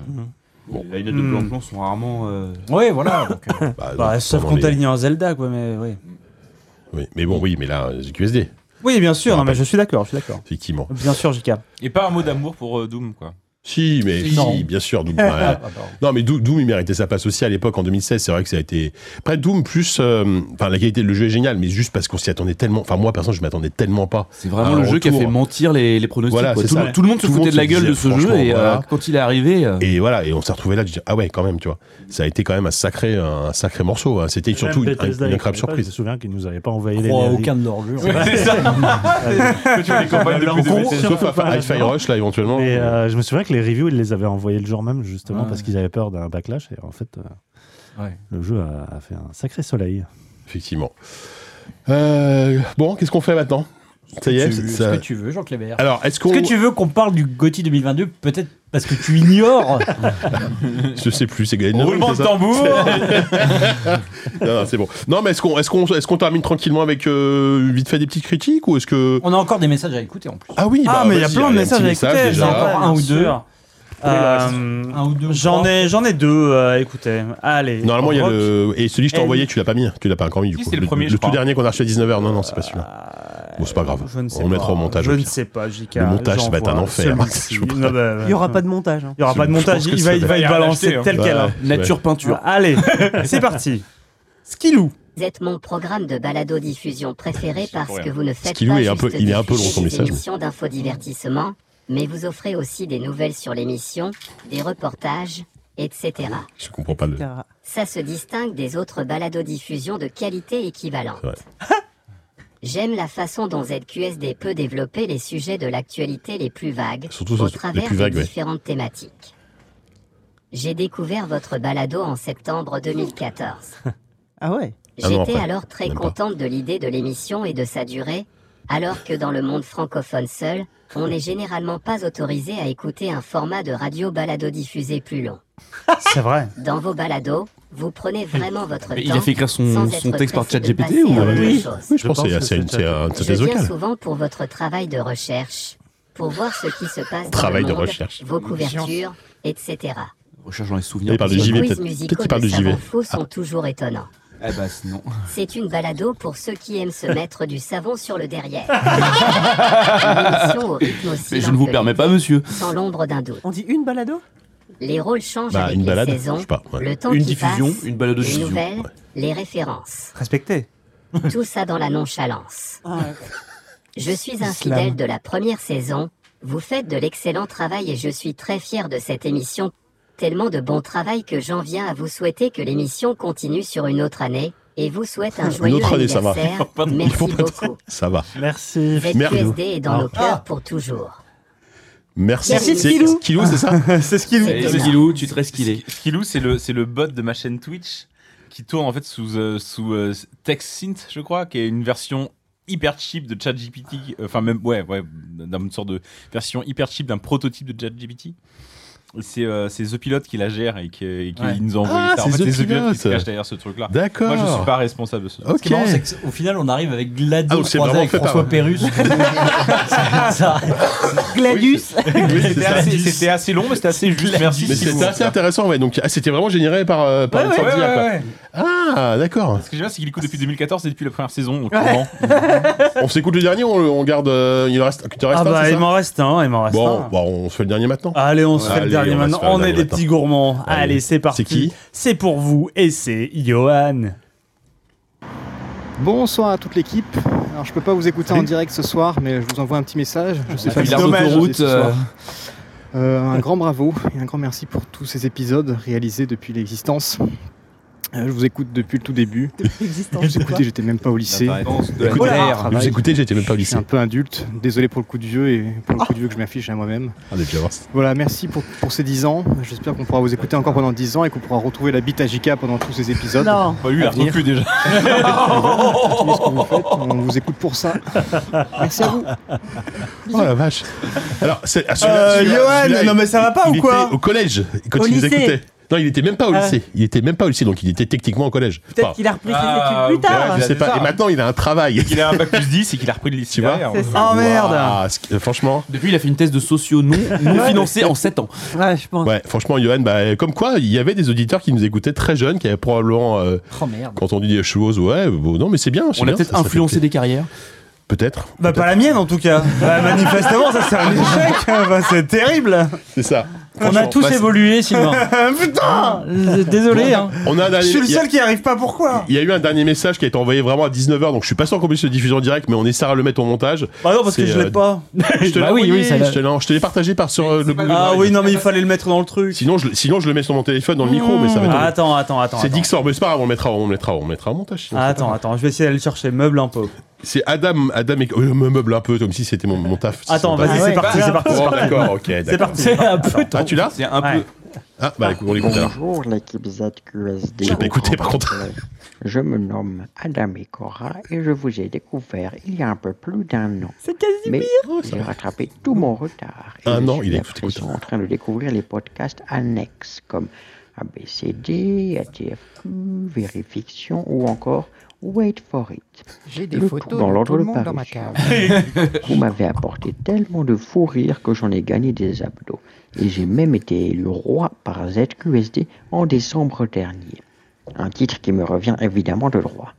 Speaker 17: Les lunettes
Speaker 1: de
Speaker 17: de
Speaker 1: Hmm.
Speaker 17: Blanc-Blanc sont rarement.
Speaker 2: Ouais, voilà. donc, euh,
Speaker 6: Euh, Bah,
Speaker 1: Bah,
Speaker 6: non,
Speaker 1: sauf
Speaker 6: pendant
Speaker 1: quand
Speaker 6: les-
Speaker 1: t'as lié un Zelda, quoi, mais oui.
Speaker 6: Oui, mais bon, oui, mais là, euh, QSD,
Speaker 1: Oui, bien sûr, non, mais je suis d'accord, je suis d'accord.
Speaker 6: effectivement.
Speaker 1: Bien sûr, JK.
Speaker 7: Et pas un mot d'amour pour euh, Doom, quoi.
Speaker 6: Si, mais
Speaker 7: Si.
Speaker 6: si,
Speaker 7: Non. Ah,
Speaker 6: bien sûr, Doom. ouais. non, mais Doom, Doom, il méritait sa place aussi à l'époque en 2016. C'est vrai que ça a été. Après, Doom, plus. euh, Enfin, la qualité de le jeu est géniale, mais juste parce qu'on s'y attendait tellement. Enfin, moi, personne, je m'attendais tellement pas.
Speaker 5: C'est vraiment le jeu qui a fait mentir les, les pronostics.
Speaker 6: Voilà,
Speaker 5: quoi.
Speaker 6: c'est
Speaker 5: tout,
Speaker 6: ça.
Speaker 5: le- tout le monde se foutait de la gueule
Speaker 6: disait,
Speaker 5: de ce jeu
Speaker 6: franchement,
Speaker 5: et euh,
Speaker 6: voilà.
Speaker 5: quand il est arrivé. euh,
Speaker 6: Et voilà, et on s'est retrouvé là, je dis ah ouais, quand même, tu vois. Ça a été quand même un sacré, un sacré morceau. hein. C'était
Speaker 3: Même
Speaker 6: surtout une,
Speaker 3: Bethesda,
Speaker 6: une
Speaker 3: ils
Speaker 6: incroyable
Speaker 3: connaissaient pas, Je
Speaker 6: surprise.
Speaker 3: me souviens qu'ils nous avaient pas envoyé les.
Speaker 2: crois à
Speaker 3: les-
Speaker 2: aucun de leurs jeux, en
Speaker 3: Ouais,
Speaker 2: fait.
Speaker 3: c'est
Speaker 2: Ah,
Speaker 3: ça.
Speaker 2: Tu vois, les campagnes de
Speaker 3: Là,
Speaker 2: plus
Speaker 3: on
Speaker 2: de
Speaker 3: compte
Speaker 2: Bethesda.
Speaker 3: sur
Speaker 2: Sauf
Speaker 3: pas,
Speaker 6: à Hi-Fi
Speaker 3: non.
Speaker 6: Rush, là, éventuellement.
Speaker 3: Mais euh, je me souviens que les reviews, ils les avaient envoyés le jour même, justement,
Speaker 2: Ouais.
Speaker 3: parce qu'ils avaient peur d'un backlash. Et en fait, euh,
Speaker 2: Ouais.
Speaker 3: le jeu a, a fait un sacré soleil.
Speaker 6: Effectivement. Euh, bon, qu'est-ce qu'on fait maintenant Ça y est,
Speaker 2: tu,
Speaker 6: ça-
Speaker 2: ce que tu veux, Jean Clébert.
Speaker 6: Alors, est-ce qu'on-
Speaker 2: que tu veux qu'on parle du Gauthier 2022 Peut-être parce que tu ignores.
Speaker 6: Je sais plus, c'est Glenn.
Speaker 2: Roulement de
Speaker 7: tambour.
Speaker 6: Non, non, c'est bon. Non, mais est-ce qu'on est-ce qu'on est-ce qu'on termine tranquillement avec euh, vite fait des petites critiques ou est-ce que
Speaker 2: On a encore des messages à écouter en plus.
Speaker 6: Ah oui,
Speaker 1: Ah,
Speaker 6: bah,
Speaker 1: mais il y a
Speaker 6: vas-y,
Speaker 1: plein de
Speaker 6: allez, un
Speaker 1: messages
Speaker 6: petit
Speaker 1: à écouter.
Speaker 6: message, déjà.
Speaker 1: j'en ai encore un ou deux. Euh, J'en ai, j'en ai deux, euh, écoutez. Allez.
Speaker 6: Normalement, il y a
Speaker 1: Rock.
Speaker 6: le et celui que je t'ai
Speaker 1: Elle-
Speaker 6: envoyé, tu l'as pas mis, tu l'as pas encore mis du
Speaker 1: Si,
Speaker 6: coup.
Speaker 1: c'est le premier, je
Speaker 6: tout
Speaker 1: crois. Euh,
Speaker 6: dernier qu'on a acheté à 19h. Non, non, c'est pas celui-là. Bon, c'est pas grave.
Speaker 1: Je ne sais
Speaker 6: On le mettra
Speaker 1: pas.
Speaker 6: au montage.
Speaker 1: Je
Speaker 6: au
Speaker 1: ne
Speaker 6: pire.
Speaker 1: sais pas, JK.
Speaker 6: Le montage, ça va être un
Speaker 1: J'envoie
Speaker 6: enfer.
Speaker 1: celui-ci.
Speaker 6: Je vous
Speaker 1: Non, bah,
Speaker 4: Il y aura pas de montage. hein.
Speaker 1: Il n'y aura pas de
Speaker 6: Je
Speaker 1: montage,
Speaker 6: pense que
Speaker 1: il
Speaker 6: ça
Speaker 1: va, il
Speaker 6: va
Speaker 1: va,
Speaker 6: être-
Speaker 1: il
Speaker 6: Il y a
Speaker 1: balancer
Speaker 6: rien acheté,
Speaker 1: tel
Speaker 6: hein.
Speaker 1: quel.
Speaker 6: Ouais,
Speaker 1: hein.
Speaker 6: Nature ouais. peinture.
Speaker 1: Allez, c'est parti. Skilou.
Speaker 11: Vous êtes mon programme de balado-diffusion préféré parce
Speaker 6: rien.
Speaker 11: que vous ne faites
Speaker 6: Skilou
Speaker 11: pas
Speaker 6: est un peu-
Speaker 11: juste
Speaker 6: il est un peu long,
Speaker 11: diffuser
Speaker 6: son
Speaker 11: des
Speaker 6: message, mais-
Speaker 11: émissions d'infodivertissement, mais vous offrez aussi des nouvelles sur l'émission, des reportages, etc.
Speaker 6: Je comprends pas le.
Speaker 11: Ça se distingue des autres balado-diffusions de qualité équivalente. Hein
Speaker 6: Ouais.
Speaker 11: J'aime la façon dont ZQSD peut développer les sujets de l'actualité les plus vagues,
Speaker 6: Surtout
Speaker 11: au
Speaker 6: sur- les
Speaker 11: travers
Speaker 6: plus vagues,
Speaker 11: des
Speaker 6: ouais.
Speaker 11: différentes thématiques. J'ai découvert votre balado en septembre 2014.
Speaker 4: Ah ouais
Speaker 11: J'étais alors très contente de l'idée de l'émission et de sa durée, alors que dans le monde francophone seul, on n'est généralement pas autorisé à écouter un format de radio balado diffusé plus long.
Speaker 1: C'est vrai.
Speaker 11: Dans vos balados, vous prenez vraiment votre
Speaker 5: Mais
Speaker 11: temps.
Speaker 5: il a fait écrire son-
Speaker 11: sans
Speaker 5: son
Speaker 11: être
Speaker 5: texte par
Speaker 11: pressé de
Speaker 5: ChatGPT
Speaker 11: passer
Speaker 5: ou- euh,
Speaker 11: à autre
Speaker 5: Oui,
Speaker 11: chose.
Speaker 6: Oui, je pense que c'est- c'est une- c'est un- c'est un
Speaker 11: Je
Speaker 6: test
Speaker 11: viens
Speaker 6: Euh, vocal.
Speaker 11: souvent pour votre travail de recherche, pour voir ce qui se passe dans
Speaker 6: Travail
Speaker 11: le
Speaker 6: de
Speaker 11: monde,
Speaker 6: recherche.
Speaker 11: vos couvertures, etc.
Speaker 17: Recherche dans les souvenirs.
Speaker 6: Il parle de
Speaker 11: Les
Speaker 6: JV,
Speaker 11: quiz
Speaker 6: peut-être.
Speaker 11: musicaux
Speaker 6: Peut-être qu'il parle de
Speaker 11: de
Speaker 6: Ah. JV.
Speaker 11: savants faux sont toujours étonnants.
Speaker 5: Ah,
Speaker 17: Eh
Speaker 5: bah,
Speaker 17: ben, sinon.
Speaker 11: C'est une balado pour ceux qui aiment se mettre du savon sur le derrière. Une émission au rythme aussi
Speaker 5: Mais je
Speaker 11: lent
Speaker 5: ne vous
Speaker 11: que
Speaker 5: permets pas, monsieur.
Speaker 11: sans l'ombre d'un doute. On dit une balado Les rôles changent
Speaker 5: Bah,
Speaker 11: avec
Speaker 5: une
Speaker 11: les
Speaker 5: balade,
Speaker 11: saisons,
Speaker 5: je sais pas, ouais.
Speaker 11: le temps
Speaker 5: Une
Speaker 11: qui
Speaker 5: diffusion,
Speaker 11: passe,
Speaker 5: une balado
Speaker 11: les
Speaker 5: diffusion,
Speaker 11: nouvelles,
Speaker 5: ouais.
Speaker 11: les références.
Speaker 1: Respecté.
Speaker 11: Tout ça dans la nonchalance. Je suis un
Speaker 1: Islam.
Speaker 11: fidèle de la première saison. Vous faites de l'excellent travail et je suis très fier de cette émission. Tellement de bon travail que j'en viens à vous souhaiter que l'émission continue sur une autre année et vous souhaite un
Speaker 6: Une
Speaker 11: joyeux
Speaker 6: autre année, ça va.
Speaker 11: anniversaire.
Speaker 6: Pardon.
Speaker 11: Merci beaucoup.
Speaker 6: Ça va.
Speaker 3: Merci.
Speaker 11: ZQSD est dans
Speaker 6: Ah.
Speaker 11: nos cœurs pour toujours.
Speaker 6: Merci.
Speaker 11: Merci,
Speaker 6: C'est-
Speaker 11: Skilou.
Speaker 6: Skilou, c'est ça
Speaker 1: C'est Skilou.
Speaker 7: C'est
Speaker 6: C'est
Speaker 7: Skilou, tu te Skilé. Skilou, c'est le, c'est le bot de ma chaîne Twitch qui tourne en fait sous, euh, sous euh, TechSynth, je crois, qui est une version hyper cheap de ChatGPT. euh, Enfin, même, ouais, ouais, d'une sorte de version hyper cheap d'un prototype de ChatGPT. Et C'est euh, c'est The Pilot qui la gère et qui, et qui
Speaker 6: Ouais.
Speaker 7: nous a envoyé
Speaker 6: Ah,
Speaker 7: ça. En
Speaker 6: c'est
Speaker 7: fait,
Speaker 6: The
Speaker 7: c'est The Pilot qui se
Speaker 6: Pilot.
Speaker 7: cache derrière ce truc-là.
Speaker 6: D'accord.
Speaker 7: Moi, je suis pas responsable de ce truc.
Speaker 2: Ce qui est marrant, c'est que,
Speaker 6: Ah,
Speaker 2: au final, on arrive avec Gladys
Speaker 7: Ah, on s'est
Speaker 2: croisé
Speaker 7: vraiment
Speaker 2: avec
Speaker 7: fait
Speaker 2: François
Speaker 7: par-
Speaker 2: Pérus. Ça-
Speaker 7: Gladius C'était
Speaker 6: ça.
Speaker 7: assez- c'était assez long, mais c'était assez juste. Merci.
Speaker 6: Mais
Speaker 7: Skilou.
Speaker 6: c'était assez intéressant, ouais. Donc, ah, c'était vraiment généré par, euh, par
Speaker 7: Ouais,
Speaker 6: le
Speaker 7: ouais,
Speaker 6: sortir,
Speaker 7: ouais,
Speaker 6: quoi.
Speaker 7: ouais.
Speaker 6: Ah, d'accord.
Speaker 7: Ce que j'aime, c'est qu'il écoute
Speaker 6: Ah,
Speaker 7: depuis 2014 et depuis la première saison. donc comment
Speaker 6: On s'écoute le dernier ou on, le- on garde. euh, il en reste, il te reste
Speaker 1: Ah
Speaker 6: un,
Speaker 1: bah,
Speaker 6: c'est
Speaker 1: il
Speaker 6: ça
Speaker 1: m'en reste un, il m'en reste
Speaker 6: Bon,
Speaker 1: un.
Speaker 6: bah, on se fait le dernier maintenant.
Speaker 1: Allez, on se fait le
Speaker 6: Allez,
Speaker 1: dernier
Speaker 6: on va se
Speaker 1: maintenant.
Speaker 6: faire le
Speaker 1: On est
Speaker 6: dernier
Speaker 1: des
Speaker 6: maintenant.
Speaker 1: petits gourmands. Allez,
Speaker 6: Allez,
Speaker 1: c'est parti.
Speaker 6: c'est qui
Speaker 1: C'est pour vous et c'est Johan.
Speaker 14: Bonsoir à toute l'équipe. Alors je peux pas vous écouter en direct ce soir, mais je vous envoie un petit message. Je sais
Speaker 1: Ah,
Speaker 14: pas
Speaker 1: puis
Speaker 14: si
Speaker 1: la
Speaker 14: c'est
Speaker 1: route,
Speaker 14: ce
Speaker 1: euh,
Speaker 14: soir. Euh, un grand bravo et un grand merci pour tous ces épisodes réalisés depuis l'existence. Euh, je vous écoute depuis le tout début. Je vous écoutais, j'étais même pas au lycée.
Speaker 6: L'apparence de la
Speaker 14: Écoutez,
Speaker 6: colère.
Speaker 14: au travail.
Speaker 6: Je vous écoutais, j'étais même pas au
Speaker 14: Je suis
Speaker 6: lycée.
Speaker 14: un peu adulte. Désolé pour le coup de vieux et pour le coup de vieux que je m'affiche à moi-même.
Speaker 6: Allez, Ah, bien voir.
Speaker 14: Voilà, merci pour, pour ces 10 ans. J'espère qu'on pourra vous écouter encore pendant 10 ans et qu'on pourra retrouver la bite à JK pendant tous ces épisodes.
Speaker 6: Non. Bah, lui, il a
Speaker 14: À venir.
Speaker 6: retenu déjà.
Speaker 14: Continuez ce que vous faites, on vous écoute pour ça. Merci à vous.
Speaker 6: Oh la vache. Alors, c'est. ah, celui-là-
Speaker 1: Euh,
Speaker 6: celui-là-
Speaker 1: Johan,
Speaker 6: celui-là,
Speaker 1: non, mais ça
Speaker 6: il-
Speaker 1: va pas
Speaker 6: il
Speaker 1: ou
Speaker 6: était
Speaker 1: quoi
Speaker 6: Au collège, quand
Speaker 1: Au
Speaker 6: il nous
Speaker 1: lycée.
Speaker 6: écoutait. Non, il était même pas au
Speaker 1: Ah.
Speaker 6: lycée. Il était même pas au lycée, donc il était techniquement au collège. Enfin,
Speaker 4: qu'il a repris ses
Speaker 7: Ah,
Speaker 4: études plus
Speaker 6: ouais,
Speaker 4: tard.
Speaker 6: je sais pas. Et maintenant, il a un travail.
Speaker 7: Il a un bac plus 10 et qu'il a repris le lycée.
Speaker 6: Tu vois
Speaker 7: derrière.
Speaker 1: Oh,
Speaker 6: Waouh, ce qui- euh, Franchement.
Speaker 5: Depuis, il a fait une thèse de socio non, non financée en 7 ans.
Speaker 4: Ouais, je pense.
Speaker 6: Ouais, franchement, Johan, bah, euh, comme quoi, il y avait des auditeurs qui nous écoutaient très jeunes, qui avaient probablement euh,
Speaker 4: Oh,
Speaker 6: entendu des choses. Ouais, bon, non, mais c'est bien. c'est
Speaker 5: On a
Speaker 6: bien,
Speaker 5: peut-être
Speaker 6: ça, ça fait
Speaker 5: influencé
Speaker 6: plaisir.
Speaker 5: des carrières.
Speaker 6: Peut-être.
Speaker 1: Bah, pas la mienne en tout cas. Bah, manifestement, ça c'est un échec. Bah, c'est terrible.
Speaker 6: C'est ça.
Speaker 1: On a tous
Speaker 6: Bah, c'est-
Speaker 1: évolué, Sylvain. Euh, Putain
Speaker 6: Désolé, hein. On a
Speaker 1: Je
Speaker 6: un
Speaker 1: suis le
Speaker 6: dernier-
Speaker 1: seul qui arrive pas pourquoi.
Speaker 6: Il y a eu un dernier message qui a été envoyé vraiment à 19h, donc je suis pas sûr qu'on puisse le diffuser en direct, mais on essaiera de le mettre au montage.
Speaker 1: Bah non, parce que
Speaker 6: C'est,
Speaker 1: je l'ai
Speaker 6: euh,
Speaker 1: pas.
Speaker 6: je te l'ai
Speaker 1: Bah oui,
Speaker 6: envoyé,
Speaker 1: oui, ça l'a-
Speaker 6: je te l'ai- je te l'ai partagé par sur euh, le Google
Speaker 1: Ah
Speaker 6: Drive.
Speaker 1: oui, non, mais il fallait le mettre dans le truc. Ah,
Speaker 6: Sinon je, le- sinon, je le mets sur mon téléphone dans le micro, mais ça va être.
Speaker 1: Attends, attends, attends.
Speaker 6: C'est
Speaker 1: attends.
Speaker 6: Dixor, mais c'est pas grave, on le mettra, on le mettra, on le mettra au montage. sinon, c'est
Speaker 1: Ah, Attends,
Speaker 6: pas grave.
Speaker 1: attends, je vais essayer d'aller le chercher. Meuble un peu.
Speaker 6: C'est Adam, Adam et. oh, je me meuble un peu comme si c'était mon, mon taf.
Speaker 1: Attends,
Speaker 6: pas
Speaker 1: vas-y,
Speaker 6: grave.
Speaker 1: c'est parti, c'est parti,
Speaker 6: Bon,
Speaker 1: c'est parti.
Speaker 6: D'accord, ok,
Speaker 1: C'est
Speaker 6: d'accord.
Speaker 1: parti. C'est un peu
Speaker 6: Ah, tu l'as
Speaker 1: C'est un peu- Ouais.
Speaker 6: Ah, bah écoute, on l'écoute alors.
Speaker 16: Bonjour l'équipe ZQSD.
Speaker 6: J'ai pas écouté, par contre.
Speaker 16: Euh, Je me nomme Adam Cora et je vous ai découvert il y a un peu plus d'un an. C'est Casimir Oh, J'ai rattrapé tout mon retard. Et
Speaker 6: Un
Speaker 16: je
Speaker 6: an,
Speaker 16: suis
Speaker 6: il est
Speaker 16: à présent en train de découvrir les podcasts annexes comme ABCD, ATFQ, Vérifiction ou encore Wait for It.
Speaker 23: J'ai des
Speaker 16: Le
Speaker 23: photos
Speaker 16: tout
Speaker 23: de
Speaker 16: dans
Speaker 23: tout
Speaker 16: l'ordre
Speaker 23: le
Speaker 16: de
Speaker 23: monde dans ma
Speaker 16: parution. Vous m'avez apporté tellement de fou rire que j'en ai gagné des abdos. Et j'ai même été élu roi par ZQSD en décembre dernier. Un titre qui me revient évidemment de droit.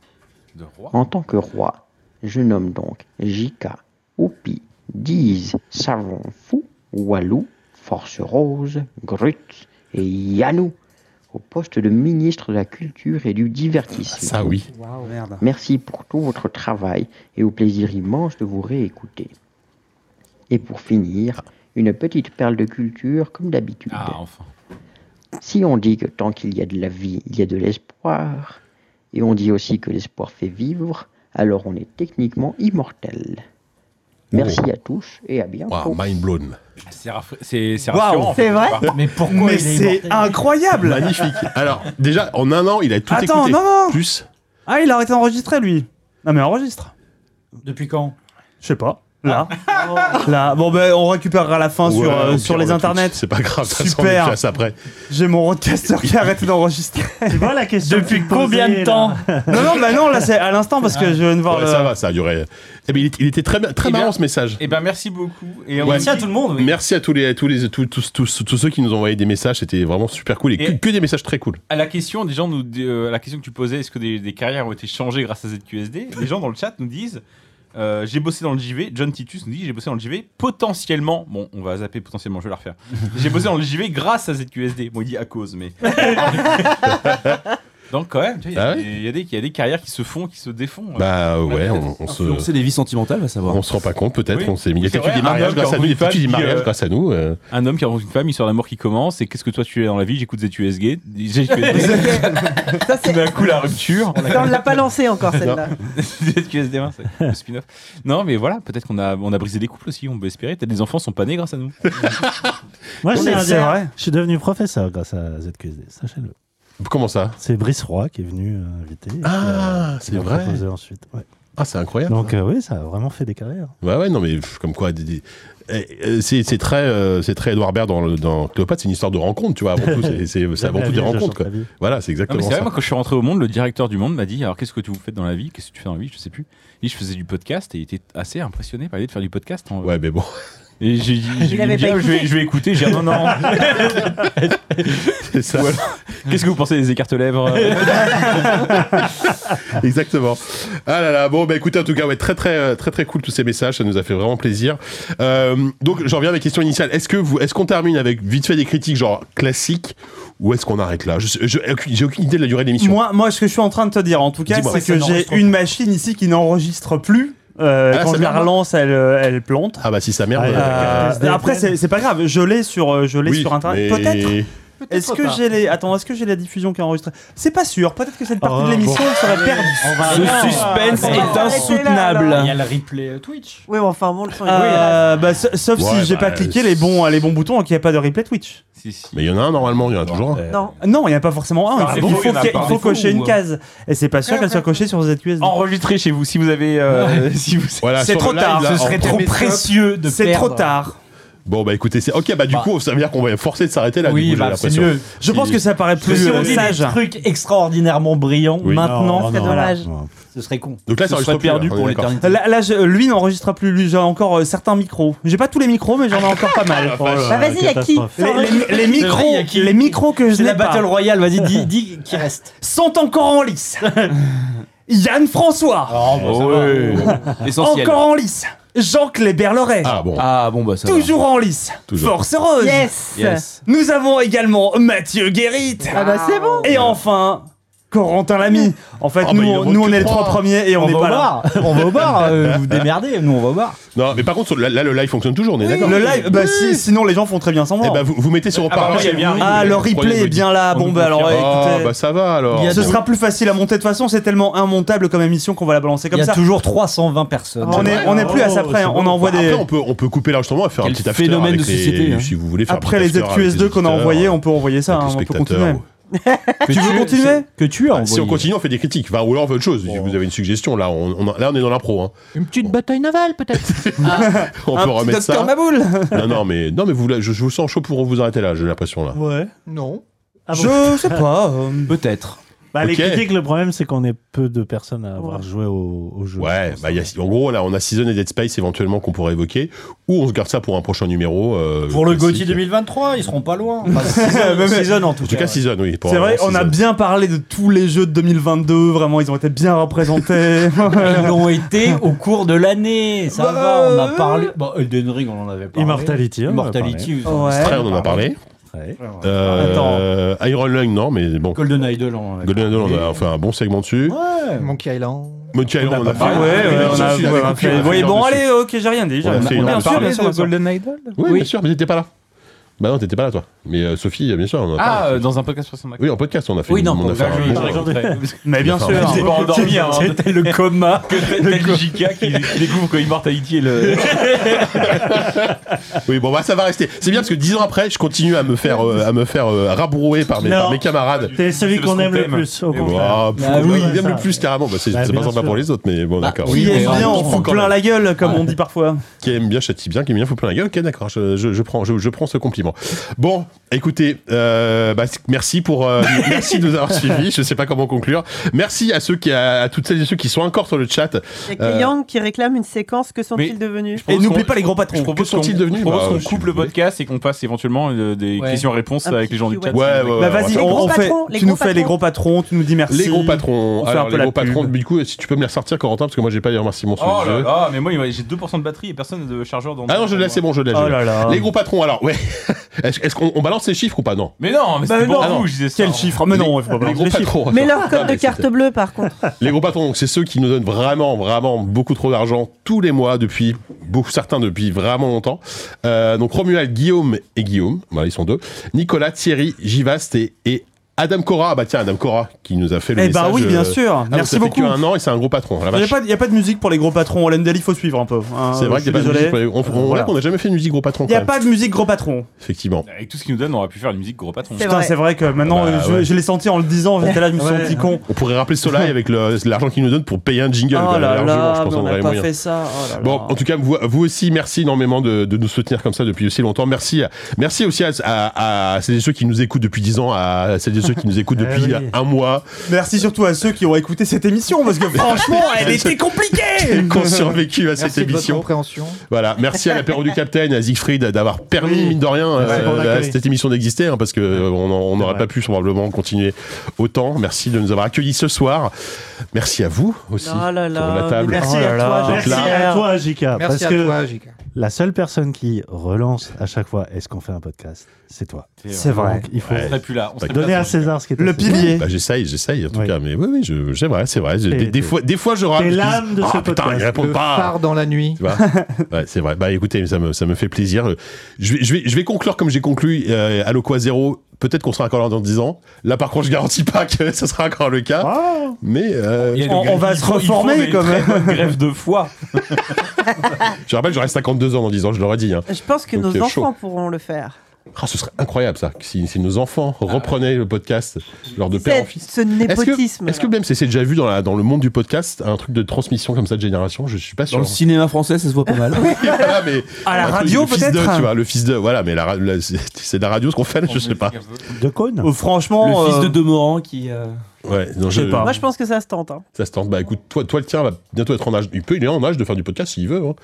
Speaker 16: En tant que roi, je nomme donc Jika, Oupi, Diz, Savon Fou, Walou, Force Rose, Grut et Yanou au poste de ministre de la Culture et du Divertissement.
Speaker 6: Ça oui.
Speaker 1: Merde.
Speaker 16: Merci pour tout votre travail et au plaisir immense de vous réécouter. Et pour finir,
Speaker 6: Ah.
Speaker 16: une petite perle de culture comme d'habitude. Si on dit que tant qu'il y a de la vie, il y a de l'espoir, et on dit aussi que l'espoir fait vivre, alors on est techniquement immortel. Merci
Speaker 6: Oh.
Speaker 16: à tous et à bientôt.
Speaker 6: Waouh, Oh. mind blown.
Speaker 7: C'est raffra- c'est- c'est
Speaker 16: Waouh,
Speaker 7: rassurant. en fait,
Speaker 16: c'est vrai
Speaker 7: quelque part.
Speaker 16: Mais pourquoi
Speaker 1: Mais c'est incroyable.
Speaker 6: Magnifique. Alors, déjà, en un an, il a tout
Speaker 1: Attends,
Speaker 6: écouté.
Speaker 1: non, non.
Speaker 6: Plus.
Speaker 1: Ah, il a arrêté d'enregistrer lui. Non, mais enregistre. Depuis quand Je sais pas. Là. Là. Bon, ben, on récupérera la fin
Speaker 6: Ouais,
Speaker 1: sur, euh,
Speaker 6: au pire,
Speaker 1: sur
Speaker 6: on
Speaker 1: les
Speaker 6: le
Speaker 1: internets.
Speaker 6: tweet, c'est pas grave, de toute façon, on
Speaker 1: Super.
Speaker 6: le classe après.
Speaker 1: J'ai mon roadcaster qui a arrêté d'enregistrer. Tu
Speaker 3: vois la question
Speaker 1: Depuis
Speaker 6: posais,
Speaker 1: combien de
Speaker 6: là
Speaker 1: temps Non, non, bah non, là, c'est à l'instant parce que je viens de voir
Speaker 6: Ouais,
Speaker 1: le.
Speaker 6: Ça va, ça a duré. Eh ben, il, est- il était très, bien- très
Speaker 7: Eh
Speaker 6: marrant
Speaker 7: bien-
Speaker 6: ce message.
Speaker 7: Eh ben merci beaucoup. Et on
Speaker 6: Ouais.
Speaker 7: dit-
Speaker 6: Merci à tous les, à tous les, tous, tous, tous, tous ceux qui nous ont envoyé des messages. C'était vraiment super cool et, que,
Speaker 7: Et-
Speaker 6: que des messages très cool.
Speaker 7: À la question des gens nous, euh, à la question que tu posais, est-ce que des, des carrières ont été changées grâce à ZQSD Les gens dans le chat nous disent. euh, j'ai bossé dans le JV, John Titus nous dit j'ai bossé dans le JV potentiellement, bon on va zapper potentiellement, je vais la refaire. J'ai bossé dans le JV grâce à ZQSD, bon il dit à cause mais... Donc quand même, tu vois, il y a-
Speaker 6: Ah ouais
Speaker 7: il y, a des- il y a des carrières qui se font, qui se défont. euh,
Speaker 6: Bah ouais, on, on se.
Speaker 7: Influencer
Speaker 6: des vies sentimentales, va savoir. On se rend pas compte, peut-être.
Speaker 7: Oui.
Speaker 6: On s'est mis. Il y a
Speaker 7: C'est
Speaker 6: peut-être
Speaker 7: vrai,
Speaker 6: eu des mariages
Speaker 7: un homme
Speaker 6: grâce à
Speaker 7: qui
Speaker 6: nous. Il y a
Speaker 7: rencontre
Speaker 6: peut-être eu
Speaker 7: une
Speaker 6: des
Speaker 7: femme
Speaker 6: mariages
Speaker 7: qui, euh,
Speaker 6: grâce à nous. euh.
Speaker 7: Un homme qui rencontre une femme, il sort la mort qui commence. Et qu'est-ce que toi tu es dans la vie J'écoute ZQSD. Tout d'un coup, la rupture.
Speaker 4: On l'a pas lancé encore celle-là.
Speaker 7: Non. ZQSD, mince, c'est le spin-off. Non, mais voilà, peut-être qu'on a, on a brisé des couples aussi, on peut espérer. Peut-être les enfants sont pas nés grâce à nous.
Speaker 3: Moi, je
Speaker 7: Oui,
Speaker 3: tiens à
Speaker 7: c'est
Speaker 3: dire,
Speaker 7: vrai.
Speaker 3: Je suis devenu professeur grâce à ZQSD, sachez-le.
Speaker 6: Comment ça
Speaker 3: C'est Brice Roy qui est venu euh, inviter. et
Speaker 6: Ah,
Speaker 3: qui,
Speaker 6: c'est
Speaker 3: m'a
Speaker 6: vrai.
Speaker 3: proposé ensuite. ouais.
Speaker 6: Ah, c'est incroyable.
Speaker 3: Donc, euh, oui, ça a vraiment fait des carrières.
Speaker 6: Ouais, ouais, non, mais pff, comme quoi. des- des- eh, euh, C'est c'est très, euh, c'est très Edouard Baird dans, le- dans Cléopâtre, c'est une histoire de rencontre, tu vois. Avant tout, c'est- c'est c'est avant
Speaker 7: La
Speaker 6: tout
Speaker 7: vie,
Speaker 6: des
Speaker 7: elle change
Speaker 6: rencontres, quoi.
Speaker 7: la vie.
Speaker 6: Voilà,
Speaker 7: Non, mais
Speaker 6: c'est exactement
Speaker 7: c'est vrai,
Speaker 6: ça.
Speaker 7: moi quand je suis rentré au monde, le directeur du monde m'a dit Alors qu'est-ce que tu vous faites dans la vie Qu'est-ce que tu fais dans la vie Je sais plus. Et je faisais du podcast et il était assez impressionné par l'idée de faire du podcast.
Speaker 6: Ouais, mais bon.
Speaker 7: Et j'ai dit
Speaker 6: Il
Speaker 7: j'ai dit,
Speaker 6: avait
Speaker 7: Bien,
Speaker 6: pas
Speaker 7: je, vais,
Speaker 6: écouté.
Speaker 7: je vais écouter. J'ai dit Non, non.
Speaker 6: C'est ça.
Speaker 7: Ou alors, Qu'est-ce que vous pensez des écarte-lèvres
Speaker 6: Exactement. Ah là là, bon, bah écoutez, en tout cas, ouais, très, très, euh, très, très cool tous ces messages, ça nous a fait vraiment plaisir. Euh, donc, j'en reviens à la question initiale. Est-ce que vous, est-ce qu'on termine avec vite fait des critiques, genre classiques, ou est-ce qu'on arrête là Je sais- je- J'ai aucune idée de la durée de l'émission.
Speaker 1: Moi, moi, ce que je suis en train de te dire, en tout cas,
Speaker 6: Dis-moi.
Speaker 1: c'est
Speaker 6: Ah, Ça
Speaker 1: que j'ai
Speaker 6: n'enregistre
Speaker 1: une machine ici qui n'enregistre plus. Euh,
Speaker 6: Ah,
Speaker 1: quand
Speaker 6: ça
Speaker 1: je la
Speaker 6: merde.
Speaker 1: relance, elle, euh, elle plante.
Speaker 6: Ah bah si ça merde.
Speaker 1: Euh,
Speaker 6: euh,
Speaker 1: après, c'est c'est pas grave. Je l'ai sur, euh, je l'ai
Speaker 6: Oui,
Speaker 1: sur internet.
Speaker 6: mais-
Speaker 1: Peut-être. Est-ce que
Speaker 6: pas.
Speaker 1: j'ai les... Attends, est-ce que j'ai la diffusion qui est enregistrée C'est pas sûr. Peut-être que cette partie de l'émission
Speaker 4: bon.
Speaker 1: serait perdue.
Speaker 4: Ce suspense est insoutenable. Il y a le euh,
Speaker 2: replay Twitch.
Speaker 4: Oui, mais enfin bon, le temps est-
Speaker 1: Euh, bah, sa- sauf
Speaker 6: Ouais,
Speaker 1: si j'ai
Speaker 6: bah,
Speaker 1: pas cliqué les bons, les bons boutons et qu'il n'y a pas de replay Twitch.
Speaker 6: Mais il y en a un normalement, il y en a toujours un.
Speaker 1: Non, non, il n'y a pas forcément un.
Speaker 7: Ah,
Speaker 1: il
Speaker 7: bon,
Speaker 1: faut,
Speaker 7: il y en a
Speaker 1: qu'il-
Speaker 7: pas.
Speaker 1: il faut
Speaker 7: Des fois,
Speaker 1: cocher
Speaker 7: ou-
Speaker 1: une case. Et c'est pas sûr qu'elle soit cochée sur ZQSD.
Speaker 7: Enregistrez chez vous si vous avez. euh, si vous...
Speaker 6: Voilà,
Speaker 1: C'est
Speaker 6: sur
Speaker 1: trop
Speaker 6: le live,
Speaker 1: tard.
Speaker 6: là,
Speaker 1: Ce
Speaker 6: en
Speaker 1: serait
Speaker 6: pro-
Speaker 1: trop précieux de C'est perdre. trop tard.
Speaker 6: Bon bah écoutez, c'est ok bah du coup ça veut dire qu'on va être forcé de s'arrêter là. du coup, j'ai l'impression.
Speaker 1: bah, Je pense que ça paraît
Speaker 2: bah, Parce que si
Speaker 1: plus
Speaker 2: on
Speaker 1: euh,
Speaker 2: dit
Speaker 1: sage.
Speaker 2: des trucs extraordinairement brillants
Speaker 1: Oui.
Speaker 2: maintenant,
Speaker 1: Non,
Speaker 2: c'est
Speaker 1: non,
Speaker 2: dommage.
Speaker 1: non.
Speaker 2: Ce serait con.
Speaker 6: Donc là, ça
Speaker 2: Ce
Speaker 6: enregistre
Speaker 2: serait
Speaker 6: plus,
Speaker 2: perdu
Speaker 6: là, on est
Speaker 2: pour
Speaker 6: Ah d'accord.
Speaker 2: l'éternité.
Speaker 1: Là, là, je- lui n'enregistre plus. Lui, j'ai encore euh, certains micros. J'ai pas tous les micros, mais j'en ai encore pas mal.
Speaker 2: Oh là là,
Speaker 4: Bah, vas-y, y a qui
Speaker 1: Catastrophe. les, les- les
Speaker 2: C'est vrai,
Speaker 1: micros,
Speaker 2: y a qui
Speaker 1: les micros que je
Speaker 2: C'est
Speaker 1: n'ai
Speaker 2: la
Speaker 1: pas.
Speaker 2: Battle Royale, vas-y, dis, dis qui reste.
Speaker 1: Sont encore en lice. Yann François.
Speaker 6: Ah,
Speaker 5: Essentiel.
Speaker 1: Ah, Encore en lice. Jean Clébert Loret.
Speaker 6: Ah bon.
Speaker 5: Ah bon, bah ça. va.
Speaker 1: Toujours en lice.
Speaker 5: Toujours.
Speaker 1: Force Rose.
Speaker 5: Yes. Yes.
Speaker 1: Nous avons également Mathieu Guérit.
Speaker 4: Ah bah, c'est bon.
Speaker 1: Et enfin. Corentin Lamy. En fait,
Speaker 6: Ah bah,
Speaker 1: nous,
Speaker 6: il en
Speaker 1: on-
Speaker 6: reste
Speaker 1: nous,
Speaker 6: que
Speaker 1: on est les
Speaker 6: trois.
Speaker 1: trois premiers et on
Speaker 6: On
Speaker 1: n'est
Speaker 6: va au
Speaker 1: pas là.
Speaker 6: bar. On va au bar, euh, vous démerdez,
Speaker 1: nous on va au bar.
Speaker 6: Non mais par contre sur le- là le live fonctionne toujours, on est d'accord.
Speaker 1: Le live, bah si, sinon les gens font très bien sans moi.
Speaker 6: Eh bah, vous, vous mettez sur
Speaker 1: Ah,
Speaker 6: haut-parleur.
Speaker 1: pardon, il y a
Speaker 6: chez
Speaker 1: bien
Speaker 6: vous,
Speaker 1: un replay. Ah, le
Speaker 6: prenez
Speaker 1: replay est
Speaker 6: votre-
Speaker 1: bien là.
Speaker 6: on
Speaker 1: Bon,
Speaker 6: vous
Speaker 1: bah, alors,
Speaker 6: confirme.
Speaker 1: ouais,
Speaker 6: Ah
Speaker 1: écoutez.
Speaker 6: bah ça va alors.
Speaker 1: Ce sera plus facile à monter de toute façon, c'est tellement un montable comme émission qu'on va la balancer comme
Speaker 2: Il y a
Speaker 1: ça.
Speaker 2: toujours 320 personnes.
Speaker 1: On est, on est plus à ça près, hein. on envoie
Speaker 6: Bah,
Speaker 1: des.
Speaker 6: Après, on peut, on peut couper l'enregistrement et faire un
Speaker 1: Quel
Speaker 6: petit after
Speaker 1: phénomène
Speaker 6: avec
Speaker 1: de
Speaker 6: les-
Speaker 1: société, hein.
Speaker 6: Si vous voulez faire un
Speaker 1: Après
Speaker 6: petit
Speaker 1: les
Speaker 6: after avec
Speaker 1: ZQS2 qu'on a
Speaker 6: auditeurs.
Speaker 1: envoyé, on peut envoyer ça, hein, on peut continuer.
Speaker 6: spectateurs,
Speaker 1: tu veux continuer
Speaker 6: Que tu
Speaker 1: as
Speaker 6: Bah, Si
Speaker 1: envoyé.
Speaker 6: on continue, on fait des critiques. Enfin, ou alors on fait autre chose. Si vous avez une suggestion, là, on, on- là, on est dans l'impro. Hein.
Speaker 22: Une petite bataille navale, peut-être. Ah.
Speaker 6: On peut remettre ça. non, non, mais, non, mais vous, là, je, je vous sens chaud pour vous arrêter là, j'ai l'impression là.
Speaker 3: Ouais.
Speaker 22: Non.
Speaker 6: Ah
Speaker 1: Je sais pas.
Speaker 6: Peut-être.
Speaker 3: Ah Bah,
Speaker 6: Ok.
Speaker 3: Les critiques, le problème, c'est qu'on est peu de personnes à avoir joué au, au jeu.
Speaker 6: Ouais, bah, il y a- en gros, là, on a Season et Dead Space éventuellement qu'on pourrait évoquer, ou on se garde ça pour un prochain numéro. euh,
Speaker 2: Pour le
Speaker 6: classique.
Speaker 2: Gauthier 2023, ils seront pas loin.
Speaker 1: Bah,
Speaker 2: Enfin, Bah, season, season, en tout
Speaker 6: En
Speaker 2: cas.
Speaker 6: tout cas, Season, oui. pour
Speaker 1: C'est
Speaker 6: un
Speaker 1: vrai, on a
Speaker 6: season.
Speaker 1: bien parlé de tous les jeux de 2022, vraiment, ils ont été bien représentés.
Speaker 2: Ils l'ont été au cours de l'année. Ça
Speaker 1: Bah,
Speaker 2: va, on a
Speaker 1: euh,
Speaker 2: parlé. Bon, Elden Ring, on en avait parlé.
Speaker 3: Immortality, on en a
Speaker 2: Immortality,
Speaker 3: parlé.
Speaker 2: vous en avez
Speaker 6: Stray, on en a parlé. Euh, Iron Lung, non, mais bon.
Speaker 2: Golden Idol, on en a
Speaker 6: Golden Idol, on a fait un bon segment dessus.
Speaker 22: Monkey Island.
Speaker 6: Monkey Island, on a fait.
Speaker 1: Ouais, ouais, on a- ouais, on a fait-
Speaker 6: on a
Speaker 1: ouais,
Speaker 6: fait
Speaker 1: bon,
Speaker 6: une heure
Speaker 1: allez, ok, j'ai rien dit. j'ai
Speaker 6: On a
Speaker 1: rien
Speaker 6: fait
Speaker 1: dit.
Speaker 6: une heure
Speaker 1: Bien
Speaker 6: dessus.
Speaker 1: sûr, bien sûr, bien sûr.
Speaker 22: Idol
Speaker 6: Oui, bien sûr, mais t'étais pas là. Bah non, t'étais pas là, toi. Mais euh, Sophie, bien sûr. on en a
Speaker 7: Ah,
Speaker 6: parlé.
Speaker 7: euh, dans un podcast 60
Speaker 6: Oui, en podcast, on a fait.
Speaker 7: Oui, non,
Speaker 6: on a
Speaker 7: bon,
Speaker 6: fait
Speaker 7: là,
Speaker 6: un
Speaker 7: je-
Speaker 6: bon-
Speaker 7: je rentrais.
Speaker 1: Mais bien
Speaker 6: hein. On a
Speaker 1: sûr,
Speaker 6: fait un
Speaker 1: hein.
Speaker 6: bon-
Speaker 7: C'est pas endormi, hein.
Speaker 1: C'est tel le coma.
Speaker 7: Que tel- tel JK qui qui découvre que Immortality est le.
Speaker 6: Oui, bon, bah ça va rester. C'est bien parce que dix ans après, je continue à me faire, euh, à me faire euh, rabrouer par mes,
Speaker 3: Non.
Speaker 6: par mes camarades.
Speaker 3: T'es celui C'est parce qu'on qu'on aime le t'aime. plus, au
Speaker 6: Et
Speaker 3: contraire.
Speaker 6: moi, pff,
Speaker 3: Bah oui.
Speaker 6: on aime le plus carrément. Bah, c'est
Speaker 3: Bah,
Speaker 6: c'est
Speaker 3: bien
Speaker 6: pas sympa
Speaker 3: sûr.
Speaker 6: pour les autres, mais bon, d'accord.
Speaker 1: Qui aime bien, on fout
Speaker 6: Encore
Speaker 1: plein
Speaker 6: là.
Speaker 1: la gueule, comme on dit parfois.
Speaker 6: Qui aime bien, châtie bien, qui aime bien, faut plein la gueule. Ok, d'accord, je, je- je prends, je, je prends ce compliment. Bon, écoutez, euh, bah, c- merci pour, euh, merci de nous avoir suivis. Je sais pas comment conclure. Merci à ceux qui, à, à toutes celles et ceux qui sont encore sur le chat.
Speaker 4: Il y a
Speaker 6: Euh,
Speaker 4: Kayang qui réclame une séquence. Que sont-ils devenus
Speaker 7: Je propose qu'on- Je
Speaker 6: Que
Speaker 7: propose qu'on
Speaker 6: sont-ils devenus
Speaker 7: je propose
Speaker 6: Bah,
Speaker 7: qu'on
Speaker 6: je-
Speaker 7: coupe le podcast et qu'on passe éventuellement euh, des
Speaker 1: Ouais.
Speaker 7: questions-réponses
Speaker 1: Un
Speaker 7: avec
Speaker 1: petit
Speaker 7: les gens du
Speaker 1: Q&A.
Speaker 7: chat.
Speaker 1: Ouais, ouais, Bah, ouais, vas-y, on va faire on ça. fait- tu nous fais les gros patrons, tu nous dis merci.
Speaker 6: Les gros patrons.
Speaker 1: On fait un
Speaker 6: Alors,
Speaker 1: peu
Speaker 6: les
Speaker 1: la
Speaker 6: gros patrons,
Speaker 1: pub.
Speaker 6: du coup, si tu peux me les ressortir, Corentin, parce que moi, j'ai pas les remerciements sur
Speaker 7: Oh
Speaker 6: le
Speaker 7: là
Speaker 6: jeu.
Speaker 7: là, mais moi il- j'ai 2% de batterie et personne de chargeur dans.
Speaker 6: Ah non, je l'ai, c'est bon, je l'ai. je
Speaker 1: Oh
Speaker 6: l'ai.
Speaker 1: là là.
Speaker 6: Les gros patrons, alors, ouais. Est-ce est-ce qu'on on balance les chiffres ou pas Non.
Speaker 7: Mais non, mais
Speaker 1: Bah
Speaker 7: c'est
Speaker 1: non.
Speaker 7: pour vous, je disais ça.
Speaker 1: Quel chiffre Ah, Mais non, il faut pas
Speaker 6: les
Speaker 1: balancer
Speaker 6: gros
Speaker 1: les chiffres.
Speaker 6: patrons.
Speaker 4: Mais
Speaker 6: attends.
Speaker 4: leur code
Speaker 6: Non,
Speaker 4: de
Speaker 6: mais
Speaker 4: carte
Speaker 6: c'était-
Speaker 4: bleue, par contre.
Speaker 6: Les gros patrons, donc, c'est ceux qui nous donnent vraiment, vraiment beaucoup trop d'argent tous les mois depuis, beaucoup, certains depuis vraiment longtemps. Euh, donc Romuald, Guillaume et Guillaume, voilà, ils sont deux. Nicolas, Thierry, Givaste et, et Adam Cora. Ah bah tiens, Adam Cora qui nous a fait le
Speaker 1: Eh
Speaker 6: message.
Speaker 1: bah oui, bien
Speaker 6: euh,
Speaker 1: sûr.
Speaker 6: ah,
Speaker 1: Merci
Speaker 6: ça fait
Speaker 1: beaucoup.
Speaker 6: que un an et c'est un gros patron. Ah, la
Speaker 1: Il n'y a,
Speaker 6: vache.
Speaker 1: pas- y a pas de musique pour les gros patrons. Holland Daily, il faut suivre un peu. hein.
Speaker 6: C'est vrai
Speaker 1: Je
Speaker 6: qu'il y
Speaker 1: suis
Speaker 6: a pas de
Speaker 1: désolé.
Speaker 6: musique pour les- on- on- on-
Speaker 1: Voilà.
Speaker 6: on n'a jamais fait de musique gros patron.
Speaker 1: Il n'y a
Speaker 6: quand même.
Speaker 1: pas de musique gros patron.
Speaker 6: Effectivement.
Speaker 7: Avec tout ce qu'ils nous donnent, on aurait pu faire une musique gros patron.
Speaker 1: Putain, c'est vrai que maintenant,
Speaker 6: Bah,
Speaker 1: je,
Speaker 6: ouais.
Speaker 1: je l'ai senti en le disant, j'étais là, je me suis
Speaker 7: Ouais.
Speaker 1: senti con.
Speaker 6: On pourrait rappeler Solai avec le- l'argent qu'il nous donne pour payer un jingle.
Speaker 1: Oh
Speaker 6: quoi,
Speaker 1: là
Speaker 6: largement,
Speaker 1: là,
Speaker 6: je pense
Speaker 1: mais on
Speaker 6: qu'on
Speaker 1: n'a
Speaker 6: aurait
Speaker 1: pas
Speaker 6: moyen.
Speaker 1: fait ça, oh là
Speaker 6: bon, en tout cas, vous, vous aussi, merci énormément de, de nous soutenir comme ça depuis aussi longtemps. Merci, à- merci aussi à, à, à celles et ceux qui nous écoutent depuis 10 ans, à celles et ceux qui nous écoutent
Speaker 1: Eh
Speaker 6: depuis
Speaker 1: oui.
Speaker 6: un mois.
Speaker 1: Merci surtout à ceux qui ont écouté cette émission, parce que franchement, elle était compliquée
Speaker 6: Qui ont survécu à
Speaker 1: Merci
Speaker 6: cette
Speaker 1: de votre
Speaker 6: émission.
Speaker 1: compréhension.
Speaker 6: Voilà, merci à l'apéro du Capitaine, à Siegfried d'avoir permis, mine de rien,
Speaker 1: Merci
Speaker 6: euh,
Speaker 1: pour
Speaker 6: à
Speaker 1: l'accueil.
Speaker 6: cette émission d'exister, hein, parce que euh, on en- on n'aurait pas pu probablement continuer autant. Merci de nous avoir accueillis ce soir. Merci à vous aussi.
Speaker 4: Oh là là,
Speaker 6: autour de la
Speaker 4: mais
Speaker 6: table.
Speaker 4: merci
Speaker 3: Oh
Speaker 4: à toi,
Speaker 6: Donc
Speaker 4: Jean-Pierre.
Speaker 6: là-
Speaker 4: Merci à
Speaker 3: toi, JK.
Speaker 4: Merci
Speaker 3: parce
Speaker 4: à
Speaker 3: que
Speaker 4: toi, JK.
Speaker 3: La seule personne qui relance à chaque fois est-ce qu'on fait un podcast, c'est toi.
Speaker 1: C'est vrai.
Speaker 3: Donc, il faut Bah,
Speaker 6: Ouais.
Speaker 7: serait plus là, on serait
Speaker 3: donner à César ce qui est à César.
Speaker 6: Bah, j'essaye, j'essaye en tout cas, mais oui, oui, je- j'aimerais, c'est vrai. Des,
Speaker 3: Et-
Speaker 6: des fois, des fois, je rate.
Speaker 3: T'es l'âme de ce
Speaker 6: Putain,
Speaker 3: podcast.
Speaker 6: ils répondent
Speaker 3: Le
Speaker 6: pas.
Speaker 3: phare
Speaker 6: dans la nuit. ouais, c'est vrai. Bah, écoutez, ça me, ça me fait plaisir. Je vais, je vais, je vais conclure comme j'ai conclu euh, à l'Oqua Zéro. Peut-être qu'on sera encore là dans 10 ans. Là, par contre, je garantis pas que ça sera encore le cas.
Speaker 4: Ah.
Speaker 6: Mais euh,
Speaker 7: Il y a des grèves- il faut- il faut des très bonnes grèves de foi.
Speaker 6: Je rappelle, j'aurai 52 ans dans 10 ans, je l'aurais dit. hein.
Speaker 4: Je pense que
Speaker 6: Donc,
Speaker 4: nos
Speaker 6: euh, chaud.
Speaker 4: enfants pourront le faire.
Speaker 6: Ah, ce serait incroyable ça, que si, si nos enfants reprenaient le podcast, genre de père en
Speaker 4: Ah. C'est-
Speaker 6: fils.
Speaker 4: Ce
Speaker 6: Est-ce que,
Speaker 4: népotisme.
Speaker 6: est-ce que même c'est c'est déjà vu dans, la, dans le monde du podcast un truc de transmission comme ça de génération Je suis pas sûr.
Speaker 5: Dans le cinéma français, ça se voit pas mal.
Speaker 6: Voilà, mais-
Speaker 1: À la
Speaker 6: un truc,
Speaker 1: radio,
Speaker 6: le fils
Speaker 1: peut-être
Speaker 6: de, Tu vois, le fils de. Voilà, mais la, ra- la- c'est c'est de la radio ce qu'on fait, je sais pas.
Speaker 3: De cône
Speaker 1: Oh, franchement,
Speaker 5: Le fils de
Speaker 1: euh,
Speaker 5: Demoran qui. euh,
Speaker 6: Ouais, non,
Speaker 1: Je sais pas.
Speaker 4: Moi, je pense que ça se tente. hein.
Speaker 6: Ça se tente. Bah écoute, toi, toi le tien va bientôt être en âge. Il peut, il est en âge de faire du podcast s'il veut. hein.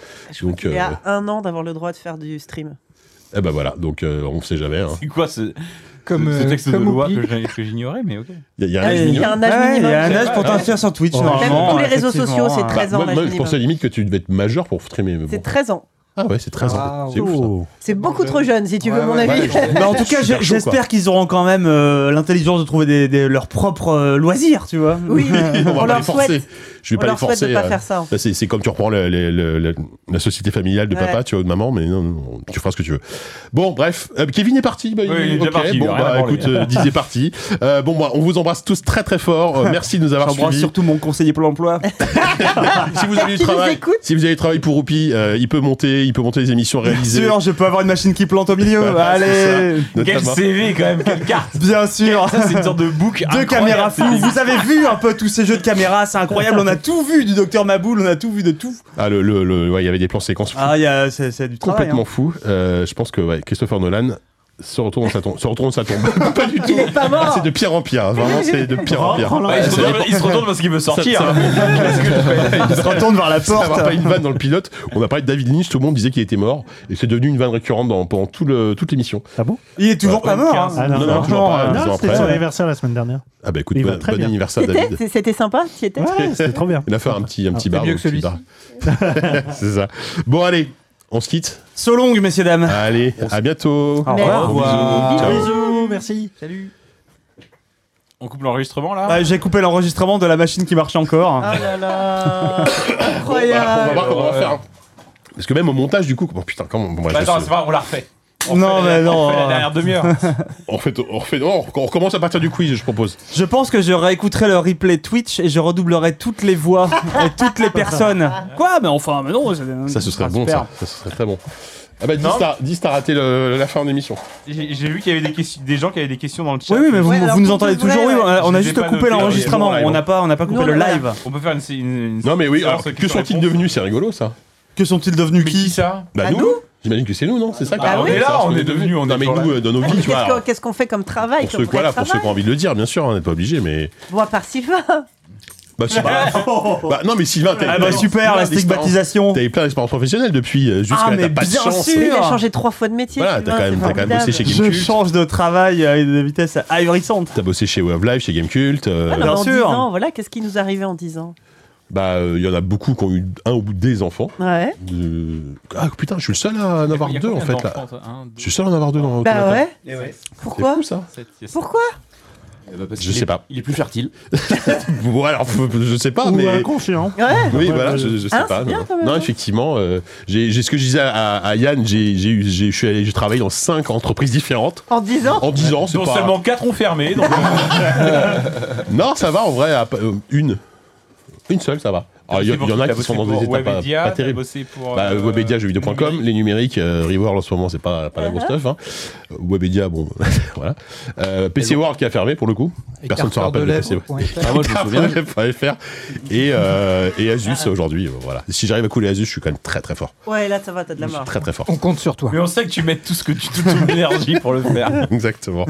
Speaker 6: Donc,
Speaker 4: Il y
Speaker 6: euh,
Speaker 4: a un an d'avoir le droit de faire du stream.
Speaker 6: eh ben voilà, donc euh, on ne sait jamais. hein.
Speaker 7: C'est quoi ce,
Speaker 4: Comme,
Speaker 7: ce
Speaker 4: euh,
Speaker 7: texte de
Speaker 4: comme
Speaker 7: loi
Speaker 4: Oupi.
Speaker 7: que j'ai- que j'ignorais, mais ok.
Speaker 6: Il y a- il y a un
Speaker 4: Ah,
Speaker 6: âge
Speaker 4: il y a
Speaker 6: minimum.
Speaker 4: un âge
Speaker 1: Ouais, minimum, il y a un
Speaker 6: je sais
Speaker 1: âge
Speaker 6: pas.
Speaker 1: pour t'inscrire sur Twitch, Même normalement,
Speaker 4: tous les réseaux sociaux, c'est
Speaker 6: Bah,
Speaker 4: 13 ans,
Speaker 6: moi,
Speaker 4: l'âge
Speaker 6: moi, je pensais
Speaker 4: minimum.
Speaker 6: limite que tu devais être majeur pour streamer. Mais bon.
Speaker 4: C'est 13 ans.
Speaker 6: Ah ouais, c'est 13 ans. C'est ouf. ça.
Speaker 4: C'est beaucoup trop jeune, si tu veux mon avis.
Speaker 1: Bah, en tout cas, j'ai- j'espère qu'ils auront quand même euh, l'intelligence de trouver des, des- leurs propres euh, loisirs, tu vois.
Speaker 4: Oui,
Speaker 6: on va
Speaker 4: on
Speaker 6: pas
Speaker 4: leur
Speaker 6: les forcer.
Speaker 4: souhaite.
Speaker 6: Je vais
Speaker 4: On
Speaker 6: pas
Speaker 4: leur
Speaker 6: les forcer.
Speaker 4: souhaite de pas
Speaker 6: euh,
Speaker 4: faire ça, en
Speaker 6: bah, c'est c'est comme tu reprends le- le- le- le- la société familiale de
Speaker 4: Ouais.
Speaker 6: papa, tu vois, ou de maman, mais non, non, tu feras ce que tu veux. Bon, bref, euh, Kevin est parti. bah,
Speaker 7: Oui, il est déjà
Speaker 6: ok,
Speaker 7: parti,
Speaker 6: Bon,
Speaker 7: rien à
Speaker 6: bah,
Speaker 7: branler.
Speaker 6: écoute, euh, Didier est parti. Euh, bon, bah, on vous embrasse tous très très fort. Euh, merci de nous avoir
Speaker 1: J'embrasse
Speaker 6: suivis.
Speaker 1: surtout mon conseiller pour l'emploi.
Speaker 6: si vous avez du travail, si vous avez du travail pour Roupi, euh, il peut monter, il peut monter les émissions réalisées.
Speaker 1: Bien sûr, je peux avoir une machine qui plante au milieu.
Speaker 6: Voilà, c'est
Speaker 1: Allez
Speaker 6: ça, Quel notamment. CV,
Speaker 1: quand même, quelle carte Bien sûr
Speaker 7: Ça, c'est une sorte de book
Speaker 1: Deux
Speaker 7: incroyable,
Speaker 1: caméras
Speaker 7: c'est-
Speaker 1: fous Vous avez vu un peu tous ces jeux de caméras, c'est incroyable, on a tout vu du docteur Maboul, on a tout vu de tout.
Speaker 6: Ah, le, le, le- ouais, il y avait des plans séquences fous.
Speaker 1: Ah, il y a- c'est c'est du travail.
Speaker 6: complètement
Speaker 1: hein.
Speaker 6: fou. Euh, je pense que ouais, Christopher Nolan se retourne dans sa tombe. Se retourne dans sa tombe. pas du tout.
Speaker 4: Il est pas mort.
Speaker 6: Ah, c'est de pire en pire. Vraiment, c'est de pire en pire.
Speaker 7: Reprends-le. Ouais, il se retourne- il se retourne parce qu'il veut sortir.
Speaker 6: Ça- ça-
Speaker 1: Il se retourne vers la
Speaker 6: Ça
Speaker 1: porte.
Speaker 6: va pas une vanne dans le pilote. On a parlé de David Lynch, tout le monde disait qu'il était mort. Et c'est devenu une vanne récurrente dans- pendant tout le- toute l'émission.
Speaker 3: Ah bon
Speaker 1: Il est toujours pas
Speaker 6: Bah,
Speaker 1: mort. hein.
Speaker 3: Ah non,
Speaker 6: Non,
Speaker 3: non,
Speaker 6: non, toujours pas,
Speaker 3: non,
Speaker 6: dix ans
Speaker 3: c'était
Speaker 6: euh, après.
Speaker 3: son anniversaire la semaine dernière.
Speaker 6: Ah bah écoute,
Speaker 3: Il va
Speaker 6: bon,
Speaker 3: très
Speaker 6: bon
Speaker 3: bien.
Speaker 6: anniversaire David.
Speaker 4: C'était c'était sympa, tu y étais
Speaker 3: c'était trop bien.
Speaker 6: Il a fait un petit, un petit bar.
Speaker 3: mieux
Speaker 6: donc,
Speaker 3: que
Speaker 6: petit bar. c'est ça. Bon, allez, on se quitte.
Speaker 1: So long, messieurs, dames.
Speaker 6: Allez, à bientôt.
Speaker 1: Au revoir.
Speaker 6: Bisous. Ciao.
Speaker 3: Bisous, merci. Salut.
Speaker 7: On coupe l'enregistrement là
Speaker 1: Ah, J'ai coupé l'enregistrement de la machine qui marche encore.
Speaker 4: Ah là là
Speaker 6: On va voir
Speaker 4: Incroyable
Speaker 6: bah, comment on va faire. Parce que même au montage, du coup, bon, putain, comment. bon, bref,
Speaker 7: Bah,
Speaker 6: je
Speaker 7: Attends,
Speaker 6: sais-
Speaker 7: c'est pas grave, on la refait.
Speaker 1: Non, mais non.
Speaker 6: on, refait, on, refait- non, on recommence à partir du quiz, je propose.
Speaker 1: Je pense que je réécouterai le replay Twitch et je redoublerai toutes les voix et toutes les personnes. Quoi Mais enfin, mais non.
Speaker 6: Ça, ce serait bon, ça. Ça, ce serait très bon. Ah bah, dis,
Speaker 7: Non.
Speaker 6: t'as- dis, t'as raté le- la fin de l'émission.
Speaker 7: J'ai j'ai vu qu'il y avait des, questions- des gens qui avaient des questions dans le chat.
Speaker 1: Oui, oui, mais vous- Ouais, vous alors, nous pour entendez de vrai, toujours, oui, ouais. on a- on a
Speaker 7: Je les ai
Speaker 1: juste
Speaker 7: pas
Speaker 1: coupé
Speaker 7: notés.
Speaker 1: l'enregistrement,
Speaker 7: Oui, oui,
Speaker 1: on n'a
Speaker 7: oui.
Speaker 1: pas- on n'a pas coupé
Speaker 7: Non,
Speaker 1: le
Speaker 7: non,
Speaker 1: live.
Speaker 7: On peut faire une. une- une-
Speaker 6: Non, mais oui,
Speaker 7: Alors,
Speaker 6: alors,
Speaker 7: ceux qui
Speaker 6: que sont-ils devenus C'est rigolo, ça.
Speaker 1: Que sont-ils devenus
Speaker 6: qui, ça Bah, nous J'imagine que c'est nous, non C'est ça
Speaker 4: Bah oui.
Speaker 6: est là, on est devenus. Non, mais nous, euh, dans nos vies, tu
Speaker 4: Qu'est-ce qu'on-
Speaker 6: vois.
Speaker 4: Qu'est-ce qu'on fait comme travail
Speaker 6: Pour
Speaker 4: comme
Speaker 6: ceux,
Speaker 4: vrai
Speaker 6: voilà, pour Euh, ceux qui ont
Speaker 4: travail
Speaker 6: envie de le dire, bien sûr, hein, on n'est pas obligé, mais.
Speaker 4: Bon, à part Sylvain. Ah,
Speaker 6: Bah, Sylvain. bah, non, mais Sylvain, t'as
Speaker 1: oh, Ah bah, super, la stigmatisation.
Speaker 6: T'as eu plein d'expériences professionnelles depuis. euh, Jusqu'à
Speaker 1: Ah,
Speaker 6: là,
Speaker 1: mais
Speaker 6: t'as pas
Speaker 1: bien
Speaker 6: de chance.
Speaker 1: sûr.
Speaker 4: Il a changé trois fois de métier.
Speaker 6: Voilà, t'as
Speaker 4: Sylvain,
Speaker 6: quand même-
Speaker 4: c'est
Speaker 6: t'as quand même bossé
Speaker 4: formidable.
Speaker 6: chez
Speaker 1: Je
Speaker 6: Gamecult.
Speaker 1: change de travail à une vitesse ahurissante.
Speaker 6: T'as bossé chez Wave Live, chez Gamecult. euh,
Speaker 4: Ah, non, mais en 10 ans, voilà, qu'est-ce qui nous arrivait en 10 ans
Speaker 6: Bah, euh, il y en a beaucoup qui ont eu un ou des enfants.
Speaker 4: Ouais.
Speaker 6: Euh, Ah putain, je suis le seul à en avoir
Speaker 4: y a
Speaker 6: deux en
Speaker 4: combien
Speaker 6: fait.
Speaker 4: d'enfants,
Speaker 6: Là. Je suis le seul à en avoir deux dans
Speaker 4: Bah
Speaker 6: Automata.
Speaker 4: ouais.
Speaker 7: Eh
Speaker 6: C'est
Speaker 4: Pourquoi
Speaker 6: fou, ça
Speaker 4: Pourquoi
Speaker 6: Je sais pas.
Speaker 5: Il est plus fertile.
Speaker 6: Bon, alors, f- f- je sais pas,
Speaker 3: Ou
Speaker 6: mais.
Speaker 3: inconscient.
Speaker 6: Oui, voilà, je, je sais
Speaker 4: Ah,
Speaker 6: pas.
Speaker 4: c'est bien,
Speaker 6: non.
Speaker 4: quand même,
Speaker 6: Non,
Speaker 4: hein.
Speaker 6: effectivement, euh, j'ai j'ai ce que je disais à, à Yann, j'ai j'ai eu- j'ai- je suis allé- j'ai travaillé dans cinq entreprises différentes.
Speaker 4: En 10 ans
Speaker 6: En 10 ans, c'est
Speaker 7: Dont
Speaker 6: pas.
Speaker 7: seulement 4 ont fermé. donc- euh,
Speaker 6: Non, ça va en vrai, à- euh, une. Une seule, ça va.
Speaker 8: Ah,
Speaker 6: Alors, Ah, Il
Speaker 7: bossé
Speaker 6: y, il y en
Speaker 7: pour
Speaker 6: a
Speaker 7: qui
Speaker 6: qui sont
Speaker 7: T'as
Speaker 6: dans
Speaker 7: bossé
Speaker 6: des
Speaker 7: pour
Speaker 6: états pas,
Speaker 7: Webedia,
Speaker 6: pas
Speaker 7: t'as
Speaker 6: terribles.
Speaker 7: bossé pour,
Speaker 6: Bah,
Speaker 7: euh,
Speaker 6: Webedia, jeuxvideo.com, les numériques, euh, Reworld en ce moment, c'est pas, pas la grosse
Speaker 4: Uh-huh.
Speaker 6: stuff. Hein. Euh, Webedia, bon, voilà. Euh, PC World qui a fermé pour le coup.
Speaker 8: Et
Speaker 6: Personne ne se
Speaker 8: Carrefour
Speaker 6: rappelle
Speaker 8: de
Speaker 6: de PC
Speaker 8: Lèvres
Speaker 6: World.
Speaker 8: point fr. Ah, moi, je me souviens.
Speaker 6: Carrefour.fr. Et, euh, et
Speaker 4: Ah.
Speaker 6: Asus aujourd'hui, euh, voilà. Si j'arrive à couler Asus, je suis quand même très très fort.
Speaker 4: Ouais, là, ça va, t'as de la
Speaker 6: Je suis
Speaker 4: marge.
Speaker 6: très très fort.
Speaker 8: On compte sur toi.
Speaker 7: Mais on sait que tu mets tout ce que tu toute ton énergie pour le faire.
Speaker 6: Exactement.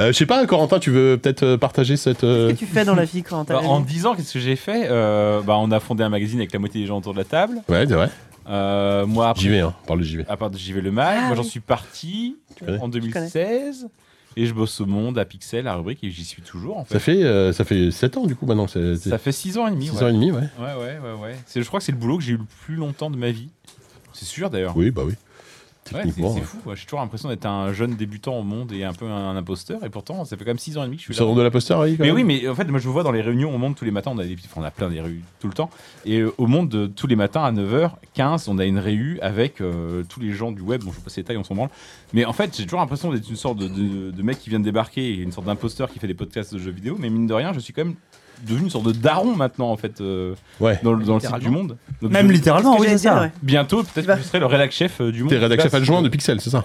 Speaker 6: Euh, je sais pas, Corentin, tu veux peut-être euh, partager cette. euh,
Speaker 4: Qu'est-ce que tu fais dans la vie quand t'as
Speaker 7: Bah,
Speaker 4: la
Speaker 7: en
Speaker 4: vie
Speaker 7: 10 ans, qu'est-ce que j'ai fait Euh, bah, On a fondé un magazine avec la moitié des gens autour de la table.
Speaker 6: Ouais, c'est vrai.
Speaker 7: Euh, moi, après,
Speaker 6: JV, hein, parle de JV.
Speaker 7: À part de JV Le Mag,
Speaker 4: Ah
Speaker 7: moi j'en
Speaker 4: oui.
Speaker 7: suis parti
Speaker 6: connais.
Speaker 7: en 2016 et je bosse au Monde, à Pixel, à Rubrique et j'y suis toujours en fait.
Speaker 6: Ça fait, euh, ça fait 7 ans du coup maintenant. c'est- c'est-
Speaker 7: Ça fait 6 ans et demi.
Speaker 6: Six
Speaker 7: 6
Speaker 6: ans et demi, ouais.
Speaker 7: Ouais, ouais, ouais. ouais. C'est- Je crois que c'est le boulot que j'ai eu le plus longtemps de ma vie. C'est sûr d'ailleurs.
Speaker 6: Oui, bah oui.
Speaker 7: Ouais, c'est
Speaker 6: Techniquement,
Speaker 7: c'est
Speaker 6: ouais.
Speaker 7: fou. quoi. J'ai toujours l'impression d'être un jeune débutant au monde et un peu un imposteur. Et pourtant, ça fait quand même 6 ans et demi que je suis
Speaker 6: Ça
Speaker 7: là.
Speaker 6: rend de l'imposteur, oui, quand
Speaker 7: Mais
Speaker 6: même.
Speaker 7: oui, mais en fait, moi je me vois dans les réunions au monde tous les matins. On a, des, enfin, on a plein des réunions tout le temps. Et euh, au monde, euh, tous les matins à 9h15, on a une réu avec euh, tous les gens du web. Bon, je sais pas si les tailles, on s'en branle. Mais en fait, j'ai toujours l'impression d'être une sorte de, de- de mec qui vient de débarquer et une sorte d'imposteur qui fait des podcasts de jeux vidéo. Mais mine de rien, je suis quand même devenu une sorte de daron maintenant, en fait, euh, dans, le- dans le site du monde. Donc,
Speaker 1: Même
Speaker 7: je-
Speaker 1: littéralement, oui,
Speaker 7: Qu'est-ce que
Speaker 1: c'est
Speaker 7: j'allais
Speaker 1: ça.
Speaker 7: dire, ouais. Bientôt, peut-être que je serai le rédac chef euh, du monde.
Speaker 6: T'es rédacteur chef
Speaker 7: Là,
Speaker 6: adjoint
Speaker 7: c'est-
Speaker 6: de Pixel, c'est ça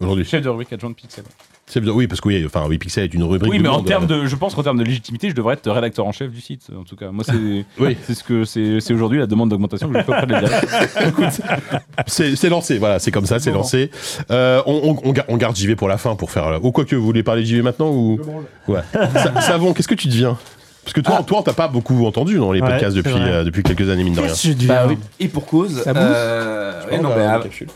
Speaker 6: Aujourd'hui.
Speaker 7: Chef de rubrique adjoint de Pixel.
Speaker 6: C'est bizarre, Oui, parce que oui, enfin, oui, Pixel est une rubrique.
Speaker 7: Oui,
Speaker 6: du
Speaker 7: mais en
Speaker 6: monde,
Speaker 7: termes
Speaker 6: euh,
Speaker 7: de, je pense qu'en termes de légitimité, je devrais être rédacteur en chef du site, en tout cas. Moi, c'est,
Speaker 6: Oui.
Speaker 7: c'est ce que c'est, c'est aujourd'hui la demande d'augmentation que je fais auprès de la direction.
Speaker 6: C'est c'est lancé, voilà, c'est comme ça, c'est lancé. Euh, on, on- on gar- on garde JV pour la fin pour faire. euh, Ou quoi que vous voulez parler de JV maintenant ou ouais. Sa- Savon, qu'est-ce que tu deviens Parce que toi, toi, on t'a pas beaucoup entendu dans les
Speaker 7: Ah. Ouais,
Speaker 6: podcasts
Speaker 7: c'est
Speaker 6: depuis
Speaker 7: vrai.
Speaker 6: euh, depuis quelques années mine de rien.
Speaker 7: Qu'est-ce que tu deviens
Speaker 6: Bah
Speaker 5: Bah
Speaker 6: oui.
Speaker 5: oui, et pour cause.
Speaker 6: Ça bouge
Speaker 5: euh,
Speaker 6: Je
Speaker 5: ouais,
Speaker 6: pense
Speaker 5: non,
Speaker 6: qu'on
Speaker 5: mais,
Speaker 6: a
Speaker 5: ah,
Speaker 6: une capsule.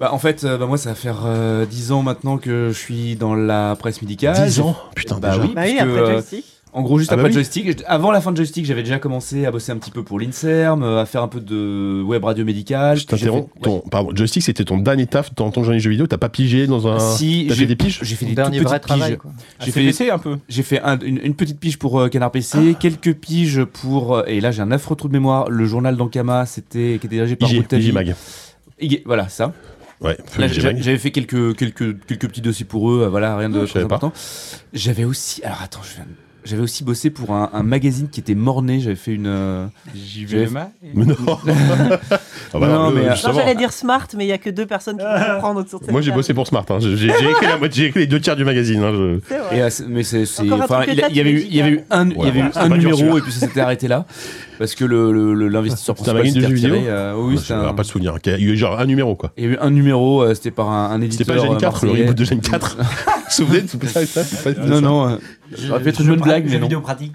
Speaker 5: bah, en fait, euh, bah, moi, ça va faire euh, 10 ans maintenant que je suis dans la presse médicale.
Speaker 6: 10 ans Putain,
Speaker 5: bah
Speaker 6: déjà.
Speaker 5: oui,
Speaker 6: Bah oui,
Speaker 5: puisque,
Speaker 6: après
Speaker 5: euh,
Speaker 6: Joystick.
Speaker 5: En gros, juste
Speaker 6: Ah bah
Speaker 5: après
Speaker 6: oui.
Speaker 5: Joystick. je- Avant la fin de Joystick, j'avais déjà commencé à bosser un petit peu pour l'INSERM, euh, à faire un peu de web radio médicale.
Speaker 6: Je t'interromps. Ton, pardon, Joystick, c'était ton dernier taf dans ton journée jeu vidéo. T'as pas pigé dans
Speaker 7: Bah,
Speaker 6: un.
Speaker 5: Si,
Speaker 6: t'as
Speaker 5: j'ai-
Speaker 6: fait des piges
Speaker 5: J'ai Euh, fait des tout petites piges. J'ai fait
Speaker 7: CVC un peu. Ah.
Speaker 5: J'ai fait un- une, une petite pige pour euh, Canard PC, quelques piges pour euh, et là j'ai un affreux trou de mémoire. Le journal d'Ankama, c'était qui était dirigé par
Speaker 6: IG,
Speaker 5: Boutali.
Speaker 6: IG Mag.
Speaker 5: IG, voilà ça.
Speaker 6: Ouais,
Speaker 5: Là,
Speaker 6: IG
Speaker 5: j'ai-
Speaker 6: Mag. Ah,
Speaker 5: j'avais fait quelques quelques quelques petits dossiers pour eux. euh, voilà, rien de
Speaker 6: je savais
Speaker 5: très
Speaker 6: pas.
Speaker 5: important. J'avais aussi alors attends, je viens de- J'avais aussi bossé pour un, un magazine qui était morné. J'avais fait une. euh,
Speaker 7: J'y
Speaker 5: j'avais-
Speaker 7: vais, ma-
Speaker 6: Mais non. Ah bah non, le-
Speaker 5: euh,
Speaker 4: Non, j'allais dire smart, mais il n'y a que deux personnes qui vont comprendre autour de cette
Speaker 6: Moi, j'ai
Speaker 4: table.
Speaker 6: bossé pour Smart. hein. J'ai j'ai écrit, la moitié- j'ai écrit les deux tiers du magazine. hein, je-
Speaker 4: C'est vrai.
Speaker 5: Et, euh, c'est- mais c'est, c'est-
Speaker 4: Encore un
Speaker 5: enfin,
Speaker 4: truc
Speaker 5: il, a- il y avait eu, il y avait eu un, il y
Speaker 6: Ouais,
Speaker 5: avait eu
Speaker 6: voilà, c'est
Speaker 5: un
Speaker 6: pas dur,
Speaker 5: numéro
Speaker 6: celui-là.
Speaker 5: et puis ça s'était arrêté là parce que le, le- le- l'investisseur
Speaker 6: C'est
Speaker 5: principal
Speaker 6: un magazine de
Speaker 5: s'était
Speaker 6: jeux vidéo
Speaker 5: retiré, euh, oui,
Speaker 6: Moi,
Speaker 5: c'était
Speaker 6: Je me
Speaker 5: un-
Speaker 6: rappelle pas de souvenir. Il y a eu genre un numéro, quoi.
Speaker 5: Il y a eu un numéro, euh, c'était par un, un éditeur. euh,
Speaker 6: C'était pas Gen 4, le
Speaker 5: marseillais.
Speaker 6: reboot de Gen 4. Vous vous souvenez de tout ça, ça, c'est pas-
Speaker 5: Non, non. euh,
Speaker 6: Je-
Speaker 5: J'aurais pu être une
Speaker 6: je-
Speaker 5: bonne blague,
Speaker 6: jeux
Speaker 5: mais non.
Speaker 6: vidéo
Speaker 2: pratique.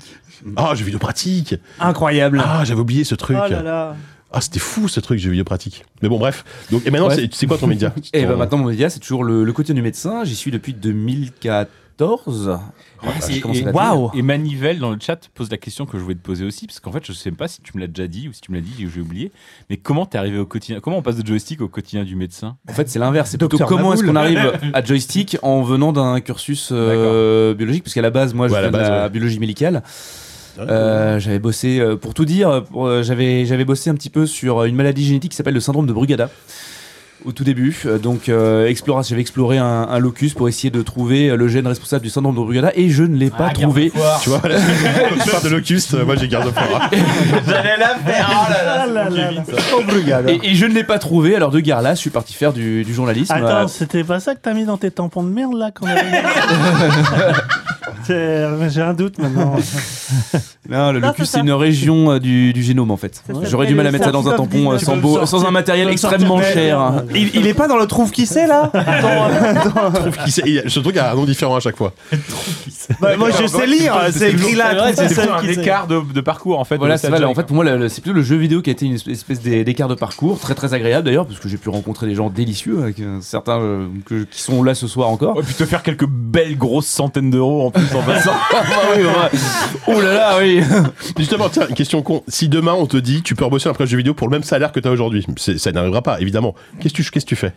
Speaker 6: Ah, jeux vidéo pratique
Speaker 1: Incroyable
Speaker 6: Ah, j'avais oublié ce truc
Speaker 4: Oh là là.
Speaker 6: Ah, c'était fou ce truc, jeux vidéo pratique. Mais bon, bref. Donc, et maintenant,
Speaker 5: Ouais.
Speaker 6: c'est c'est quoi ton média
Speaker 5: Et
Speaker 6: Ton-
Speaker 5: bah maintenant, mon média, c'est toujours le, le quotidien du médecin. J'y suis depuis 2014.
Speaker 7: Ah,
Speaker 1: bah,
Speaker 5: Voilà,
Speaker 7: c'est-
Speaker 5: j'ai commencé
Speaker 7: et-
Speaker 5: là-dedans.
Speaker 7: Et Manivelle dans le chat pose la question que je voulais te poser aussi, parce qu'en fait, je sais pas si tu me l'as déjà dit ou si tu me l'as dit et que j'ai oublié, mais comment t'es arrivé au quotidien Comment on passe de joystick au quotidien du médecin
Speaker 5: En fait, c'est l'inverse. C'est plutôt
Speaker 7: Docteur
Speaker 5: comment est-ce
Speaker 7: Maboul.
Speaker 5: qu'on arrive à joystick en venant d'un cursus euh, biologique, parce qu'à la base, moi, je
Speaker 6: Ouais, à la
Speaker 5: viens de
Speaker 6: base,
Speaker 5: la
Speaker 6: ouais. Ah,
Speaker 5: biologie médicale. Euh, j'avais bossé, euh, pour tout dire, pour, euh, j'avais j'avais bossé un petit peu sur une maladie génétique qui s'appelle le syndrome de Brugada. Au tout début, euh, donc euh, Exploras, j'avais exploré un, un locus pour essayer de trouver euh, le gène responsable du syndrome de Brugada et je ne l'ai pas trouvé. Tu vois, voilà.
Speaker 6: Histoire de locus, euh, moi j'ai garde
Speaker 5: J'allais la faire,
Speaker 3: Ah
Speaker 5: oh là là, et, et je ne l'ai pas trouvé, alors de guerre là, je suis parti faire du, du journalisme.
Speaker 3: Attends,
Speaker 6: Bah,
Speaker 5: euh,
Speaker 3: c'était pas ça que t'as mis dans tes tampons de merde là quand on avait C'est- euh, J'ai un doute maintenant.
Speaker 5: Non, le
Speaker 3: Non,
Speaker 5: locus,
Speaker 3: c'est
Speaker 5: c'est une région euh, du, du génome en fait. J'aurais du mal à mettre ça dans un tampon euh, sans, beau- sans un matériel extrêmement cher.
Speaker 1: Il, il est pas dans le trouve qui c'est là Attends, attends.
Speaker 6: Qui c'est- il y a- Ce truc a un nom différent à chaque fois.
Speaker 1: Bah, moi je sais lire, c'est écrit là. trouve qui
Speaker 7: C'est
Speaker 1: c'est
Speaker 7: un
Speaker 1: qui c'est.
Speaker 7: écart de, de parcours en fait.
Speaker 5: Voilà,
Speaker 7: de
Speaker 5: c'est
Speaker 7: cette
Speaker 5: ça.
Speaker 7: jeune,
Speaker 5: En fait, pour moi, le- le- c'est plutôt le jeu vidéo qui a été une espèce- espèce d'é- d'écart de parcours, très très agréable d'ailleurs, parce que j'ai pu rencontrer des gens délicieux, avec euh, certains euh, que- qui sont là ce soir encore.
Speaker 7: puis te faire quelques belles grosses centaines d'euros en plus en passant.
Speaker 5: Ah Oh là là, oui.
Speaker 6: Justement, tiens, une question con. Si demain on te dit tu peux rebosser un presse jeu vidéo pour le même salaire que t'as aujourd'hui, c'est- ça n'arrivera pas, évidemment. Qu'est-ce que tu, qu'est-ce que tu fais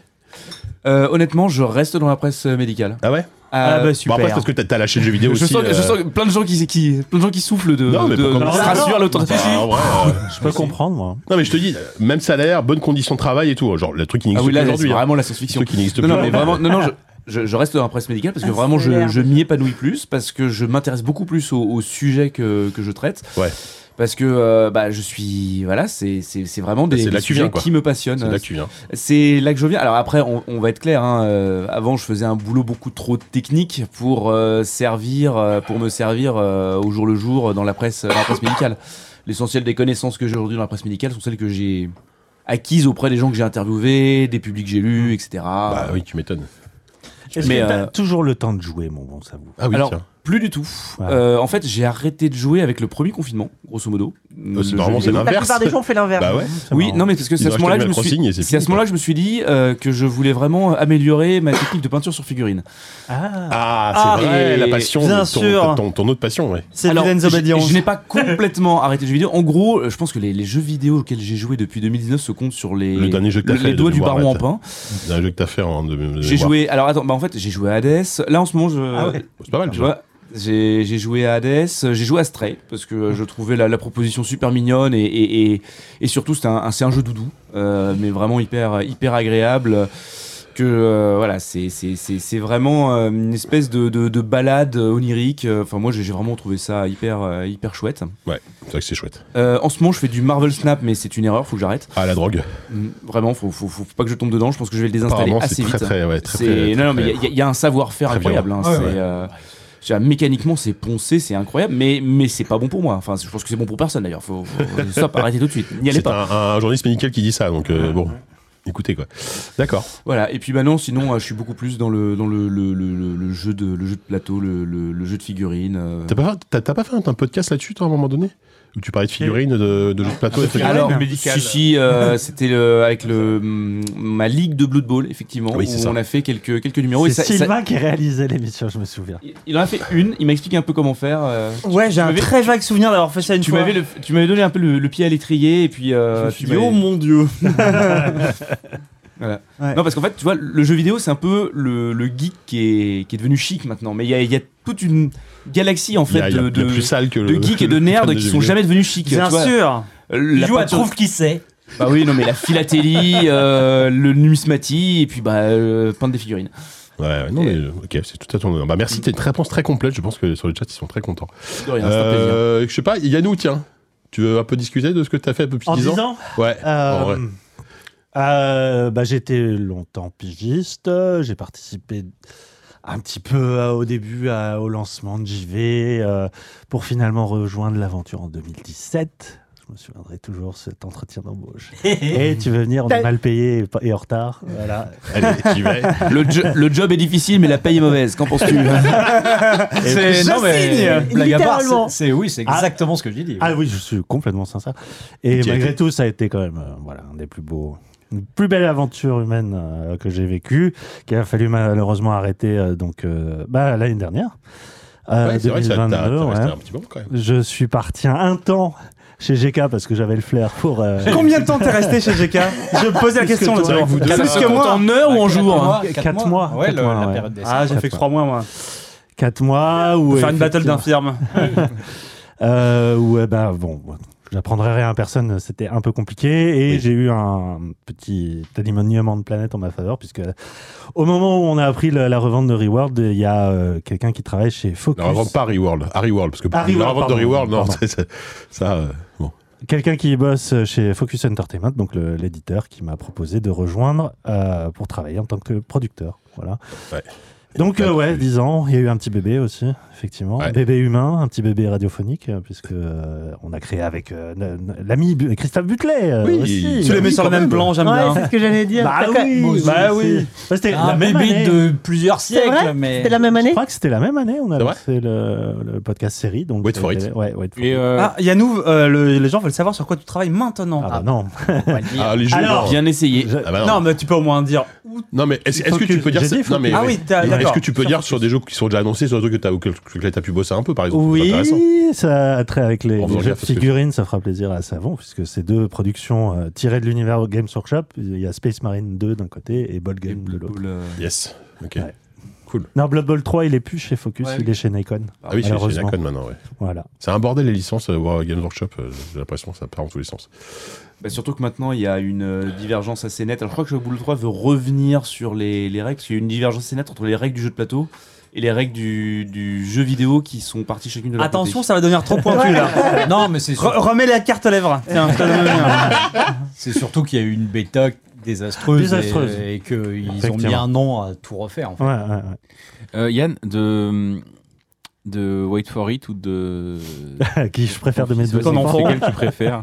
Speaker 5: Euh, honnêtement, je reste dans la presse euh, médicale.
Speaker 6: Ah ouais
Speaker 5: Ah bah,
Speaker 6: Bon,
Speaker 5: super.
Speaker 6: après, c'est parce que t'as- t'as lâché le jeu vidéo
Speaker 5: je
Speaker 6: aussi.
Speaker 5: Sens que, Je
Speaker 6: euh,
Speaker 5: sens que plein de gens qui, qui, plein de gens qui soufflent de,
Speaker 6: Non, mais
Speaker 5: de,
Speaker 6: pas
Speaker 5: de
Speaker 6: comme
Speaker 5: se
Speaker 6: ça.
Speaker 5: rassurent à
Speaker 6: Bah,
Speaker 5: l'authenticité.
Speaker 6: en vrai, euh,
Speaker 3: Je peux comprendre, moi.
Speaker 6: Non, mais je te dis, euh, même salaire, bonnes conditions de travail et tout. Genre, le truc qui
Speaker 5: Ah
Speaker 6: n'existe
Speaker 5: oui,
Speaker 6: plus
Speaker 5: là,
Speaker 6: aujourd'hui.
Speaker 5: c'est
Speaker 6: hein.
Speaker 5: vraiment la science-fiction.
Speaker 6: Le truc qui n'existe
Speaker 5: Non,
Speaker 6: plus.
Speaker 5: non, mais vraiment, non, non, je, je- je reste dans la presse médicale parce que
Speaker 6: Ah,
Speaker 5: vraiment,
Speaker 6: ça a
Speaker 5: je,
Speaker 6: l'air.
Speaker 5: je m'y épanouis plus parce que je m'intéresse beaucoup plus au, au sujet que, que je traite.
Speaker 6: Ouais.
Speaker 5: Parce que euh, bah, je suis. Voilà, c'est c'est- c'est vraiment
Speaker 6: Bah, C'est
Speaker 5: des,
Speaker 6: de là
Speaker 5: des
Speaker 6: que tu
Speaker 5: sujets
Speaker 6: viens, quoi.
Speaker 5: qui me passionnent.
Speaker 6: C'est hein. de là que tu viens.
Speaker 5: C'est là que je viens. Alors après, on, on va être clair. hein, euh, avant, je faisais un boulot beaucoup trop technique pour euh, servir, euh, pour me servir euh, au jour le jour dans la presse, euh, dans la presse médicale. L'essentiel des connaissances que j'ai aujourd'hui dans la presse médicale sont celles que j'ai acquises auprès des gens que j'ai interviewés, des publics que j'ai lus, etc. Bah
Speaker 6: oui, tu m'étonnes.
Speaker 3: Est-ce que
Speaker 5: euh,
Speaker 6: euh,
Speaker 3: t'as toujours le temps de jouer, mon bon savou
Speaker 6: Ah
Speaker 3: Ah.
Speaker 5: Alors, plus du tout.
Speaker 3: Ouais.
Speaker 5: Euh, en fait, j'ai arrêté de jouer avec le premier confinement, grosso modo. Le
Speaker 6: Bah, c'est
Speaker 5: jeu
Speaker 6: vraiment, c'est
Speaker 5: vidéo.
Speaker 6: l'inverse. La plupart des gens ont fait l'inverse. Bah ouais, c'est
Speaker 5: Oui,
Speaker 6: marrant.
Speaker 5: non, mais parce que
Speaker 6: Ils
Speaker 5: c'est à
Speaker 6: ont
Speaker 5: ce
Speaker 6: acheté
Speaker 5: moment-là que je me
Speaker 6: Animal
Speaker 5: suis,
Speaker 6: Crossing et c'est
Speaker 5: c'est à ce
Speaker 6: fini,
Speaker 5: moment-là que je me suis dit euh, que je voulais vraiment améliorer ma technique de peinture sur figurine.
Speaker 6: Ah, c'est vrai, la passion. de ton, Ton, ton, autre passion, ouais.
Speaker 5: Alors, j'ai- Je n'ai pas complètement arrêté le jeu vidéo. En gros, euh, je pense que les, les jeux vidéo auxquels j'ai joué depuis 2019 se comptent sur les,
Speaker 6: Le dernier jeu que t'as
Speaker 5: les
Speaker 6: fait. de
Speaker 5: doigts du
Speaker 6: mémoire,
Speaker 5: baron en
Speaker 6: ouais,
Speaker 5: pain.
Speaker 6: Le dernier jeu que t'as fait en. de- de
Speaker 5: J'ai
Speaker 6: mémoire.
Speaker 5: joué. Alors attends, bah en fait, j'ai joué à Hades. Là en ce moment, je.
Speaker 6: euh, Ah ouais. C'est pas mal,
Speaker 5: Tu
Speaker 6: déjà.
Speaker 5: vois. J'ai j'ai joué à Hades, j'ai joué à Stray parce que euh, je trouvais la, la proposition super mignonne et, et, et, et surtout c'est un, un- c'est un jeu doudou, euh, mais vraiment hyper, hyper agréable. euh, Que euh, voilà, c'est c'est- c'est- c'est vraiment euh, une espèce de, de, de balade euh, onirique. euh, Enfin, moi j'ai j'ai vraiment trouvé ça hyper, euh, hyper chouette.
Speaker 6: Ouais, c'est vrai que c'est chouette.
Speaker 5: Euh, en ce moment, je fais du Marvel Snap, mais c'est une erreur, faut que j'arrête. Mmh,
Speaker 6: Ah, la drogue.
Speaker 5: Vraiment, faut, faut, faut pas que je tombe dedans, je pense que je vais le désinstaller
Speaker 6: Apparemment,
Speaker 5: assez
Speaker 6: c'est
Speaker 5: vite.
Speaker 6: très, très, ouais, très,
Speaker 5: C'est-
Speaker 6: très,
Speaker 5: non, non,
Speaker 6: très,
Speaker 5: mais il y a- il y, a un savoir-faire
Speaker 6: très
Speaker 5: incroyable.
Speaker 6: violent.
Speaker 5: hein,
Speaker 6: Ouais,
Speaker 5: c'est,
Speaker 6: ouais.
Speaker 5: euh, je veux dire, mécaniquement, c'est poncé, c'est incroyable, mais, mais c'est pas bon pour moi. Enfin, je pense que c'est bon pour personne d'ailleurs. Faut, faut- Oh, stop, arrêtez tout de suite. N'y allez
Speaker 6: C'est
Speaker 5: pas.
Speaker 6: Un, un journaliste médical qui dit ça, donc euh, bon, écoutez quoi. D'accord.
Speaker 5: Voilà, et puis bah non, sinon euh, je suis beaucoup plus dans le, dans le, le, le- le- le jeu, de, le jeu de plateau, le, le- le jeu de figurines. euh.
Speaker 6: T'as pas, t'as- t'as pas fait un, un podcast là-dessus, toi, à un moment donné Où tu parlais de figurines, de, de jeux de plateau, des trucs
Speaker 5: Alors,
Speaker 6: comme ça
Speaker 5: si, si, euh, c'était le- avec le, hum, ma ligue de Blood Bowl, effectivement,
Speaker 6: Oui, c'est
Speaker 5: où
Speaker 6: ça.
Speaker 5: on a fait quelques, quelques numéros. et
Speaker 3: c'est
Speaker 5: ça- ça-
Speaker 3: Sylvain qui réalisait l'émission, je me souviens.
Speaker 5: Il en a fait une, il m'a expliqué un peu comment faire. euh, tu-
Speaker 1: Ouais,
Speaker 5: tu
Speaker 1: j'ai un
Speaker 5: m'avais-
Speaker 1: très vague souvenir d'avoir fait ça une
Speaker 5: tu
Speaker 1: fois.
Speaker 5: m'avais le- tu m'avais donné un peu le, le pied à l'étrier et puis euh,
Speaker 1: Je me suis
Speaker 5: tu
Speaker 1: dit,
Speaker 5: m'avais-
Speaker 1: oh mon Dieu.
Speaker 5: Voilà.
Speaker 1: Ouais.
Speaker 5: Non parce qu'en fait tu vois le jeu vidéo c'est un peu le, le geek qui est, qui est devenu chic maintenant mais il y a, il y a toute une galaxie en
Speaker 6: Il y a-
Speaker 5: fait
Speaker 6: il y a-
Speaker 5: de,
Speaker 6: il y a
Speaker 5: de-
Speaker 6: plus sale que
Speaker 5: de
Speaker 6: le-
Speaker 5: geeks et de
Speaker 6: le
Speaker 5: nerds
Speaker 6: fan
Speaker 5: qui
Speaker 6: des
Speaker 5: sont
Speaker 6: jeux
Speaker 5: jamais
Speaker 6: vidéo.
Speaker 5: devenus chics
Speaker 1: Bien
Speaker 5: tu vois.
Speaker 1: sûr.
Speaker 5: Euh, la
Speaker 1: Yo, elle
Speaker 5: peinture-
Speaker 1: trouve qui c'est.
Speaker 5: bah oui non mais la philatélie euh, le numismatie et puis bah euh, peindre des figurines
Speaker 6: Ouais, ouais, non, mais euh, ok, c'est tout à ton honneur. Bah, merci, t'as une réponse très complète. Je pense que sur le chat, ils sont très contents. Euh,
Speaker 5: De rien, c'est un
Speaker 6: je sais pas, Yannou, tiens, tu veux un peu discuter de ce que t'as fait depuis
Speaker 3: En
Speaker 6: 10 ans
Speaker 3: 10 ans
Speaker 6: Ouais.
Speaker 3: Euh,
Speaker 6: en vrai.
Speaker 3: euh, bah, J'étais longtemps pigiste. euh, J'ai participé un petit peu euh, au début à- au lancement de JV euh, pour finalement rejoindre l'aventure en 2017. Je me souviendrai toujours cet entretien d'embauche.
Speaker 1: Eh,
Speaker 3: et tu veux venir, on est mal payé et pas- et en retard. Voilà.
Speaker 6: Allez, j'y vais.
Speaker 5: le, jo- le job est difficile mais la paye est mauvaise qu'en penses-tu
Speaker 3: C'est-
Speaker 2: non, mais blague à part,
Speaker 3: littéralement.
Speaker 2: c'est- c'est- oui, c'est exactement ce que j'ai dit.
Speaker 3: Ah oui, je suis complètement sincère. Et
Speaker 2: Qui a
Speaker 3: malgré
Speaker 2: été-
Speaker 3: tout, ça a été quand même euh, voilà, un des plus beaux, une plus belle aventure humaine euh, que j'ai vécue, qu'il a fallu malheureusement arrêter euh, donc euh, bah, l'année dernière. Euh,
Speaker 6: Ouais, c'est vrai que ça t'a-
Speaker 3: 2022,
Speaker 6: t'as resté
Speaker 3: ouais.
Speaker 6: un petit moment, quand même.
Speaker 3: Je suis parti un temps chez GK parce que j'avais le flair pour. euh,
Speaker 1: Combien de temps t'es resté chez GK Je me posais la
Speaker 3: Plus
Speaker 1: question
Speaker 3: que
Speaker 1: l'autre
Speaker 3: toi,
Speaker 1: jour.
Speaker 3: vous deux.
Speaker 1: Plus que moi.
Speaker 5: en heure ou en jour
Speaker 1: mois,
Speaker 5: hein
Speaker 1: quatre
Speaker 3: 4 mois.
Speaker 1: mois. Ouais,
Speaker 3: quatre
Speaker 1: le-
Speaker 3: mois,
Speaker 1: la
Speaker 3: ouais.
Speaker 1: période d'essai. Ah, j'ai fait que trois mois, moi.
Speaker 3: 4 mois.
Speaker 1: Faut
Speaker 3: Ou
Speaker 1: faire une battle
Speaker 3: effectivement-
Speaker 1: d'infirmes.
Speaker 3: Euh, ouais, bah bon. J'apprendrai rien à personne, c'était un peu compliqué et j'ai eu un petit alimonium en planète en ma faveur puisque au moment où on a appris le- la revente de Reworld, il y a euh, quelqu'un qui travaille chez Focus.
Speaker 6: Non, avant pas Reworld, Harry World, parce que
Speaker 3: Harry
Speaker 6: la
Speaker 3: World,
Speaker 6: revente de
Speaker 3: Ah, pardon,
Speaker 6: Reworld, non,
Speaker 3: pardon.
Speaker 6: c'est- c'est- ça, euh, bon.
Speaker 3: Quelqu'un qui bosse chez Focus Entertainment, donc le- l'éditeur, qui m'a proposé de rejoindre euh, pour travailler en tant que producteur. Voilà. Donc, euh, ouais, 10 ans. Il y a eu un petit bébé aussi, effectivement. Un Bébé humain, un petit bébé radiophonique, euh, puisque euh, on a créé avec euh, n- n- l'ami Bu- Christophe Butlet. euh,
Speaker 1: Oui,
Speaker 3: aussi.
Speaker 1: tu les mets sur la même plan, j'aime Ouais, bien. c'est ce que j'allais dire.
Speaker 3: Bah
Speaker 1: T'as
Speaker 3: oui,
Speaker 1: quand- Bon,
Speaker 3: bah
Speaker 1: c'est-
Speaker 3: oui.
Speaker 1: c'est-
Speaker 3: Ouais, C'était
Speaker 1: un
Speaker 3: la même
Speaker 1: bébé
Speaker 3: année.
Speaker 1: de plusieurs C'est siècles, vrai mais- C'était la même année
Speaker 3: Je crois que c'était la même année. On a
Speaker 1: C'est vrai
Speaker 3: lancé le, le podcast série. Donc
Speaker 1: Wait for
Speaker 3: c'était-
Speaker 1: it.
Speaker 3: Ouais, wait for
Speaker 1: Et
Speaker 3: it.
Speaker 1: Ah, Yannou, euh, le- les gens veulent savoir sur quoi tu travailles maintenant.
Speaker 3: Ah, bah non.
Speaker 6: Ah, les jeux, non.
Speaker 1: essayé.
Speaker 6: Ah bah non.
Speaker 1: non. mais tu peux au moins dire. où-
Speaker 6: Non, mais est-ce est-ce que
Speaker 1: Focus,
Speaker 6: tu peux dire
Speaker 1: j'ai
Speaker 6: ça
Speaker 1: dit
Speaker 6: Non, mais
Speaker 1: Focus. Ah oui, t'as-
Speaker 6: est-ce
Speaker 1: d'accord.
Speaker 6: que tu peux dire sur des jeux qui sont déjà annoncés, sur des trucs que t'as auxquels- sur lesquels t'as pu bosser un peu, par exemple c'est intéressant.
Speaker 3: Oui, ça a trait avec les,
Speaker 6: En
Speaker 3: les
Speaker 6: faisant
Speaker 3: jeux de
Speaker 6: gaffe, parce que-
Speaker 3: figurines, ça fera plaisir à Savon, puisque c'est deux productions euh, tirées de l'univers Games Workshop. Il y a Space Marine 2 d'un côté et Ball Game de l'autre.
Speaker 6: Yes. Ok.
Speaker 3: Ouais.
Speaker 6: Cool.
Speaker 3: Non, Blood Bowl 3, il est plus chez Focus,
Speaker 6: Ouais,
Speaker 3: il
Speaker 6: oui.
Speaker 3: est chez Nikon.
Speaker 6: Ah oui, c'est chez
Speaker 3: malheureusement.
Speaker 6: Nacon maintenant, ouais.
Speaker 3: Voilà.
Speaker 6: C'est un bordel les licences euh, War- Games Workshop, euh, j'ai l'impression que ça part en tous les sens.
Speaker 5: Bah, surtout que maintenant il y a une euh, divergence assez nette. Alors je crois que Boule 3 veut revenir sur les, les règles, parce qu'il y a une divergence assez nette entre les règles du jeu de plateau et les règles du, du jeu vidéo qui sont parties chacune de leur
Speaker 1: Attention,
Speaker 5: côté.
Speaker 1: ça va devenir trop pointu là.
Speaker 15: Non, mais c'est sûr.
Speaker 1: Re- remets la carte aux lèvres. Tiens, je te hein. donne
Speaker 15: C'est surtout qu'il y a eu une bêta désastreuse,
Speaker 1: Désastreuse.
Speaker 15: et, et qu'ils ont mis
Speaker 1: Effectivement.
Speaker 15: un an à tout refaire. En fait.
Speaker 10: Euh, Yann, de, de Wait for It ou de.
Speaker 3: Qui je préfère de mes deux
Speaker 10: Ton
Speaker 3: enfants.
Speaker 10: enfant. Lequel tu préfères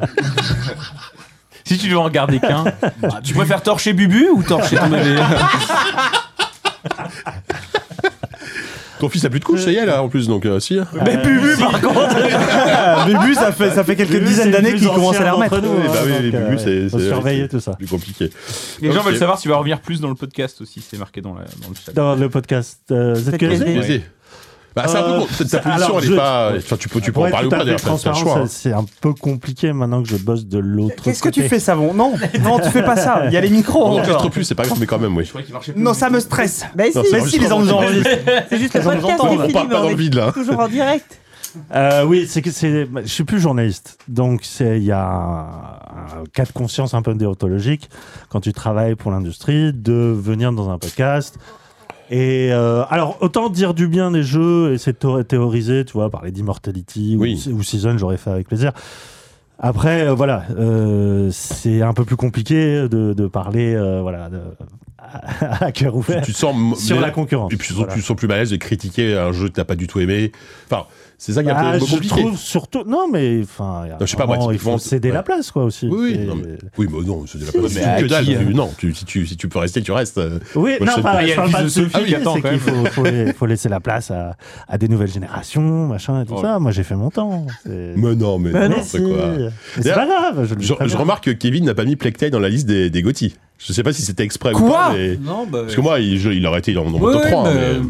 Speaker 10: Si tu veux en garder qu'un,
Speaker 3: Ah,
Speaker 10: tu préfères torcher Bubu ou torcher ton bébé
Speaker 6: Ton fils a plus de couches, ça y est, là, en plus, donc euh, si.
Speaker 1: Mais Bubu, par contre Bubu, ça fait, ça fait quelques
Speaker 6: Bubu,
Speaker 1: dizaines
Speaker 6: c'est
Speaker 1: d'années
Speaker 6: le
Speaker 1: qu'il
Speaker 6: plus
Speaker 1: commence à
Speaker 6: ancien
Speaker 1: la remettre.
Speaker 6: d'entre nous, Oui, hein, bah oui, donc, Bubu, euh, c'est-
Speaker 3: faut
Speaker 6: c'est-
Speaker 3: surveiller
Speaker 6: c'est-
Speaker 3: tout ça.
Speaker 6: Plus compliqué.
Speaker 7: Les gens
Speaker 6: Ok.
Speaker 7: veulent savoir si tu vas revenir plus dans le podcast aussi. C'est marqué dans, la- dans le chat.
Speaker 3: Dans le podcast euh, ZQSD.
Speaker 6: ZQSD.
Speaker 3: Ouais.
Speaker 6: Bah, c'est un peu
Speaker 3: Euh,
Speaker 6: con- ta- ta position,
Speaker 3: alors,
Speaker 6: elle est
Speaker 3: je-
Speaker 6: pas- enfin, tu peux- tu peux
Speaker 3: Pour
Speaker 6: en
Speaker 3: être
Speaker 6: parler
Speaker 3: tout
Speaker 6: ou
Speaker 3: à
Speaker 6: pas,
Speaker 3: fait
Speaker 6: d'ailleurs, c'est- c'est un
Speaker 3: transparent,
Speaker 6: choix.
Speaker 3: ça- C'est un peu compliqué maintenant que je bosse de l'autre côté.
Speaker 1: Qu'est-ce que tu fais, Savon Non, non, tu fais pas ça. Il y a les micros.
Speaker 6: On
Speaker 1: encore.
Speaker 6: enregistre plus, c'est pas grave, mais quand même, oui.
Speaker 1: Non, ça me stresse.
Speaker 4: Bah si.
Speaker 1: Non, c'est Mais si, les gens nous enregistrent.
Speaker 4: C'est juste le
Speaker 1: Les gens nous
Speaker 4: podcast
Speaker 1: entendent.
Speaker 4: qui
Speaker 1: On
Speaker 4: est
Speaker 1: parle
Speaker 4: filmé,
Speaker 1: pas dans
Speaker 4: on
Speaker 1: le
Speaker 4: est
Speaker 1: vide,
Speaker 6: là.
Speaker 4: Toujours en direct.
Speaker 3: Euh, oui, c'est que c'est. bah, Je suis plus journaliste, donc c'est il y a un, un cas de conscience un peu déontologique quand tu travailles pour l'industrie de venir dans un podcast. Et euh, alors autant dire du bien des jeux et c'est théor- théorisé, tu vois, parler d'Immortality ou, ou Season, j'aurais fait avec plaisir. Après, euh, voilà, euh, c'est un peu plus compliqué de, de parler, euh, voilà, de- à, à cœur ouvert
Speaker 6: tu te sens m-
Speaker 3: sur
Speaker 6: mais-
Speaker 3: la concurrence.
Speaker 6: Et puis surtout,
Speaker 3: Voilà.
Speaker 6: tu te sens plus mal à l'aise de critiquer un jeu que t'as pas du tout aimé. Enfin, c'est ça qui est
Speaker 3: Bah,
Speaker 6: un peu
Speaker 3: je
Speaker 6: compliqué.
Speaker 3: trouve surtout non mais enfin il y a
Speaker 6: Non, je sais pas, moi,
Speaker 3: vraiment, il
Speaker 6: typiquement,
Speaker 3: faut céder
Speaker 6: ouais.
Speaker 3: la place quoi aussi
Speaker 6: Oui,
Speaker 3: Et-
Speaker 6: non, mais, oui, mais non, c'est de la
Speaker 3: Si,
Speaker 6: place.
Speaker 3: si.
Speaker 6: Mais
Speaker 3: Mais à
Speaker 6: que dalle,
Speaker 3: qui, hein
Speaker 6: tu- non, tu- si, tu, si tu peux rester, tu restes. euh.
Speaker 3: oui
Speaker 6: Moi,
Speaker 3: non
Speaker 6: je-
Speaker 3: pas, je parle pas de Sophie
Speaker 6: Ah oui,
Speaker 3: c'est
Speaker 6: attends, quand
Speaker 3: qu'il faut,
Speaker 6: même.
Speaker 3: faut, la- faut laisser la place à, à des nouvelles générations machin et tout
Speaker 6: Oh.
Speaker 3: ça moi j'ai fait mon temps c'est-
Speaker 6: Mais non, mais
Speaker 3: Mais
Speaker 6: n'importe
Speaker 3: si.
Speaker 6: quoi.
Speaker 3: Bah, Mais c'est
Speaker 6: D'ailleurs,
Speaker 3: pas grave je, le dis
Speaker 6: Je,
Speaker 3: très
Speaker 6: je
Speaker 3: bien.
Speaker 6: remarque que Kevin n'a pas mis Plectay dans la liste des, des Gotti. Je sais pas si c'était exprès ou
Speaker 3: Quoi
Speaker 6: pas. Mais...
Speaker 15: Non, bah,
Speaker 6: Parce que moi, il, je- il aurait été dans mon
Speaker 15: Ouais,
Speaker 6: top
Speaker 15: ouais,
Speaker 6: 3.
Speaker 15: mais-
Speaker 6: mais-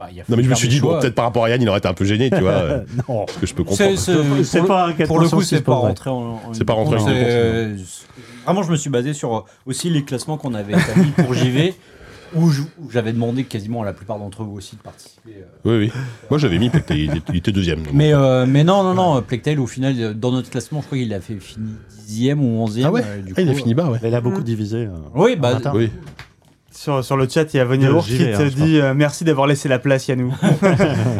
Speaker 15: Bah, il a
Speaker 6: Non, mais je me
Speaker 15: faire
Speaker 6: suis
Speaker 15: des
Speaker 6: dit, bon,
Speaker 15: choix.
Speaker 6: peut-être par rapport à Yann, il aurait été un peu gêné, tu vois.
Speaker 3: non.
Speaker 6: Oh, Parce que je peux
Speaker 15: C'est-
Speaker 6: comprendre.
Speaker 15: c'est-
Speaker 3: C'est
Speaker 15: pour
Speaker 3: pas
Speaker 15: le-
Speaker 3: un
Speaker 15: Pour le coup,
Speaker 3: 4%
Speaker 15: c'est pas
Speaker 3: pour vrai.
Speaker 15: rentré en. en-
Speaker 6: C'est pas rentré
Speaker 15: en-
Speaker 6: en une
Speaker 15: euh, c'est- Vraiment, je me suis basé sur euh, aussi les classements qu'on avait établis pour JV, où je- où j'avais demandé quasiment à la plupart d'entre vous aussi de participer. euh,
Speaker 6: Oui, oui. Moi, j'avais mis Plectay, il, était- il était deuxième. donc.
Speaker 15: Mais, euh, mais non, non, non, Plectel, au final, euh, dans notre classement, je crois qu'il a fait fini 10e ou euh, 11e.
Speaker 6: Ah ouais Ah, il a fini bas, ouais.
Speaker 3: Mais il a beaucoup divisé. euh,
Speaker 15: Mmh. Oui, bah,
Speaker 3: en interne.
Speaker 6: oui.
Speaker 1: Sur, sur le chat, il y a Vognaourt
Speaker 3: J'y
Speaker 1: qui
Speaker 3: vais,
Speaker 1: te
Speaker 3: hein, je
Speaker 1: dit euh, merci d'avoir laissé la place, Yannou.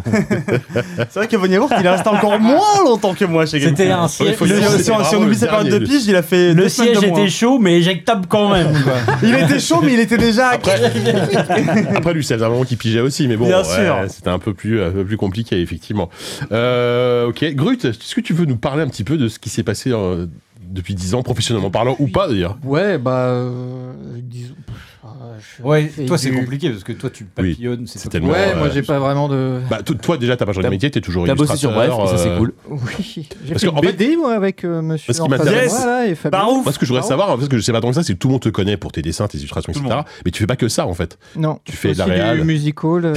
Speaker 1: c'est vrai que Vognaourt, il reste encore moins longtemps que moi chez Game
Speaker 15: C'était
Speaker 1: Freak.
Speaker 15: un siège.
Speaker 1: Oui, faut le dire, Si on- si on oublie sa période de pige, il a fait.
Speaker 15: Le
Speaker 1: deux semaines
Speaker 15: siège
Speaker 1: de moins.
Speaker 15: était chaud, mais éjectable quand même. quoi.
Speaker 1: Il était chaud, mais il était déjà.
Speaker 6: Après, lui, ça faisait un moment qu'il pigeait aussi, mais bon,
Speaker 1: Bien
Speaker 6: ouais,
Speaker 1: sûr.
Speaker 6: c'était un peu plus, un peu plus compliqué, effectivement. Euh, ok, Grut, est-ce que tu veux nous parler un petit peu de ce qui s'est passé euh, depuis 10 ans, professionnellement parlant, ou pas d'ailleurs
Speaker 23: Ouais, bah. euh, disons- pff, ah, je-
Speaker 15: Ouais,
Speaker 23: fais
Speaker 15: toi, c'est
Speaker 23: du-
Speaker 15: compliqué parce que toi, tu
Speaker 6: Oui,
Speaker 15: papillonnes. c'est
Speaker 6: c'est
Speaker 15: toi qui-
Speaker 6: tellement,
Speaker 23: Ouais, moi,
Speaker 6: euh,
Speaker 23: j'ai pas vraiment de.
Speaker 6: Bah, to- toi, déjà, t'as pas changé de
Speaker 23: T'as-
Speaker 6: métier, t'es toujours
Speaker 23: t'as bossé sur
Speaker 6: illustrateur,
Speaker 23: Bref, et ça, c'est
Speaker 6: euh,
Speaker 23: cool. Oui, j'ai
Speaker 6: Parce
Speaker 23: fait
Speaker 6: qu'en
Speaker 23: une
Speaker 6: fait-
Speaker 23: BD, moi, avec euh, monsieur.
Speaker 6: Parce qu'il
Speaker 23: en face de
Speaker 6: m'intéresse-
Speaker 23: moi, là, et Fabien.
Speaker 8: Ah,
Speaker 6: Moi, ce que je voudrais
Speaker 8: Bah,
Speaker 23: Barouf.
Speaker 6: savoir, parce que je sais pas tant que ça, c'est que tout le monde te connaît pour tes dessins, tes illustrations, etc. Mais tu fais pas que ça, en fait.
Speaker 23: Non.
Speaker 6: Tu fais de la
Speaker 23: aussi du
Speaker 6: réal.
Speaker 23: musical. euh,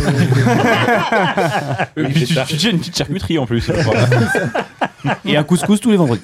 Speaker 7: Et puis tu, tu, tu as une petite charcuterie en plus. je crois. Et un couscous tous les vendredis.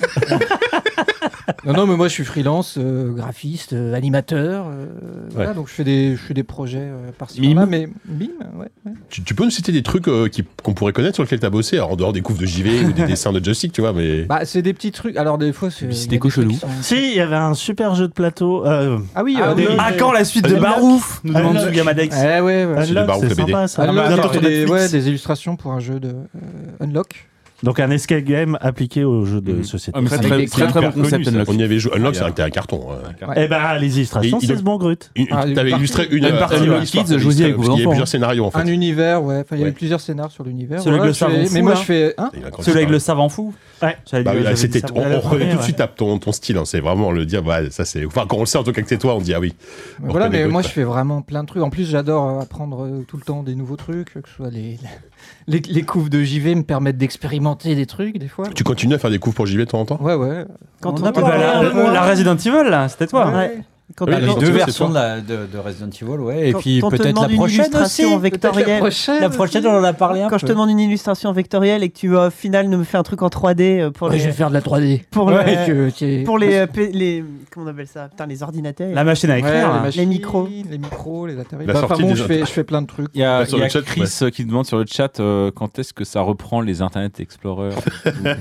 Speaker 8: Non, non, mais moi je suis freelance, euh, graphiste, euh, animateur. euh, voilà, donc je fais des, je fais des projets euh,
Speaker 23: Ah,
Speaker 8: par-ci
Speaker 6: Mime.
Speaker 8: par-là, mais bim, ouais. ouais.
Speaker 6: Tu, tu peux nous citer des trucs euh, qui- qu'on pourrait connaître sur lesquels t'as bossé, alors en dehors des couves de JV ou des dessins de Joystick, tu vois, mais.
Speaker 8: Bah, c'est des petits trucs. Alors des fois, c'est. il y a trucs qui sont-
Speaker 3: Si, il y avait un super jeu de plateau. euh,
Speaker 8: Ah oui,
Speaker 3: euh,
Speaker 8: euh,
Speaker 3: des-
Speaker 8: Unlock.
Speaker 3: Unlock. Unlock.
Speaker 8: Eh ouais, ouais.
Speaker 6: Bah,
Speaker 3: Unlock, c'est sympa, ça.
Speaker 8: Unlock,
Speaker 3: Bientôt
Speaker 8: j'ai
Speaker 3: sur
Speaker 8: des,
Speaker 3: Netflix.
Speaker 8: ouais, des illustrations pour un jeu de euh, Unlock.
Speaker 3: Donc un escape game appliqué au jeu de société.
Speaker 8: Ah, mais Très, c'est très, très, très bon concept, Unlock.
Speaker 6: On y avait joué. Unlock,
Speaker 3: Ah,
Speaker 6: c'était un carton. hein.
Speaker 3: Eh ben, les illustrations, c'est ce bon grut.
Speaker 6: Tu
Speaker 23: Ah,
Speaker 8: Ah,
Speaker 6: T'avais illustré une, euh, une histoire, t'avais illustré- parce qu'il y avait
Speaker 8: hein.
Speaker 6: plusieurs scénarios
Speaker 23: Ah,
Speaker 6: en fait.
Speaker 8: Un univers, ouais. Enfin, il y avait
Speaker 6: Ouais.
Speaker 8: plusieurs scénarios sur l'univers.
Speaker 1: Celui avec
Speaker 8: Voilà,
Speaker 1: le
Speaker 8: je fais-
Speaker 1: savant fou.
Speaker 8: Mais moi,
Speaker 1: là.
Speaker 8: je fais. hein
Speaker 1: Celui avec le savant fou Ouais. J'avais
Speaker 6: Bah
Speaker 1: dit-
Speaker 6: oui,
Speaker 1: j'avais dit
Speaker 6: c'était,
Speaker 1: ça.
Speaker 6: on, on reconnaît tout de
Speaker 1: Ouais.
Speaker 6: suite ta- ton, ton style, hein, c'est vraiment le dire, ouais, ça c'est. Enfin, quand on le sait en tout cas que c'est toi, on dit ah oui.
Speaker 8: Mais
Speaker 6: on
Speaker 8: voilà,
Speaker 6: reconnaît
Speaker 8: mais
Speaker 6: Grut,
Speaker 8: moi
Speaker 6: quoi.
Speaker 8: je fais vraiment plein de trucs. En plus, j'adore euh, apprendre euh, tout le temps des nouveaux trucs, que ce soit les, les, les couves de JV me permettent d'expérimenter des trucs des fois.
Speaker 6: Tu continues à faire des coups pour JV de temps en temps
Speaker 8: Ouais, ouais.
Speaker 1: Quand on
Speaker 8: a
Speaker 1: a la, la Resident Evil, là, c'était toi.
Speaker 15: hein.
Speaker 8: Ouais.
Speaker 1: Quand
Speaker 2: Bah,
Speaker 1: on-
Speaker 2: les
Speaker 1: quand
Speaker 2: deux
Speaker 1: on-
Speaker 2: versions de, la- de- de Resident Evil, ouais. Et
Speaker 4: Quand-
Speaker 2: puis
Speaker 4: quand on te
Speaker 2: peut-être la
Speaker 4: demande une
Speaker 2: prochaine
Speaker 4: illustration
Speaker 2: aussi.
Speaker 4: vectorielle.
Speaker 2: La prochaine, la prochaine, on en a parlé un
Speaker 4: Quand
Speaker 2: peu.
Speaker 4: je te demande une illustration vectorielle et que tu, euh, au final, ne me fais un truc en 3D euh, pour
Speaker 8: Ouais,
Speaker 4: les...
Speaker 8: je vais faire de la 3D.
Speaker 4: Pour,
Speaker 8: Ouais,
Speaker 4: le-
Speaker 8: que- t'es-
Speaker 4: pour les, euh, P- les... Comment on appelle ça Putain, les ordinateurs.
Speaker 1: La machine à écrire,
Speaker 8: Ouais,
Speaker 1: hein.
Speaker 8: les, machines,
Speaker 4: Les micros.
Speaker 8: Les micros, les Atari.
Speaker 7: La
Speaker 8: Bah, enfin
Speaker 7: sortie
Speaker 8: bon,
Speaker 7: des
Speaker 8: je fais,
Speaker 7: autres.
Speaker 8: je fais plein de trucs.
Speaker 7: Il y a,
Speaker 8: il
Speaker 7: il y a
Speaker 8: a
Speaker 7: Chris euh, qui demande sur le chat euh, quand est-ce que ça reprend les Internet Explorer. euh,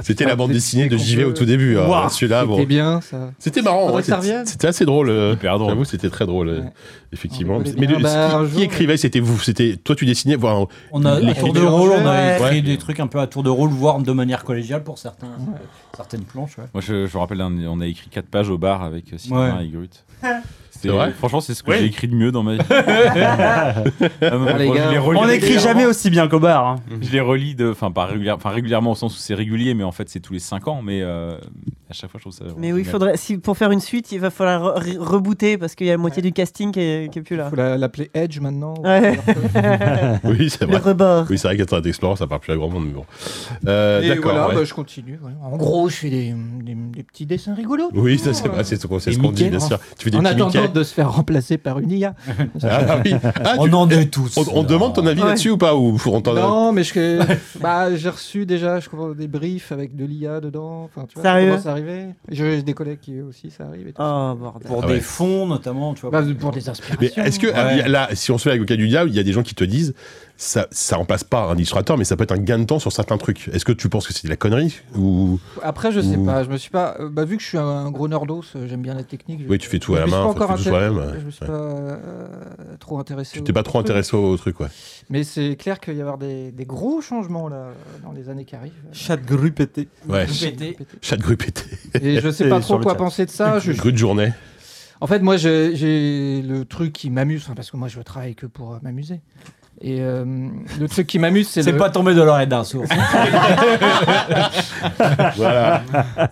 Speaker 6: C'était la bande dessinée de JV au tout début. hein.
Speaker 7: Ouah,
Speaker 6: Celui-là,
Speaker 7: c'était
Speaker 6: bon.
Speaker 8: Euh, bien, ça.
Speaker 6: C'était marrant.
Speaker 8: Faudrait
Speaker 6: ouais,
Speaker 8: que ça
Speaker 6: c'était-
Speaker 8: revienne.
Speaker 6: C'était assez drôle. euh, J'avoue, c'était très drôle, euh, effectivement.
Speaker 8: rigolait
Speaker 6: Mais
Speaker 8: bien.
Speaker 6: le-
Speaker 8: Bah,
Speaker 6: ce qui-
Speaker 8: un
Speaker 6: qui,
Speaker 8: jour-
Speaker 6: écrivait, c'était vous. C'était toi, tu dessinais. Voir,
Speaker 2: On a, à
Speaker 6: les-
Speaker 2: tour de
Speaker 6: les-
Speaker 2: rôle, on a
Speaker 6: Ouais.
Speaker 2: écrit
Speaker 6: Ouais.
Speaker 2: des trucs un peu à tour de rôle, voire de manière collégiale pour certains, certaines planches. ouais.
Speaker 7: Moi, je, je me rappelle, on on a écrit 4 pages au bar avec euh, Sylvain
Speaker 2: Ouais.
Speaker 7: et Grut.
Speaker 6: C'est
Speaker 7: C'était-
Speaker 6: vrai
Speaker 7: Franchement, c'est ce que
Speaker 6: Ouais.
Speaker 7: j'ai écrit de mieux dans ma vie. Ah,
Speaker 1: les gars, on n'écrit jamais aussi bien qu'au bar. hein.
Speaker 7: Je les relis de, enfin, pas régulière- enfin, régulièrement au sens où c'est régulier, mais en fait, c'est tous les 5 ans. Mais euh, à chaque fois, je trouve ça.
Speaker 4: Mais oui, il faudrait, si, pour faire une suite, il va falloir re- re- rebooter parce qu'il y a la moitié du casting qui est, qui est plus là.
Speaker 8: Faut la- l'appeler euh, Edge maintenant.
Speaker 4: Ouais.
Speaker 6: oui, c'est vrai.
Speaker 4: Le rebord.
Speaker 6: Oui, c'est vrai qu'Internet Explorer, ça parle plus à grand monde. mais bon. Euh,
Speaker 8: Et
Speaker 6: D'accord.
Speaker 8: voilà,
Speaker 6: ouais.
Speaker 8: bah, je continue. ouais. En gros, je fais des, des- des petits dessins rigolos. euh,
Speaker 6: Oui, ça, c'est vrai, c'est ce qu'on c'est ce qu'on dit, bien sûr. Tu fais des
Speaker 8: en
Speaker 6: petits
Speaker 8: attendant
Speaker 6: Mickey.
Speaker 8: de se faire remplacer par une IA.
Speaker 6: Ah, oui. Ah,
Speaker 2: On
Speaker 6: tu-
Speaker 2: en
Speaker 6: eh,
Speaker 2: est tous.
Speaker 6: On, on demande ton avis
Speaker 8: Ouais.
Speaker 6: là-dessus ou pas ou faut- on t'en a-
Speaker 8: Non, mais je, bah, j'ai reçu déjà je comprends, des briefs avec de l'IA dedans. Enfin, tu vois, ça
Speaker 4: Sérieux
Speaker 8: commence à arriver. J'ai des collègues qui eux aussi, ça arrive. Et tout ça.
Speaker 4: Oh, bordel.
Speaker 2: Pour
Speaker 6: Ah ouais.
Speaker 2: des fonds, notamment. Tu vois,
Speaker 8: Bah, pour des inspirations.
Speaker 6: Mais est-ce que
Speaker 2: Ouais.
Speaker 6: euh, là, si on se fait avec le cas du diable, il y a des gens qui te disent ça, ça remplace pas un illustrateur, mais ça peut être un gain de temps sur certains trucs. Est-ce que tu penses que c'est de la connerie ou
Speaker 8: Après, je sais
Speaker 6: ou-
Speaker 8: pas. Je me suis pas. euh, Bah, vu que je suis un, un gros nordos, euh, j'aime bien la technique. je-
Speaker 6: Oui, tu fais tout à
Speaker 8: je
Speaker 6: la
Speaker 8: me suis
Speaker 6: main,
Speaker 8: pas
Speaker 6: enfin,
Speaker 8: encore
Speaker 6: tu fais tout
Speaker 8: intéressé-
Speaker 6: toi-même,
Speaker 8: Je me suis
Speaker 6: ouais.
Speaker 8: pas euh, trop intéressé.
Speaker 6: Tu
Speaker 8: au
Speaker 6: t'es pas trop
Speaker 8: truc.
Speaker 6: intéressé au truc, ouais.
Speaker 8: Mais c'est clair qu'il va y avoir des, des gros changements là euh, dans les années qui arrivent.
Speaker 1: Chat gru pété.
Speaker 6: Ouais.
Speaker 8: Chat gru
Speaker 6: Chat de grue pété.
Speaker 8: Et je sais pas trop quoi penser de ça. Je-
Speaker 6: Grue de journée.
Speaker 8: En fait, moi, j'ai- j'ai le truc qui m'amuse, enfin, parce que moi, je travaille que pour euh, m'amuser. Et euh, le truc qui m'amuse, c'est
Speaker 2: C'est
Speaker 8: le-
Speaker 2: pas tombé de l'oreille d'un sourd.
Speaker 6: Voilà.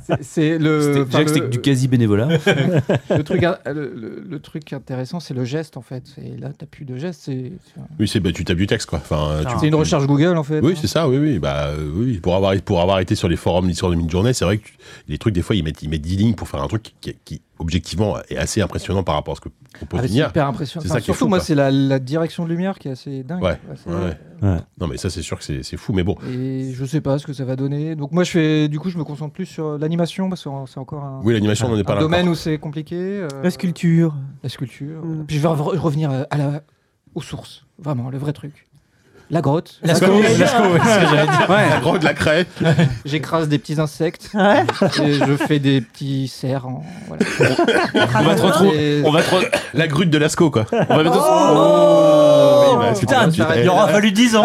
Speaker 8: C'est- C'est le.
Speaker 2: C'était-
Speaker 8: enfin,
Speaker 2: Jack,
Speaker 8: le-
Speaker 2: c'était du quasi-bénévolat.
Speaker 8: le, truc, in- le, le- le truc intéressant, c'est le geste, en fait. Et là, t'as plus de geste. C'est c'est un-
Speaker 6: Oui, c'est bah, tu tapes du texte, quoi. Enfin, tu-
Speaker 8: c'est une recherche Google, en fait. hein.
Speaker 6: Oui, c'est ça, oui, oui. Bah, euh, oui. Pour, avoir, pour avoir été sur les forums l'histoire de mid-journée, c'est vrai que tu- les trucs, des fois, ils mettent, ils mettent 10 lignes pour faire un truc qui, qui, objectivement, est assez impressionnant par rapport à ce que
Speaker 8: Ah,
Speaker 6: propose
Speaker 8: mais c'est
Speaker 6: l'IA.
Speaker 8: hyper impressionnant.
Speaker 6: C'est
Speaker 8: Enfin,
Speaker 6: ça qui est
Speaker 8: surtout,
Speaker 6: fou,
Speaker 8: moi,
Speaker 6: quoi.
Speaker 8: c'est la, la direction de lumière qui est assez dingue.
Speaker 6: Ouais,
Speaker 8: Assez-
Speaker 6: ouais, ouais. Non, mais ça, c'est sûr que c'est c'est fou, mais bon.
Speaker 8: Et je sais pas ce que ça va donner. Donc moi, je fais, du coup, je me concentre plus sur l'animation parce que c'est encore un,
Speaker 6: Oui, l'animation, on en est pas
Speaker 8: un
Speaker 6: là
Speaker 8: domaine
Speaker 6: encore.
Speaker 8: où c'est compliqué. euh,
Speaker 4: La sculpture.
Speaker 8: La sculpture.
Speaker 2: Mm.
Speaker 8: voilà. Puis je vais re- revenir euh, à la, aux sources, vraiment, le vrai truc. La grotte.
Speaker 2: La sco- la sco, ouais, c'est ce que j'allais dire. Ouais. La grotte,
Speaker 6: la craie.
Speaker 8: J'écrase des petits insectes.
Speaker 4: Ouais.
Speaker 8: Et je fais des petits cerfs. en- voilà.
Speaker 6: On va te retrouver.
Speaker 8: Et-
Speaker 6: On va te re- La grue de Lascaux, quoi. On va mettre-
Speaker 8: Oh
Speaker 6: Oui, bah, c'est
Speaker 8: Putain,
Speaker 6: pour-
Speaker 8: tu-
Speaker 6: Eh,
Speaker 8: il y aura
Speaker 6: là-
Speaker 8: fallu
Speaker 2: 10 ans.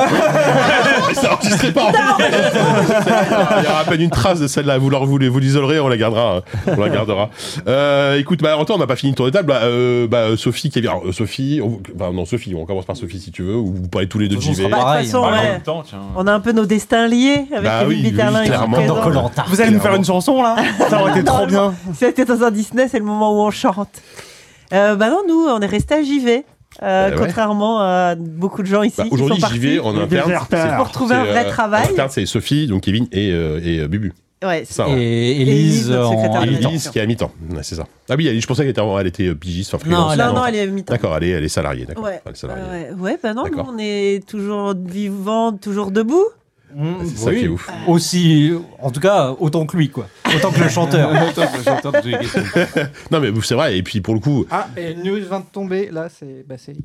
Speaker 6: Ça enregistrait pas en Il y aura à peine une trace de celle-là. Vous, leur- vous, les- vous l'isolerez, on la gardera. hein. On la gardera. Euh, écoute, bah, en temps, on n'a pas fini le tour de table. Bah, euh, bah, Sophie, qui est bien. euh, Sophie, on... enfin, non, Sophie, on commence par Sophie si tu veux, ou vous parlez tous les deux de
Speaker 2: toute façon,
Speaker 6: JV.
Speaker 2: on sera
Speaker 4: Bah, de toute façon, ouais, on a un peu nos destins liés avec
Speaker 6: Bah oui,
Speaker 4: Kevin
Speaker 6: oui,
Speaker 4: Bitterlin ici
Speaker 6: clairement.
Speaker 4: présent.
Speaker 6: Dans Koh-Lanta.
Speaker 1: Vous allez nous faire
Speaker 6: Clairement.
Speaker 1: une chanson là Ça aurait été trop bien.
Speaker 4: Normalement, Si c'était dans un Disney, c'est le moment où on chante. Euh, bah non, nous, on est resté à JV. euh,
Speaker 6: Bah ouais.
Speaker 4: Contrairement à beaucoup de gens ici.
Speaker 6: Bah,
Speaker 4: qui
Speaker 6: Aujourd'hui,
Speaker 4: sont
Speaker 6: j'y vais
Speaker 4: partis.
Speaker 6: en interne. c'est-
Speaker 4: Pour trouver un
Speaker 6: c'est,
Speaker 4: vrai
Speaker 6: euh,
Speaker 4: travail.
Speaker 6: En interne, c'est Sophie, donc Kevin et, euh, et euh, Bubu.
Speaker 4: Ouais,
Speaker 6: Ça,
Speaker 4: c'est-
Speaker 6: ouais.
Speaker 2: Et
Speaker 4: Élise,
Speaker 2: Elise
Speaker 4: notre secrétaire
Speaker 2: en
Speaker 4: de la
Speaker 2: mi-temps.
Speaker 6: Elise qui est à mi-temps. Ouais, c'est ça. Ah oui, elle- je pensais qu'elle était, en- elle était euh, pigiste. enfin,
Speaker 4: Non,
Speaker 6: freelance.
Speaker 4: elle- non, non, elle est à mi-temps.
Speaker 6: D'accord, elle est, elle est salariée. D'accord.
Speaker 4: Ouais,
Speaker 6: Elle est salariée.
Speaker 4: ouais, ouais, bah non, nous,
Speaker 6: D'accord.
Speaker 4: on est toujours vivant, toujours debout.
Speaker 1: Mmh,
Speaker 6: Bah, C'est ça qui est ouf.
Speaker 2: Aussi, en tout cas, autant que lui, quoi. Autant que le chanteur.
Speaker 6: Autant que le chanteur de Johnny non, mais c'est vrai, et puis pour le coup.
Speaker 8: Ah, et news vient de tomber, là, c'est. Bah, c'est.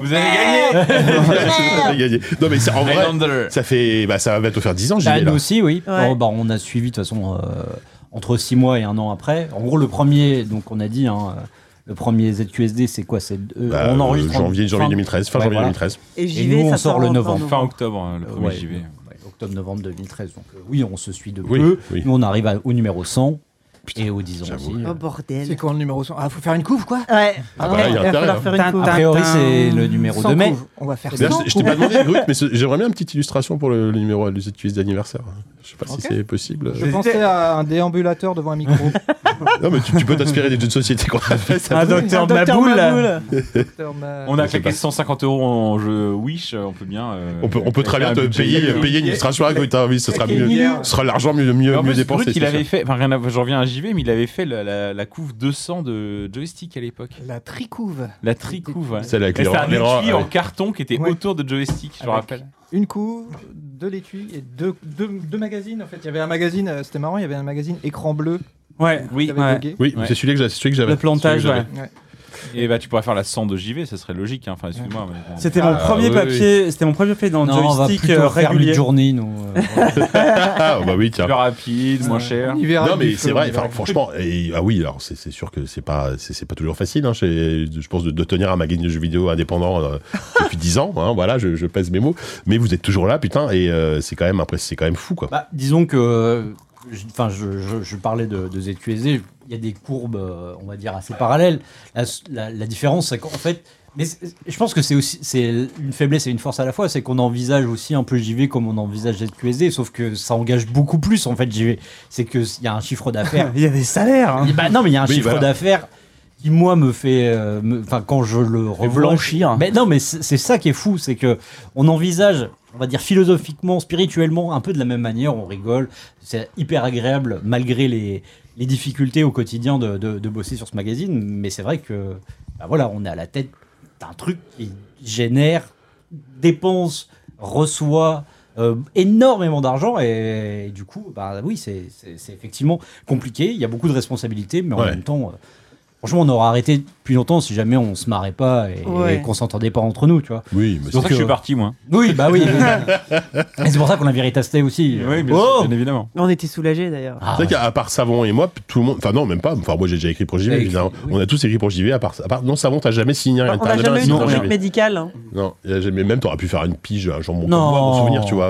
Speaker 6: Vous avez gagné Non, mais c'est- en vrai, ça fait. Bah, ça va bientôt faire 10 ans, j'y
Speaker 2: Bah,
Speaker 6: vais, là.
Speaker 2: nous aussi, oui.
Speaker 6: Ouais.
Speaker 2: Bon, bah, on a suivi de toute façon euh, entre 6 mois et un an après. En gros, le premier, donc on a dit, hein, euh, le premier ZQSD, c'est quoi c'est, euh,
Speaker 6: Bah,
Speaker 2: On
Speaker 6: euh,
Speaker 2: enregistre en
Speaker 6: janvier- janvier
Speaker 2: fin-
Speaker 6: 2013, fin janvier 2013.
Speaker 4: Et JV,
Speaker 2: nous, on
Speaker 4: ça
Speaker 2: sort
Speaker 4: sort
Speaker 2: le
Speaker 4: en
Speaker 2: novembre.
Speaker 4: fin
Speaker 7: octobre, hein, le premier
Speaker 2: ouais,
Speaker 7: JV.
Speaker 2: ouais, Octobre-novembre 2013. Donc euh, oui, on se suit de
Speaker 6: Oui,
Speaker 2: peu.
Speaker 6: oui.
Speaker 2: Nous, on arrive à- au numéro 100 et au 10 ans aussi.
Speaker 4: Oh bordel.
Speaker 8: C'est quand le numéro 100 Ah, faut faire une couve, quoi
Speaker 4: Ouais.
Speaker 2: Ah bah là, il y a intérêt, hein. A priori, c'est le numéro
Speaker 8: Sans
Speaker 2: de mai.
Speaker 8: couve, On va faire
Speaker 6: D'ailleurs,
Speaker 8: sans
Speaker 6: Eh je je t'ai
Speaker 8: couve.
Speaker 6: pas demandé, Grut, mais ce- j'aimerais bien une petite illustration pour le, le numéro du ZQS d'anniversaire. Je sais pas si c'est possible.
Speaker 8: Je pensais à un déambulateur devant un micro.
Speaker 6: Non, mais tu, tu peux t'inspirer des jeux de société qu'on a fait. ça
Speaker 2: Ah,
Speaker 8: Un
Speaker 6: peut-
Speaker 8: docteur Un docteur Maboul. Maboul.
Speaker 7: On a
Speaker 6: Je sais
Speaker 7: claqué
Speaker 6: pas.
Speaker 7: 150 euros en jeu Wish, on peut bien. euh,
Speaker 6: On peut, on peut très bien
Speaker 7: faire
Speaker 6: te
Speaker 7: un budget.
Speaker 6: payer, payer une illustration à Grut, hein, oui, ce sera
Speaker 7: Claquer
Speaker 6: mieux.
Speaker 7: une bière.
Speaker 6: Ce sera l'argent mieux, mieux,
Speaker 7: Mais en
Speaker 6: mieux
Speaker 7: plus,
Speaker 6: dépensé.
Speaker 7: Brut, il
Speaker 6: c'est
Speaker 7: avait
Speaker 6: sûr.
Speaker 7: fait, enfin rien à voir, j'en reviens à JV, mais il avait fait la, la, la couve 200 de joystick à l'époque.
Speaker 8: La tricouve.
Speaker 7: La tricouve, ouais.
Speaker 6: Celle avec
Speaker 7: Et
Speaker 6: les
Speaker 7: C'était
Speaker 6: rangs-
Speaker 7: un
Speaker 6: les rangs,
Speaker 7: étui en
Speaker 6: ouais.
Speaker 7: carton qui était
Speaker 8: Ouais.
Speaker 7: autour de joystick, je me
Speaker 8: Avec
Speaker 7: rappelle.
Speaker 8: Une couve, deux l'étui et deux, deux, deux magazines en fait. Il y avait un magazine, euh, c'était marrant, il y avait un magazine écran bleu.
Speaker 1: Ouais,
Speaker 7: oui,
Speaker 8: Avec ouais. Gay.
Speaker 6: Oui, c'est celui que j'avais- celui que j'avais.
Speaker 1: Le plantage,
Speaker 7: Celui que
Speaker 8: j'avais.
Speaker 7: Et bah, tu pourrais faire la 100 de JV, ça serait logique, hein. enfin, excuse-moi. mais bon.
Speaker 1: C'était
Speaker 5: Ah,
Speaker 6: Ah,
Speaker 1: mon premier papier, c'était mon premier papier dans le
Speaker 7: Non, on va
Speaker 1: joystick
Speaker 7: plutôt
Speaker 1: euh,
Speaker 7: faire
Speaker 1: régulier.
Speaker 2: mid-journée, nous.
Speaker 6: ah bah oui, tiens.
Speaker 7: Plus rapide, moins cher.
Speaker 6: non mais c'est vrai, enfin, franchement, et- ah oui, alors c'est c'est sûr que c'est pas c'est c'est pas toujours facile. hein, chez- je pense de, de tenir un magazine de jeux vidéo indépendant euh, depuis 10 ans. hein, voilà, je, je pèse mes mots, mais vous êtes toujours là, putain, et euh, c'est quand même impré- c'est quand même fou quoi.
Speaker 2: Bah, disons que, euh, je- enfin, je, je- je parlais de, de ZQSD, il y a des courbes, euh, on va dire, assez parallèles. La, la- la différence, c'est qu'en fait, mais c'est- je pense que c'est aussi c'est une faiblesse et une force à la fois, c'est qu'on envisage aussi un peu JV comme on envisage ZQSD, sauf que ça engage beaucoup plus en fait JV. C'est que s- il y a un chiffre d'affaires.
Speaker 1: Il y a des salaires. hein.
Speaker 2: Et bah, non, mais il y a un
Speaker 1: Oui,
Speaker 2: chiffre
Speaker 1: voilà.
Speaker 2: d'affaires qui moi me fait euh, me- enfin quand je le reblanchir mais non mais c'est c'est ça qui est fou c'est que on envisage on va dire philosophiquement spirituellement un peu de la même manière on rigole c'est hyper agréable malgré les, les difficultés au quotidien de, de- de bosser sur ce magazine mais c'est vrai que bah voilà on est à la tête d'un truc qui génère dépense reçoit euh, énormément d'argent et, du coup bah oui c'est c'est- c'est effectivement compliqué il y a beaucoup de responsabilités mais en
Speaker 13: Ouais.
Speaker 2: même temps euh, Franchement, on aurait arrêté depuis longtemps si jamais on se marrait pas et,
Speaker 13: Ouais.
Speaker 2: et qu'on s'entendait pas entre nous, tu vois.
Speaker 6: Oui, mais
Speaker 7: C'est pour ça que je suis parti, moi.
Speaker 2: Oui,
Speaker 1: Ah
Speaker 2: bah oui. Et c'est pour ça qu'on a Véritaste aussi.
Speaker 7: Oui, bien,
Speaker 2: Oh
Speaker 7: sûr, bien évidemment.
Speaker 4: On était soulagés d'ailleurs.
Speaker 6: c'est vrai qu'à part Savon et moi, tout le monde. Enfin, non, même pas. Enfin, moi, j'ai déjà écrit pour JV,
Speaker 4: T'as
Speaker 6: évidemment. On a tous écrit pour JV, à part. À part non, Savon, t'as jamais signé rien.
Speaker 4: Bah, On
Speaker 6: t'as
Speaker 4: n'a jamais eu de
Speaker 6: signé un
Speaker 4: rubrique
Speaker 6: JV.
Speaker 4: médicale. hein.
Speaker 6: Non, il a jamais- même t'aurais pu faire une pige, un jambon comme
Speaker 4: Non.
Speaker 6: moi, mon souvenir, tu vois.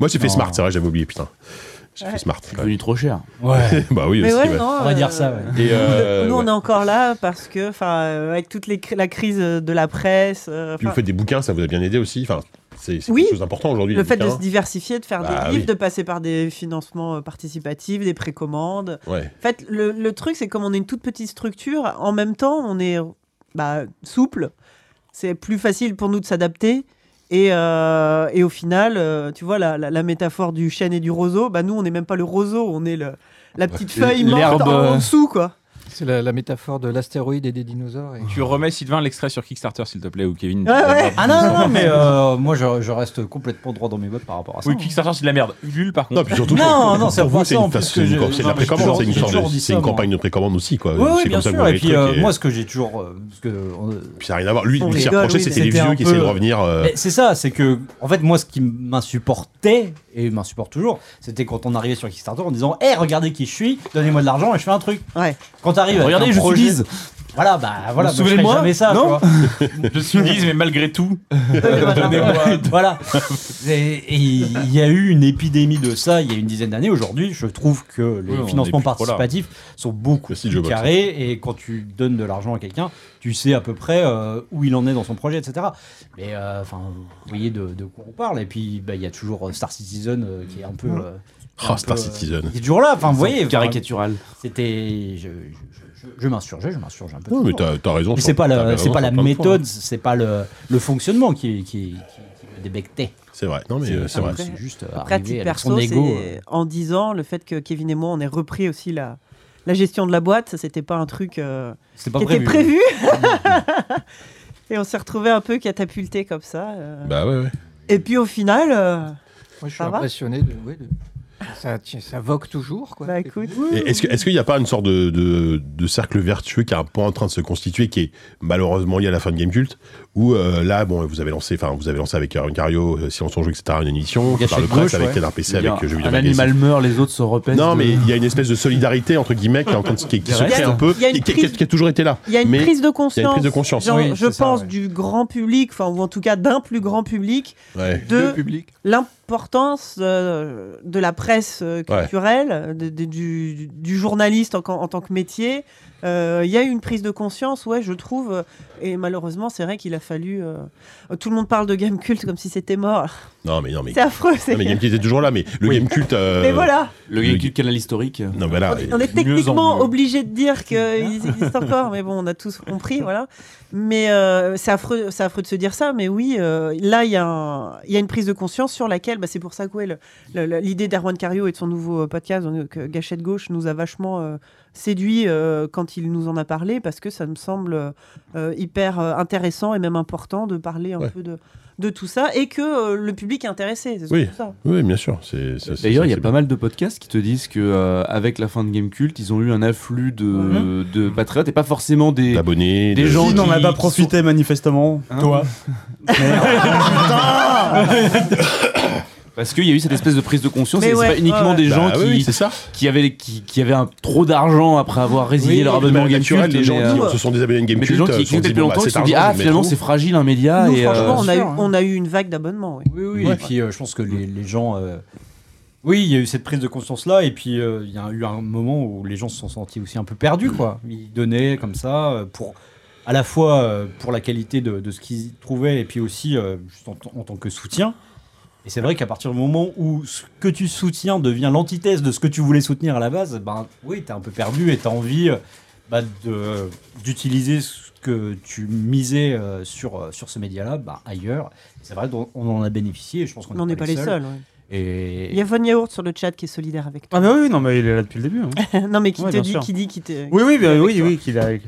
Speaker 6: moi, j'ai fait Smart, c'est vrai, j'avais oublié, putain. J'ai fait Smart. C'est devenu
Speaker 5: trop cher.
Speaker 6: Ouais. bah oui,
Speaker 4: Mais
Speaker 6: aussi.
Speaker 4: ouais,
Speaker 6: ouais.
Speaker 4: non, On va euh, dire ça,
Speaker 2: ouais.
Speaker 6: Et euh,
Speaker 4: Nous, on
Speaker 6: ouais.
Speaker 4: est encore là parce que, enfin, euh, avec toute les cri- la crise euh, de la presse, euh,
Speaker 6: Puis vous
Speaker 4: enfin,
Speaker 6: faites des bouquins, ça vous a bien aidé aussi. Enfin, c'est c'est
Speaker 4: Oui.
Speaker 6: quelque chose d'important aujourd'hui.
Speaker 4: le
Speaker 6: les
Speaker 4: fait de
Speaker 6: bouquins.
Speaker 4: se diversifier, de faire
Speaker 6: Bah
Speaker 4: des livres,
Speaker 6: oui.
Speaker 4: de passer par des financements euh, participatifs, des précommandes.
Speaker 6: Ouais.
Speaker 4: En fait, le, le truc, c'est que comme on est une toute petite structure, en même temps, on est bah, souple. C'est plus facile pour nous de s'adapter. Et, euh, et au final, euh, tu vois, la, la- la métaphore du chêne et du roseau, bah, nous, on n'est même pas le roseau, on est le, la petite feuille morte
Speaker 7: l'herbe,
Speaker 4: en, en
Speaker 7: euh,
Speaker 4: dessous, quoi.
Speaker 8: C'est la, la métaphore de l'astéroïde et des dinosaures. et-
Speaker 7: Tu remets Sylvain l'extrait sur Kickstarter, s'il te plaît, ou Kevin.
Speaker 2: Ah non, non, non, mais euh, moi je, je reste complètement droit dans mes bottes par rapport à ça.
Speaker 7: Oui, Kickstarter, c'est de la merde. Ulule, par contre.
Speaker 6: Non, puis surtout,
Speaker 2: Non, non, c'est
Speaker 6: pour
Speaker 2: pas
Speaker 6: vous,
Speaker 2: ça,
Speaker 6: c'est
Speaker 2: en
Speaker 6: une,
Speaker 2: plus,
Speaker 6: façon-
Speaker 2: que
Speaker 6: une-
Speaker 2: je-
Speaker 6: c'est
Speaker 2: non,
Speaker 6: la
Speaker 2: mais j'ai
Speaker 6: précommande,
Speaker 2: toujours-
Speaker 6: c'est une,
Speaker 2: j'ai
Speaker 6: sorte
Speaker 2: toujours
Speaker 6: de-
Speaker 2: dit
Speaker 6: c'est
Speaker 2: ça,
Speaker 6: une
Speaker 2: moi.
Speaker 6: campagne de précommande aussi, quoi.
Speaker 2: Oui, oui,
Speaker 6: c'est
Speaker 2: bien
Speaker 6: comme ça que vous
Speaker 2: sûr.
Speaker 6: voyez le
Speaker 2: Et puis,
Speaker 6: truc.
Speaker 2: euh,
Speaker 6: et-
Speaker 2: moi, ce que j'ai toujours. euh, Parce que, euh,
Speaker 6: Puis ça n'a rien à voir. Lui,
Speaker 2: on
Speaker 6: lui, s'y
Speaker 2: rigole,
Speaker 6: reprochait,
Speaker 2: oui,
Speaker 6: c'était les
Speaker 2: mais c'était
Speaker 6: vieux
Speaker 2: un
Speaker 6: qui essayaient de
Speaker 2: peu-
Speaker 6: revenir. euh,
Speaker 2: Mais C'est ça, c'est que, en fait, moi, ce qui m'insupportait, et m'insupporte toujours, c'était quand on arrivait sur Kickstarter en disant Hé, regardez qui je suis, donnez-moi de l'argent et je fais un truc. Quand t'arrives.
Speaker 7: Regardez,
Speaker 2: avec
Speaker 7: je
Speaker 2: un
Speaker 7: suis
Speaker 2: projet-
Speaker 7: Lise.
Speaker 2: Voilà, bah voilà,
Speaker 7: Vous
Speaker 2: bah, je ferai
Speaker 7: souvenez-moi
Speaker 2: jamais ça, tu
Speaker 7: Non
Speaker 2: vois.
Speaker 7: Je suis Lise, mais malgré tout.
Speaker 2: voilà. Et- Et il y a eu une épidémie de ça il y a une dizaine d'années. Aujourd'hui, je trouve que les
Speaker 13: Oui, on
Speaker 2: financements
Speaker 13: est plus trop là.
Speaker 2: participatifs sont beaucoup
Speaker 13: si,
Speaker 2: plus
Speaker 13: Jobs.
Speaker 2: carrés. Et quand tu donnes de l'argent à quelqu'un, tu sais à peu près euh, où il en est dans son projet, etc. Mais euh, enfin, vous voyez de, de quoi on parle. Et puis, bah, il y a toujours euh, Star Citizen euh, qui est un
Speaker 13: Ah,
Speaker 2: peu. euh, qui est
Speaker 6: Oh,
Speaker 2: un
Speaker 6: Star
Speaker 2: peu, euh,
Speaker 6: Citizen.
Speaker 2: qui est toujours là. Enfin, vous voyez. enfin,
Speaker 5: Caricatural.
Speaker 2: C'était. Je, je, je, je m'insurgeais, je m'insurge un peu.
Speaker 6: Non, mais
Speaker 2: toujours.
Speaker 6: t'as- t'as raison,
Speaker 2: Mais
Speaker 6: sur-
Speaker 2: c'est pas
Speaker 6: t'as
Speaker 2: la,
Speaker 6: raison
Speaker 2: c'est pas
Speaker 6: sur plein
Speaker 2: la
Speaker 6: de points. hein.
Speaker 2: méthode, c'est pas le, le fonctionnement qui, qui, qui, qui me débectait.
Speaker 6: C'est vrai. Non, mais, euh, c'est vrai.
Speaker 2: C'est juste euh,
Speaker 4: Après, à titre
Speaker 2: arriver avec
Speaker 4: perso,
Speaker 2: son
Speaker 4: c'est-
Speaker 2: ego. euh,
Speaker 4: en 10 ans, le fait que Kevin et moi, on ait repris aussi la, la gestion de la boîte, ça, c'était pas un truc euh,
Speaker 2: C'était pas
Speaker 4: qui était
Speaker 2: prévu.
Speaker 4: prévu. et on s'est retrouvé un peu catapulté comme ça. euh.
Speaker 6: Bah ouais, ouais.
Speaker 4: Et puis au final, euh,
Speaker 8: Moi, je suis
Speaker 4: ça va
Speaker 8: impressionné de. ouais, de- Ça, tiens, ça vogue toujours, quoi.
Speaker 4: Bah écoute.
Speaker 6: Et Est-ce que- est-ce qu'il n'y a pas une sorte de, de- de cercle vertueux qui est un peu en train de se constituer, qui est malheureusement lié à la fin de Game Cult, où euh, là, bon, vous avez lancé, enfin, vous avez lancé avec Cario, Silence en jeu, etc., une émission,
Speaker 5: Gâchette
Speaker 6: par le presse,
Speaker 5: gauche,
Speaker 6: avec
Speaker 5: ouais.
Speaker 6: Canard
Speaker 5: Il
Speaker 6: PC,
Speaker 5: y a
Speaker 6: avec euh, Jeux
Speaker 5: un
Speaker 6: vidéo
Speaker 5: animal
Speaker 6: Magazine.
Speaker 5: meurt, les autres se repèsent
Speaker 6: Non,
Speaker 5: de-
Speaker 6: mais il y a une espèce de solidarité entre guillemets qui, est en train de- qui- qui se
Speaker 5: Il y a-
Speaker 6: crée un peu,
Speaker 4: il y a une
Speaker 6: qui, qui- qui a- qui a toujours été là.
Speaker 4: Il y a une
Speaker 6: Mais
Speaker 4: prise de
Speaker 6: Il
Speaker 4: conscience.
Speaker 6: y a une prise de conscience.
Speaker 4: genre, je pense du grand public, enfin ou en tout cas d'un plus grand public,
Speaker 6: Ouais.
Speaker 4: de
Speaker 6: Le public.
Speaker 4: l'importance euh, de la presse euh,
Speaker 6: Ouais.
Speaker 4: culturelle, de- de- du, du journaliste en, en tant que métier. Euh, Il y a eu une prise de conscience, ouais, je trouve. Et malheureusement, c'est vrai qu'il a fallu. euh, Tout le monde parle de game culte comme si c'était mort.
Speaker 6: Non, mais non, mais.
Speaker 4: C'est affreux, c'est-
Speaker 6: Non, mais Game Cult était toujours là, mais le Game Cult. euh,
Speaker 4: Mais voilà.
Speaker 5: Le Game Cult canal historique.
Speaker 6: Non, voilà.
Speaker 4: On est techniquement obligé de dire qu'ils existent encore, mais bon, on a tous compris, voilà. Mais euh, c'est affreux, c'est affreux de se dire ça, mais oui, euh, là, il y, a un- il y a une prise de conscience sur laquelle, bah, c'est pour ça que ouais, le- le- le- l'idée d'Erwan Cario et de son nouveau euh, podcast, donc, euh, Gâchette Gauche, nous a vachement euh, séduit euh, quand il nous en a parlé, parce que ça me semble euh, hyper euh, intéressant et même important de parler un
Speaker 6: Ouais.
Speaker 4: peu de, de tout ça, et que euh, le public est intéressé, c'est
Speaker 6: Oui,
Speaker 4: surtout ça.
Speaker 6: oui, bien sûr. c'est- ça-
Speaker 5: D'ailleurs,
Speaker 6: ça-
Speaker 5: il y a
Speaker 6: c'est-
Speaker 5: pas mal de podcasts qui te disent que euh, avec la fin de Game Cult, ils ont eu un afflux de, de patriotes et pas forcément des
Speaker 6: abonnés,
Speaker 5: des gens
Speaker 1: Qui n'en a
Speaker 5: qui-
Speaker 1: pas profité manifestement Hein Toi.
Speaker 5: Parce qu'il y a eu cette espèce de prise de conscience,
Speaker 1: Mais
Speaker 5: et
Speaker 1: ouais,
Speaker 5: c'est pas uniquement
Speaker 1: ouais.
Speaker 5: des
Speaker 1: Bah
Speaker 5: gens
Speaker 1: oui,
Speaker 5: qui,
Speaker 1: c'est ça.
Speaker 5: qui avaient, qui, qui avaient un, trop d'argent après avoir résilié
Speaker 6: Oui,
Speaker 5: leur
Speaker 6: de
Speaker 5: abonnement
Speaker 6: manière
Speaker 5: Game
Speaker 6: naturelle,
Speaker 5: Cult.
Speaker 6: les gens
Speaker 5: mais,
Speaker 6: qui
Speaker 5: euh,
Speaker 6: se sont désabonnés de Game
Speaker 5: mais des gens
Speaker 6: Cult,
Speaker 5: qui
Speaker 6: euh, se sont
Speaker 5: écoutaient depuis
Speaker 6: dit, bon,
Speaker 5: longtemps,
Speaker 6: bah,
Speaker 5: ils se
Speaker 6: cet
Speaker 5: sont dit
Speaker 6: argent, je
Speaker 5: Ah,
Speaker 6: vais le
Speaker 5: finalement,
Speaker 6: mettre
Speaker 5: c'est
Speaker 6: où
Speaker 5: fragile un média.
Speaker 4: Nous,
Speaker 5: et, euh,
Speaker 4: franchement, on, a eu,
Speaker 2: sûr, hein.
Speaker 4: on a eu une vague d'abonnements. oui.
Speaker 2: Oui, et puis euh, je pense que les, les gens. euh, Oui, il y a eu cette prise de conscience-là, et puis euh, il y a eu un moment où les gens se sont sentis aussi un peu perdus, quoi. Ils donnaient comme ça, euh, pour, à la fois euh, pour la qualité de, de ce qu'ils trouvaient, et puis aussi euh, juste en, tant- en tant que soutien. Et c'est vrai qu'à partir du moment où ce que tu soutiens devient l'antithèse de ce que tu voulais soutenir à la base, ben oui, t'es un peu perdu et t'as envie euh, bah, de- d'utiliser ce que tu misais euh, sur, euh, sur ce média-là bah, ailleurs. C'est vrai, on on en a bénéficié. et Je pense qu'on
Speaker 4: On n'est
Speaker 2: n'est
Speaker 4: pas les seuls. ouais.
Speaker 2: Et...
Speaker 4: Il y a Von Yaourt sur le chat qui est solidaire avec
Speaker 1: Ah bah oui, non, mais il est là depuis le début. hein.
Speaker 4: Non, mais qui
Speaker 1: Ouais,
Speaker 4: te
Speaker 1: bien
Speaker 4: dit-
Speaker 1: sûr.
Speaker 4: qui dit qu'il te-
Speaker 1: Oui, oui,
Speaker 4: qu'il est
Speaker 1: bah
Speaker 4: avec
Speaker 1: oui,
Speaker 4: toi.
Speaker 1: oui, qu'il a. ouais.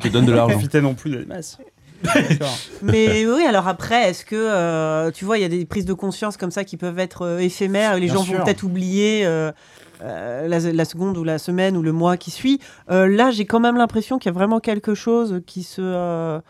Speaker 5: Qui donne de
Speaker 1: Il a
Speaker 5: l'argent.
Speaker 1: profité non plus de la masse. Bah,
Speaker 4: nous. Mais oui, alors après, est-ce que euh, tu vois, il y a des prises de conscience comme ça qui peuvent être euh, éphémères et les
Speaker 25: Bien
Speaker 4: gens
Speaker 25: sûr.
Speaker 4: vont peut-être oublier euh, euh, la, la seconde ou la semaine ou le mois qui suit. Euh, là, j'ai quand même l'impression qu'il y a vraiment quelque chose qui se. euh,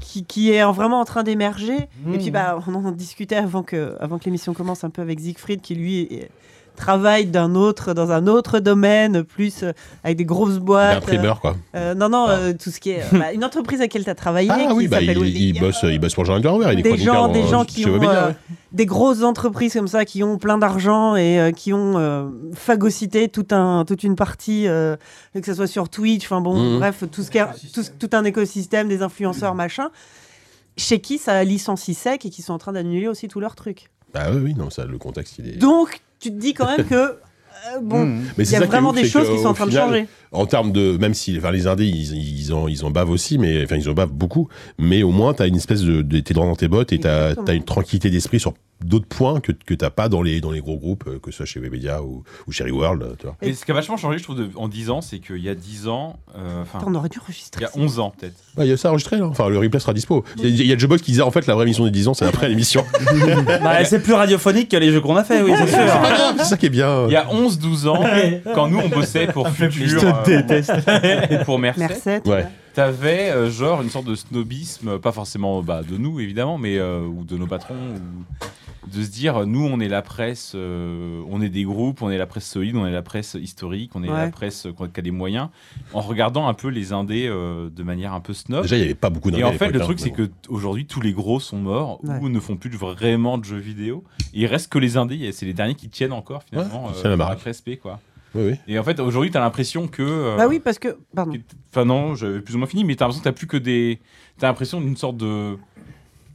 Speaker 4: qui, qui est en- vraiment en train d'émerger. Et
Speaker 25: Hmm.
Speaker 4: puis, bah, on en discutait avant que, avant que l'émission commence un peu avec Siegfried, qui lui est- travaille d'un autre, dans un autre domaine, plus euh, avec des grosses boîtes.
Speaker 6: imprimeur, quoi.
Speaker 4: Euh, non, non, euh, tout ce qui est. euh, bah, une entreprise à laquelle tu as travaillé.
Speaker 6: Ah
Speaker 4: qui
Speaker 6: oui, bah, il,
Speaker 4: s'appelle
Speaker 6: il bosse, il bosse pour Jean Underwear, il est
Speaker 4: des
Speaker 6: chroniqueur
Speaker 4: gens,
Speaker 6: dans-
Speaker 4: des gens qui
Speaker 6: chez
Speaker 4: ont
Speaker 6: Webedia,
Speaker 4: euh,
Speaker 6: ouais.
Speaker 4: des grosses entreprises comme ça qui ont plein d'argent et euh, qui ont euh, phagocyté tout un, toute une partie, euh, que ce soit sur Twitch, enfin bon,
Speaker 25: Mhm.
Speaker 4: bref, tout, ce qui est- tout, ce- tout un écosystème, des influenceurs, machin, chez qui ça licencie sec et qui sont en train d'annuler aussi tous leurs trucs.
Speaker 6: Bah oui, oui, non, ça, le contexte, il est.
Speaker 4: Donc, tu te dis quand même que, euh, bon,
Speaker 1: Hmm.
Speaker 6: Mmh. Mais
Speaker 4: il
Speaker 6: c'est
Speaker 4: y a
Speaker 6: ça qui est
Speaker 4: vraiment
Speaker 6: ouf,
Speaker 4: des
Speaker 6: c'est
Speaker 4: choses
Speaker 6: que,
Speaker 4: qui sont
Speaker 6: au
Speaker 4: en train
Speaker 6: final,
Speaker 4: de changer.
Speaker 6: En termes de, même si enfin, les Indés, ils, ils en, ils en bavent aussi, mais enfin, ils en bavent beaucoup, mais au moins, t'as une espèce de, de- t'es droit dans tes bottes et t'as,
Speaker 4: Exactement.
Speaker 6: t'as une tranquillité d'esprit sur d'autres points que, que t'as pas dans les, dans les gros groupes, euh, que ce soit chez Webedia ou, ou chez Reworld, euh, tu vois.
Speaker 7: Mais ce qui a vachement changé, je trouve, de- en 10 ans, c'est qu'il y a 10 ans. euh, enfin,
Speaker 4: Putain, on aurait dû
Speaker 7: Il
Speaker 4: enregistrer
Speaker 7: y a 11 ans, peut-être.
Speaker 6: Bah, il y a ça enregistré, là. Enfin, le replay sera dispo. Il y a- il y a Jobot qui disait, en fait, la vraie émission des 10 ans, c'est après l'émission.
Speaker 1: Bah, c'est plus radiophonique que les jeux qu'on a fait, oui, c'est sûr.
Speaker 6: C'est pas grave, c'est ça qui est bien.
Speaker 7: Il y a 11-12 ans, quand nous on bossait pour Futur.
Speaker 1: Je te déteste.
Speaker 7: Pour Merced.
Speaker 1: Merced, Ouais. ouais.
Speaker 7: T'avais euh, genre une sorte de snobisme, euh, pas forcément bah, de nous évidemment, mais euh, ou de nos patrons, ou de se dire euh, nous on est la presse, euh, on est des groupes, on est la presse solide, on est la presse historique, on est
Speaker 6: Ouais.
Speaker 7: la presse euh, qui a des moyens, en regardant un peu les indés euh, de manière un peu snob.
Speaker 6: Déjà, il y avait pas beaucoup
Speaker 7: Et
Speaker 6: d'indés à
Speaker 7: en fait,
Speaker 6: l'époque,
Speaker 7: le
Speaker 6: hein,
Speaker 7: truc,
Speaker 6: mais
Speaker 7: c'est que t- aujourd'hui tous les gros sont morts ou
Speaker 6: Ouais.
Speaker 7: ne font plus de- vraiment de jeux vidéo. Et il reste que les indés, et c'est les derniers qui tiennent encore finalement.
Speaker 6: Ouais, c'est
Speaker 7: euh,
Speaker 6: la marque.
Speaker 7: avec respect, quoi.
Speaker 6: Oui, oui.
Speaker 7: Et en fait, aujourd'hui, t'as l'impression que. euh,
Speaker 4: Bah oui, parce que. Pardon.
Speaker 7: Enfin, non, j'avais plus ou moins fini, mais t'as l'impression que t'as plus que des. T'as l'impression d'une sorte de.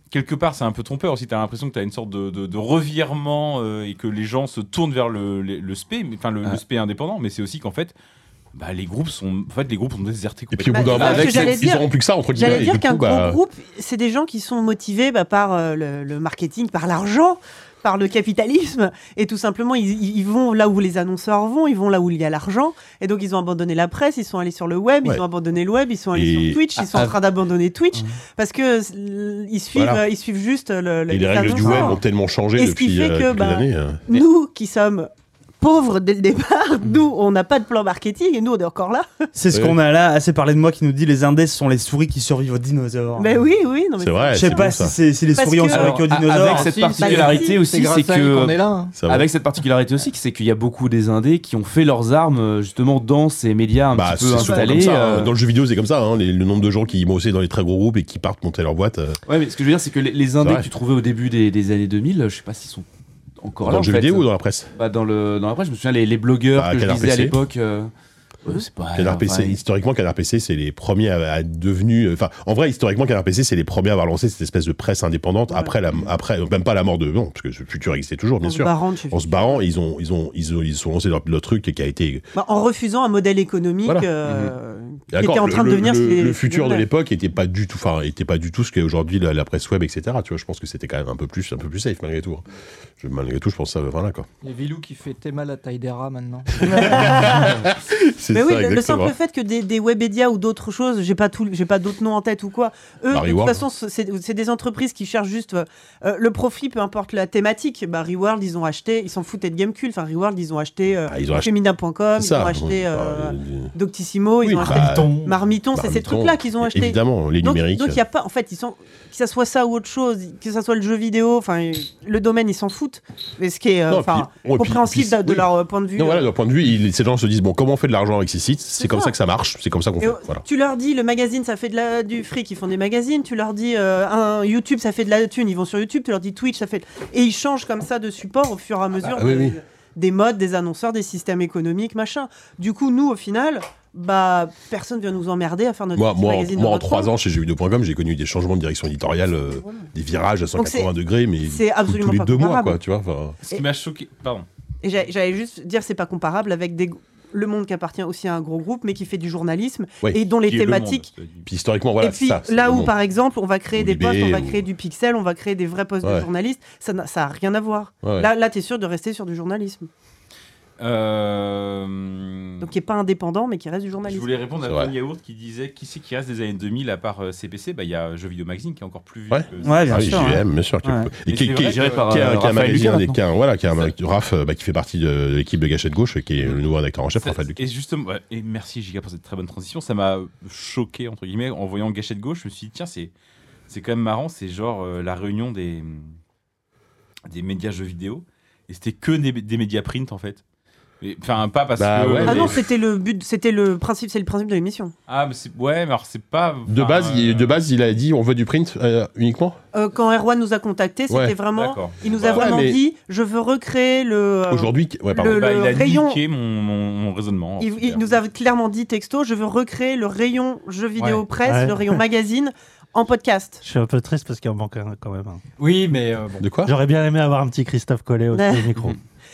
Speaker 7: Quelque part, c'est un peu trompeur aussi. T'as l'impression que t'as une sorte de, de- de revirement euh, et que les gens se tournent vers le, le, le SP, mais- enfin le, le SP indépendant, mais c'est aussi qu'en fait. Bah, les groupes sont en fait les groupes sont désertés
Speaker 6: puis, au bout d'un moment,
Speaker 4: Parce Ah, que j'allais dire- J'allais
Speaker 6: bah
Speaker 4: bah, dire qu'un gros groupe, c'est des gens qui sont motivés bah, par euh, le, le marketing, par l'argent, par le capitalisme. Et tout simplement, ils, ils vont là où les annonceurs vont, ils vont là où il y a l'argent. Et donc, ils ont abandonné la presse, ils sont allés sur le web,
Speaker 6: Ouais.
Speaker 4: ils ont abandonné le web, ils sont allés
Speaker 6: Et-
Speaker 4: sur Twitch, ils sont
Speaker 6: Ah,
Speaker 4: en train d'abandonner Twitch parce que s- ils suivent,
Speaker 6: Voilà.
Speaker 4: euh, ils suivent juste le. le
Speaker 6: Et les règles du
Speaker 4: annonceurs.
Speaker 6: web ont tellement changé
Speaker 4: Et ce qui
Speaker 6: depuis,
Speaker 4: fait
Speaker 6: euh,
Speaker 4: que,
Speaker 6: quelques
Speaker 4: bah,
Speaker 6: années, euh.
Speaker 4: Nous qui sommes pauvres dès le départ,
Speaker 6: Mm.
Speaker 4: nous on n'a pas de plan marketing et nous on est encore là.
Speaker 1: C'est ce qu'on a là, assez parlé de moi qui nous dit les indés ce sont les souris qui survivent aux
Speaker 6: Oh.
Speaker 1: dinosaures.
Speaker 4: Mais oui, oui, non mais
Speaker 1: Je sais pas si, c'est- si les
Speaker 4: Parce
Speaker 1: souris ont
Speaker 4: que-
Speaker 1: survécu aux
Speaker 4: Alors,
Speaker 1: dinosaures.
Speaker 4: avec
Speaker 5: cette
Speaker 4: Si,
Speaker 6: euh,
Speaker 5: particularité
Speaker 4: c'est
Speaker 5: aussi,
Speaker 4: grâce
Speaker 5: c'est
Speaker 4: à elle
Speaker 5: que
Speaker 4: qu'on est là, hein. Ça va.
Speaker 5: avec cette particularité aussi, c'est qu'il y a beaucoup des indés qui ont fait leurs armes euh, justement dans ces médias un
Speaker 6: Bah,
Speaker 5: petit peu
Speaker 6: c'est souvent comme
Speaker 5: installés.
Speaker 6: ça, hein.
Speaker 5: euh,
Speaker 6: Dans le jeu vidéo, c'est comme ça. hein, les- le nombre de gens qui bossaient dans les très gros groupes et qui partent monter leur boîte. euh,
Speaker 5: Ouais, mais ce que je veux dire, c'est que les, les indés
Speaker 6: vrai.
Speaker 5: que tu trouvais au début des, des années 2000, je sais pas s'ils sont encore
Speaker 6: Dans
Speaker 5: là.
Speaker 6: le
Speaker 5: en
Speaker 6: jeu
Speaker 5: fait.
Speaker 6: vidéo ou dans la presse
Speaker 5: bah, dans, le, dans la presse, je me souviens les, les blogueurs
Speaker 6: Bah,
Speaker 5: que je
Speaker 6: Canard
Speaker 5: lisais à
Speaker 6: PC.
Speaker 5: l'époque. euh, ouais, c'est pas.
Speaker 6: Canard
Speaker 5: enfin,
Speaker 6: PC,
Speaker 5: ils-
Speaker 6: historiquement, Canard PC, c'est les premiers à, à devenir. Enfin, en vrai, historiquement, Canard PC, c'est les premiers à avoir lancé cette espèce de presse indépendante après, la, après, même pas la mort de. Non, parce que ce futur existait toujours, bien
Speaker 4: se
Speaker 6: sûr.
Speaker 4: barrant, tu-
Speaker 6: en se barrant, ils ont, ils ont, ils ont, ils ont lancé leur, leur truc qui a été.
Speaker 4: Bah, en refusant un modèle économique
Speaker 6: Voilà. Mhm.
Speaker 4: euh, qui
Speaker 6: D'accord,
Speaker 4: était en train
Speaker 6: le,
Speaker 4: de devenir
Speaker 6: le,
Speaker 4: ce qu'il
Speaker 6: le
Speaker 4: est- ce qu'il
Speaker 6: futur de
Speaker 4: devenait.
Speaker 6: l'époque était pas du tout, enfin, était pas du tout ce qu'est aujourd'hui la, la presse web, etc. Tu vois, je pense que c'était quand même un peu plus, un peu plus safe malgré tout. hein. Je- malgré tout, je pense que ça, voilà quoi.
Speaker 8: Il y a Vilou qui fait Théma la taille des rats maintenant.
Speaker 6: C'est
Speaker 4: Mais oui,
Speaker 6: ça,
Speaker 4: le- le,
Speaker 6: exactement.
Speaker 4: simple fait que des, des webédias ou d'autres choses, j'ai pas tout, j'ai pas d'autres noms en tête ou quoi. Eux,
Speaker 6: Bah,
Speaker 4: de toute
Speaker 6: Reworld.
Speaker 4: façon, ce- c'est c'est des entreprises qui cherchent juste euh, euh, le profit, peu importe la thématique. Bah, Reworld, ils ont acheté, ils s'en foutaient de Gamecube. Enfin, Reworld, ils ont acheté euh,
Speaker 6: Ah, ils ont acheté-
Speaker 4: Femina.com,
Speaker 6: C'est
Speaker 4: ils
Speaker 6: ça,
Speaker 4: ont
Speaker 6: oui,
Speaker 4: acheté
Speaker 6: bah,
Speaker 4: euh,
Speaker 6: les-
Speaker 4: Doctissimo, ils
Speaker 6: Oui,
Speaker 4: ont acheté
Speaker 6: Marmiton.
Speaker 4: Marmiton, c'est ces
Speaker 6: Marmiton,
Speaker 4: trucs-là qu'ils ont acheté.
Speaker 6: évidemment, les
Speaker 4: donc,
Speaker 6: numériques.
Speaker 4: Donc, il y a pas, en fait, ils sont, que ça soit ça ou autre chose, que ça soit le jeu vidéo, enfin, le domaine, ils s'en foutent. Mais ce qui est euh,
Speaker 6: Non,
Speaker 4: enfin,
Speaker 6: puis- ouais, puis-
Speaker 4: compréhensible
Speaker 6: puis-
Speaker 4: de, de
Speaker 6: oui.
Speaker 4: leur euh, point de vue.
Speaker 6: Non,
Speaker 4: euh,
Speaker 6: voilà, de leur point de vue, ils- ces gens se disent bon, comment on fait de l'argent avec ces sites C'est comme
Speaker 4: ça.
Speaker 6: ça que ça marche, c'est comme ça qu'on
Speaker 4: Et
Speaker 6: fait.
Speaker 4: au-
Speaker 6: Voilà.
Speaker 4: Tu leur dis le magazine ça fait de la, du fric, ils font des magazines. Tu leur dis euh, un YouTube ça fait de la thune, ils vont sur YouTube. Tu leur dis Twitch ça fait. Et ils changent comme ça de support au fur et à mesure
Speaker 6: bah, oui,
Speaker 4: de-
Speaker 6: oui.
Speaker 4: des modes, des annonceurs, des systèmes économiques, machin. Du coup, nous au final, bah personne vient nous emmerder à faire notre
Speaker 6: Moi,
Speaker 4: petit
Speaker 6: moi,
Speaker 4: magazine.
Speaker 6: en- moi
Speaker 4: dans
Speaker 6: en
Speaker 4: notre
Speaker 6: 3
Speaker 4: coin.
Speaker 6: ans chez jeuxvideo.com, j'ai connu des changements de direction éditoriale, euh, des virages à
Speaker 4: Donc c'est-
Speaker 6: 180 degrés, mais
Speaker 4: c'est
Speaker 6: tous-
Speaker 4: absolument
Speaker 6: tous les
Speaker 4: pas
Speaker 6: deux mois,
Speaker 4: comparable.
Speaker 6: quoi, tu vois. enfin.
Speaker 18: Ce qui m'a choqué. Pardon.
Speaker 4: Et j'a- j'allais juste dire c'est pas comparable avec des le monde qui appartient aussi à un gros groupe, mais qui fait du journalisme
Speaker 6: Ouais.
Speaker 4: et dont les thématiques
Speaker 6: Puis historiquement, voilà,
Speaker 4: et puis
Speaker 6: ça, c'est
Speaker 4: là
Speaker 6: le
Speaker 4: où,
Speaker 6: monde.
Speaker 4: par exemple, on va créer
Speaker 6: Ou
Speaker 4: des
Speaker 6: l'IB,
Speaker 4: postes, on va
Speaker 6: ou-
Speaker 4: créer du pixel, on va créer des vrais postes de
Speaker 18: Ouais.
Speaker 4: journalistes, ça n'a ça a rien à voir.
Speaker 18: Ouais.
Speaker 4: Là, là tu es sûr de rester sur du journalisme.
Speaker 18: Euh...
Speaker 4: Donc, qui n'est pas indépendant, mais qui reste du
Speaker 18: Je
Speaker 4: journalisme.
Speaker 18: voulais répondre à
Speaker 6: Mm. C'est vrai.
Speaker 18: Tony Yaourt qui disait qui c'est qui reste des années 2000 à part euh, CPC Bah il y a Jeux Vidéo Magazine qui est encore plus vieux.
Speaker 6: Ouais,
Speaker 18: que
Speaker 6: Ah
Speaker 18: CPC.
Speaker 6: oui, JVM, bien sûr. qui- Et
Speaker 18: Mais
Speaker 6: qui
Speaker 18: c'est
Speaker 6: qui-
Speaker 18: vrai
Speaker 6: qui-
Speaker 18: que-
Speaker 6: qui a qui a un
Speaker 18: Raphaël
Speaker 6: magazine,
Speaker 18: Lucas,
Speaker 6: des-
Speaker 18: maintenant.
Speaker 6: qui a un- voilà, qui a un- Raph, euh, bah, qui fait partie de l'équipe de Gâchette Gauche, et qui est le nouveau rédacteur en chef, hein, Raphaël Lucas.
Speaker 18: Et justement, ouais, et merci Giga pour cette très bonne transition. Ça m'a choqué, entre guillemets, en voyant Gâchette Gauche. Je me suis dit, tiens, c'est, c'est quand même marrant. C'est genre euh, la réunion des, des médias jeux vidéo. Et c'était que des, des médias print, en fait. Et- Enfin, pas parce
Speaker 6: Bah
Speaker 18: que.
Speaker 6: ouais,
Speaker 4: ah
Speaker 18: mais-
Speaker 4: non, c'était le but, c'était le principe, c'est le principe de l'émission.
Speaker 18: Ah, mais c'est, ouais, mais alors c'est pas.
Speaker 6: De
Speaker 18: enfin,
Speaker 6: base, il, de base, il a dit on veut du print euh, uniquement
Speaker 4: Euh, quand Erwan nous a contactés, c'était
Speaker 6: Ouais.
Speaker 4: vraiment,
Speaker 6: D'accord.
Speaker 4: il nous
Speaker 6: Ouais,
Speaker 4: a vraiment
Speaker 6: mais-
Speaker 4: dit, je veux recréer le. euh,
Speaker 6: Aujourd'hui, qui- ouais, pardon.
Speaker 4: le,
Speaker 18: Bah,
Speaker 4: le
Speaker 18: il a
Speaker 4: rayon.
Speaker 18: niqué mon, mon- mon raisonnement.
Speaker 4: Il, il nous a clairement dit texto, je veux recréer le rayon jeux vidéo
Speaker 3: Ouais.
Speaker 4: presse,
Speaker 3: Ouais.
Speaker 4: le rayon magazine en podcast.
Speaker 3: Je suis un peu triste parce qu'il en manque un quand même. un.
Speaker 2: Oui, mais
Speaker 8: euh,
Speaker 6: De quoi
Speaker 3: J'aurais bien aimé avoir un petit Christophe Collet au
Speaker 4: Ouais.
Speaker 3: au micro.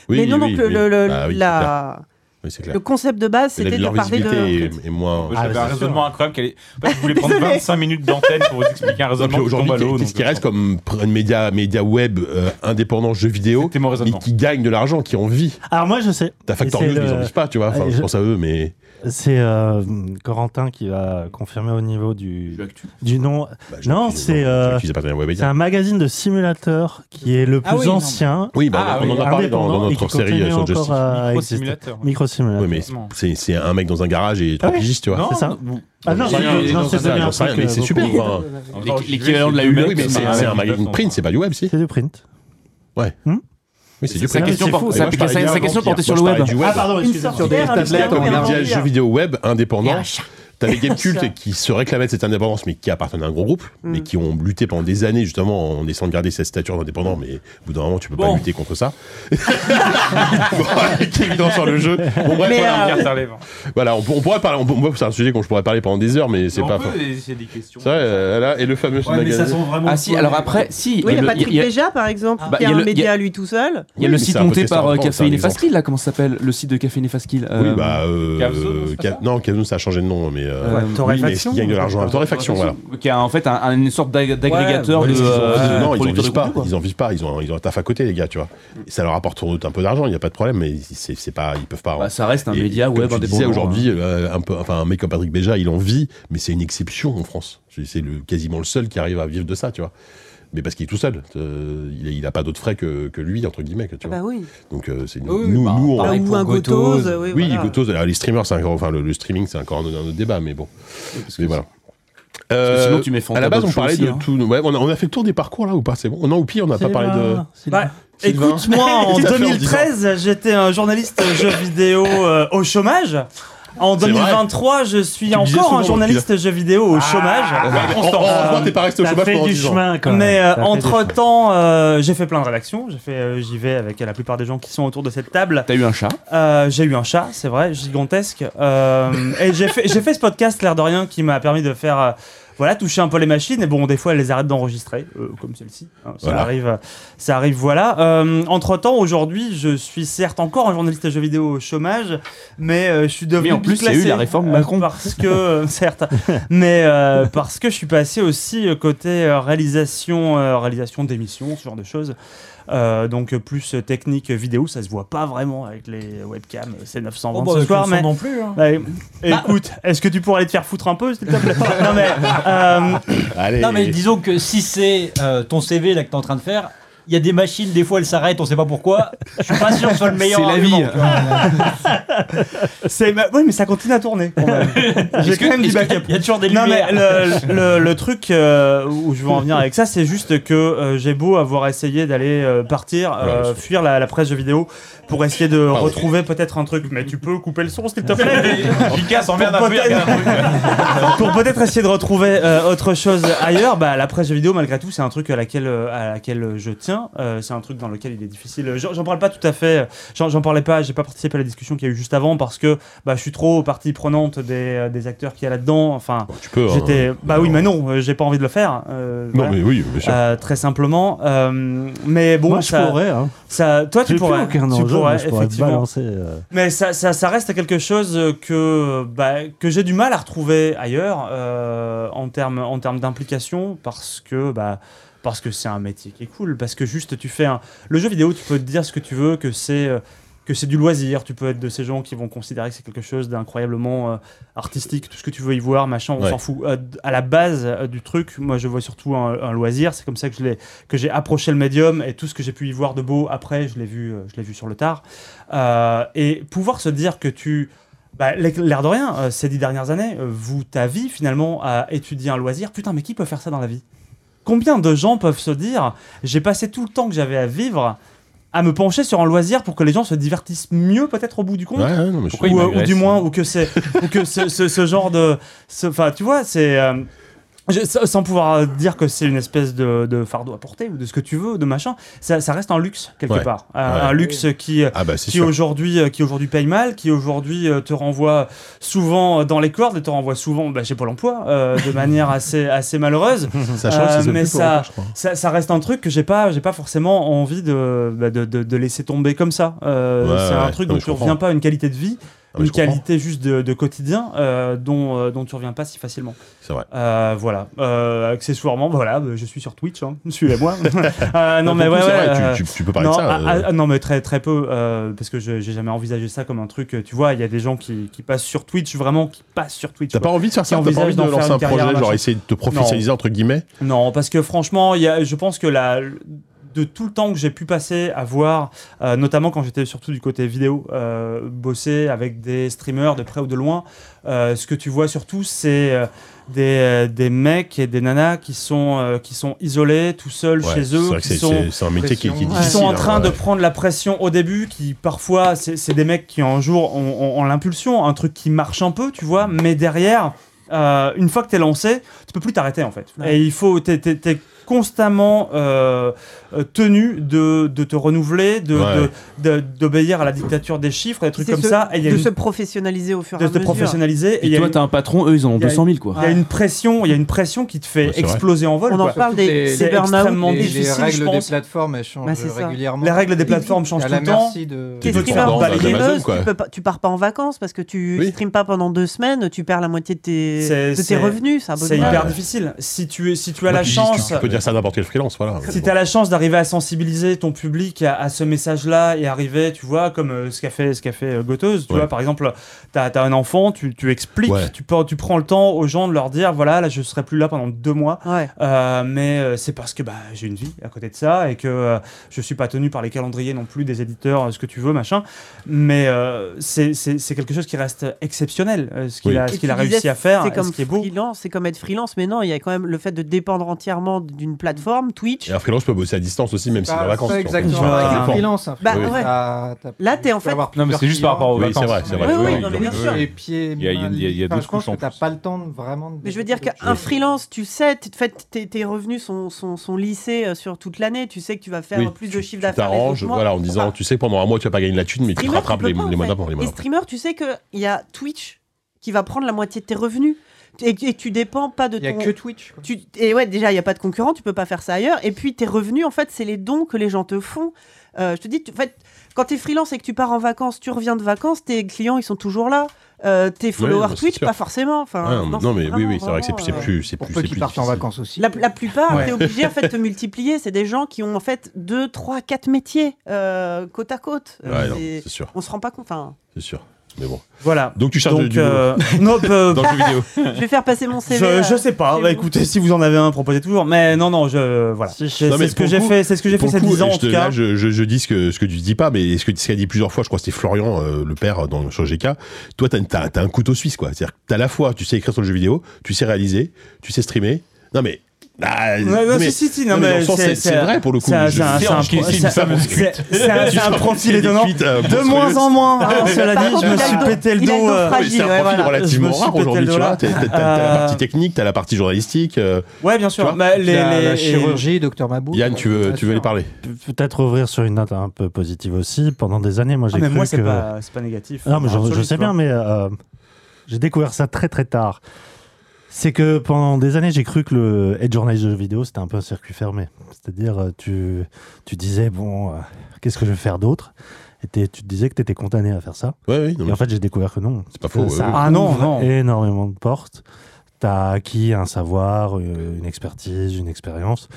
Speaker 4: mais non, donc le, le- le-
Speaker 6: Bah
Speaker 4: la-
Speaker 6: Oui, c'est
Speaker 4: le concept de base, Ah, c'était de parler de.
Speaker 6: est, est moins.
Speaker 7: Ah,
Speaker 18: J'avais un raisonnement incroyable. qu'elle est- En fait, je voulais prendre 25 minutes d'antenne pour vous expliquer un
Speaker 6: Non, puis
Speaker 18: raisonnement qui tombe
Speaker 6: Aujourd'hui,
Speaker 18: à l'eau.
Speaker 6: qu'est-
Speaker 18: donc euh,
Speaker 6: ce qui reste comme pr- média, média web euh, indépendant, jeux vidéo, mais qui gagne de l'argent, qui en vit.
Speaker 3: Alors moi, je sais.
Speaker 6: T'as
Speaker 3: Ah, Et
Speaker 6: Factorio,
Speaker 3: c'est
Speaker 6: mais ils en
Speaker 3: le-
Speaker 6: vivent pas, tu vois. Enfin,
Speaker 3: Et
Speaker 6: je
Speaker 3: je-
Speaker 6: pense à eux, mais.
Speaker 3: C'est euh, Corentin qui va confirmer au niveau du, du
Speaker 6: Bah,
Speaker 3: nom. non, c'est euh,
Speaker 6: Ils appartiennent à Webedia.
Speaker 3: c'est un magazine de simulateurs qui est le plus
Speaker 6: Ah oui, non, mais-
Speaker 3: ancien. Ah,
Speaker 6: Oui, bah, on en a parlé dans, dans notre série euh, sur Justice.
Speaker 3: Micro-simulateur. Micro-simulateur.
Speaker 6: Oui, mais c'est- c'est un mec dans un garage et trois
Speaker 3: Ah oui.
Speaker 6: pigistes, tu vois.
Speaker 3: Non, C'est ça. non. Ah non, c'est- non, c'est devenu
Speaker 6: j'en
Speaker 3: un
Speaker 6: sais rien,
Speaker 3: truc,
Speaker 6: mais
Speaker 3: euh,
Speaker 6: c'est super.
Speaker 3: beaucoup.
Speaker 6: quoi.
Speaker 3: Encore,
Speaker 6: L'équ-
Speaker 3: je
Speaker 6: L'équivalent de la
Speaker 3: vais chez
Speaker 6: ULEP.
Speaker 3: le
Speaker 6: Oui, mais c'est
Speaker 3: mec,
Speaker 6: c'est
Speaker 3: euh,
Speaker 6: un magazine print, c'est pas du web, si. C'est
Speaker 3: du print.
Speaker 6: Ouais. Oui, c'est du
Speaker 5: Sa
Speaker 6: print.
Speaker 5: question
Speaker 6: Hmm C'est
Speaker 5: porte-
Speaker 6: faux.
Speaker 5: sa-
Speaker 6: Et Ah, moi, je
Speaker 5: sa-
Speaker 6: parlais
Speaker 5: sa
Speaker 6: du
Speaker 5: question
Speaker 6: web.
Speaker 5: portait
Speaker 6: Moi,
Speaker 5: sur
Speaker 6: je
Speaker 5: le
Speaker 6: parlais
Speaker 5: web.
Speaker 6: du
Speaker 5: Ah, pardon, excusez-moi.
Speaker 6: Sur des
Speaker 5: Super,
Speaker 6: tablettes,
Speaker 5: super,
Speaker 6: comme
Speaker 5: super.
Speaker 6: média jeux vidéo web indépendant. T'avais
Speaker 5: Ça.
Speaker 6: Gamecult qui se réclamait de cette indépendance, mais qui appartenait à un gros groupe,
Speaker 5: Mm.
Speaker 6: mais qui ont lutté pendant des années, justement, en essayant de garder cette stature d'indépendant, mais au bout d'un moment, tu peux pas lutter contre ça. Bon, qui est évident sur le jeu. Bon, bref,
Speaker 18: Mais,
Speaker 6: voilà.
Speaker 18: euh, Carte à lèvres.
Speaker 6: Voilà, on, on pourrait parler, on- moi, c'est un sujet qu'on je pourrais parler pendant des heures, mais c'est
Speaker 18: on
Speaker 6: pas.
Speaker 18: peut essayer des questions.
Speaker 6: Ça, euh, là, et le fameux
Speaker 18: Ouais, mais ça
Speaker 6: magazine.
Speaker 18: sent vraiment
Speaker 5: Ah si, alors après, si.
Speaker 4: Oui, il y a
Speaker 5: le-
Speaker 4: Patrick
Speaker 5: il y a-
Speaker 4: Béja, par exemple,
Speaker 1: Ah.
Speaker 5: bah,
Speaker 4: qui
Speaker 5: il
Speaker 4: a
Speaker 5: y a
Speaker 4: un
Speaker 5: le- il y a-
Speaker 4: média à lui tout seul.
Speaker 5: Il y a le
Speaker 6: mais c'est
Speaker 5: site
Speaker 6: un
Speaker 5: monté
Speaker 6: podcast
Speaker 5: par euh,
Speaker 6: indépendant, c'est un
Speaker 5: Caféine et
Speaker 6: exemple.
Speaker 5: Faskill, là, comment ça s'appelle Le site de Caféine et Faskill.
Speaker 6: Oui, bah, euh,
Speaker 5: Cavezone,
Speaker 6: Ca- non, Cavezone, ça a changé de nom, mais mais. euh, oui, mais ils gagnent de l'argent à la torréfaction, voilà.
Speaker 5: Qui a en fait un- un- une sorte d'ag- d'agrégateur
Speaker 6: Ouais,
Speaker 5: de.
Speaker 6: parce qu'ils ont-
Speaker 5: euh, de
Speaker 6: non, ils en
Speaker 5: producteurs de
Speaker 6: vivent pas.
Speaker 5: contenu, quoi.
Speaker 6: Ils en vivent pas. Ils ont, ils ont un taf à côté, les gars, tu vois. Ça leur apporte sans doute un peu d'argent, il n'y a pas de problème, mais c'est c'est pas, ils peuvent pas. hein.
Speaker 5: Bah, ça reste un média
Speaker 6: comme
Speaker 5: web
Speaker 6: tu disais
Speaker 5: indépendant, hein.
Speaker 6: aujourd'hui, euh, un peu, enfin, un mec comme Patrick Béja, il en vit, mais c'est une exception en France. C'est- C'est le, quasiment le seul qui arrive à vivre de ça, tu vois. Mais parce qu'il est tout seul, Euh, il, il a pas d'autres frais que, que lui entre guillemets, que, tu vois.
Speaker 4: Bah oui.
Speaker 6: Donc euh, c'est
Speaker 4: Oui,
Speaker 6: nous,
Speaker 4: bah,
Speaker 6: nous, on-
Speaker 4: pareil Ou pour un Gotoz, Gotoz, oui, voilà.
Speaker 6: Gotoz, alors, les streamers, c'est encore, enfin le, le streaming, c'est encore un, autre- un autre débat, mais bon. mais voilà. Euh,
Speaker 5: que sinon, tu mets
Speaker 6: à la
Speaker 5: Fanta
Speaker 6: base, on
Speaker 5: Bob Show
Speaker 6: parlait
Speaker 5: aussi,
Speaker 6: de
Speaker 5: hein.
Speaker 6: tout. ouais, on, a, on a fait le tour des parcours là ou pas C'est bon Non, ou pire, on n'a pas parlé de.
Speaker 1: Bah,
Speaker 6: Sylvain.
Speaker 1: Écoute-moi, en
Speaker 6: Ça fait en
Speaker 1: 2013, j'étais un journaliste jeux vidéo euh, au chômage. En
Speaker 6: C'est vrai.
Speaker 1: 2023, je suis
Speaker 6: Tu le disais
Speaker 1: encore
Speaker 6: souvent,
Speaker 1: un
Speaker 6: donc,
Speaker 1: journaliste jeux vidéo au chômage.
Speaker 6: Ah, ouais, mais en- en- en trois, t'es pas resté au
Speaker 1: t'as
Speaker 6: chômage
Speaker 1: fait
Speaker 6: pendant
Speaker 1: du
Speaker 6: dix ans.
Speaker 1: chemin, quand
Speaker 6: Ouais,
Speaker 1: Mais
Speaker 6: t'as fait du
Speaker 1: entre temps, j'ai fait plein de rédactions. J'ai fait, euh, j'y vais avec euh, la plupart des gens qui sont autour de cette table.
Speaker 5: T'as eu un chat
Speaker 1: Euh, j'ai eu un chat, c'est vrai, gigantesque. Euh, et j'ai fait, j'ai fait ce podcast, l'air de rien, qui m'a permis de faire. euh, voilà, toucher un peu les machines, et bon, des fois, elles les arrêtent d'enregistrer, euh, comme celle-ci. hein, ça
Speaker 6: Voilà.
Speaker 1: arrive, euh, ça arrive, voilà. entre temps, aujourd'hui, je suis certes encore un journaliste à jeux vidéo au chômage, mais euh, je suis devenu.
Speaker 5: Mais en plus, il y a eu
Speaker 1: classé,
Speaker 5: la réforme
Speaker 1: euh,
Speaker 5: Macron.
Speaker 1: Parce que, euh, certes, mais euh, parce que je suis passé aussi euh, côté euh, réalisation, euh, réalisation d'émissions, ce genre de choses. Euh, donc euh, plus euh, technique euh, vidéo, ça se voit pas vraiment avec les webcams euh, C920
Speaker 15: Oh, bah,
Speaker 1: ce
Speaker 15: avec
Speaker 1: soir,
Speaker 15: le
Speaker 1: mais
Speaker 15: son non plus, hein.
Speaker 1: Ouais, écoute, est-ce que tu pourrais aller te faire foutre un peu, s'il te plaît Non mais, euh,
Speaker 15: Allez.
Speaker 2: Non, mais disons que si c'est euh, ton CV là que t'es en train de faire, il y a des machines, des fois elles s'arrêtent, on sait pas pourquoi. Je suis pas sûr que ce soit le meilleur.
Speaker 1: C'est la
Speaker 2: argument,
Speaker 1: vie.
Speaker 2: tu vois.
Speaker 1: c'est ma- oui, mais ça continue à tourner. quand même. J'ai
Speaker 2: Est-ce
Speaker 1: quand
Speaker 2: que-
Speaker 1: même du
Speaker 2: est-ce
Speaker 1: backup.
Speaker 2: qu'il y a toujours des
Speaker 1: Non mais
Speaker 2: lumières
Speaker 1: le, le- le truc euh, où je veux en venir avec ça, c'est juste que euh, j'ai beau avoir essayé d'aller euh, partir, euh, fuir la, la presse de vidéo pour essayer de retrouver peut-être un truc. Mais tu peux couper le son, s'il te plaît.
Speaker 18: Jika s'emmerde
Speaker 1: Pour
Speaker 18: un peu. il
Speaker 1: peut-être-
Speaker 18: regarde un truc.
Speaker 1: Euh, pour peut-être essayer de retrouver euh, autre chose ailleurs, bah, la presse de vidéo, malgré tout, c'est un truc à laquelle, euh, à laquelle je tiens. Euh, c'est un truc dans lequel il est difficile. J'en j'en parle pas tout à fait. J'en j'en parlais pas. J'ai pas participé à la discussion qu'il y a eu juste avant parce que bah, je suis trop partie prenante des, euh, des acteurs qu'il y a là-dedans. Enfin,
Speaker 6: peux, hein.
Speaker 1: J'étais. Bah oui, mais non, euh, j'ai pas envie de le faire. euh,
Speaker 6: Non, mais oui, bien sûr.
Speaker 1: Euh, très simplement. Euh, mais bon,
Speaker 3: Moi, je
Speaker 1: ça,
Speaker 3: pourrais, hein.
Speaker 1: ça- toi, tu
Speaker 3: J'ai plus
Speaker 1: pourrais.
Speaker 3: aucun
Speaker 1: tu
Speaker 3: enjeu, mais
Speaker 1: pourrais,
Speaker 3: je pourrais
Speaker 1: effectivement.
Speaker 3: balancer, euh.
Speaker 1: Mais ça, ça, ça reste quelque chose que, bah, que j'ai du mal à retrouver ailleurs euh, en termes en termes d'implication parce que bah, parce que c'est un métier qui est cool parce que juste tu fais un le jeu vidéo tu peux te dire ce que tu veux que c'est euh, que c'est du loisir, tu peux être de ces gens qui vont considérer que c'est quelque chose d'incroyablement euh, artistique, tout ce que tu veux y voir, machin, on
Speaker 6: Ouais.
Speaker 1: s'en fout. Euh, d- à la base euh, du truc, moi je vois surtout un, un loisir, c'est comme ça que je l'ai- que j'ai approché le médium et tout ce que j'ai pu y voir de beau après, je l'ai vu, euh, je l'ai vu sur le tard. Euh, et pouvoir se dire que tu bah, l'air- l'air de rien, euh, ces dix dernières années, euh, vous, ta vie finalement, à étudier un loisir, putain, mais qui peut faire ça dans la vie Combien de gens peuvent se dire, j'ai passé tout le temps que j'avais à vivre à me pencher sur un loisir pour que les gens se divertissent mieux peut-être au bout du compte
Speaker 6: Ouais, ouais, non, mais je- Pourquoi
Speaker 1: ou,
Speaker 6: ils
Speaker 1: euh, ou
Speaker 6: m'agressent
Speaker 1: du moins ou que c'est ou que ce, ce- ce genre de ce- enfin tu vois c'est euh, je- sa- sans pouvoir euh, dire que c'est une espèce de, de fardeau à porter ou de ce que tu veux de machin ça, ça reste un luxe quelque
Speaker 6: Ouais.
Speaker 1: part Un-
Speaker 6: Ouais.
Speaker 1: un luxe qui
Speaker 6: Ah bah, c'est
Speaker 1: qui
Speaker 6: sûr.
Speaker 1: aujourd'hui euh, qui aujourd'hui paye mal qui aujourd'hui euh, te renvoie souvent euh, dans les cordes et te renvoie souvent bah, chez Pôle Emploi euh, de manière assez assez malheureuse Euh,
Speaker 6: Ça change, ça se fait
Speaker 1: mais
Speaker 6: plus pour
Speaker 1: ça,
Speaker 6: encore, je crois.
Speaker 1: ça ça reste un truc que j'ai pas j'ai pas forcément envie de, bah, de, de- de laisser tomber comme ça Euh,
Speaker 6: Ouais,
Speaker 1: c'est
Speaker 6: ouais,
Speaker 1: un
Speaker 6: ouais.
Speaker 1: truc
Speaker 6: Non,
Speaker 1: dont
Speaker 6: mais je
Speaker 1: tu reviens
Speaker 6: comprends.
Speaker 1: pas à une qualité de vie
Speaker 6: Ah, mais
Speaker 1: une
Speaker 6: je comprends.
Speaker 1: qualité juste de, de quotidien euh, dont, euh, dont tu reviens pas si facilement.
Speaker 6: C'est vrai.
Speaker 1: voilà. Euh, accessoirement, voilà, bah, je suis sur Twitch, hein. suivez-moi. Euh, non,
Speaker 6: Non,
Speaker 1: mais
Speaker 6: pour
Speaker 1: ouais,
Speaker 6: le Bah, coup,
Speaker 1: ouais,
Speaker 6: c'est vrai, tu-
Speaker 1: euh,
Speaker 6: tu- tu peux parler
Speaker 1: non,
Speaker 6: de ça,
Speaker 1: ah,
Speaker 6: euh.
Speaker 1: ah, non, mais très, très peu, euh, parce que je j'ai jamais envisagé ça comme un truc. euh, Tu vois, il y a des gens qui, qui passent sur Twitch, vraiment, qui passent sur Twitch.
Speaker 6: T'as pas
Speaker 1: quoi.
Speaker 6: envie de faire
Speaker 1: Qui
Speaker 6: ça T'as pas
Speaker 1: envisagent
Speaker 6: envie de
Speaker 1: d'en faire
Speaker 6: lancer
Speaker 1: une
Speaker 6: un
Speaker 1: carrière,
Speaker 6: projet, genre
Speaker 1: machin.
Speaker 6: essayer de te professionnaliser, entre guillemets
Speaker 1: Non, parce que franchement, il y a, je pense que la, de tout le temps que j'ai pu passer à voir, euh, notamment quand j'étais surtout du côté vidéo, euh, bosser avec des streamers de près ou de loin, euh, ce que tu vois surtout, c'est euh, des, des mecs et des nanas qui sont, euh, qui sont isolés, tout seuls
Speaker 6: Ouais,
Speaker 1: chez eux.
Speaker 6: c'est vrai que
Speaker 1: qui
Speaker 6: c'est-
Speaker 1: sont-
Speaker 6: c'est- c'est un métier qui- qui
Speaker 1: Ils
Speaker 6: est difficile,
Speaker 1: sont en
Speaker 6: hein,
Speaker 1: train de
Speaker 6: ouais.
Speaker 1: prendre la pression au début, qui parfois, c'est c'est des mecs qui un jour ont, ont- ont l'impulsion, un truc qui marche un peu, tu vois, mais derrière, euh, une fois que t'es lancé, tu peux plus t'arrêter en fait. Et il faut, t'es- t'es- t'es constamment euh, euh, tenu de, de te renouveler, de-
Speaker 6: Ouais.
Speaker 1: de- de- d'obéir à la dictature des chiffres, et des trucs comme ça. Et il y a
Speaker 4: de
Speaker 1: une-
Speaker 4: se professionnaliser au fur et
Speaker 1: de
Speaker 4: à
Speaker 1: se
Speaker 4: mesure.
Speaker 1: professionnaliser.
Speaker 5: Et
Speaker 1: il y a
Speaker 5: toi,
Speaker 1: une-
Speaker 5: t'as un patron, eux, ils en ont
Speaker 1: il y a
Speaker 5: 200 000,
Speaker 1: une-
Speaker 5: quoi.
Speaker 1: Il y a une pression, il y a une pression qui te fait
Speaker 5: Ouais, c'est vrai.
Speaker 1: exploser en vol.
Speaker 4: On en
Speaker 1: quoi.
Speaker 4: parle des-
Speaker 1: C'est
Speaker 4: des burn-out,
Speaker 1: extrêmement
Speaker 4: des- des
Speaker 1: difficile,
Speaker 4: règles
Speaker 1: je
Speaker 4: des
Speaker 1: pense.
Speaker 8: plateformes, elles changent
Speaker 4: Bah, c'est ça.
Speaker 8: régulièrement.
Speaker 1: Les règles des plateformes changent
Speaker 8: à
Speaker 1: tout
Speaker 8: la
Speaker 1: le temps.
Speaker 8: merci de-
Speaker 4: T'es
Speaker 8: T'es
Speaker 4: streamer
Speaker 8: dépendant d'Amazon,
Speaker 4: balayeuse,
Speaker 8: quoi.
Speaker 4: tu, peux pas- tu pars pas en vacances parce que tu streames pas pendant deux semaines, tu perds la moitié de tes,
Speaker 1: C'est-
Speaker 4: de tes
Speaker 1: c'est-
Speaker 4: revenus. C'est un
Speaker 1: C'est
Speaker 4: bonheur.
Speaker 1: hyper difficile. Si tu, es- si tu as la
Speaker 6: Tu dis-
Speaker 1: chance.
Speaker 6: Tu peux dire ça à n'importe quel freelance, voilà.
Speaker 1: Si tu as la chance d'arriver à sensibiliser ton public à, à ce message-là et arriver, tu vois, comme euh, ce qu'a fait, ce qu'a fait euh, Goteuse, tu
Speaker 6: Ouais.
Speaker 1: vois, par exemple, tu as, un enfant, tu, tu expliques,
Speaker 6: Ouais.
Speaker 1: tu, peux- tu prends le temps aux gens de leur dire, voilà, là, je serai plus là pendant deux mois, Euh, mais euh, c'est parce que bah, j'ai une vie à côté de ça et que euh, je suis pas tenu par les calendriers non plus des éditeurs, euh, ce que tu veux, machin. Mais euh, c'est- c'est c'est quelque chose qui reste exceptionnel, euh, ce qu'il
Speaker 4: Oui.
Speaker 1: a,
Speaker 4: Et
Speaker 1: ce
Speaker 4: tu
Speaker 1: qu'il a
Speaker 4: disais,
Speaker 1: réussi à faire,
Speaker 4: C'est
Speaker 1: ce
Speaker 4: comme,
Speaker 1: qui est beau.
Speaker 4: freelance, c'est comme être freelance, mais non, il y a quand même le fait de dépendre entièrement d'une plateforme, Twitch.
Speaker 6: Et un freelance peut bosser à distance aussi, même si
Speaker 4: Bah,
Speaker 6: en vacances.
Speaker 4: pas
Speaker 6: tu vois.
Speaker 4: exactement.
Speaker 6: Ça
Speaker 4: Ouais.
Speaker 6: dépend.
Speaker 4: Un freelance, un freelance.
Speaker 6: Oui.
Speaker 4: Bah, ouais. Là, t'es en fait.
Speaker 18: Non, mais c'est juste par rapport aux
Speaker 6: Oui,
Speaker 18: vacances.
Speaker 6: c'est vrai, c'est vrai.
Speaker 4: Oui, oui,
Speaker 6: Ouais,
Speaker 4: non, mais
Speaker 6: il
Speaker 4: bien
Speaker 6: doit-
Speaker 4: sûr.
Speaker 6: ouais.
Speaker 8: Et pieds.
Speaker 18: Il y a- il y a- il y a
Speaker 8: liés.
Speaker 18: d'autres
Speaker 8: je pense
Speaker 18: couches, en
Speaker 8: que t'as pas le temps de vraiment. de-
Speaker 4: Mais je veux dire qu'un freelance, tu sais, t- en fait, tes, tes revenus sont, sont, sont lissés euh, sur toute l'année. Tu sais que tu vas faire
Speaker 6: Oui,
Speaker 4: plus de chiffre d'affaires. les
Speaker 6: T'arranges,
Speaker 4: autres mois.
Speaker 6: voilà, en disant, tu sais, pendant un mois, tu vas pas gagner de la thune, mais tu te
Speaker 4: Streamer,
Speaker 6: rattrapes
Speaker 4: tu peux
Speaker 6: les,
Speaker 4: pas, en
Speaker 6: les mois
Speaker 4: fait.
Speaker 6: d'avant. les mois
Speaker 4: Et
Speaker 6: d'après.
Speaker 4: streamer, tu sais qu'il y a Twitch qui va prendre la moitié de tes revenus. Et, et tu dépends pas de ton.
Speaker 8: Il y a que Twitch.
Speaker 4: Tu- Et ouais, déjà, il n'y a pas de concurrent, tu peux pas faire ça ailleurs. Et puis, tes revenus, en fait, c'est les dons que les gens te font. Euh, je te dis, tu- en fait, quand t'es freelance et que tu pars en vacances, tu reviens de vacances, tes clients, ils sont toujours là. Euh, tes
Speaker 6: bah,
Speaker 4: followers
Speaker 6: c'est
Speaker 4: Twitch,
Speaker 6: sûr.
Speaker 4: pas forcément. Enfin,
Speaker 6: Ouais, non, mais oui, oui, c'est vrai que c'est
Speaker 4: vraiment, euh,
Speaker 6: c'est plus. c'est
Speaker 8: Pour
Speaker 6: plus-
Speaker 8: peu
Speaker 6: c'est
Speaker 8: qui
Speaker 6: plus
Speaker 8: partent en
Speaker 6: difficile.
Speaker 8: vacances aussi.
Speaker 4: La, la plupart,
Speaker 6: Ouais.
Speaker 4: t'es obligé en fait de te multiplier. C'est des gens qui ont en fait 2, 3, 4 métiers euh, côte à côte. Euh,
Speaker 6: Ouais, non, c'est sûr.
Speaker 4: On se rend pas compte. Enfin,
Speaker 6: C'est sûr. Mais bon.
Speaker 1: Voilà.
Speaker 6: Donc tu charges
Speaker 1: Donc,
Speaker 6: du.
Speaker 1: euh, non,
Speaker 6: non,
Speaker 1: peu-
Speaker 6: Dans le jeu vidéo.
Speaker 4: je vais faire passer mon CV.
Speaker 1: Je,
Speaker 4: euh,
Speaker 1: je sais pas. Bah, écoutez, si vous en avez un, proposez toujours. Mais non, non, je voilà. C'est
Speaker 6: Non,
Speaker 1: c'est
Speaker 6: mais
Speaker 1: ce que
Speaker 6: pour
Speaker 1: j'ai
Speaker 6: le coup-
Speaker 1: fait. C'est ce que j'ai fait
Speaker 6: pour le
Speaker 1: ces
Speaker 6: coup,
Speaker 1: 10 ans
Speaker 6: je
Speaker 1: en
Speaker 6: te-
Speaker 1: tout
Speaker 6: là,
Speaker 1: cas.
Speaker 6: je, je- je dis ce que, ce que tu dis pas, mais ce que ce qu'a dit plusieurs fois, je crois que c'était Florian, euh, le père dans sur GK. Toi, t'as, t'as- t'as un couteau suisse, quoi. C'est-à-dire que t'as à la fois, tu sais écrire sur le jeu vidéo, tu sais réaliser, tu sais streamer. Non, mais. ah,
Speaker 1: Ouais, non, si, si, si, non, mais
Speaker 6: dans le sens,
Speaker 1: c'est-
Speaker 6: c'est,
Speaker 1: c'est
Speaker 6: c'est
Speaker 1: un-
Speaker 6: vrai pour le coup.
Speaker 1: c'est un-
Speaker 6: Je
Speaker 1: c'est un-
Speaker 6: sais
Speaker 1: c'est un-
Speaker 6: ce qu'il
Speaker 1: c'est-
Speaker 6: filme,
Speaker 1: c'est-
Speaker 6: ça, mon script.
Speaker 1: c'est un- c'est un
Speaker 6: Je
Speaker 1: profil
Speaker 6: sais des
Speaker 1: étonnant.
Speaker 6: cuites, euh,
Speaker 1: De moins
Speaker 6: monstrueuses.
Speaker 1: en moins, hein, cela dit, je me suis pété le dos, euh,
Speaker 6: Oui, C'est un
Speaker 1: ouais,
Speaker 6: profil
Speaker 1: voilà.
Speaker 6: relativement
Speaker 1: Je me suis
Speaker 6: rare
Speaker 1: pété le
Speaker 6: aujourd'hui, tu
Speaker 1: dos là.
Speaker 6: vois. T'as t'as- t'as la
Speaker 1: Euh,
Speaker 6: partie technique, t'as la partie journalistique. euh,
Speaker 1: Ouais, bien
Speaker 6: tu
Speaker 1: sûr.
Speaker 6: vois.
Speaker 1: Bah, les,
Speaker 6: La- la
Speaker 1: les-
Speaker 6: chirurgie,
Speaker 8: J'ai Docteur Mabou.
Speaker 6: Yann, tu veux, tu veux aller parler
Speaker 3: Peut-être ouvrir sur une note un peu positive aussi. Pendant des années, moi, j'ai
Speaker 1: Ah, mais
Speaker 3: cru
Speaker 1: moi, c'est
Speaker 3: que-
Speaker 1: pas- c'est pas négatif.
Speaker 3: Non, mais je,
Speaker 1: Absolument,
Speaker 3: je sais
Speaker 1: tu vois.
Speaker 3: bien, mais euh, j'ai découvert ça très très tard. C'est que pendant des années, j'ai cru que le head journalist de jeux vidéo, c'était un peu un circuit fermé. C'est-à-dire, euh, tu, tu disais, bon, euh, qu'est-ce que je vais faire d'autre Et t'es- tu te disais que tu étais condamné à faire ça.
Speaker 6: oui, non,
Speaker 3: Et en fait, j'ai découvert que non. C'est
Speaker 6: pas faux,
Speaker 3: Ça
Speaker 6: ouais, ouais.
Speaker 1: Ah non,
Speaker 3: ouvre
Speaker 1: non.
Speaker 3: énormément de portes. T'as acquis un savoir, euh, une expertise, une expérience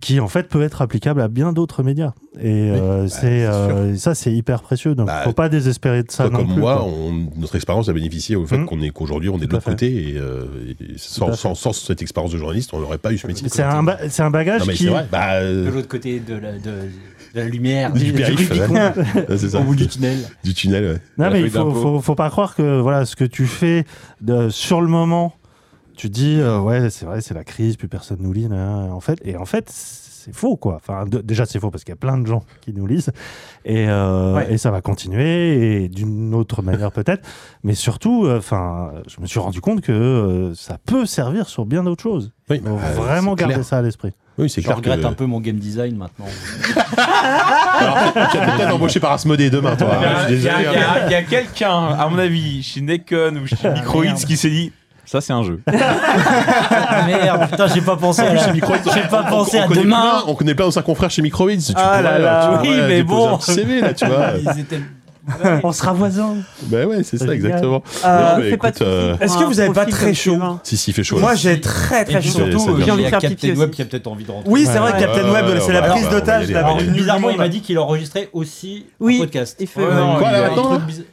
Speaker 3: qui en fait peut être applicable à bien d'autres médias. Et
Speaker 6: Bah,
Speaker 3: euh, c'est euh, ça, c'est hyper précieux. Donc, faut pas désespérer de ça
Speaker 6: Toi
Speaker 3: non
Speaker 6: comme
Speaker 3: plus,
Speaker 6: moi,
Speaker 3: quoi. Hum.
Speaker 6: on- notre expérience a bénéficié au fait qu'on est qu'aujourd'hui on est de l'autre côté et, euh, et
Speaker 3: Tout
Speaker 6: sans,
Speaker 3: à fait.
Speaker 6: sans- sans cette expérience de journaliste, on n'aurait pas eu ce métier.
Speaker 3: C'est un, ba- c'est un bagage
Speaker 6: Non, mais
Speaker 3: qui.
Speaker 6: c'est vrai. Bah, euh,
Speaker 13: De l'autre côté de la, de- de la lumière,
Speaker 6: du
Speaker 13: du, du
Speaker 6: périph',
Speaker 13: Rubicon,
Speaker 6: ouais. Ouais, c'est ça.
Speaker 13: au bout du tunnel.
Speaker 6: Du tunnel, ouais.
Speaker 3: Non,
Speaker 6: La
Speaker 3: mais
Speaker 6: feuille
Speaker 3: il faut,
Speaker 6: d'impôt.
Speaker 3: faut, faut pas croire que voilà, ce que tu fais de- sur le moment, tu dis euh, ouais, c'est vrai, c'est la crise, plus personne nous lit. nan, nan, nan. en fait, et en fait, c'est faux quoi. Enfin, de- déjà, c'est faux parce qu'il y a plein de gens qui nous lisent et, euh,
Speaker 1: Ouais.
Speaker 3: et ça va continuer et d'une autre manière peut-être. Mais surtout, euh, enfin, je me suis rendu compte que euh, ça peut servir sur bien d'autres choses. Il faut
Speaker 6: bah,
Speaker 3: vraiment
Speaker 6: c'est
Speaker 3: garder
Speaker 6: clair.
Speaker 3: ça à l'esprit.
Speaker 6: Oui, c'est
Speaker 13: Je
Speaker 6: clair
Speaker 13: regrette
Speaker 6: que-
Speaker 13: un peu mon game design maintenant.
Speaker 6: Tu vas peut-être embauché par Asmodée demain, toi.
Speaker 7: Il y
Speaker 13: Ah,
Speaker 6: Je
Speaker 7: a-
Speaker 6: suis
Speaker 7: il y a, il
Speaker 6: désolé. hein.
Speaker 7: y a- il y a quelqu'un, à mon avis, chez Nekon ou
Speaker 13: Ah,
Speaker 7: chez Microids, qui s'est dit ça, c'est un jeu.
Speaker 13: Ah, Merde, putain, j'ai pas pensé à
Speaker 6: Chez Microïd,
Speaker 13: J'ai pas
Speaker 6: on-
Speaker 13: pensé
Speaker 6: on
Speaker 13: à
Speaker 6: connaît
Speaker 13: demain.
Speaker 6: plein- on connaît plein d'anciens confrères chez Microïd. Si tu
Speaker 13: Ah
Speaker 6: pourrais,
Speaker 13: là là,
Speaker 6: tu vois,
Speaker 13: oui, mais
Speaker 6: déposer
Speaker 13: bon.
Speaker 6: un petit CV, là, tu vois.
Speaker 13: Ils étaient-
Speaker 3: On sera voisins.
Speaker 6: Ben ouais, c'est ça,
Speaker 1: génial.
Speaker 6: exactement.
Speaker 1: Euh,
Speaker 13: Ah,
Speaker 6: Non, mais
Speaker 1: fais pas
Speaker 6: écoute, euh,
Speaker 1: Est-ce que vous avez pas très chaud
Speaker 6: Si, si, il fait chaud.
Speaker 1: Moi,
Speaker 6: là.
Speaker 1: j'ai très
Speaker 13: Et
Speaker 1: très
Speaker 13: puis
Speaker 1: chaud.
Speaker 13: surtout,
Speaker 6: Ça devient
Speaker 13: il y
Speaker 6: chaud.
Speaker 13: a Captain Web qui a peut-être envie de rentrer.
Speaker 1: Oui, c'est vrai, Captain Web, c'est la prise d'otage.
Speaker 13: Alors, bizarrement, il m'a dit qu'il enregistrait aussi un podcast.
Speaker 4: Il
Speaker 7: Ouais, non, il avait-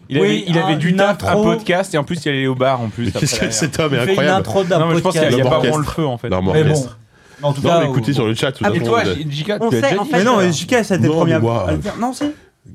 Speaker 7: Il avait,
Speaker 13: Oui,
Speaker 7: il avait
Speaker 13: un-
Speaker 7: du
Speaker 13: une
Speaker 7: taf, un
Speaker 13: intro.
Speaker 7: podcast, et en plus, il allait au bar en plus.
Speaker 6: Qu'est-ce
Speaker 7: après,
Speaker 6: que
Speaker 7: derrière.
Speaker 6: cet homme est
Speaker 7: Il fait une
Speaker 6: incroyable.
Speaker 7: intro d'un
Speaker 6: Non, mais je pense
Speaker 7: podcast.
Speaker 6: qu'il y a- il y a
Speaker 7: L'homme
Speaker 6: pas vraiment
Speaker 7: orchestre.
Speaker 6: le feu, en fait.
Speaker 7: L'homme
Speaker 6: Mais bon.
Speaker 7: orchestre.
Speaker 13: En tout
Speaker 6: Non,
Speaker 13: cas,
Speaker 6: mais écoutez
Speaker 13: on-
Speaker 6: sur le chat. tout
Speaker 7: Ah, mais
Speaker 6: à
Speaker 7: toi,
Speaker 6: fait,
Speaker 7: J- Jika,
Speaker 4: On
Speaker 7: tu as
Speaker 4: sait,
Speaker 7: déjà
Speaker 4: en
Speaker 7: dit-
Speaker 4: fait,
Speaker 1: Mais non, JK, ça a été le
Speaker 6: Non,
Speaker 1: premier
Speaker 6: mais moi,
Speaker 1: à le
Speaker 6: euh,
Speaker 1: faire. Non, si.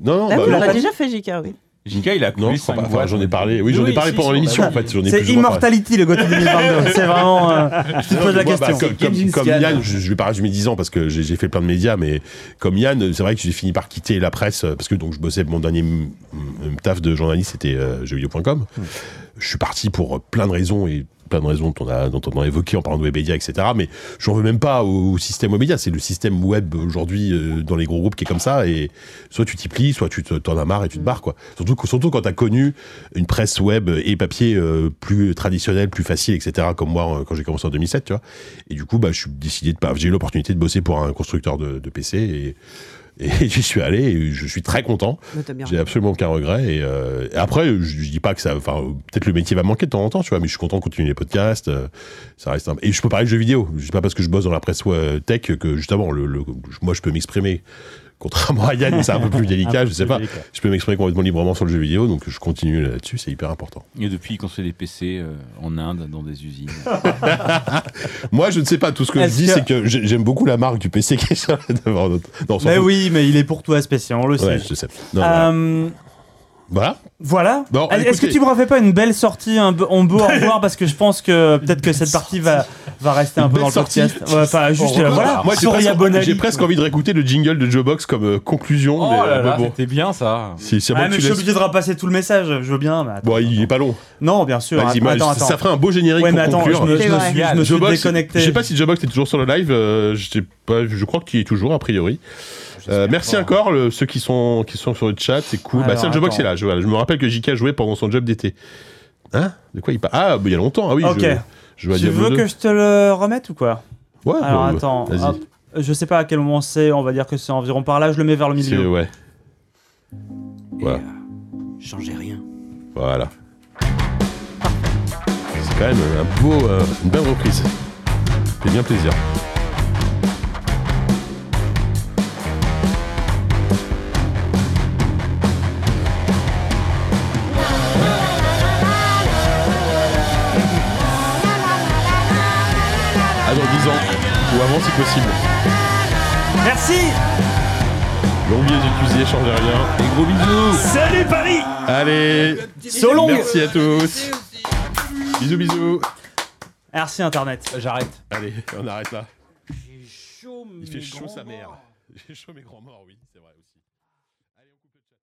Speaker 6: Non, non, bah,
Speaker 4: Ah oui, on
Speaker 6: non,
Speaker 4: l'a
Speaker 6: pas-
Speaker 4: déjà fait, JK, oui.
Speaker 7: Jika, il a coulé
Speaker 6: Non, je crois
Speaker 7: cinq
Speaker 6: pas. Enfin,
Speaker 7: boîtes.
Speaker 6: j'en ai parlé. Oui, j'en ai
Speaker 7: Oui,
Speaker 6: parlé
Speaker 7: si,
Speaker 6: pendant
Speaker 7: si,
Speaker 6: l'émission,
Speaker 7: on l'a
Speaker 6: en fait.
Speaker 7: dit.
Speaker 6: J'en ai
Speaker 1: C'est
Speaker 6: plus ou moins parlé.
Speaker 1: Immortality, le GOTY 2022. C'est vraiment. euh, Je te
Speaker 6: Non,
Speaker 1: pose
Speaker 6: mais
Speaker 1: la
Speaker 6: moi, bah,
Speaker 1: question.
Speaker 6: comme- comme- Comme Yann, je, je vais pas résumer 10 ans parce que j'ai j'ai fait plein de médias, mais comme Yann, c'est vrai que j'ai fini par quitter la presse euh, parce que donc je bossais mon dernier m-
Speaker 1: Hmm.
Speaker 6: m- taf de journaliste, c'était euh, jeuxvideo.com. Je suis parti pour euh, plein de raisons et plein de raisons dont on a, dont on a évoqué en parlant de Webedia, etc. Mais j'en veux même pas au, au système Webedia. C'est le système web aujourd'hui euh, dans les gros groupes qui est comme ça. Et soit tu t'y plies, soit tu te- t'en as marre et
Speaker 4: Mm.
Speaker 6: tu te barres, quoi. Surtout, que- surtout quand t'as connu une presse web et papier euh, plus traditionnelle, plus facile, etc. Comme moi, euh, quand j'ai commencé en 2007, tu vois. Et du coup, bah, je suis décidé de pas. J'ai eu l'opportunité de bosser pour un constructeur de, de PC et. Et j'y suis allé, et je suis très content.
Speaker 4: Mais Bah, t'as bien
Speaker 6: J'ai absolument aucun regret. Et, euh, et après, je, je dis pas que ça. Enfin, peut-être le métier va me manquer de temps en temps, tu vois, mais je suis content de continuer les podcasts. euh, ça reste un- Et je peux parler de jeux vidéo. Je dis pas parce que je bosse dans la presse euh, tech que justement, le, le- moi, je peux m'exprimer. Contrairement à Yann, mais c'est un peu plus délicat,
Speaker 18: Un peu
Speaker 6: je sais
Speaker 18: plus
Speaker 6: pas.
Speaker 18: délicat.
Speaker 6: Je peux m'exprimer complètement librement sur le jeu vidéo, donc je continue là-dessus, c'est hyper important.
Speaker 18: Et depuis, il construit des PC euh, en Inde, dans des usines.
Speaker 6: Moi, je ne sais pas. Tout ce que je
Speaker 1: Est-ce
Speaker 6: dis,
Speaker 1: que-
Speaker 6: c'est que j'ai- j'aime beaucoup la marque du PC qui est sur la devant notre. Non, on s'en
Speaker 1: Mais
Speaker 6: fout.
Speaker 1: oui, mais il est pour toi spécial, on le
Speaker 6: Ouais,
Speaker 1: sait.
Speaker 6: je sais. Non,
Speaker 1: Euh,
Speaker 6: Voilà.
Speaker 1: Voilà.
Speaker 6: Bon,
Speaker 1: Est-ce que
Speaker 6: écoutez.
Speaker 1: tu me refais pas une belle sortie, un, be- un beau au revoir parce que je pense que peut-être que cette partie va, va rester un peu dans le podcast. Ouais, enfin, juste euh, voilà.
Speaker 6: Moi, j'ai
Speaker 1: Soria
Speaker 6: presque,
Speaker 1: Bonali.
Speaker 6: j'ai presque envie de réécouter le jingle de Joebox comme euh, conclusion.
Speaker 1: Oh
Speaker 6: mais,
Speaker 1: là
Speaker 6: euh,
Speaker 1: là,
Speaker 6: bon,
Speaker 1: c'était
Speaker 18: bien ça.
Speaker 6: Si, si à
Speaker 1: Ah,
Speaker 6: moins que
Speaker 1: mais
Speaker 6: tu
Speaker 1: je suis
Speaker 6: laisses-
Speaker 1: obligé de repasser tout le message, je veux bien. Mais attends.
Speaker 6: Bon, il est pas long.
Speaker 1: Non, bien sûr.
Speaker 6: Vas-y,
Speaker 1: Attends,
Speaker 6: moi,
Speaker 1: attends,
Speaker 6: ça
Speaker 1: attends.
Speaker 6: ferait un beau générique
Speaker 1: Ouais,
Speaker 6: pour
Speaker 1: mais attends,
Speaker 6: conclure.
Speaker 1: je me- je me suis- je me suis
Speaker 6: Joebox,
Speaker 1: déconnecté.
Speaker 6: Je sais pas si Joebox est toujours sur le live. euh, je, sais pas, je crois qu'il est toujours, a priori. Euh, merci encore le- ceux qui sont, qui sont sur le chat, c'est cool. bah,
Speaker 18: Alors,
Speaker 6: tiens, Joebox
Speaker 18: attends.
Speaker 6: est là. Je, voilà, je me rappelle que JK jouait pendant son job d'été. Hein De quoi il parle Ah, bah, il y a longtemps. Ah oui,
Speaker 1: Ok.
Speaker 6: je, je vois
Speaker 1: tu
Speaker 6: Diablo
Speaker 1: veux
Speaker 6: 2.
Speaker 1: que je te le remette ou quoi
Speaker 6: Ouais,
Speaker 1: Alors
Speaker 6: bah, bah,
Speaker 1: attends,
Speaker 6: vas-y.
Speaker 1: hop. je sais pas à quel moment c'est, on va dire que c'est environ par là, je le mets vers le
Speaker 6: C'est-
Speaker 1: milieu.
Speaker 6: Ouais. Voilà.
Speaker 20: euh, Changez rien.
Speaker 6: Voilà. C'est quand même un beau, euh, une belle reprise. Fait bien plaisir. À dans 10 Ah ans, ou avant si possible.
Speaker 1: Merci
Speaker 6: Longue vie aux étudiés, changez rien. Et gros bisous
Speaker 1: Salut Paris
Speaker 6: Allez
Speaker 1: So long.
Speaker 6: Merci à tous Bisous bisous
Speaker 1: Merci Internet.
Speaker 18: J'arrête.
Speaker 6: Allez, on arrête là. Il fait chaud sa mère. J'ai chaud mes grands morts, oui, c'est vrai aussi. Allez, on coupe le chat.